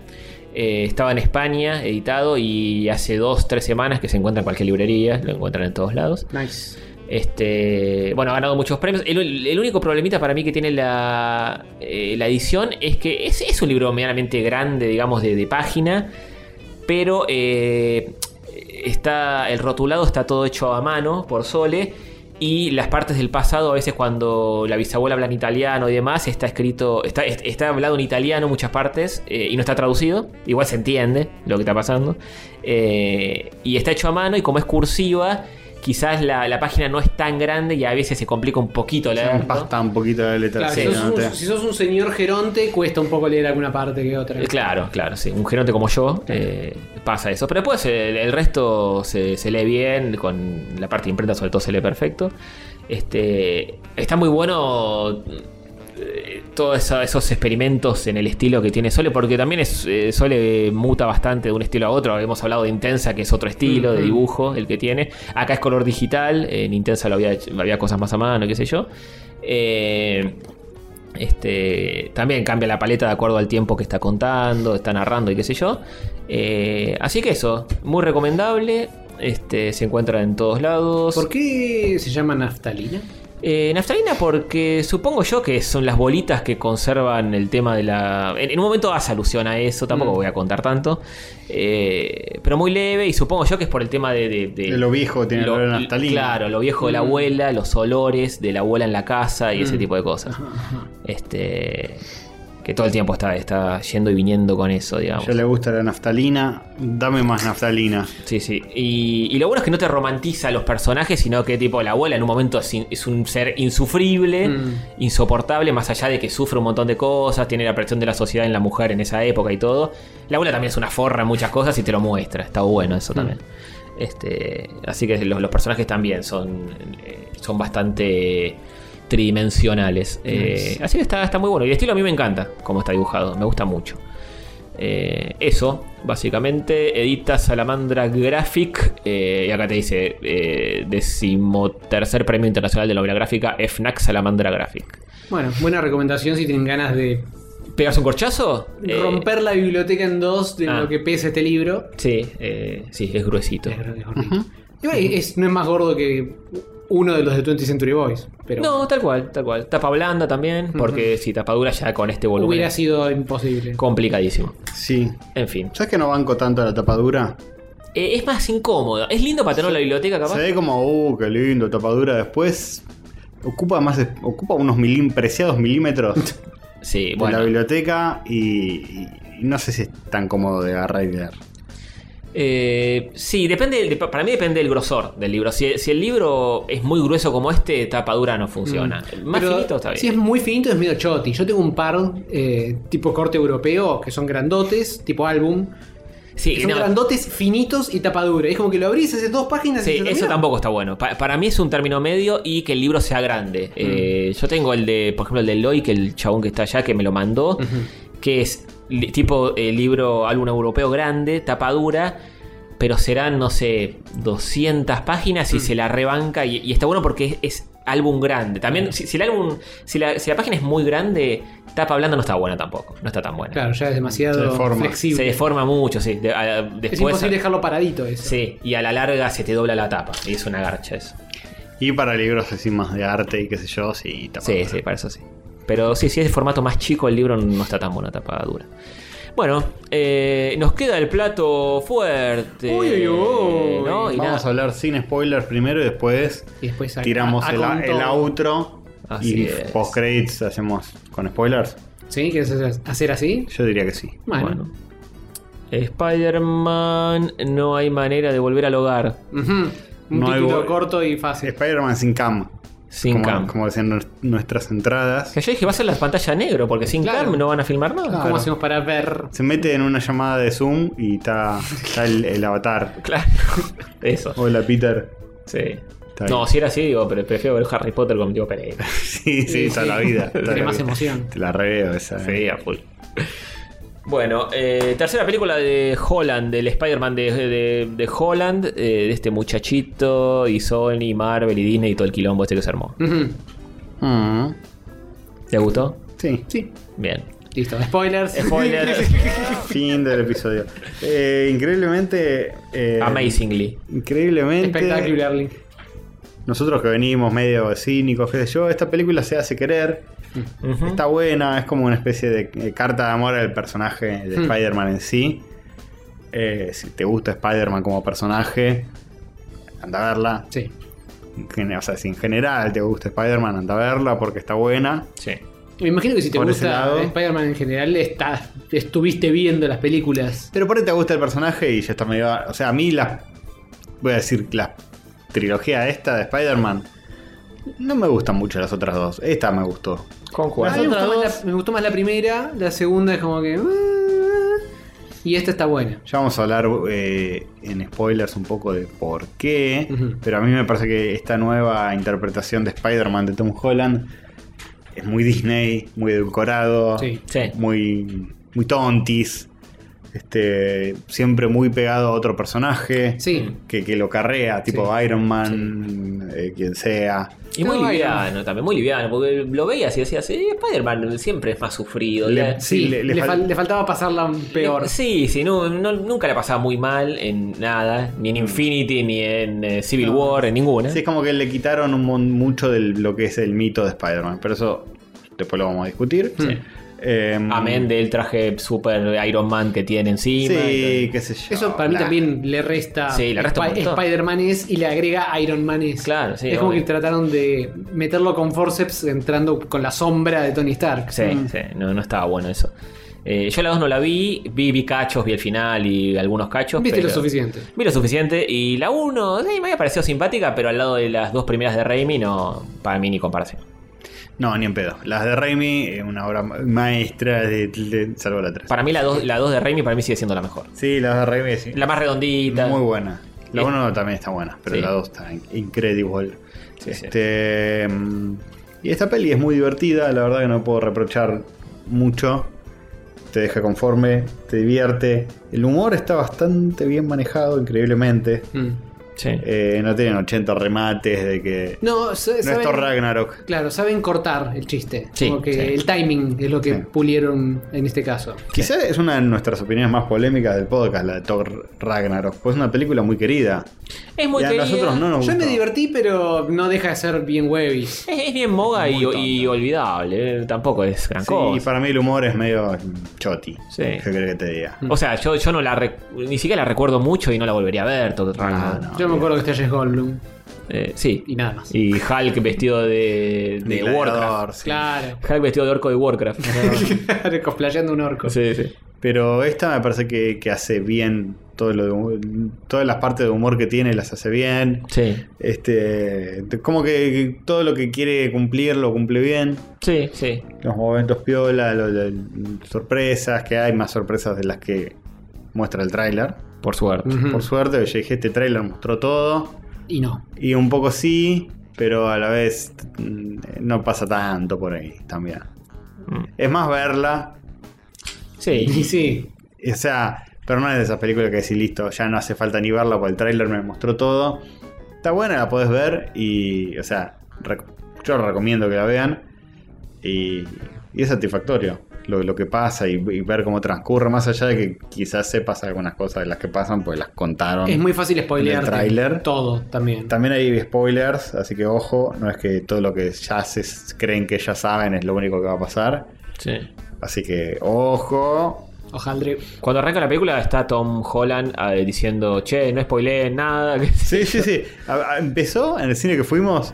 Speaker 2: Eh, estaba en España editado y hace dos, tres semanas que se encuentra en cualquier librería, lo encuentran en todos lados.
Speaker 3: Nice.
Speaker 2: Este, bueno, ha ganado muchos premios. El, el único problemita para mí que tiene la, eh, la edición es que es, es un libro medianamente grande, digamos, de, de página, pero eh, está el rotulado está todo hecho a mano por Sole y las partes del pasado a veces cuando la bisabuela habla en italiano y demás está escrito está, est- está hablado en italiano en muchas partes eh, y no está traducido igual se entiende lo que está pasando Eh, y está hecho a mano y como es cursiva quizás la, la página no es tan grande y a veces se complica un poquito
Speaker 1: Se
Speaker 2: la
Speaker 1: empasta un poquito la letra.
Speaker 3: Claro,
Speaker 1: sí,
Speaker 3: si, sos
Speaker 1: no
Speaker 3: un,
Speaker 1: te-
Speaker 3: si sos un señor geronte, cuesta un poco leer alguna parte que otra.
Speaker 2: Eh, Claro, claro, sí. Un gerente como yo eh, pasa eso. Pero después eh, el, el resto se, se lee bien, con la parte de imprenta sobre todo se lee perfecto. Este, está muy bueno eh, todos eso- esos experimentos en el estilo que tiene Sole, porque también es, eh, Sole muta bastante de un estilo a otro. Hemos hablado de Intensa, que es otro estilo de
Speaker 3: Ujú.
Speaker 2: dibujo el que tiene. Acá es color digital, en Intensa lo había, hecho- había cosas más a mano, qué sé yo. Eh, este, también cambia la paleta de acuerdo al tiempo que está contando, está narrando y qué sé yo. Eh, así que eso, muy recomendable. Este, se encuentra en todos lados.
Speaker 3: ¿Por qué se llama naftalina?
Speaker 2: Eh, naftalina porque supongo yo que son las bolitas que conservan el tema de la... En, en un momento hace alusión a eso, tampoco
Speaker 3: Mm.
Speaker 2: voy a contar tanto. Eh, pero muy leve y supongo yo que es por el tema de... de, de-
Speaker 1: De lo viejo tiene
Speaker 2: lo-
Speaker 1: olor a naftalina.
Speaker 2: Claro, lo viejo de la
Speaker 3: Mm.
Speaker 2: abuela, los olores de la abuela en la casa y ese
Speaker 3: Mm.
Speaker 2: tipo de cosas. Este. Que todo el tiempo está, está yendo y viniendo con eso, digamos.
Speaker 1: Ya le gusta la naftalina. Dame más naftalina.
Speaker 2: Sí, sí. Y, y lo bueno es que no te romantiza a los personajes, sino que tipo la abuela en un momento es, in- es un ser insufrible,
Speaker 3: Mm.
Speaker 2: insoportable, más allá de que sufre un montón de cosas, tiene la presión de la sociedad en la mujer en esa época y todo. La abuela también es una forra en muchas cosas y te lo muestra, está bueno eso también. Este, así que los, los personajes también son, eh, son bastante tridimensionales. Eh, así que está, está muy bueno. Y el estilo a mí me encanta, como está dibujado, me gusta mucho. Eh, eso, básicamente, edita Salamandra Graphic. eh, y acá te dice: eh, decimotercer premio internacional de la obra gráfica, FNAC Salamandra Graphic.
Speaker 3: Bueno, buena recomendación si tienen ganas de
Speaker 2: ¿Pegas un corchazo? Eh,
Speaker 3: romper la biblioteca en dos de
Speaker 2: ah.
Speaker 3: lo que pesa este libro.
Speaker 2: Sí, eh, sí, es gruesito.
Speaker 3: Es gordito. Igual es- no es más gordo que uno de los de 20 Century Boys, pero
Speaker 2: No, tal cual, tal cual. Tapa blanda también, porque si tapa dura ya con este volumen.
Speaker 3: hubiera
Speaker 2: es
Speaker 3: sido imposible.
Speaker 2: Complicadísimo.
Speaker 1: Sí.
Speaker 2: En fin.
Speaker 1: ¿Sabes que no banco tanto la tapadura?
Speaker 2: Eh, es más incómodo. Es lindo para tener la biblioteca, capaz.
Speaker 1: Se ve como, uh, qué lindo, tapadura. Después ocupa más es- ocupa unos milim- preciados
Speaker 2: (laughs)
Speaker 1: milímetros
Speaker 2: Sí,
Speaker 1: de la
Speaker 2: bueno.
Speaker 1: biblioteca y, y- y no sé si es tan cómodo de agarrar y leer.
Speaker 2: Eh, sí, depende. de- para mí depende del grosor del libro. Si, si el libro es muy grueso como este, tapa dura no funciona. Más
Speaker 3: Mm. Pero
Speaker 2: finito está bien.
Speaker 3: Si es muy finito es medio choti. Yo tengo un par eh, tipo corte europeo que son grandotes, tipo álbum.
Speaker 2: Sí,
Speaker 3: que son
Speaker 2: no,
Speaker 3: grandotes, finitos y tapadura. Es como que lo abrís, haces dos páginas
Speaker 2: sí,
Speaker 3: y se
Speaker 2: eso
Speaker 3: terminó.
Speaker 2: tampoco está bueno. Pa- para mí es un término medio y que el libro sea
Speaker 3: Mm.
Speaker 2: grande. Eh, yo tengo el de, por ejemplo, el de Loy, que el chabón que está allá, que me lo mandó, que es li- tipo eh, libro, álbum europeo grande, tapa dura. Pero serán, no sé, 200 páginas
Speaker 3: Mm.
Speaker 2: y se la rebanca. Y, y está bueno porque es, es álbum grande. También, si, si el álbum, si la, si la página es muy grande, tapa blanda no está buena tampoco. No está tan buena.
Speaker 3: Claro, ya es demasiado
Speaker 1: Se deforma.
Speaker 3: flexible.
Speaker 2: se deforma mucho, sí. De- a-
Speaker 3: es
Speaker 2: después,
Speaker 3: imposible dejarlo paradito eso.
Speaker 2: Sí, y a la larga se te dobla la tapa. Y es una garcha eso.
Speaker 1: Y para libros así más de arte y qué sé yo, sí, tapadura.
Speaker 2: Sí, sí, para eso sí. Pero sí, si es de formato más chico, el libro no está tan buena tapa dura. Bueno, eh, nos queda el plato fuerte.
Speaker 3: Uy, uy, uy.
Speaker 2: ¿no? Y
Speaker 1: Vamos a
Speaker 2: nada.
Speaker 1: hablar sin spoilers primero y después
Speaker 3: Y después a-
Speaker 1: tiramos
Speaker 3: a- a
Speaker 1: el,
Speaker 3: Ah, con
Speaker 1: el
Speaker 3: todo.
Speaker 1: outro
Speaker 2: Así
Speaker 1: y
Speaker 2: es.
Speaker 1: post credits hacemos con spoilers.
Speaker 3: ¿Sí? ¿Quieres hacer- hacer así?
Speaker 1: Yo diría que sí.
Speaker 3: Bueno.
Speaker 2: Bueno. Spider-Man, no hay manera de volver al hogar.
Speaker 3: Ujú. Un
Speaker 1: No hay
Speaker 3: título
Speaker 1: bo-
Speaker 3: corto y fácil.
Speaker 1: Spider-Man sin cam.
Speaker 2: Sin
Speaker 1: como,
Speaker 2: cam.
Speaker 1: Como decían nues- nuestras entradas.
Speaker 2: Que yo dije, va a ser la pantalla negro, porque sin
Speaker 3: Claro.
Speaker 2: cam no van a filmar nada.
Speaker 3: ¿Cómo hacemos para ver?
Speaker 1: Se mete en una llamada de Zoom y está, está el, el avatar.
Speaker 2: (laughs) Claro. Eso.
Speaker 1: Hola, Peter. (laughs)
Speaker 2: Sí.
Speaker 1: Está
Speaker 2: No,
Speaker 1: bien.
Speaker 2: si era así, digo, pre- prefiero ver Harry Potter con Diego Pereira.
Speaker 1: Sí, sí,
Speaker 3: Sí,
Speaker 1: está
Speaker 3: sí.
Speaker 1: la vida. toda
Speaker 3: Tiene
Speaker 1: la
Speaker 3: más
Speaker 1: vida.
Speaker 3: emoción.
Speaker 1: Te la reveo esa. eh.
Speaker 2: Sí, a full. Bueno, eh, tercera película de Holland, del Spider-Man de, de- de Holland, eh, de este muchachito y Sony, Marvel y Disney y todo el quilombo este que se armó.
Speaker 3: Ujú.
Speaker 1: Ah,
Speaker 2: ¿Te gustó?
Speaker 1: sí.
Speaker 3: Sí.
Speaker 2: Bien.
Speaker 3: Listo. Spoilers. (laughs)
Speaker 2: Spoiler.
Speaker 1: Fin del episodio. Eh, increíblemente. eh,
Speaker 2: Amazingly.
Speaker 1: Increíblemente.
Speaker 3: Espectacular, Link.
Speaker 1: Nosotros que venimos medio cínicos, qué sé yo, esta película se hace querer,
Speaker 2: Ujú.
Speaker 1: está buena, es como una especie de eh, carta de amor al personaje de
Speaker 3: Hmm.
Speaker 1: Spider-Man en sí. Eh, si te gusta Spider-Man como personaje, anda a verla.
Speaker 3: Sí.
Speaker 1: En gen- O sea, si en general te gusta Spider-Man, anda a verla porque está buena.
Speaker 2: Sí.
Speaker 3: Me imagino que si te
Speaker 1: Por ese lado.
Speaker 3: gusta Spider-Man en general, está, estuviste viendo las películas.
Speaker 1: Pero por ahí te gusta el personaje y ya está medio. O sea, a mí la. Voy a decir, la trilogía esta de Spider-Man. No me gustan mucho las otras dos. Esta me gustó.
Speaker 2: ¿Con
Speaker 3: A mí
Speaker 2: cuál?
Speaker 3: me,
Speaker 1: otras
Speaker 3: gustó más
Speaker 1: dos-
Speaker 3: la, me gustó más la primera, la segunda es como que. ah, Y esta está buena.
Speaker 1: Ya vamos a hablar eh, en spoilers un poco de por qué.
Speaker 3: Ujú.
Speaker 1: Pero a mí me parece que esta nueva interpretación de Spider-Man de Tom Holland es muy Disney, muy edulcorado.
Speaker 3: Sí.
Speaker 2: Sí.
Speaker 1: Muy. muy tontis. Este. Siempre muy pegado a otro personaje.
Speaker 3: Sí.
Speaker 1: que, que lo carrea, tipo Iron Man, eh, quien sea.
Speaker 2: Y muy
Speaker 3: No,
Speaker 2: liviano también, muy liviano, porque lo veías y decías, eh, Spider-Man siempre es más sufrido.
Speaker 1: Le-
Speaker 2: la-
Speaker 1: Sí,
Speaker 3: Sí,
Speaker 1: le-
Speaker 3: le,
Speaker 1: le fal-
Speaker 3: fal- le faltaba pasarla peor.
Speaker 2: Le- Sí, sí, no, no- nunca la pasaba muy mal en nada, ni en Infinity, ni en eh, Civil War, en
Speaker 3: ¿Eh?
Speaker 2: ninguna.
Speaker 1: Sí, es como que le quitaron un mon- mucho de lo que es el mito de Spider-Man, pero eso después lo vamos a discutir. Eh,
Speaker 2: Amén del traje super Iron Man que tiene encima.
Speaker 1: Sí,
Speaker 2: y
Speaker 1: qué sé yo.
Speaker 3: Eso para mí
Speaker 1: Nah.
Speaker 3: también le resta,
Speaker 2: Sí, le resta un
Speaker 3: Spi-
Speaker 2: montón.
Speaker 3: Spider-Man es y le agrega Iron Man es.
Speaker 2: Claro, sí,
Speaker 3: Es como
Speaker 2: obvio.
Speaker 3: que trataron de meterlo con forceps entrando con la sombra de Tony Stark. Mm.
Speaker 2: todo. Sí,
Speaker 1: Mm.
Speaker 2: sí, no, no estaba bueno eso. Eh, yo la 2 no la vi, vi, vi cachos, vi el final y algunos cachos.
Speaker 3: Viste lo
Speaker 2: pero-
Speaker 3: suficiente.
Speaker 2: Vi lo suficiente y la 1 sí, me había parecido simpática, pero al lado de las dos primeras de Raimi no, para mí ni comparación.
Speaker 1: No, ni en pedo. Las de Raimi, eh, una obra ma- maestra, de, de- salvo la 3.
Speaker 2: Para mí la 2 la dos de Raimi para mí sigue siendo la mejor.
Speaker 1: Sí, las de Raimi, sí.
Speaker 2: La más redondita.
Speaker 1: Muy buena. La
Speaker 2: Sí.
Speaker 1: 1 también está buena, pero
Speaker 2: Eh, Sí.
Speaker 1: la 2 está in- incredible.
Speaker 2: Sí, sí.
Speaker 1: este, mm, Y esta peli es muy divertida, la verdad que no puedo reprochar mucho. Te deja conforme, te divierte. El humor está bastante bien manejado, increíblemente.
Speaker 3: Mm.
Speaker 2: Sí.
Speaker 1: Eh, no tienen 80 remates de que...
Speaker 3: No, sa-
Speaker 1: No es Thor
Speaker 3: saben,
Speaker 1: Ragnarok.
Speaker 3: claro, saben cortar el chiste.
Speaker 2: Sí,
Speaker 3: Como que
Speaker 2: sí.
Speaker 3: el timing es lo que
Speaker 1: Sí.
Speaker 3: pulieron en este caso.
Speaker 1: Quizás es una de nuestras opiniones más polémicas del podcast, la de Thor Ragnarok. Pues es una película muy querida.
Speaker 2: Es muy
Speaker 1: y a
Speaker 2: querida.
Speaker 1: nosotros no nos
Speaker 3: Yo
Speaker 1: gustó.
Speaker 3: me divertí, pero no deja de ser bien webby.
Speaker 2: Es, es bien moga y, y olvidable. eh, Tampoco es gran
Speaker 1: Sí, y
Speaker 2: cosa.
Speaker 1: para mí el humor es medio choti.
Speaker 2: Sí. Mm.
Speaker 1: ¿Qué crees que te diga?
Speaker 2: O sea, yo, yo no la re- ni siquiera la recuerdo mucho y no la volvería a ver. todo-
Speaker 1: Ah, no.
Speaker 3: Yo me acuerdo que este es Goldblum
Speaker 2: Eh, sí.
Speaker 3: y nada más.
Speaker 2: Y Hulk vestido de, de Warcraft.
Speaker 1: Gladiador, sí.
Speaker 3: Claro. (laughs)
Speaker 2: Hulk vestido de orco
Speaker 1: (laughs)
Speaker 2: de Warcraft. No,
Speaker 3: Claro, cosplayando un orco.
Speaker 2: sí, sí.
Speaker 1: Pero esta me parece que, que hace bien todo lo de hu- todas las partes de humor que tiene las hace bien.
Speaker 2: Sí.
Speaker 1: Este, te- como que, que todo lo que quiere cumplir lo cumple bien.
Speaker 2: Sí, sí.
Speaker 1: Los momentos piola, lo- lo- sorpresas, que hay más sorpresas de las que muestra el tráiler.
Speaker 2: Por suerte.
Speaker 3: Ujú.
Speaker 1: Por suerte, yo dije, este tráiler mostró todo.
Speaker 3: Y no.
Speaker 1: Y un poco sí, pero a la vez mm, no pasa tanto por ahí también.
Speaker 2: Mm.
Speaker 1: Es más verla
Speaker 3: Y
Speaker 2: Sí.
Speaker 3: sí.
Speaker 1: O sea, pero no es de esas películas que decís, listo, ya no hace falta ni verla porque el tráiler me mostró todo. Está buena, la podés ver y, o sea, rec- yo recomiendo que la vean. Y, y es satisfactorio lo, lo que pasa y, y ver cómo transcurre, más allá de que quizás sepas algunas cosas de las que pasan, pues las contaron.
Speaker 3: Es muy fácil spoilear.
Speaker 1: En el tráiler.
Speaker 3: Todo también.
Speaker 1: También hay spoilers, así que ojo, no es que todo lo que ya se s- creen que ya saben es lo único que va a pasar.
Speaker 2: sí.
Speaker 1: Así que ojo,
Speaker 3: Ojalá.
Speaker 2: Cuando arranca la película está Tom Holland eh, diciendo, che, no spoileen nada. (laughs) que-
Speaker 1: Sí, sí, sí. A- a- empezó en el cine que fuimos.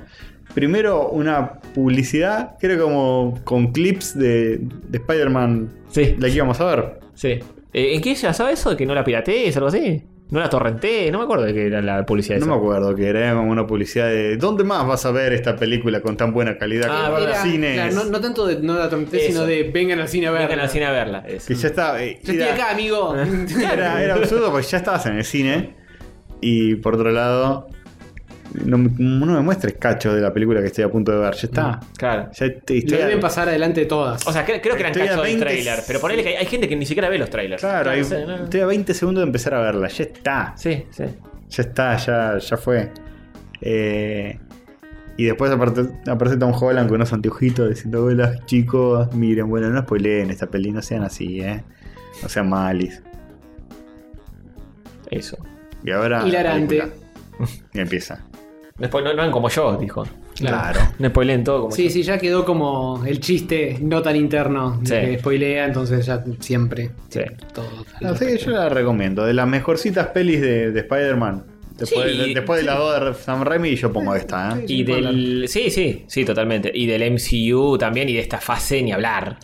Speaker 1: Primero una publicidad, creo como con clips de, de Spider-Man.
Speaker 2: Sí.
Speaker 1: La que íbamos a ver.
Speaker 2: Sí. Eh, ¿En qué ya sabe eso? ¿Que no la piratees, algo así? ¿No la torrentees? No me acuerdo de que era la publicidad
Speaker 1: No
Speaker 2: esa.
Speaker 1: me acuerdo que era como una publicidad de ¿dónde más vas a ver esta película con tan buena calidad
Speaker 2: Ah,
Speaker 1: que
Speaker 2: verdad.
Speaker 1: los cines?
Speaker 3: Claro, no, no tanto de no la tormenté,
Speaker 2: Eso.
Speaker 3: sino de vengan al cine a ver.
Speaker 2: Vengan al Ah. cine a verla. eso.
Speaker 1: Que ya está. eh,
Speaker 3: Yo estoy
Speaker 1: era-
Speaker 3: acá, amigo. (laughs)
Speaker 1: Era, era absurdo porque ya estabas en el cine. Y por otro lado, no, me- no me muestres cacho de la película que estoy a punto de ver. Ya está.
Speaker 2: Claro.
Speaker 1: Ya te-
Speaker 3: Lo
Speaker 1: estoy a-
Speaker 3: deben pasar adelante de todas.
Speaker 2: O sea, cre- creo que eran
Speaker 1: Estoy a
Speaker 2: cachos del
Speaker 1: 20
Speaker 2: trailer. Pero ponele que hay, hay gente que ni siquiera ve los trailers.
Speaker 1: Claro, ahí-
Speaker 2: No sé, no.
Speaker 1: estoy a 20 segundos de empezar a verla. Ya está.
Speaker 2: Sí, sí.
Speaker 1: Ya está, ya, ya fue. Eh, y después aparte- aparece Tom Holland con unos anteojitos diciendo, hola chicos, miren, bueno, no spoileen esta peli, no sean así, ¿eh? No sean malis.
Speaker 2: Eso.
Speaker 1: Y ahora... la
Speaker 3: Hilarante.
Speaker 1: película. Y empieza.
Speaker 2: Después no, no hagan como yo, dijo.
Speaker 1: Claro.
Speaker 2: No spoileen todo como
Speaker 3: Sí,
Speaker 2: yo.
Speaker 3: sí, ya quedó como el chiste no tan interno de
Speaker 2: Sí.
Speaker 3: que spoilea, entonces ya siempre.
Speaker 2: Sí.
Speaker 3: Todo.
Speaker 1: No, sí, yo la recomiendo. De las mejorcitas pelis de, de Spider-Man. Después,
Speaker 2: Sí,
Speaker 1: de, después de la voz de Sam Raimi, yo pongo esta, ¿eh?
Speaker 2: Y del. Sí, sí, sí, totalmente. Y del MCU también, y de esta fase ni hablar.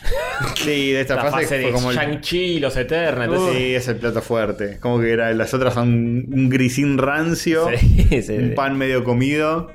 Speaker 1: Sí, de esta
Speaker 2: La
Speaker 1: fase,
Speaker 2: fase
Speaker 1: fue
Speaker 2: de Uh.
Speaker 1: como el-
Speaker 2: Shang-Chi, los Eternos. entonces-
Speaker 1: Sí, es el plato fuerte. Como que era, las otras son un grisín rancio,
Speaker 2: Sí, sí,
Speaker 1: un
Speaker 2: sí.
Speaker 1: pan medio comido.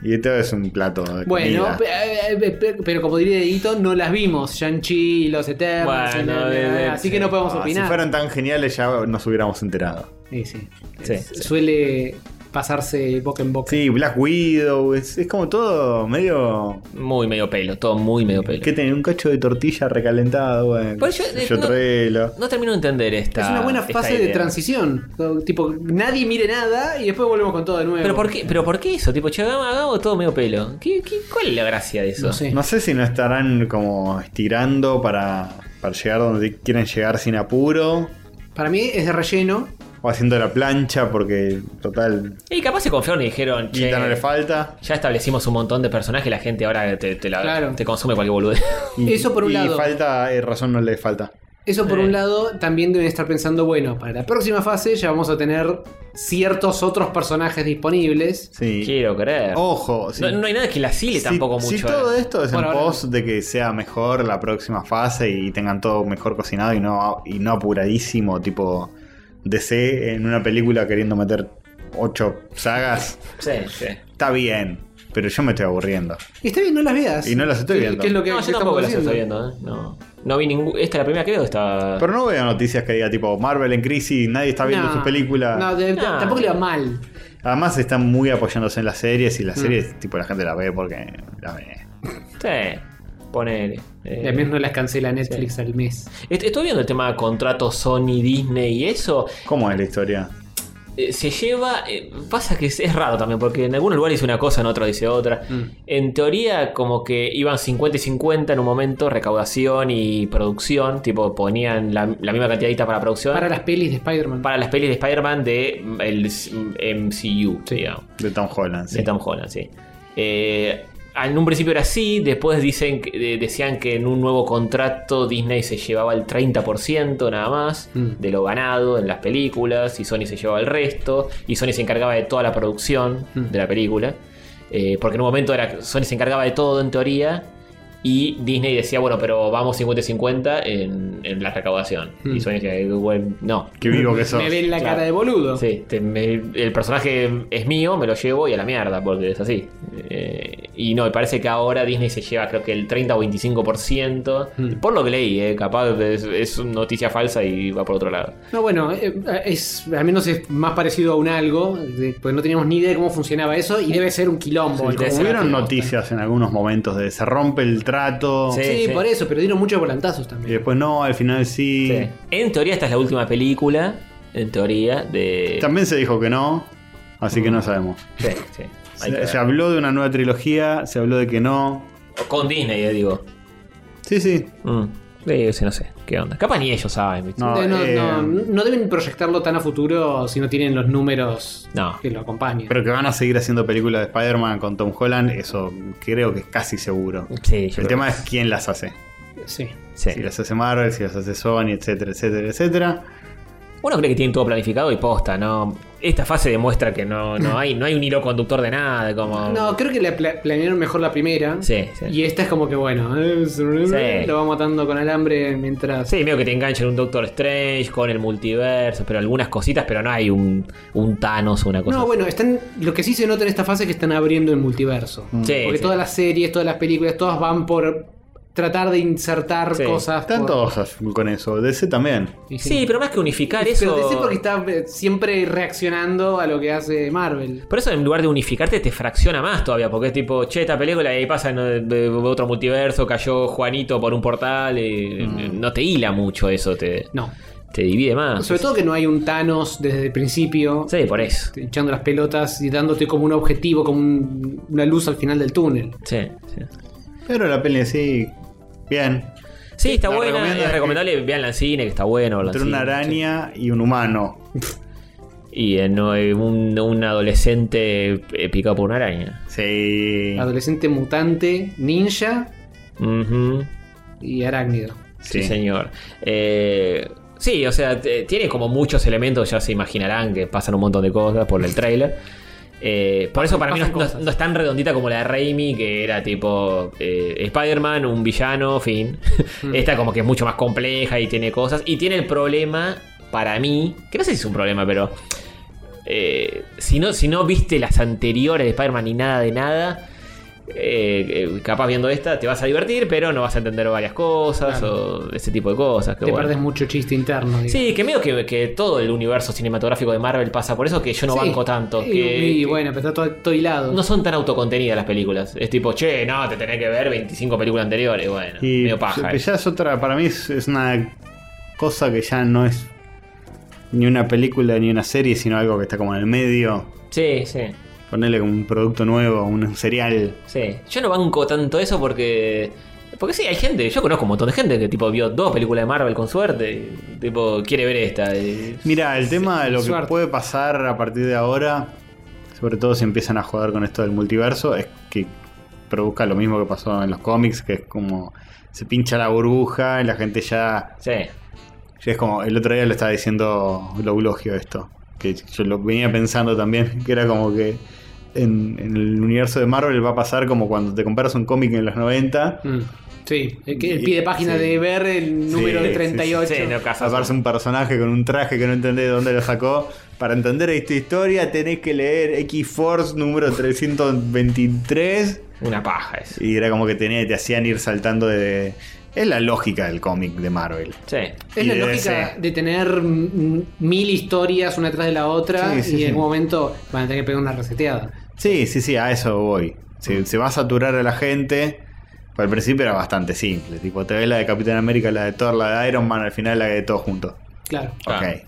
Speaker 1: Y esto es un plato. de
Speaker 3: Bueno,
Speaker 1: comida.
Speaker 3: pe- eh, eh, pe- pero como diría Edito, no las vimos. Shang-Chi, los Eternos,
Speaker 2: Bueno,
Speaker 3: y na, na,
Speaker 2: de- de-
Speaker 3: na, así que
Speaker 2: sí.
Speaker 3: no podemos
Speaker 1: Ah,
Speaker 3: opinar.
Speaker 1: Si fueran tan geniales ya nos hubiéramos enterado.
Speaker 3: Sí, sí.
Speaker 2: Sí,
Speaker 3: Es-
Speaker 2: sí.
Speaker 3: Suele pasarse boca en boca.
Speaker 1: Sí, Black Widow, es, es como todo medio...
Speaker 2: Muy medio pelo, todo muy medio pelo.
Speaker 1: ¿Qué tienen? Un cacho de tortilla recalentado, bueno.
Speaker 2: Pues yo-
Speaker 1: yo,
Speaker 2: eh, no-
Speaker 1: trelo.
Speaker 2: No termino de entender esta.
Speaker 3: es una buena
Speaker 2: esta
Speaker 3: fase de
Speaker 2: idea.
Speaker 3: transición. Tipo, nadie mire nada y después volvemos con todo de nuevo.
Speaker 2: ¿Pero por, qué, ¿Pero por qué eso? Tipo, che, hagamos hagamos todo medio pelo. ¿Qué, qué, cuál es la gracia de eso?
Speaker 3: No sé.
Speaker 1: No sé si no estarán como estirando para, para llegar donde quieren llegar sin apuro.
Speaker 3: Para mí es de relleno.
Speaker 1: O haciendo la plancha porque, total,
Speaker 2: Y capaz se confiaron y dijeron, che,
Speaker 1: guita no le falta.
Speaker 2: ya establecimos un montón de personajes, la gente ahora te, te la-
Speaker 3: Claro.
Speaker 2: te consume cualquier boludez.
Speaker 3: Eso por un
Speaker 1: y
Speaker 3: lado.
Speaker 1: falta, eh, razón no le falta.
Speaker 3: Eso por
Speaker 2: Eh.
Speaker 3: un lado, también deben estar pensando, bueno, para la próxima fase ya vamos a tener ciertos otros personajes disponibles.
Speaker 1: Sí.
Speaker 2: (laughs) Quiero creer.
Speaker 1: Ojo, sí.
Speaker 2: no, no hay nada que la sile
Speaker 1: Si-
Speaker 2: tampoco
Speaker 1: si
Speaker 2: mucho. eh.
Speaker 1: todo esto es
Speaker 3: Por
Speaker 1: en
Speaker 3: ahora
Speaker 1: pos de que sea mejor la próxima fase y tengan todo mejor cocinado y no, y no apuradísimo, tipo DC en una película queriendo meter ocho sagas,
Speaker 2: Sí, sí.
Speaker 1: está bien, pero yo me estoy aburriendo.
Speaker 3: Y está bien, no las veas.
Speaker 1: Y no las estoy
Speaker 3: ¿Qué-
Speaker 1: viendo.
Speaker 3: qué es lo que
Speaker 2: no, yo
Speaker 3: estamos
Speaker 2: tampoco las
Speaker 3: haciendo?
Speaker 2: estoy viendo, ¿eh? No, no vi ningún. Esta es la primera creo que está.
Speaker 1: Pero no veo noticias que diga tipo Marvel en crisis, nadie está viendo
Speaker 3: No,
Speaker 1: su película.
Speaker 3: No, de- de-
Speaker 2: Ah.
Speaker 3: tampoco le va mal.
Speaker 1: Además están muy apoyándose en las series y
Speaker 3: Mm.
Speaker 1: las series tipo la gente la ve porque la ve.
Speaker 2: Sí. Ponele. Eh,
Speaker 3: También no las cancela Netflix al mes.
Speaker 2: est- Estoy viendo el tema de contratos Sony, Disney y eso.
Speaker 1: ¿Cómo es la historia?
Speaker 2: eh, se lleva. eh, pasa que es, es raro también, porque en algún lugar dice una cosa, en otro dice otra. En teoría, como que iban 50 y 50 en un momento, recaudación y producción. Tipo, ponían la, la misma cantidadita para producción.
Speaker 3: Para las pelis de Spider-Man.
Speaker 2: para las pelis de Spider-Man de mm, el s- MCU, digamos.
Speaker 1: De Tom Holland. sí.
Speaker 2: De Tom Holland, sí. Eh, en un principio era así, después dicen que- de- decían que en un nuevo contrato Disney se llevaba el 30% nada más
Speaker 3: Mm.
Speaker 2: de lo ganado en las películas y Sony se llevaba el resto y Sony se encargaba de toda la producción
Speaker 3: Mm.
Speaker 2: de la película. Eh, porque en un momento era Sony se encargaba de todo en teoría y Disney decía, bueno, pero vamos 50-50 en, en la recaudación.
Speaker 3: Mm.
Speaker 2: Y Sony decía, "Bueno, no,
Speaker 1: Qué vivo que sos.
Speaker 3: Me ven la
Speaker 2: Claro.
Speaker 3: cara de boludo.
Speaker 2: Sí, te- este, me- el personaje es mío, me lo llevo y a la mierda, porque es así. Eh, y no, me parece que ahora Disney se lleva creo que el 30 o 25%.
Speaker 1: Hmm.
Speaker 3: Mm.
Speaker 2: Por lo que leí, eh, capaz es, es una noticia falsa y va por otro lado.
Speaker 3: No, bueno, eh, es, al menos es más parecido a un algo, de- porque no teníamos ni idea de cómo funcionaba eso y debe ser un quilombo.
Speaker 2: Sí,
Speaker 3: Como-
Speaker 2: debe ser
Speaker 1: Hubieron
Speaker 2: Exacto.
Speaker 1: noticias en algunos momentos de se rompe el trato
Speaker 2: Sí.
Speaker 3: Sí, por eso, pero dieron muchos volantazos
Speaker 1: y
Speaker 3: también.
Speaker 1: después no, al final sí.
Speaker 2: Sí. En teoría, esta es la última película. En teoría, de.
Speaker 1: También se dijo que no, así
Speaker 3: Mm.
Speaker 1: que no sabemos.
Speaker 2: Sí,
Speaker 1: (laughs)
Speaker 2: sí.
Speaker 1: Se,
Speaker 2: Hay que ver.
Speaker 1: se habló de una nueva trilogía, se habló de que no.
Speaker 2: Con Disney, eh, digo.
Speaker 1: Sí, sí.
Speaker 2: Mm. Sí, sí, no sé, ¿qué onda? Capaz ni ellos saben. ¿viste?
Speaker 1: Hmm. No,
Speaker 3: Eh, No,
Speaker 1: eh,
Speaker 3: no, no deben proyectarlo tan a futuro si no tienen los números
Speaker 2: No.
Speaker 3: que lo acompañen.
Speaker 1: Pero que van a seguir haciendo películas de Spider-Man con Tom Holland, eso creo que es casi seguro.
Speaker 2: Sí, yo creo
Speaker 1: El tema es quién las hace.
Speaker 3: sí.
Speaker 2: Sí.
Speaker 1: Si las hace Marvel, si las hace Sony, etcétera, etcétera, etcétera.
Speaker 2: Uno cree que tienen todo planificado y posta, ¿no? Esta fase demuestra que no, no, hay, no hay un hilo conductor de nada, como...
Speaker 3: No, creo que la pla- planearon mejor la primera.
Speaker 2: Sí, sí.
Speaker 3: Y esta es como que bueno, eh, lo va matando con alambre mientras.
Speaker 2: Sí, medio que te enganchan un Doctor Strange con el multiverso, pero algunas cositas, pero no hay un, un Thanos o una cosa
Speaker 3: No,
Speaker 2: así.
Speaker 3: bueno, están. Lo que sí se nota en esta fase es que están abriendo el multiverso.
Speaker 2: Sí,
Speaker 3: Porque
Speaker 2: sí.
Speaker 3: todas las series, todas las películas, todas van por tratar de insertar
Speaker 2: Sí.
Speaker 3: cosas.
Speaker 1: Están
Speaker 3: Ah, por-
Speaker 1: todos a full con eso. DC también.
Speaker 3: Y
Speaker 2: Sí, pero más que unificar eso...
Speaker 3: Pero DC porque está eh, siempre reaccionando a lo que hace Marvel.
Speaker 2: Por eso en lugar de unificarte te fracciona más todavía, porque es tipo, che, esta película y ahí pasa en eh, de- de otro multiverso, cayó Juanito por un portal, y, no te hila mucho eso, te,
Speaker 3: No.
Speaker 2: te divide más.
Speaker 3: Sobre todo que Mm. no hay un Thanos desde el principio. este,
Speaker 2: Sí, por eso.
Speaker 3: Echando las pelotas y dándote como un objetivo, como un- una luz al final del túnel.
Speaker 2: Sí, sí.
Speaker 1: Pero la peli en sí, bien.
Speaker 2: Sí, está
Speaker 1: La
Speaker 2: buena,
Speaker 1: recomiendo
Speaker 2: es
Speaker 1: que-
Speaker 2: recomendable, veanla en cine, que está bueno. verla en
Speaker 1: Entre una
Speaker 2: cine,
Speaker 1: araña y un humano.
Speaker 2: sí. Y eh, no, eh, un, un adolescente eh, picado por una araña.
Speaker 1: Sí.
Speaker 3: Adolescente mutante, ninja
Speaker 2: Ujú.
Speaker 3: y arácnido.
Speaker 2: Sí,
Speaker 1: Sí.
Speaker 2: señor. Eh, sí, o sea, t- tiene como muchos elementos, ya se imaginarán que pasan un montón de cosas por el trailer. Eh, por eso para mí no,
Speaker 3: pasan
Speaker 2: no-
Speaker 3: cosas.
Speaker 2: no es tan redondita como la de Raimi, que era tipo eh, Spider-Man, un villano, fin.
Speaker 1: Mm.
Speaker 2: Esta como que es mucho más compleja y tiene cosas. Y tiene el problema, para mí, que no sé si es un problema, pero... eh, si, no, si no viste las anteriores de Spider-Man ni nada de nada, eh, eh, capaz viendo esta te vas a divertir, pero no vas a entender varias cosas o ese tipo de cosas. que
Speaker 3: Te
Speaker 2: bueno.
Speaker 3: perdés mucho chiste interno. digo.
Speaker 2: Sí, que medio que, que todo el universo cinematográfico de Marvel pasa por eso que yo no
Speaker 3: Sí.
Speaker 2: banco tanto.
Speaker 3: Y,
Speaker 2: que,
Speaker 3: y
Speaker 2: que
Speaker 3: bueno, pero está todo, todo hilado.
Speaker 2: no son tan autocontenidas las películas. Es tipo, che, no, te tenés que ver 25 películas anteriores. Bueno,
Speaker 1: Y
Speaker 2: medio paja.
Speaker 1: que
Speaker 2: eh.
Speaker 1: ya es otra, para mí es, es una cosa que ya no es ni una película ni una serie, sino algo que está como en el medio.
Speaker 2: Sí, sí.
Speaker 1: Ponerle como un producto nuevo, un cereal.
Speaker 2: Sí, yo no banco tanto eso porque. Porque sí, hay gente, yo conozco un montón de gente que tipo vio dos películas de Marvel con suerte, y, tipo quiere ver esta. y-
Speaker 1: Mira, el tema de lo que
Speaker 3: suerte.
Speaker 1: puede pasar a partir de ahora, sobre todo si empiezan a jugar con esto del multiverso, es que produzca lo mismo que pasó en los cómics, que es como se pincha la burbuja y la gente ya
Speaker 2: Sí,
Speaker 1: Ya es como, el otro día lo estaba diciendo Loblogio esto, que yo lo venía pensando también, (laughs) que era como que en, en el universo de Marvel va a pasar como cuando te compras un cómic en los 90,
Speaker 3: Mm. Sí, el, que- el
Speaker 1: Y-
Speaker 3: pie de página
Speaker 1: sí.
Speaker 3: de ver el número
Speaker 1: Sí,
Speaker 3: de
Speaker 1: sí,
Speaker 3: 38.
Speaker 2: sí, no casas.
Speaker 1: sacarse un personaje con un traje que no entendés de dónde lo sacó. Para entender esta historia tenés que leer X-Force número 323
Speaker 2: Una paja es.
Speaker 1: y era como que tenía, te hacían ir saltando de... Es la lógica del cómic de Marvel.
Speaker 2: Sí.
Speaker 3: Es
Speaker 1: Y
Speaker 3: la
Speaker 1: de
Speaker 3: lógica
Speaker 1: DC.
Speaker 3: de tener mm, mil historias una tras de la otra
Speaker 1: Sí, sí,
Speaker 3: y en
Speaker 1: sí.
Speaker 3: un momento van a tener que pegar una reseteada.
Speaker 1: Sí, sí, sí, a eso voy. Se, se va a saturar a la gente. Por el principio era bastante simple. Tipo, te ves la de Capitán América, la de Thor, la de Iron Man, al final la de todos juntos.
Speaker 3: Claro.
Speaker 2: Ah.
Speaker 1: Ok.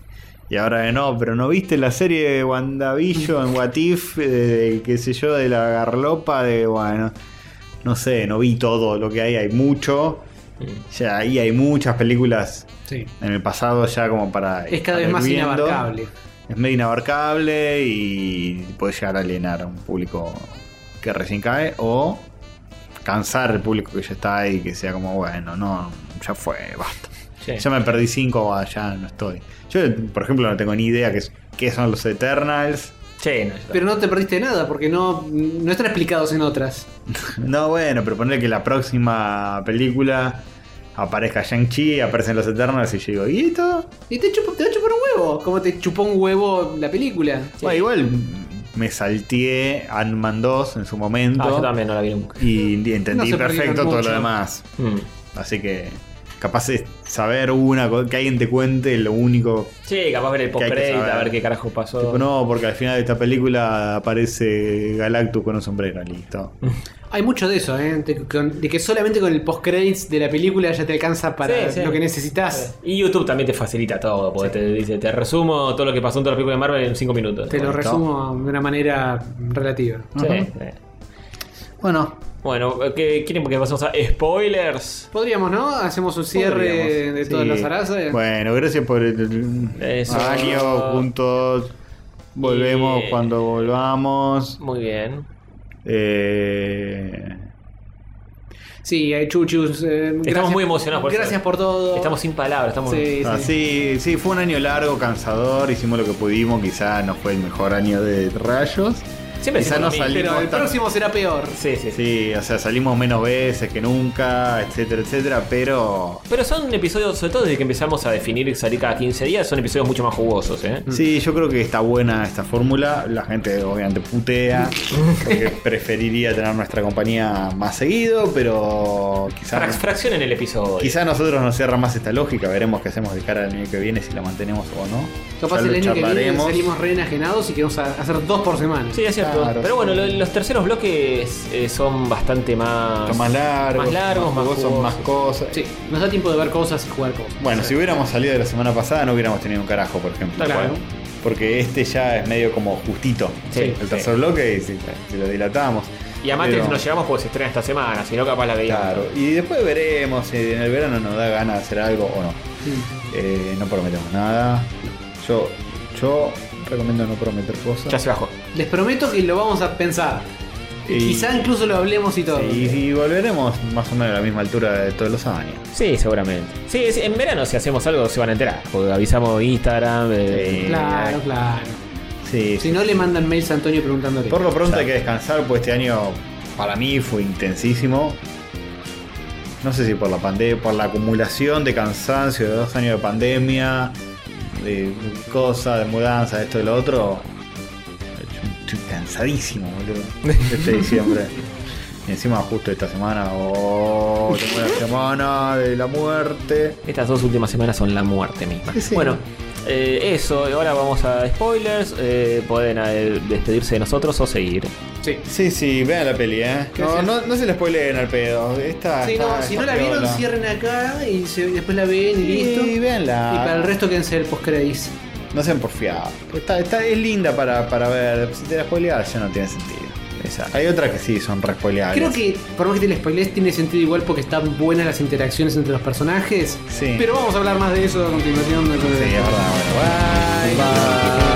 Speaker 1: Y ahora de no, pero ¿no viste la serie de
Speaker 3: (laughs)
Speaker 1: WandaVision, What If, eh, de, qué sé yo, de la garlopa? De, bueno, no sé, no vi todo lo que hay, hay mucho.
Speaker 2: mm,
Speaker 1: Ya ahí hay muchas películas
Speaker 3: Sí.
Speaker 1: en el pasado ya como para...
Speaker 3: Es
Speaker 1: para
Speaker 3: cada vez
Speaker 1: ir
Speaker 3: más
Speaker 1: viendo.
Speaker 3: inabarcable.
Speaker 1: Es medio inabarcable y puede llegar a alienar a un público que recién cae o cansar al público que ya está ahí, que sea como, bueno, no, ya fue, basta.
Speaker 2: Sí.
Speaker 1: Ya me perdí cinco, ah, ya no estoy. Yo, por ejemplo, no tengo ni idea qué, es- qué son los Eternals. (laughs)
Speaker 2: Sí, no, yo-
Speaker 3: Pero no te perdiste nada porque no, no están explicados en otras.
Speaker 1: No, bueno, pero ponerle que la próxima película aparezca Shang-Chi, aparecen los Eternals y yo digo, ¿y esto?
Speaker 3: Y te, chupa- te va a chupar un huevo. Como te chupó un huevo la película.
Speaker 1: Bueno, igual me salteé Ant-Man 2 en su momento.
Speaker 2: Ah, yo también no la vi nunca.
Speaker 1: Y
Speaker 3: No
Speaker 1: entendí
Speaker 3: se perdieron
Speaker 1: perfecto todo
Speaker 3: mucho.
Speaker 1: lo demás.
Speaker 2: Mm.
Speaker 1: Así que capaz de saber una, co- que alguien te cuente lo único.
Speaker 2: Sí, capaz ver el
Speaker 1: hay que
Speaker 2: post-credit, a
Speaker 1: saber.
Speaker 2: ver qué carajo pasó.
Speaker 1: Tipo, no, porque al final de esta película aparece Galactus con un sombrero, listo.
Speaker 3: Hay mucho de eso, ¿eh? De, con- de que solamente con el post-credits de la película ya te alcanza para
Speaker 2: Sí, sí.
Speaker 3: lo que necesitas.
Speaker 2: Y YouTube también te facilita todo, porque te dice, te resumo todo lo que pasó en toda la película de Marvel en 5 minutos.
Speaker 3: Te lo
Speaker 1: Correcto.
Speaker 3: resumo de una manera relativa.
Speaker 2: Sí,
Speaker 1: Ujú.
Speaker 2: sí.
Speaker 1: Bueno,
Speaker 2: Bueno, ¿qué quieren que pasemos a spoilers?
Speaker 3: Podríamos, ¿no? Hacemos un cierre
Speaker 1: podríamos.
Speaker 3: de
Speaker 1: Sí.
Speaker 3: todas las arazas.
Speaker 1: Bueno, gracias por el
Speaker 2: Eso.
Speaker 1: año juntos. Volvemos
Speaker 2: Y-
Speaker 1: cuando volvamos.
Speaker 2: Muy bien.
Speaker 1: Eh,
Speaker 3: Sí, hay chuchus. eh, gracias-
Speaker 2: muy emocionados por
Speaker 3: Gracias
Speaker 2: eso.
Speaker 3: por todo.
Speaker 2: Estamos sin palabras, estamos...
Speaker 3: Sí,
Speaker 1: ah,
Speaker 3: sí.
Speaker 1: sí, sí, fue un año largo, cansador, hicimos lo que pudimos, quizá no fue el mejor año de rayos.
Speaker 2: Siempre
Speaker 1: Quizá
Speaker 2: decimos lo
Speaker 1: no
Speaker 2: mismo.
Speaker 1: salí-
Speaker 3: Pero el
Speaker 1: Bastante.
Speaker 3: próximo será peor.
Speaker 2: Sí, sí, sí.
Speaker 1: Sí, o sea, salimos menos veces que nunca, etcétera, etcétera, pero...
Speaker 2: Pero son episodios, sobre todo desde que empezamos a definir y salir cada 15 días, son episodios mucho más jugosos, ¿eh?
Speaker 3: Mm.
Speaker 1: Sí, yo creo que está buena esta fórmula. La gente obviamente
Speaker 3: (laughs)
Speaker 1: putea, porque preferiría tener nuestra compañía más seguido, pero
Speaker 2: Frac-
Speaker 1: quizás
Speaker 2: fraccionen el episodio.
Speaker 1: quizá nosotros nos cierra más esta lógica. Veremos qué hacemos de cara al año que viene, si la mantenemos o no.
Speaker 3: Capaz
Speaker 1: Ya lo
Speaker 3: el año que viene
Speaker 1: charlaremos.
Speaker 3: salimos reenajenados y queremos a- hacer dos por semana.
Speaker 2: Sí, es cierto.
Speaker 1: Claro,
Speaker 2: Pero bueno,
Speaker 1: sí.
Speaker 2: lo- los terceros bloques eh, son bastante más.
Speaker 1: Son más largos,
Speaker 2: Más largos, más
Speaker 1: jugosos,
Speaker 2: jugosos.
Speaker 1: más cosas.
Speaker 3: Sí, nos da tiempo de ver cosas y jugar cosas.
Speaker 1: Bueno, si hubiéramos salido de la semana pasada no hubiéramos tenido un carajo, por ejemplo.
Speaker 2: Tal cual.
Speaker 1: Bueno, Porque este ya es medio como justito.
Speaker 2: Sí,
Speaker 1: el tercer
Speaker 2: sí.
Speaker 1: bloque y si, si lo dilatamos.
Speaker 2: Y a Matrix
Speaker 1: Pero-
Speaker 2: nos llegamos porque se estrena esta semana, si no, capaz la veíamos.
Speaker 1: Claro. Y después veremos si en el verano nos da ganas de hacer algo o no.
Speaker 3: Mm.
Speaker 1: Eh, no prometemos nada. Yo, yo
Speaker 10: Recomiendo no prometer cosas.
Speaker 2: Ya se bajó.
Speaker 3: Les prometo que lo vamos a pensar.
Speaker 1: Y-
Speaker 3: Quizá incluso lo hablemos y todo.
Speaker 1: Y, y volveremos más o menos a la misma altura de todos los años.
Speaker 2: Sí, seguramente. Sí, sí, en verano si hacemos algo se van a enterar. Porque avisamos Instagram. eh,
Speaker 1: Sí.
Speaker 3: Claro, claro.
Speaker 1: Sí,
Speaker 3: Si no, le mandan mails a Antonio preguntándole.
Speaker 1: Por lo pronto hay que descansar, pues este año para mí fue intensísimo. No sé si por la pandemia, por la acumulación de cansancio de dos años de pandemia, de cosas, de mudanza, de esto y lo otro. Estoy cansadísimo, boludo. Este (laughs) diciembre. Y encima justo esta semana, oh, tengo la semana de la muerte.
Speaker 2: Estas dos últimas semanas son la muerte misma.
Speaker 10: Sí, sí.
Speaker 2: Bueno, eh, eso. Ahora vamos a spoilers. eh, pueden eh, despedirse de nosotros o seguir.
Speaker 3: Sí.
Speaker 1: Sí, sí, vean la peli, eh. No,
Speaker 3: Gracias.
Speaker 1: no, no se les spoileen al pedo. Esta,
Speaker 3: Sí,
Speaker 1: está-
Speaker 3: no, si
Speaker 1: está
Speaker 3: no la vieron,
Speaker 1: piola.
Speaker 3: cierren acá y se- después la ven y listo.
Speaker 1: Sí,
Speaker 3: Y
Speaker 1: véanla.
Speaker 3: para el resto quédense el post-credits.
Speaker 1: No sean porfiados. Está, está, es linda para, para ver. Si te la spoileas, ya no tiene sentido. Esa. Hay otras que sí son re spoileables.
Speaker 3: Creo que, por más que te la spoilees, tiene sentido igual porque están buenas las interacciones entre los personajes.
Speaker 1: Sí.
Speaker 3: Pero vamos a hablar más de eso a continuación.
Speaker 1: Sí, es verdad. Bueno, bye. Bye.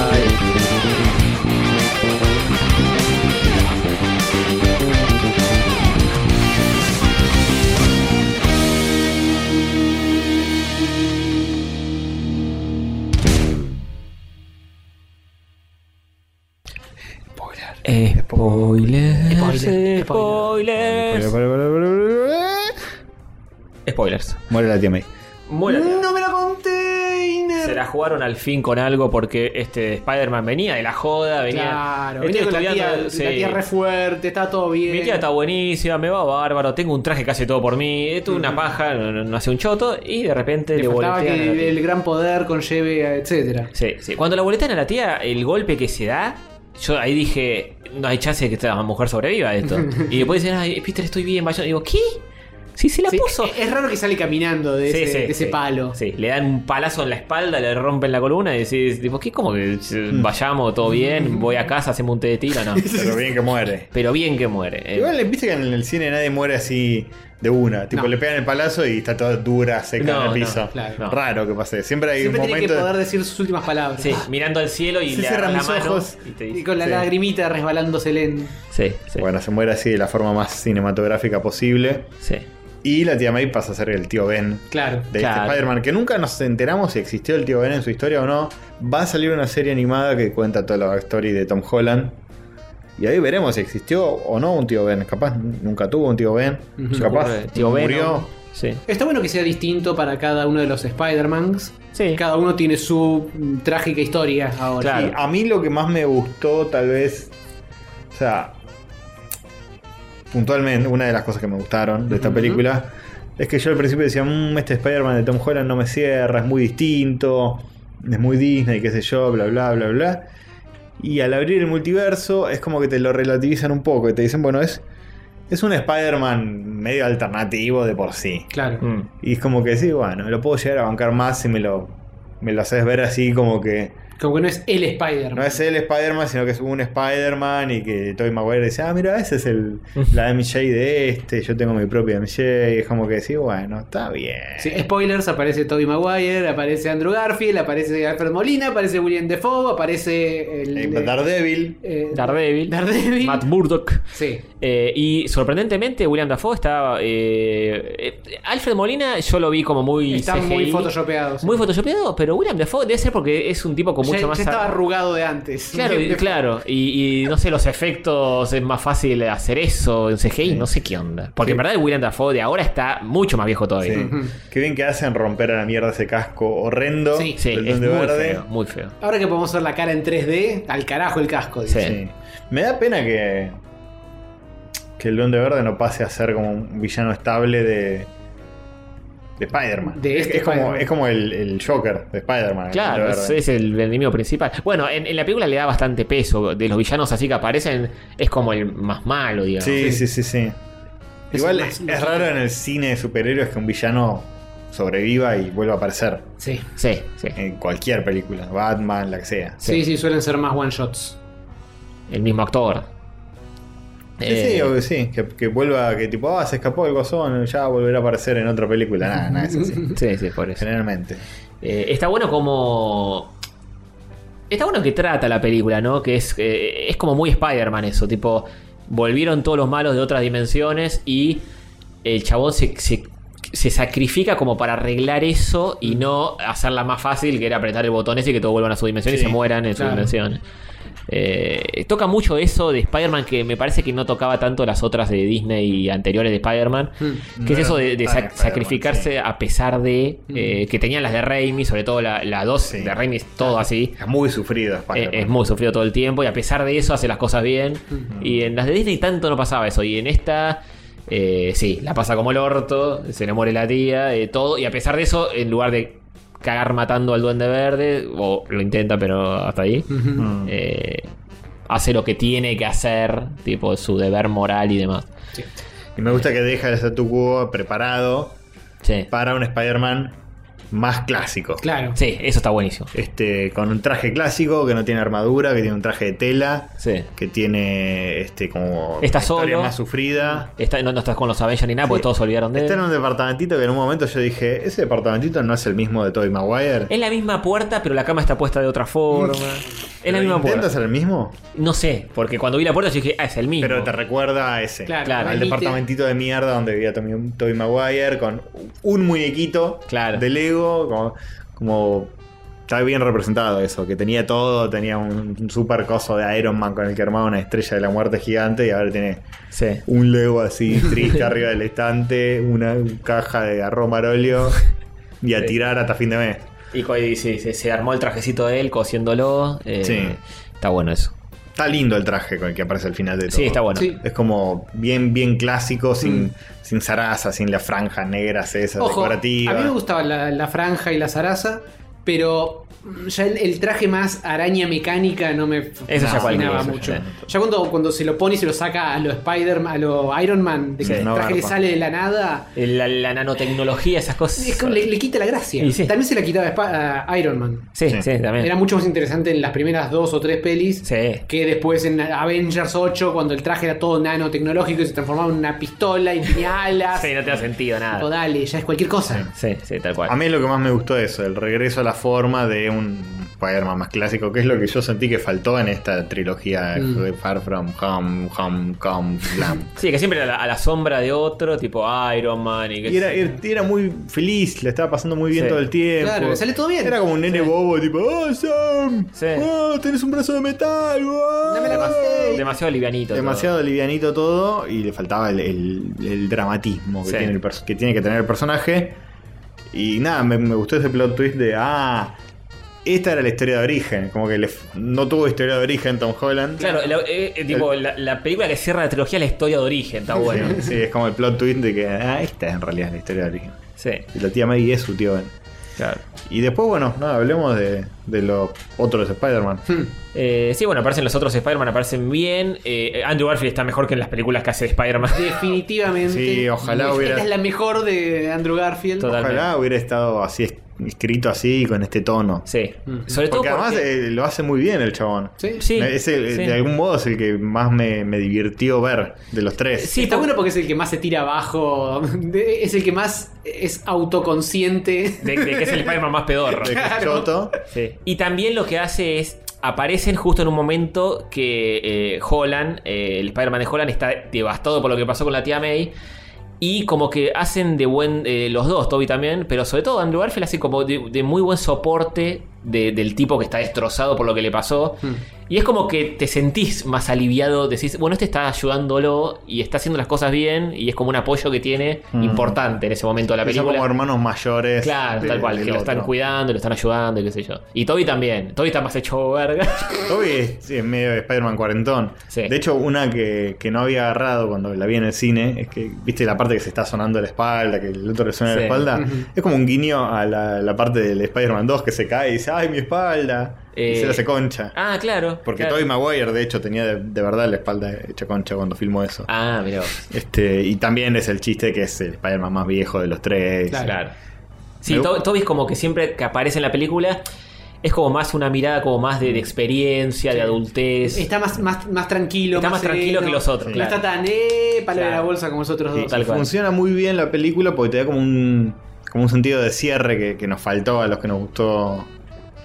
Speaker 2: Spoilers.
Speaker 3: Spoiler,
Speaker 2: Spoilers.
Speaker 1: Pero, pero, pero, pero, pero-
Speaker 2: Spoilers.
Speaker 1: Muere la tía
Speaker 3: (laughs)
Speaker 1: May.
Speaker 2: Muérete.
Speaker 3: ¡No me la conté! Iner.
Speaker 2: Se la jugaron al fin con algo porque este Spider-Man venía de la joda, venía.
Speaker 3: Claro,
Speaker 2: Estoy
Speaker 3: venía con la tía,
Speaker 2: estudiando-
Speaker 3: la
Speaker 2: sí.
Speaker 3: tía re fuerte, está todo bien.
Speaker 2: Mi tía está buenísima, me va bárbaro, tengo un traje que hace todo por mí, esto es una paja, no, no- no hace un choto, y de repente
Speaker 3: Le
Speaker 2: le
Speaker 3: faltaba
Speaker 2: boletean. a la
Speaker 3: que
Speaker 2: tía.
Speaker 3: el gran poder conlleve, a- etcétera.
Speaker 2: Sí, sí. Cuando la boletean a la tía, el golpe que se da, yo ahí dije, no hay chance de que esta mujer sobreviva a
Speaker 3: (laughs)
Speaker 2: esto. y después dicen, ay, Peter, estoy bien, vaya. Digo, ¿qué? Sí, se la
Speaker 3: Sí, eh,
Speaker 2: puso.
Speaker 3: Es raro que sale caminando de
Speaker 2: Sí,
Speaker 3: ese,
Speaker 2: sí,
Speaker 3: de
Speaker 2: sí.
Speaker 3: ese palo.
Speaker 2: Sí, le dan un palazo en la espalda, le rompen la columna y decís, tipo, ¿qué? ¿Cómo que eh,
Speaker 1: Mm.
Speaker 2: vayamos, todo bien? Voy a casa, hacemos un té de
Speaker 1: (laughs)
Speaker 2: tira, no.
Speaker 1: Pero bien que muere.
Speaker 2: Pero bien que muere. eh.
Speaker 1: Igual viste que en el cine nadie muere así de una. Tipo,
Speaker 3: No.
Speaker 1: le pegan el palazo y está toda dura, seca
Speaker 2: No,
Speaker 1: en el
Speaker 2: no,
Speaker 1: piso.
Speaker 3: claro,
Speaker 2: no.
Speaker 1: Raro que pase. Siempre hay
Speaker 3: Siempre
Speaker 1: un
Speaker 3: tiene que
Speaker 1: momento.
Speaker 3: poder decir sus últimas palabras.
Speaker 2: Sí, mirando al cielo y
Speaker 1: Sí,
Speaker 2: le
Speaker 1: cierra
Speaker 2: agarra la
Speaker 1: mis
Speaker 2: mano
Speaker 1: ojos.
Speaker 2: y te
Speaker 3: Y
Speaker 2: dice.
Speaker 3: con la
Speaker 1: Sí.
Speaker 3: lagrimita resbalándose en
Speaker 2: Sí, sí.
Speaker 1: Bueno, se muere así de la forma más cinematográfica posible.
Speaker 2: sí.
Speaker 1: Y la tía May pasa a ser el tío Ben
Speaker 3: Claro.
Speaker 1: de
Speaker 2: Claro.
Speaker 1: este Spider-Man, que nunca nos enteramos si existió el tío Ben en su historia o no. Va a salir una serie animada que cuenta toda la backstory de Tom Holland. Y ahí veremos si existió o no un tío Ben. Capaz nunca tuvo un tío Ben.
Speaker 3: Ujú.
Speaker 1: Capaz
Speaker 2: Tío Venom.
Speaker 1: murió.
Speaker 2: Sí.
Speaker 3: Está bueno que sea distinto para cada uno de los Spider-Mans.
Speaker 2: Sí.
Speaker 3: Cada uno tiene su mm, trágica historia ahora.
Speaker 2: Claro.
Speaker 1: Y a mí lo que más me gustó, tal vez. O sea. Puntualmente, una de las cosas que me gustaron de esta película. Es que yo al principio decía, "Mm, este Spider-Man de Tom Holland no me cierra, es muy distinto, es muy Disney, qué sé yo, bla, bla, bla, bla. Y al abrir el multiverso es como que te lo relativizan un poco y te dicen, bueno, es, es un Spider-Man medio alternativo de por sí.
Speaker 3: Claro.
Speaker 2: Mm.
Speaker 1: Y es como que sí, bueno, lo puedo llegar a bancar más si me lo, me lo haces ver así como que...
Speaker 3: Como que no es el Spider-Man.
Speaker 1: No es el Spider-Man, sino que es un Spider-Man y que Tobey Maguire dice, ah, mira, esa es el, la MJ de este, yo tengo mi propia MJ, y es como que sí, bueno, está bien.
Speaker 3: Sí, spoilers, aparece Tobey Maguire, aparece Andrew Garfield, aparece Alfred Molina, aparece William Defoe, aparece el...
Speaker 1: Eh, Daredevil,
Speaker 3: eh,
Speaker 2: Daredevil.
Speaker 3: Daredevil.
Speaker 2: Matt Murdock.
Speaker 3: Sí.
Speaker 2: Eh, y sorprendentemente, William Dafoe está. eh, eh, Alfred Molina, yo lo vi como muy.
Speaker 3: Están muy
Speaker 2: CGI.
Speaker 3: photoshopeados.
Speaker 2: Muy photoshopeado, pero William Dafoe debe ser porque es un tipo con
Speaker 3: Ya-
Speaker 2: mucho
Speaker 3: ya,
Speaker 2: más.
Speaker 3: estaba arrugado de antes.
Speaker 2: Claro,
Speaker 3: (laughs)
Speaker 2: y- claro. Y, y no sé, los efectos es más fácil hacer eso en CGI, no sé qué onda. Porque en verdad el William Dafoe de ahora está mucho más viejo todavía.
Speaker 1: Sí. Qué bien que hacen romper a la mierda ese casco horrendo.
Speaker 3: Sí,
Speaker 2: Sí,
Speaker 1: del
Speaker 2: es muy
Speaker 1: Duende Verde.
Speaker 2: feo, muy feo.
Speaker 3: Ahora que podemos ver la cara en 3D, al carajo el casco. dice.
Speaker 2: Sí.
Speaker 1: Sí. Me da pena que. Que el Duende Verde no pase a ser como un villano estable de. De Spider-Man.
Speaker 3: De
Speaker 1: Es-
Speaker 3: este
Speaker 1: es, como,
Speaker 3: Spider-Man.
Speaker 1: es como el, el Joker de Spider-Man. el
Speaker 2: Claro,
Speaker 1: Duende
Speaker 2: ese
Speaker 1: Verde.
Speaker 2: es el enemigo principal. Bueno, en, en la película le da bastante peso. De los villanos así que aparecen, es como el más malo, digamos.
Speaker 1: Sí, sí, sí, sí.
Speaker 3: Es
Speaker 1: Igual
Speaker 3: el
Speaker 1: es,
Speaker 3: más-
Speaker 1: es raro en el cine de superhéroes que un villano sobreviva y vuelva a aparecer
Speaker 3: Sí.
Speaker 2: Sí, sí.
Speaker 1: en cualquier película, Batman, la que sea.
Speaker 3: Sí, sí, suelen ser más one shots.
Speaker 2: El mismo actor.
Speaker 1: Sí,
Speaker 2: Eh,
Speaker 1: sí, obvio, sí, que, que vuelva, que tipo, ah, se escapó el gozón, ya volverá a aparecer en otra película. Nada,
Speaker 2: (laughs)
Speaker 1: nada, es así.
Speaker 2: sí, sí, por eso.
Speaker 1: Generalmente.
Speaker 2: Eh, está bueno como. Está bueno que trata la película, ¿no? Que es, eh, es como muy Spider-Man eso, tipo, volvieron todos los malos de otras dimensiones y el chabón se, se- se sacrifica como para arreglar eso y no hacerla más fácil que era apretar el botón ese y que todos vuelvan a su dimensión y
Speaker 1: Sí,
Speaker 2: se mueran en su
Speaker 3: claro.
Speaker 2: dimensión. Eh, toca mucho eso de Spider-Man que me parece que no tocaba tanto las otras de Disney y anteriores de Spider-Man.
Speaker 1: Mm.
Speaker 2: que es
Speaker 1: No
Speaker 2: eso
Speaker 1: era
Speaker 2: de, de
Speaker 1: tan
Speaker 2: sac-
Speaker 1: Spider-Man,
Speaker 2: sacrificarse
Speaker 1: sí.
Speaker 2: a pesar de eh, que tenían las de Raimi, sobre todo la, la 2
Speaker 1: Mm. Sí.
Speaker 2: de Raimi, es todo así.
Speaker 1: Es muy sufrido
Speaker 2: Eh,
Speaker 1: Spider-Man.
Speaker 2: es muy sufrido todo el tiempo y a pesar de eso hace las cosas bien.
Speaker 1: Mm.
Speaker 2: Y en las de Disney tanto no pasaba eso. Y en esta, eh, sí, la pasa como el orto, se le muere la tía, eh, todo. Y a pesar de eso, en lugar de cagar matando al duende verde, o lo intenta, pero hasta ahí,
Speaker 1: Mm.
Speaker 2: eh, hace lo que tiene que hacer, tipo su deber moral y demás.
Speaker 1: Y me gusta que deja el statu quo preparado
Speaker 2: Sí,
Speaker 1: para un Spider-Man más clásico.
Speaker 3: Claro.
Speaker 2: sí eso está buenísimo.
Speaker 1: Este, con un traje clásico, que no tiene armadura, que tiene un traje de tela,
Speaker 2: Sí.
Speaker 1: que tiene este como
Speaker 2: Está
Speaker 1: una historia
Speaker 2: solo.
Speaker 1: más sufrida.
Speaker 2: Está- no, no estás con los Avengers ni nada, porque todos se olvidaron de él.
Speaker 1: Está en un departamentito que en un momento yo dije, ese departamentito no es el mismo de Tobey Maguire.
Speaker 2: Es la misma puerta, pero la cama está puesta de otra forma. es la
Speaker 1: ¿Pero
Speaker 2: misma
Speaker 1: ¿Intenta
Speaker 2: puerta.
Speaker 1: ser el mismo?
Speaker 2: No sé, porque cuando vi la puerta yo dije, ah, es el mismo.
Speaker 1: Pero te recuerda a ese.
Speaker 3: Claro,
Speaker 2: Claro,
Speaker 1: Al
Speaker 3: remite-
Speaker 1: departamentito de mierda donde vivía Tommy, Tobey Maguire con un muñequito
Speaker 2: Claro.
Speaker 1: de Lego. Como, como está bien representado eso, que tenía todo, tenía un, un super coso de Iron Man con el que armaba una estrella de la muerte gigante y ahora tiene
Speaker 2: Sí.
Speaker 1: un Lego así triste arriba del estante, una caja de arroz marolio y a
Speaker 2: Sí.
Speaker 1: tirar hasta fin de mes.
Speaker 2: Y co- y sí, se, se armó el trajecito de él cosiéndolo. eh,
Speaker 1: Sí.
Speaker 2: Está bueno eso.
Speaker 1: Está lindo el traje con el que aparece al final de todo.
Speaker 2: Sí, está bueno.
Speaker 3: Sí. Mm.
Speaker 1: Es como bien, bien clásico, sin, sin zaraza, sin las franjas negras esas
Speaker 3: Ojo, a mí
Speaker 1: decorativas.
Speaker 3: me gustaba la, la franja y la zaraza, pero ya el, el traje más araña mecánica no me
Speaker 2: Eso ya cualquiera,
Speaker 3: fascinaba
Speaker 2: eso
Speaker 3: mucho.
Speaker 2: ya.
Speaker 3: Ya cuando, cuando se lo pone y se lo saca a lo Spider-Man, a lo Iron Man, de que
Speaker 1: Sí,
Speaker 3: el
Speaker 1: no
Speaker 3: traje le
Speaker 1: garpa.
Speaker 3: sale de la nada,
Speaker 2: La, la nanotecnología, esas cosas.
Speaker 3: es como le, le quita la gracia.
Speaker 2: Y sí.
Speaker 3: También se la quitaba a Spa- a Iron Man.
Speaker 2: Sí,
Speaker 1: Sí.
Speaker 2: sí, también.
Speaker 3: Era mucho más interesante en las primeras dos o tres pelis
Speaker 2: Sí.
Speaker 3: que después en Avengers 8, cuando el traje era todo nanotecnológico y se transformaba en una pistola y tenía alas.
Speaker 2: Sí, no te da sentido
Speaker 3: Tipo,
Speaker 2: nada.
Speaker 3: dale, ya es cualquier cosa.
Speaker 2: Sí, sí, tal cual.
Speaker 1: A mí es lo que más me gustó eso, el regreso a la forma de un Spider-Man más clásico, que es lo que yo sentí que faltó en esta trilogía
Speaker 3: Mm.
Speaker 1: de Far From Home, Home, Come, Flam.
Speaker 2: Sí, que siempre a la, a la sombra de otro, tipo Iron Man y que
Speaker 1: Y era, era- era muy feliz, le estaba pasando muy bien
Speaker 2: Sí.
Speaker 1: todo el tiempo.
Speaker 3: Claro, le sale todo bien.
Speaker 1: Era como un nene bobo, tipo, ¡Oh, Sam!
Speaker 2: Sí.
Speaker 1: ¡Oh, tenés un brazo de metal! ¡Wow!
Speaker 3: Dame la costilla.
Speaker 2: demasiado livianito. todo.
Speaker 1: Demasiado livianito todo y le faltaba el, el- el dramatismo que,
Speaker 2: Sí.
Speaker 1: tiene el pers- que tiene que tener el personaje. Y nada, me, me gustó ese plot twist de, ah, esta era la historia de origen. Como que le f- no tuvo historia de origen Tom Holland.
Speaker 2: Claro, la, eh, eh, tipo, la, la película que cierra la trilogía es la historia de origen, está bueno.
Speaker 1: Sí, es como el plot twist de que, ah, esta es en realidad la historia de origen.
Speaker 2: Sí,
Speaker 1: Y la tía Maggie es su tío Ben.
Speaker 2: claro.
Speaker 1: Y después, bueno, nada, hablemos de, de los otros Spider-Man.
Speaker 3: Hmm.
Speaker 2: Eh, sí, bueno, aparecen los otros Spider-Man, aparecen bien. Eh, Andrew Garfield está mejor que en las películas que hace de Spider-man.
Speaker 3: Definitivamente.
Speaker 1: Sí, ojalá
Speaker 3: Esta
Speaker 1: hubiera-
Speaker 3: es la mejor de Andrew Garfield.
Speaker 2: Total. Totalmente.
Speaker 1: Ojalá hubiera estado así, es- escrito así, con este tono.
Speaker 2: Sí.
Speaker 3: Mm.
Speaker 2: Sobre todo
Speaker 1: Porque además
Speaker 2: porque-
Speaker 1: eh, lo hace muy bien el chabón.
Speaker 3: Sí.
Speaker 2: Sí,
Speaker 1: Es el-
Speaker 2: sí.
Speaker 1: De algún modo es el que más me, me divirtió ver de los tres.
Speaker 2: Sí,
Speaker 3: Está
Speaker 2: por-
Speaker 3: bueno porque es el que más se tira abajo. de- Es el que más es autoconsciente.
Speaker 2: de, de que es el Spider-Man más pedorro.
Speaker 1: De
Speaker 3: Claro.
Speaker 1: Choto.
Speaker 2: Sí. Y también lo que hace es. Aparecen justo en un momento que eh, Holland, eh, el Spider-Man de Holland, está devastado por lo que pasó con la tía May. Y como que hacen de buen. eh, los dos, Toby también, pero sobre todo Andrew Garfield hace como de, de muy buen soporte de- del tipo que está destrozado por lo que le pasó. Y es como que te sentís más aliviado. Decís, bueno, este está ayudándolo y está haciendo las cosas bien. Y es como un apoyo que tiene
Speaker 1: Mm.
Speaker 2: importante en ese momento de la
Speaker 1: Son
Speaker 2: película.
Speaker 1: como hermanos mayores.
Speaker 2: Claro,
Speaker 1: de-
Speaker 2: tal cual,
Speaker 1: del
Speaker 2: que lo están
Speaker 1: otro.
Speaker 2: cuidando, lo están ayudando, y qué sé yo. Y Toby también. Toby está más hecho verga.
Speaker 1: Toby es, es medio de Spider-Man cuarentón.
Speaker 2: Sí.
Speaker 1: De hecho, una que, que no había agarrado cuando la vi en el cine es que, viste, la parte que se está sonando la espalda, que el otro le suena
Speaker 2: Sí.
Speaker 1: la espalda,
Speaker 3: Ujú.
Speaker 1: es como un guiño a la, la parte del Spider-Man 2 que se cae y dice, ¡ay, mi espalda! Y
Speaker 2: Eh,
Speaker 1: se la hace concha.
Speaker 2: Ah, claro.
Speaker 1: Porque
Speaker 2: claro.
Speaker 1: Tobey Maguire, de hecho, tenía de, de verdad la espalda hecha concha cuando filmó eso.
Speaker 2: Ah, mira. vos.
Speaker 1: Este, y también es el chiste que es el Spider-Man más viejo de los tres.
Speaker 3: Claro.
Speaker 2: Claro. Sí,
Speaker 1: Me-
Speaker 2: To- Toby es como que siempre que aparece en la película es como más una mirada como más de, de experiencia, de adultez.
Speaker 3: Está más, más, más tranquilo.
Speaker 2: Está más tranquilo que los otros,
Speaker 3: No
Speaker 2: claro.
Speaker 3: está tan eh, palo de la
Speaker 2: Claro.
Speaker 3: bolsa como los otros
Speaker 2: Sí,
Speaker 3: dos.
Speaker 2: tal cual.
Speaker 1: Funciona muy bien la película porque te da como un, como un sentido de cierre que, que nos faltó a los que nos gustó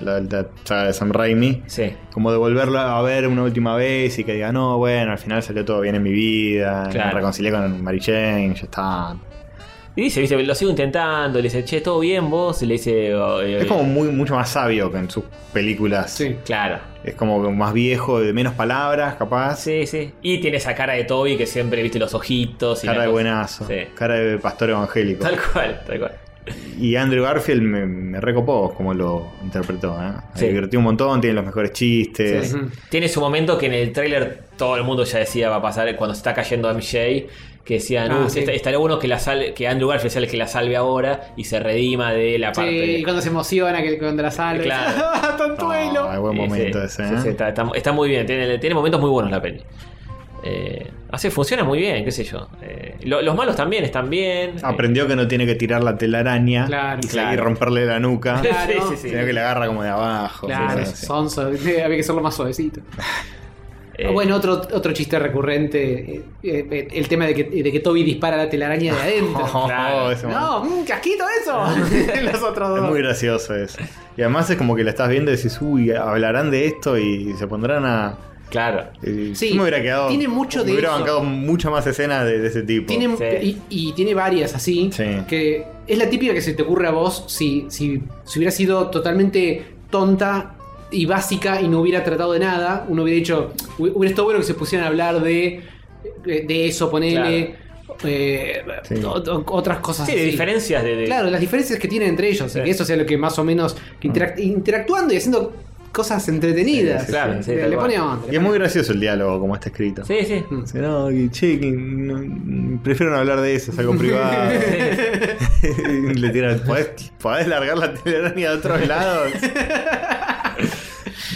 Speaker 1: la, la saga de Sam Raimi.
Speaker 2: Sí.
Speaker 1: Como devolverla a ver una última vez y que diga, no, bueno, al final salió todo bien en mi vida, me
Speaker 2: Claro.
Speaker 1: reconcilié con Mary Jane, ya está.
Speaker 2: Y dice, dice, lo sigo intentando, le dice, che, todo bien vos, y le dice... "Oh, eh,
Speaker 1: Es como muy, mucho más sabio que en sus películas.
Speaker 3: Sí.
Speaker 2: Claro.
Speaker 1: Es como más viejo, de menos palabras, capaz.
Speaker 2: Sí, sí. Y tiene esa cara de Toby que siempre, viste, los ojitos y la
Speaker 1: Cara de
Speaker 2: cosa.
Speaker 1: buenazo,
Speaker 2: Sí.
Speaker 1: cara de pastor evangélico.
Speaker 2: Tal cual, tal cual.
Speaker 1: Y Andrew Garfield me, me recopó como lo interpretó. ¿eh?
Speaker 2: Sí.
Speaker 1: Se divirtió un montón, tiene los mejores chistes.
Speaker 3: Ujú.
Speaker 2: Tiene su momento que en el tráiler todo el mundo ya decía va a pasar cuando se está cayendo MJ. Que decían,
Speaker 3: Ah,
Speaker 2: "Uh,
Speaker 3: sí.
Speaker 2: esta- estaría bueno que, la salve, que Andrew Garfield sea el que la salve ahora y se redima de la parte.
Speaker 3: Sí, y cuando se emociona, que cuando la sale. (laughs) Ah,
Speaker 2: Claro.
Speaker 3: ¡Tontuelo!
Speaker 1: Ay, buen
Speaker 2: Sí,
Speaker 1: momento
Speaker 2: sí.
Speaker 1: ese.
Speaker 2: Sí,
Speaker 1: ¿eh?
Speaker 2: sí, está, está- está muy bien, tiene, tiene momentos muy buenos la peli. Eh, así funciona muy bien, qué sé yo. Eh, lo- los malos también están bien. Eh, (laughs)
Speaker 1: Aprendió que no tiene que tirar la telaraña
Speaker 3: Claro.
Speaker 1: y,
Speaker 2: Claro.
Speaker 1: y romperle la nuca,
Speaker 3: Claro.
Speaker 2: sí, sí, sí.
Speaker 1: sino que la agarra como de abajo.
Speaker 3: Claro,
Speaker 1: Sí, sí, sí.
Speaker 3: sonso. (laughs) Había que serlo más suavecito. Ah,
Speaker 2: Eh,
Speaker 3: Bueno, otro, otro chiste recurrente, eh, eh, el tema de que, de que Toby dispara la telaraña de
Speaker 1: (laughs)
Speaker 3: adentro.
Speaker 1: Oh,
Speaker 2: Claro.
Speaker 1: ese momento.
Speaker 3: no, mm, casquito eso.
Speaker 1: Ah,
Speaker 3: (laughs) Los otros
Speaker 1: Es
Speaker 3: dos.
Speaker 1: muy gracioso eso. Y además es como que la estás viendo y dices, uy, hablarán de esto y se pondrán a.
Speaker 2: Claro.
Speaker 1: y-
Speaker 3: Sí,
Speaker 1: yo me hubiera quedado.
Speaker 3: tiene mucho de
Speaker 1: Me hubiera
Speaker 3: eso.
Speaker 1: bancado muchas más escenas de, de ese tipo.
Speaker 3: Tiene-
Speaker 2: Sí.
Speaker 3: y, y tiene varias así,
Speaker 1: Sí.
Speaker 3: que es la típica que se te ocurre a vos si, si, si hubiera sido totalmente tonta y básica y no hubiera tratado de nada, uno hubiera dicho, "Hu- hubiera estado bueno que se pusieran a hablar de, de, de eso, ponele, eh,
Speaker 1: Sí.
Speaker 3: o- o- otras cosas.
Speaker 2: Sí, de
Speaker 3: así.
Speaker 2: diferencias de. de-
Speaker 3: Ah, Claro, las diferencias que tienen entre ellos,
Speaker 2: Sí.
Speaker 3: que eso sea lo que más o menos
Speaker 1: Mm.
Speaker 3: que interac- interactuando y haciendo cosas entretenidas.
Speaker 2: Sí, sí, claro, sí,
Speaker 3: le, Mm.
Speaker 2: tal
Speaker 3: le pone
Speaker 2: cual.
Speaker 3: onda.
Speaker 1: Y es muy gracioso el diálogo como está escrito.
Speaker 2: Sí, sí.
Speaker 1: Dice, No, que, che, que no- prefiero no hablar de eso, es
Speaker 2: (laughs)
Speaker 1: algo privado. Le tiran, ¿podés, podés largar la telaraña a otros lados?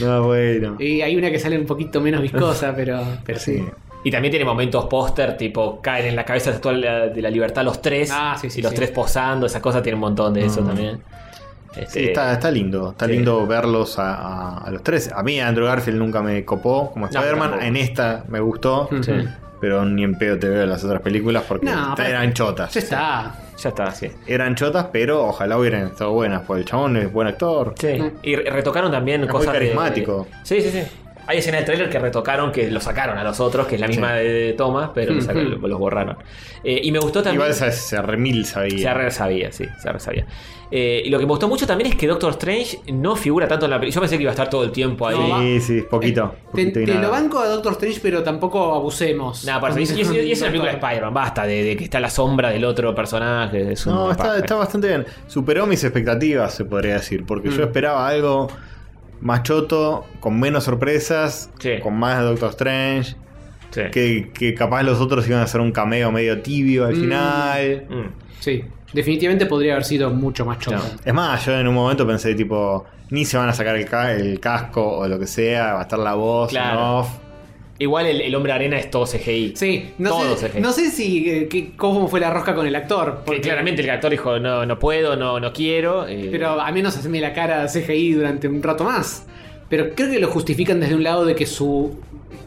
Speaker 1: no, bueno.
Speaker 3: Y hay una que sale un poquito menos
Speaker 1: (laughs)
Speaker 3: viscosa, pero, pero sí.
Speaker 1: Sí.
Speaker 2: Y también tiene momentos póster, tipo caen en la cabeza de toda la, de la libertad los tres.
Speaker 3: Ah, sí, sí,
Speaker 2: y los
Speaker 3: sí.
Speaker 2: tres posando, esas cosas tiene un montón de eso también.
Speaker 1: Mm. Sí,
Speaker 2: Este,
Speaker 1: está, está lindo, está
Speaker 2: sí.
Speaker 1: lindo verlos a, a- a los tres. A mí Andrew Garfield nunca me copó como Spider-Man,
Speaker 2: tampoco.
Speaker 1: en esta me gustó,
Speaker 3: Ujú.
Speaker 2: Sí.
Speaker 1: pero ni en pedo te veo en las otras películas porque
Speaker 3: No,
Speaker 1: te-
Speaker 3: pero-
Speaker 1: eran chotas.
Speaker 3: Ya está.
Speaker 2: Ya está, sí.
Speaker 1: Eran chotas, pero ojalá hubieran estado buenas, porque el chabón es buen actor.
Speaker 2: Sí. Y re- retocaron también
Speaker 1: Es muy
Speaker 2: cosas. de-
Speaker 1: carismático.
Speaker 2: sí, sí, sí. Hay escena del trailer que retocaron, que lo sacaron a los otros, que es la misma
Speaker 1: Sí.
Speaker 2: de, de Thomas, pero lo sacaron,
Speaker 3: Ujú.
Speaker 2: lo- los borraron. Eh, y me gustó también.
Speaker 1: Igual se, se remil sabía.
Speaker 2: Se re sabía, sí, se re sabía. Eh, y lo que me gustó mucho también es que Doctor Strange no figura tanto en la película. Yo pensé que iba a estar todo el tiempo ahí.
Speaker 3: No, va-
Speaker 1: Sí, sí, poquito.
Speaker 3: Te,
Speaker 1: poquito y
Speaker 3: te
Speaker 1: nada.
Speaker 3: lo banco a Doctor Strange, pero tampoco abusemos.
Speaker 2: Nada, para y, y- y- y es una película de Spider-Man, basta de, de que está la sombra del otro personaje. es
Speaker 1: No,
Speaker 2: una
Speaker 1: está,
Speaker 2: paja.
Speaker 1: está bastante bien. Superó mis expectativas, se podría decir, porque
Speaker 3: Mm.
Speaker 1: yo esperaba algo más choto, con menos sorpresas,
Speaker 2: Sí.
Speaker 1: con más Doctor Strange,
Speaker 2: Sí.
Speaker 1: que, que capaz los otros iban a hacer un cameo medio tibio al
Speaker 3: Mm.
Speaker 1: final.
Speaker 2: Mm.
Speaker 3: Sí, definitivamente podría haber sido mucho más chota.
Speaker 1: Es más, yo en un momento pensé tipo, ni se van a sacar el, ca- el casco o lo que sea, va a estar la voz en
Speaker 2: Claro.
Speaker 1: off.
Speaker 2: Igual el, el hombre arena es todo CGI.
Speaker 3: Sí, no
Speaker 2: Todo
Speaker 3: sé,
Speaker 2: CGI.
Speaker 3: no sé si eh, que- cómo fue la rosca con el actor.
Speaker 2: Porque
Speaker 3: porque-
Speaker 2: claramente el actor dijo, no, no puedo, no, no quiero. eh,
Speaker 3: Pero a menos hacerme la cara CGI durante un rato más. Pero creo que lo justifican desde un lado de que su.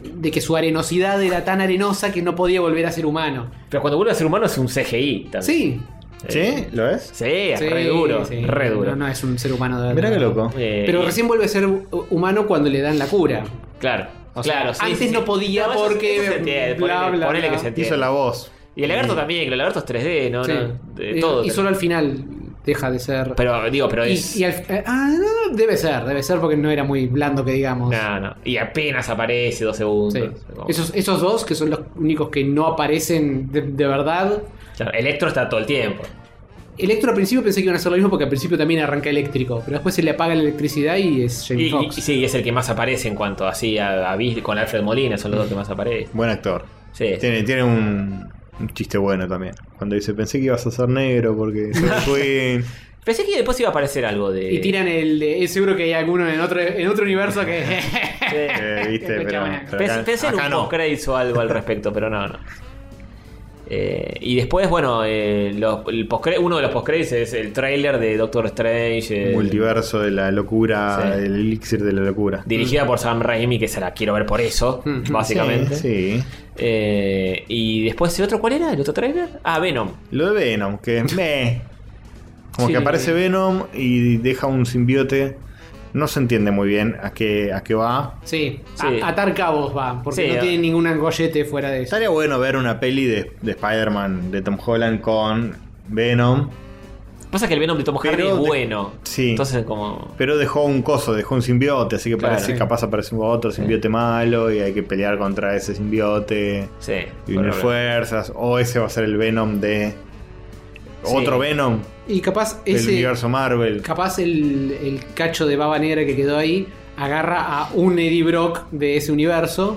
Speaker 3: de que su arenosidad era tan arenosa que no podía volver a ser humano.
Speaker 2: pero cuando vuelve a ser humano es un CGI también. Eh,
Speaker 3: Sí.
Speaker 1: ¿Sí? ¿Lo ves?
Speaker 2: Sí, es
Speaker 3: sí,
Speaker 2: re duro,
Speaker 3: sí.
Speaker 2: re duro.
Speaker 3: No, no es un ser humano de
Speaker 1: Mirá
Speaker 3: verdad.
Speaker 1: qué loco.
Speaker 2: Eh,
Speaker 3: Pero
Speaker 2: y-
Speaker 3: recién vuelve a ser hu- humano cuando le dan la cura.
Speaker 2: Claro,
Speaker 3: O sea,
Speaker 2: claro. sí,
Speaker 3: antes
Speaker 2: sí, sí.
Speaker 3: no podía
Speaker 2: eso-
Speaker 3: porque
Speaker 2: eso se entiende,
Speaker 3: bla,
Speaker 2: ponele-
Speaker 3: bla,
Speaker 2: ponele
Speaker 3: bla.
Speaker 2: que se entiende.
Speaker 1: Hizo la voz.
Speaker 2: Y el lagarto también, que el lagarto es 3D, ¿no?
Speaker 3: Sí.
Speaker 2: no de
Speaker 3: Eh,
Speaker 2: todo.
Speaker 3: y solo al final deja de ser.
Speaker 2: Pero digo, pero
Speaker 3: y,
Speaker 2: es.
Speaker 3: y al, eh, ah, no, debe ser, debe ser porque no era muy blando que digamos.
Speaker 2: No, no. Y apenas aparece dos segundos.
Speaker 3: Sí.
Speaker 2: Como-
Speaker 3: Esos, esos dos que son los únicos que no aparecen de, de verdad.
Speaker 2: Claro, Electro está todo el tiempo.
Speaker 3: Electro al principio pensé que iban a hacer lo mismo porque al principio también arranca eléctrico, pero después se le apaga la electricidad y es
Speaker 2: Y,
Speaker 3: Jamie
Speaker 2: y-
Speaker 3: Foxx.
Speaker 2: y sí, es el que más aparece en cuanto así a, a Bill- con Alfred Molina, son los dos que más aparecen.
Speaker 1: Buen actor.
Speaker 2: Sí.
Speaker 1: Tiene, tiene un, un chiste bueno también. Cuando dice, pensé que ibas a ser negro porque soy
Speaker 2: (laughs)
Speaker 1: un twin.
Speaker 2: Pensé que después iba a aparecer algo de.
Speaker 3: Y tiran el de- es seguro que hay alguno en otro, en otro universo que.
Speaker 2: (laughs) Sí.
Speaker 1: Eh, ¿viste? Pero, pero
Speaker 2: Pensé,
Speaker 1: acá-
Speaker 2: pensé en
Speaker 1: acá
Speaker 2: un
Speaker 1: no.
Speaker 2: post o algo al respecto, pero no, no. Eh, y después, bueno, eh, los- el postcre- uno de los post es el trailer de Doctor Strange. eh,
Speaker 1: Multiverso de la locura,
Speaker 2: Sí.
Speaker 1: el elixir de la locura.
Speaker 2: Dirigida por Sam Raimi, que se la quiero ver por (laughs) eso,
Speaker 3: Mm,
Speaker 2: básicamente.
Speaker 1: Sí. sí.
Speaker 2: Eh, y después, ¿el otro cuál era? ¿El otro trailer? Ah, Venom.
Speaker 1: Lo de Venom, que me. Como
Speaker 3: Sí.
Speaker 1: que aparece Venom y deja un simbiote no se entiende muy bien a qué, a qué va.
Speaker 3: Sí,
Speaker 2: Sí.
Speaker 3: a- atar cabos va, porque
Speaker 2: Sí,
Speaker 3: no
Speaker 2: a-
Speaker 3: tiene ningún angollete fuera de eso.
Speaker 1: Estaría bueno ver una peli de, de Spider-Man de Tom Holland con Venom,
Speaker 2: Pasa que el Venom de Tom Hardy
Speaker 1: Pero
Speaker 2: es
Speaker 1: de-
Speaker 2: bueno.
Speaker 1: Sí.
Speaker 2: Entonces, como.
Speaker 1: pero dejó un coso, dejó un simbiote, así que
Speaker 2: Claro,
Speaker 1: parece,
Speaker 3: sí.
Speaker 1: capaz aparece otro simbiote malo y hay que pelear contra ese simbiote.
Speaker 2: Sí.
Speaker 1: Y unir
Speaker 2: bueno,
Speaker 1: fuerzas, o ese va a ser el Venom de.
Speaker 2: Sí.
Speaker 1: Otro Venom
Speaker 3: Y capaz
Speaker 1: del
Speaker 3: ese.
Speaker 1: universo Marvel.
Speaker 3: Capaz el, el cacho de baba negra que quedó ahí agarra a un Eddie Brock de ese universo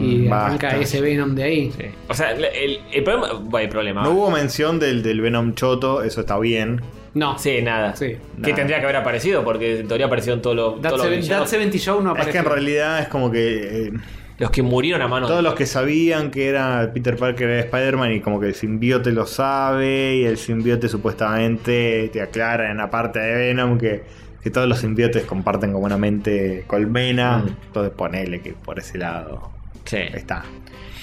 Speaker 3: y arranca
Speaker 1: Mm, basta.
Speaker 3: ese Venom de ahí.
Speaker 2: sí. O sea, el, el- el problema. Bueno, el problema.
Speaker 1: No hubo mención del, del Venom Choto, eso está bien.
Speaker 3: No,
Speaker 2: Sí, nada.
Speaker 3: Sí.
Speaker 2: Que
Speaker 1: Nada.
Speaker 2: tendría que haber aparecido, porque en teoría aparecieron todos los,
Speaker 3: That,
Speaker 2: todos los,
Speaker 3: 70,
Speaker 2: villanos.
Speaker 3: Show no
Speaker 1: Es
Speaker 3: aparece.
Speaker 1: que en realidad es como que eh,
Speaker 2: Los que murieron a mano.
Speaker 1: todos los que sabían que era Peter Parker era Spider-Man y como que el simbiote lo sabe y el simbiote supuestamente te aclara en la parte de Venom que, que todos los simbiotes comparten como una mente colmena.
Speaker 2: Mm.
Speaker 1: Entonces ponele que por ese lado
Speaker 2: Sí.
Speaker 1: está.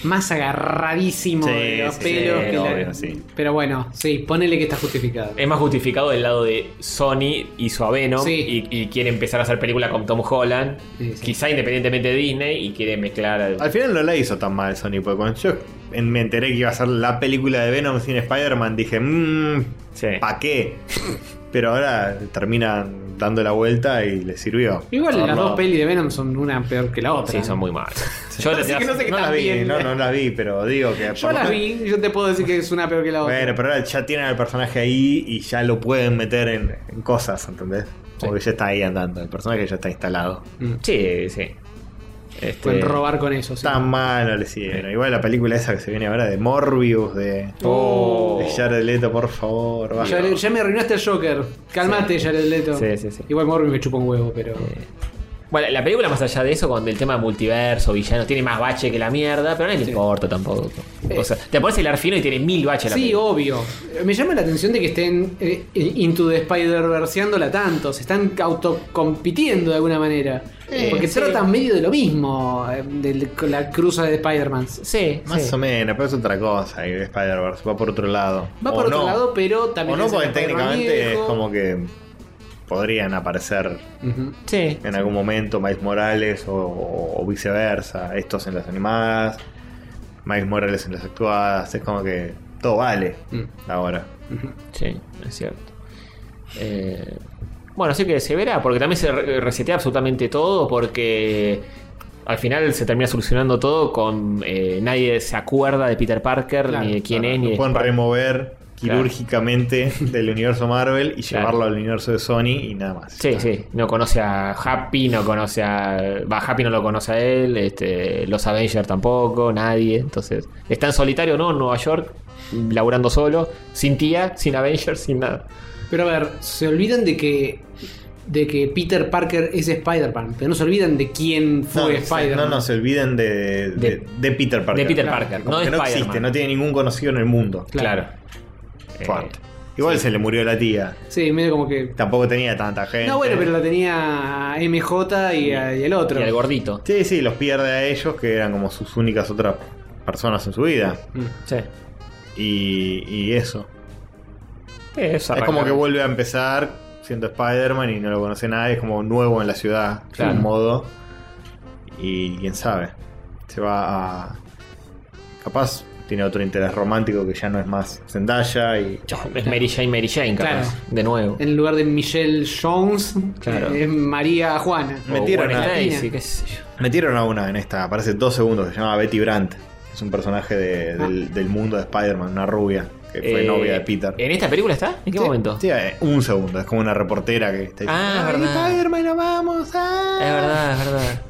Speaker 3: Más agarradísimo
Speaker 1: Sí,
Speaker 3: de los
Speaker 1: sí,
Speaker 3: pelos
Speaker 2: sí,
Speaker 3: que la-
Speaker 1: obvio, sí.
Speaker 3: Pero bueno, sí, ponele que está justificado.
Speaker 2: Es más justificado del lado de Sony y su Venom
Speaker 3: Sí.
Speaker 2: y, y quiere empezar a hacer película con Tom Holland,
Speaker 3: Sí, sí.
Speaker 2: quizá independientemente de Disney, y quiere mezclar. al-
Speaker 1: Al final no la hizo tan mal Sony, porque cuando yo en- me enteré que iba a ser la película de Venom sin Spider-Man, dije, mmm,
Speaker 2: Sí.
Speaker 1: ¿pa' qué? (laughs) Pero ahora termina dando la vuelta y le sirvió.
Speaker 3: Igual las
Speaker 2: Armado.
Speaker 3: dos pelis de Venom son una peor que la otra.
Speaker 2: Sí, son muy
Speaker 3: (laughs)
Speaker 2: malos. Yo
Speaker 3: Así que no sé qué
Speaker 1: No
Speaker 3: tan
Speaker 1: la vi,
Speaker 3: bien.
Speaker 1: no, no la vi, pero digo que...
Speaker 3: Yo
Speaker 1: por lo
Speaker 3: las
Speaker 1: menos-
Speaker 3: vi, yo te puedo decir que es una peor que la otra.
Speaker 1: Bueno, pero ahora ya tienen al personaje ahí y ya lo pueden meter en, en cosas, ¿entendés? Porque ya está ahí andando, el personaje ya está instalado.
Speaker 2: Sí, sí. Este,
Speaker 3: Mm. Pueden robar con eso. sí.
Speaker 1: Tan malo le hicieron. Igual la película esa que se viene ahora de Morbius, de,
Speaker 2: Oh.
Speaker 1: de Jared Leto, por favor, baja.
Speaker 3: Ya, ya me arruinaste el Joker. Calmate, Jared Leto.
Speaker 2: Sí, sí, sí.
Speaker 3: Igual Morbi me chupa un huevo, pero.
Speaker 2: Bueno, la película más allá de eso, con el tema de multiverso, villanos, tiene más bache que la mierda, pero a nadie le importa tampoco. O sea, te pones el arfino y tiene mil baches la
Speaker 3: Sí,
Speaker 2: película.
Speaker 3: obvio. Me llama la atención de que estén eh, Into the spider verseándola tanto. Se están autocompitiendo de alguna manera. Porque tratan medio de lo mismo, eh, de la cruza de Spider-Man.
Speaker 2: Sí,
Speaker 1: Más
Speaker 2: sí.
Speaker 1: o menos, pero es otra cosa y Spider-Verse, va por otro lado.
Speaker 3: Va
Speaker 1: O
Speaker 3: por otro
Speaker 1: no.
Speaker 3: lado, pero
Speaker 1: O
Speaker 3: también.
Speaker 1: no,
Speaker 3: es el
Speaker 1: porque
Speaker 3: Spider-Man
Speaker 1: técnicamente es
Speaker 3: viejo.
Speaker 1: como que podrían aparecer
Speaker 3: Ujú.
Speaker 2: Sí.
Speaker 1: en algún momento Miles Morales o, o viceversa. Estos en las animadas, Miles Morales en las actuadas. Es como que todo vale
Speaker 3: mm.
Speaker 2: Mm.
Speaker 1: ahora.
Speaker 2: Sí, es cierto. Eh, bueno, así que se verá, porque también se re- resetea absolutamente todo, porque al final se termina solucionando todo con eh, nadie se acuerda de Peter Parker,
Speaker 3: Claro,
Speaker 2: ni de quién
Speaker 1: Ahora,
Speaker 2: es, ni
Speaker 1: Lo
Speaker 2: de
Speaker 1: pueden remover
Speaker 2: (laughs)
Speaker 1: quirúrgicamente del universo Marvel y
Speaker 2: Claro.
Speaker 1: llevarlo al universo de Sony y nada más.
Speaker 2: Sí, sí, no conoce a Happy, no conoce a... Va, Happy no lo conoce a él, este, los Avengers tampoco, nadie, entonces... Está en solitario, ¿no? En Nueva York, laburando solo, sin tía, sin Avengers, sin nada.
Speaker 3: Pero a ver, se olvidan de que. De que Peter Parker es Spider-Man, pero no se olvidan de quién
Speaker 1: No,
Speaker 3: fue
Speaker 1: no
Speaker 3: Spider-Man.
Speaker 1: nos olviden de, de,
Speaker 2: De-
Speaker 1: de Peter Parker.
Speaker 2: De Peter
Speaker 3: Claro,
Speaker 2: Parker,
Speaker 1: Como
Speaker 2: no de
Speaker 1: que no
Speaker 2: Spider-Man.
Speaker 1: existe, no tiene ningún conocido en el mundo.
Speaker 2: Claro. Eh,
Speaker 1: Fuerte. Igual se le murió la tía.
Speaker 3: Sí, medio como que
Speaker 1: Tampoco tenía tanta gente.
Speaker 3: No, bueno, pero la tenía a MJ y, a- y el otro.
Speaker 2: y al gordito.
Speaker 1: Sí, sí, los pierde a ellos, que eran como sus únicas otras personas en su vida.
Speaker 2: Sí.
Speaker 1: Y, y eso.
Speaker 2: Es,
Speaker 1: Es como que vuelve a empezar siendo Spider-Man y no lo conoce nadie. Es como nuevo en la ciudad, de
Speaker 2: Claro.
Speaker 1: algún modo. Y quién sabe. Se va a. Capaz tiene otro interés romántico que ya no es más Zendaya y.
Speaker 2: Es Mary Jane, Mary Jane, capaz.
Speaker 3: Claro.
Speaker 2: De nuevo.
Speaker 3: En lugar de Michelle Jones,
Speaker 2: Claro.
Speaker 3: es María Juana.
Speaker 1: Me tiro
Speaker 2: Gwen
Speaker 1: una-
Speaker 2: Stacy, qué sé yo.
Speaker 1: Metieron a una en esta, aparece dos segundos, que se llama Betty Brandt. Es un personaje de- del, del mundo de Spider-Man, una rubia, que fue
Speaker 2: Ah. Eh,
Speaker 1: novia de Peter.
Speaker 2: ¿En esta película está? ¿En qué
Speaker 1: Sí,
Speaker 2: momento?
Speaker 1: sí, eh, un segundo, es como una reportera que está diciendo,
Speaker 2: Ah,
Speaker 1: "Ay,
Speaker 2: es verdad.
Speaker 1: Spider-Man, nos vamos! ah".
Speaker 2: Es verdad, es verdad.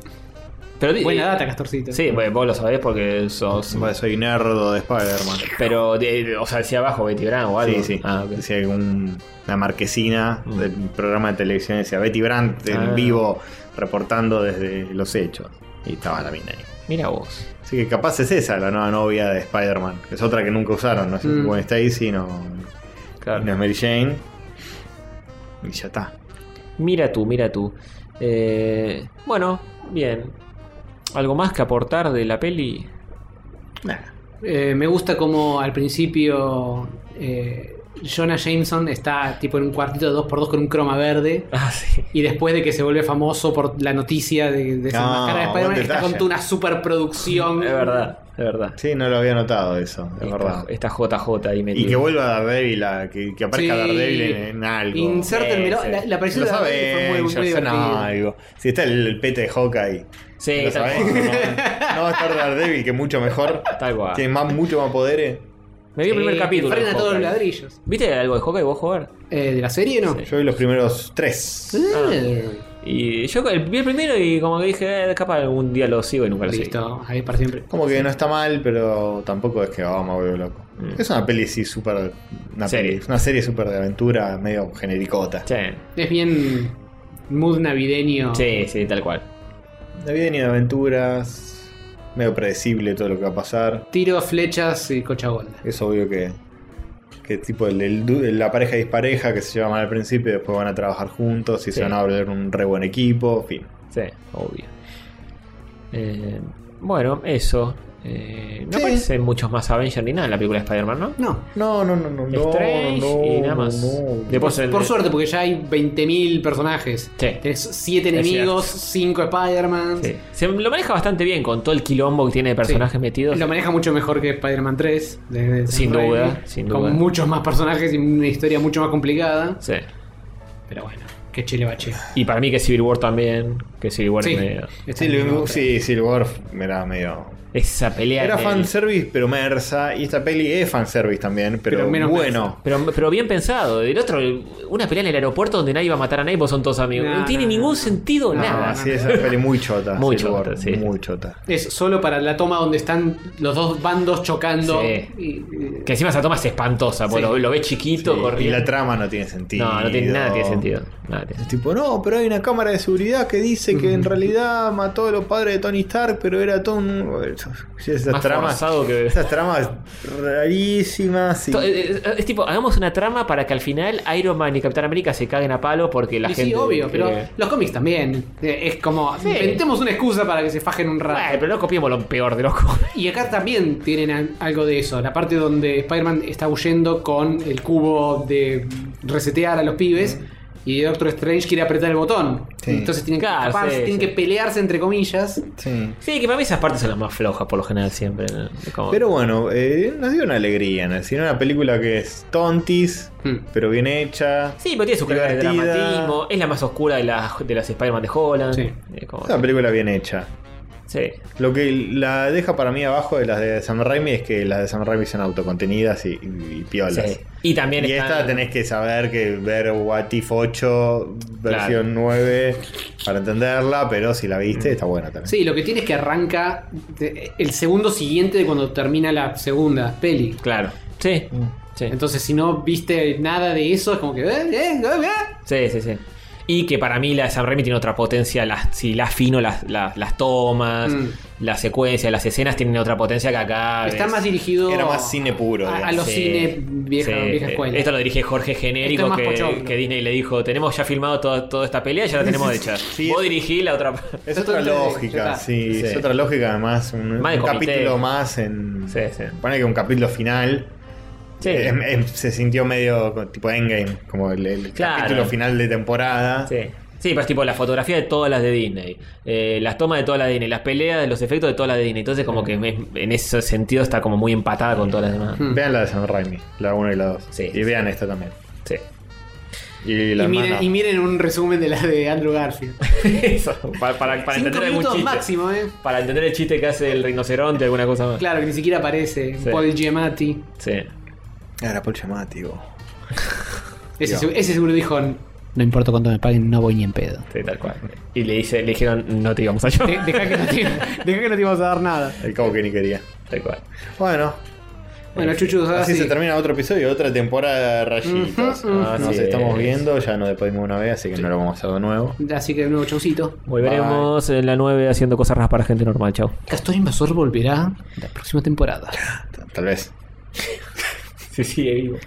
Speaker 2: Pero, di-
Speaker 3: Buena data, Castorcito.
Speaker 2: Sí, bueno, vos lo sabés porque sos.
Speaker 1: Bueno, soy nerdo de Spider-Man.
Speaker 2: Pero, de- de- o sea, decía abajo Betty Brown o algo.
Speaker 1: Sí, sí.
Speaker 2: Ah, ok.
Speaker 1: Decía que un- una marquesina
Speaker 2: Mm.
Speaker 1: del programa de televisión decía Betty Brandt
Speaker 2: Ah.
Speaker 1: en vivo reportando desde los hechos. Y estaba la mina ahí.
Speaker 2: Mira vos.
Speaker 1: Así que capaz es esa la nueva novia de Spider-Man. Es otra que nunca usaron, no es
Speaker 3: Mm.
Speaker 1: Gwen Stacy, no,
Speaker 2: Claro.
Speaker 1: No es Mary Jane. Y ya está.
Speaker 2: Mira tú, mira tú. Eh, bueno, bien. ¿Algo más que aportar de la peli? (laughs)
Speaker 1: Nah.
Speaker 3: Eh, me gusta como al principio eh, Jonah Jameson está tipo en un cuartito de 2x2 con un croma verde.
Speaker 2: Ah, sí.
Speaker 3: Y después de que se vuelve famoso por la noticia de, de esa
Speaker 1: Ah,
Speaker 3: máscara de Spider-Man,
Speaker 1: buen
Speaker 3: está
Speaker 1: detalle.
Speaker 3: con toda una superproducción.
Speaker 2: Es verdad, es verdad.
Speaker 1: Sí, no lo había notado eso, es
Speaker 2: Esta-
Speaker 1: verdad.
Speaker 2: Esta JJ ahí
Speaker 1: Y
Speaker 2: metida.
Speaker 1: que vuelva Daredevil, a- que, que aparezca
Speaker 3: Sí.
Speaker 1: Daredevil en, en algo.
Speaker 3: Insértenmelo.
Speaker 2: Sí,
Speaker 3: La,
Speaker 2: sí.
Speaker 3: la aparición de
Speaker 1: Los
Speaker 3: Daredevil fue muy, muy
Speaker 1: Avengers en
Speaker 3: divertida.
Speaker 1: algo. Si está el, el pete de Hawkeye.
Speaker 2: Sí,
Speaker 1: Lo
Speaker 2: tal
Speaker 1: sabés,
Speaker 2: cual.
Speaker 1: no, no va a estar Daredevil, que mucho mejor.
Speaker 2: Tal cual.
Speaker 1: Tiene más, mucho más poderes.
Speaker 2: Me vi el
Speaker 3: Sí,
Speaker 2: primer
Speaker 3: que
Speaker 2: capítulo. de
Speaker 3: Frena todos los
Speaker 2: Hawkeye.
Speaker 3: ladrillos.
Speaker 2: ¿Viste algo de Hawkeye vos, jugar?
Speaker 3: Eh, ¿De la serie no?
Speaker 1: Yo vi los primeros tres.
Speaker 2: Ah,
Speaker 3: Eh,
Speaker 2: Y yo el- vi el primero y como que dije, eh, capaz algún día lo sigo y nunca lo sigo.
Speaker 3: Listo, ahí para siempre.
Speaker 1: Como que no está mal, pero tampoco es que oh, me vuelvo loco.
Speaker 2: Mm.
Speaker 1: Es una peli sí súper. Una,
Speaker 2: Serie.
Speaker 1: peli- una serie súper de aventura, medio genericota.
Speaker 2: Sí,
Speaker 3: Es bien mood navideño.
Speaker 2: sí, sí, tal cual.
Speaker 1: De vida ni de aventuras. Medio predecible todo lo que va a pasar.
Speaker 3: Tiro, flechas y cochagonda.
Speaker 1: Es obvio que. Que tipo el, el du- la pareja dispareja que se lleva mal al principio, después van a trabajar juntos y
Speaker 2: Sí.
Speaker 1: se van a volver un re buen equipo, en fin.
Speaker 2: Sí, obvio. Eh, bueno, eso. Eh, no
Speaker 1: Sí.
Speaker 2: aparecen muchos más Avengers ni nada en la película de Spider-Man, ¿no?
Speaker 3: No.
Speaker 1: No, no, no, no, no.
Speaker 2: Strange
Speaker 1: no,
Speaker 2: y nada más.
Speaker 1: no.
Speaker 2: Después
Speaker 3: Por,
Speaker 2: el-
Speaker 3: por suerte, porque ya hay 20.000 personajes.
Speaker 2: Sí.
Speaker 3: Tenés 7
Speaker 2: Es
Speaker 3: enemigos,
Speaker 2: cierto.
Speaker 3: 5 Spider-Man.
Speaker 2: Sí. Se lo maneja bastante bien con todo el quilombo que tiene de personajes metidos.
Speaker 3: Lo maneja mucho mejor que Spider-Man 3. de- de Sam
Speaker 2: Sin
Speaker 3: Raimi,
Speaker 2: duda, sin duda.
Speaker 3: Con muchos más personajes y una historia mucho más complicada.
Speaker 2: Sí.
Speaker 3: Pero bueno, qué chile bache.
Speaker 2: Y para mí que Civil War también. Que Civil War
Speaker 3: Sí.
Speaker 2: es medio-
Speaker 3: Esta
Speaker 1: Sí,
Speaker 3: es
Speaker 1: lo-
Speaker 3: otra.
Speaker 1: sí, Civil War era medio.
Speaker 2: Esa pelea.
Speaker 1: Era
Speaker 2: en el-
Speaker 1: fanservice, pero mersa. Y esta peli es fanservice también, pero,
Speaker 3: Pero menos
Speaker 1: bueno.
Speaker 2: Pero, pero bien pensado. El otro, una pelea en el aeropuerto donde nadie va a matar a nadie, vos son todos amigos.
Speaker 3: No,
Speaker 2: No, tiene
Speaker 3: no,
Speaker 2: ningún
Speaker 3: no.
Speaker 2: sentido,
Speaker 3: No,
Speaker 1: Ah,
Speaker 2: nada.
Speaker 1: sí, es una peli muy chota.
Speaker 2: Muy
Speaker 1: Civil
Speaker 2: chota,
Speaker 1: War,
Speaker 2: sí.
Speaker 1: Muy chota.
Speaker 3: Es solo para la toma donde están los dos bandos chocando.
Speaker 2: Sí.
Speaker 3: Y- y-
Speaker 2: Que encima esa toma es espantosa, porque
Speaker 3: Sí.
Speaker 2: lo, lo ves chiquito,
Speaker 1: Y
Speaker 2: corriendo.
Speaker 1: la trama no tiene sentido.
Speaker 2: no, no tiene nada tiene sentido. Nada tiene
Speaker 1: Es tipo, no, pero hay una cámara de seguridad que dice que en realidad mató a los padres de Tony Stark, pero era todo un. Sí, Esas
Speaker 2: Más
Speaker 1: tramas.
Speaker 2: forzado
Speaker 1: (laughs)
Speaker 2: que-
Speaker 1: Esas tramas rarísimas. y-
Speaker 2: To- eh, eh, Es tipo, hagamos una trama para que al final Iron Man y Capitán América se caguen a palo porque la
Speaker 3: y
Speaker 2: gente.
Speaker 3: sí, obvio, pero
Speaker 2: quiere-
Speaker 3: los cómics también. Eh, Es como,
Speaker 2: Sí.
Speaker 3: inventemos una excusa para que se fajen un
Speaker 2: Bueno,
Speaker 3: rato.
Speaker 2: pero no copiemos lo peor de los cómics.
Speaker 3: Y acá también tienen al- algo de eso. La parte donde Spider-Man está huyendo con el cubo de resetear a los pibes. Y Doctor Strange quiere apretar el botón.
Speaker 1: Sí.
Speaker 3: Entonces tienen que,
Speaker 2: Claro,
Speaker 3: escaparse,
Speaker 2: sí,
Speaker 3: tienen
Speaker 2: sí.
Speaker 3: que pelearse entre comillas.
Speaker 1: Sí.
Speaker 2: (laughs) Sí, que para mí esas partes son las más flojas por lo general siempre. ¿no? Es como-
Speaker 1: Pero bueno, eh, nos dio una alegría. ¿no? Es decir, una película que es tontis,
Speaker 3: Mm.
Speaker 1: pero bien hecha.
Speaker 2: Hmm. Sí, pero tiene su carga de
Speaker 1: Divertida.
Speaker 2: dramatismo. Es la más oscura de las, de las Spider-Man de Holland.
Speaker 3: Sí.
Speaker 2: Es como-
Speaker 1: Es una película bien hecha.
Speaker 2: sí.
Speaker 1: Lo que la deja para mí abajo de las de Sam Raimi es que las de Sam Raimi son autocontenidas y, y- y piolas.
Speaker 2: Sí. Y también
Speaker 1: Y
Speaker 2: están-
Speaker 1: esta tenés que saber que ver What If 8, versión 9, para entenderla, pero si la viste, está buena también.
Speaker 3: Sí, lo que tiene es que arranca de- el segundo siguiente de cuando termina la segunda peli.
Speaker 2: Claro. Sí.
Speaker 1: Mm.
Speaker 2: Sí.
Speaker 3: Entonces, si no viste nada de eso, es como que. eh, eh, eh, eh.
Speaker 2: sí, sí, sí. Y que para mí la de Sam Raimi tiene otra potencia. Las, si las fino, las, las, las tomas,
Speaker 3: Mm.
Speaker 2: las secuencias, las escenas tienen otra potencia que acá.
Speaker 3: Está
Speaker 2: ves.
Speaker 3: más dirigido.
Speaker 1: Era más cine puro,
Speaker 3: A, a
Speaker 1: digamos.
Speaker 3: los
Speaker 2: Sí.
Speaker 3: cines vieja,
Speaker 2: Sí.
Speaker 3: vieja escuela.
Speaker 2: Esto lo dirige Jorge
Speaker 3: Esto es
Speaker 2: Genérico
Speaker 3: más
Speaker 2: que,
Speaker 3: pochoclo.
Speaker 2: que Disney le dijo, tenemos ya filmado todo- toda esta pelea, ya la tenemos hecha.
Speaker 1: Sí.
Speaker 2: Vos dirigí la otra...
Speaker 1: Es
Speaker 3: Esto
Speaker 1: otra
Speaker 3: es de- ya
Speaker 1: lógica,
Speaker 3: está.
Speaker 1: sí,
Speaker 2: Sí.
Speaker 1: Es otra lógica, además. Un,
Speaker 2: Más de
Speaker 1: un
Speaker 2: comité.
Speaker 1: capítulo más en.
Speaker 2: Sí, sí.
Speaker 1: Pone que un capítulo final.
Speaker 2: Sí.
Speaker 1: Eh, em- em- se sintió medio co- tipo Endgame, como el, el
Speaker 2: Claro.
Speaker 1: capítulo final de temporada.
Speaker 2: Sí. Sí, pero es tipo la fotografía de todas las de Disney, eh, las tomas de todas las de Disney, las peleas, los efectos de todas las de Disney. Entonces, como que me- en ese sentido está como muy empatada con todas las demás.
Speaker 3: Mm.
Speaker 1: Vean la de San Raimi, la 1 y la 2.
Speaker 2: Sí,
Speaker 1: y
Speaker 2: sí,
Speaker 1: vean esta también.
Speaker 2: Sí.
Speaker 1: Y la
Speaker 3: y,
Speaker 1: hermana.
Speaker 3: miren, y miren un resumen de la de Andrew Garfield.
Speaker 2: Eso, para, para- para
Speaker 3: Cinco
Speaker 2: entender algún
Speaker 3: minutos
Speaker 2: chiste.
Speaker 3: máximo, ¿eh?
Speaker 2: Para entender el chiste que hace el rinoceronte, alguna cosa más.
Speaker 3: Claro, que ni siquiera aparece.
Speaker 2: Sí.
Speaker 3: Paul Giamatti.
Speaker 2: Sí.
Speaker 1: Ah, era Paul Giamatti, vos.
Speaker 3: Ese,
Speaker 1: Dios.
Speaker 3: seg- ese seguro dijo: No importa cuánto me paguen, no voy ni en pedo.
Speaker 2: Sí, tal cual. Y le, dice, le dijeron, no te íbamos a
Speaker 3: De-
Speaker 2: ayudar.
Speaker 3: Dejá que, no te, (laughs) dejá que no te íbamos a dar nada.
Speaker 1: El cabo que ni quería.
Speaker 2: Tal cual.
Speaker 1: Bueno,
Speaker 3: Bueno, Chuchu, ahora
Speaker 1: así
Speaker 3: sí.
Speaker 1: se termina otro episodio, otra temporada de rayitos.
Speaker 3: Ujú, ujú.
Speaker 1: Nos
Speaker 2: Así
Speaker 1: estamos
Speaker 2: es.
Speaker 1: viendo, ya nos despedimos una vez, así que no lo vamos a hacer de nuevo.
Speaker 3: Así que de nuevo, chaucito.
Speaker 2: Volveremos en la 9 haciendo cosas raras para gente normal. Chau.
Speaker 3: Castor Invasor volverá la próxima temporada.
Speaker 1: Tal vez.
Speaker 2: Sí, sigue vivo.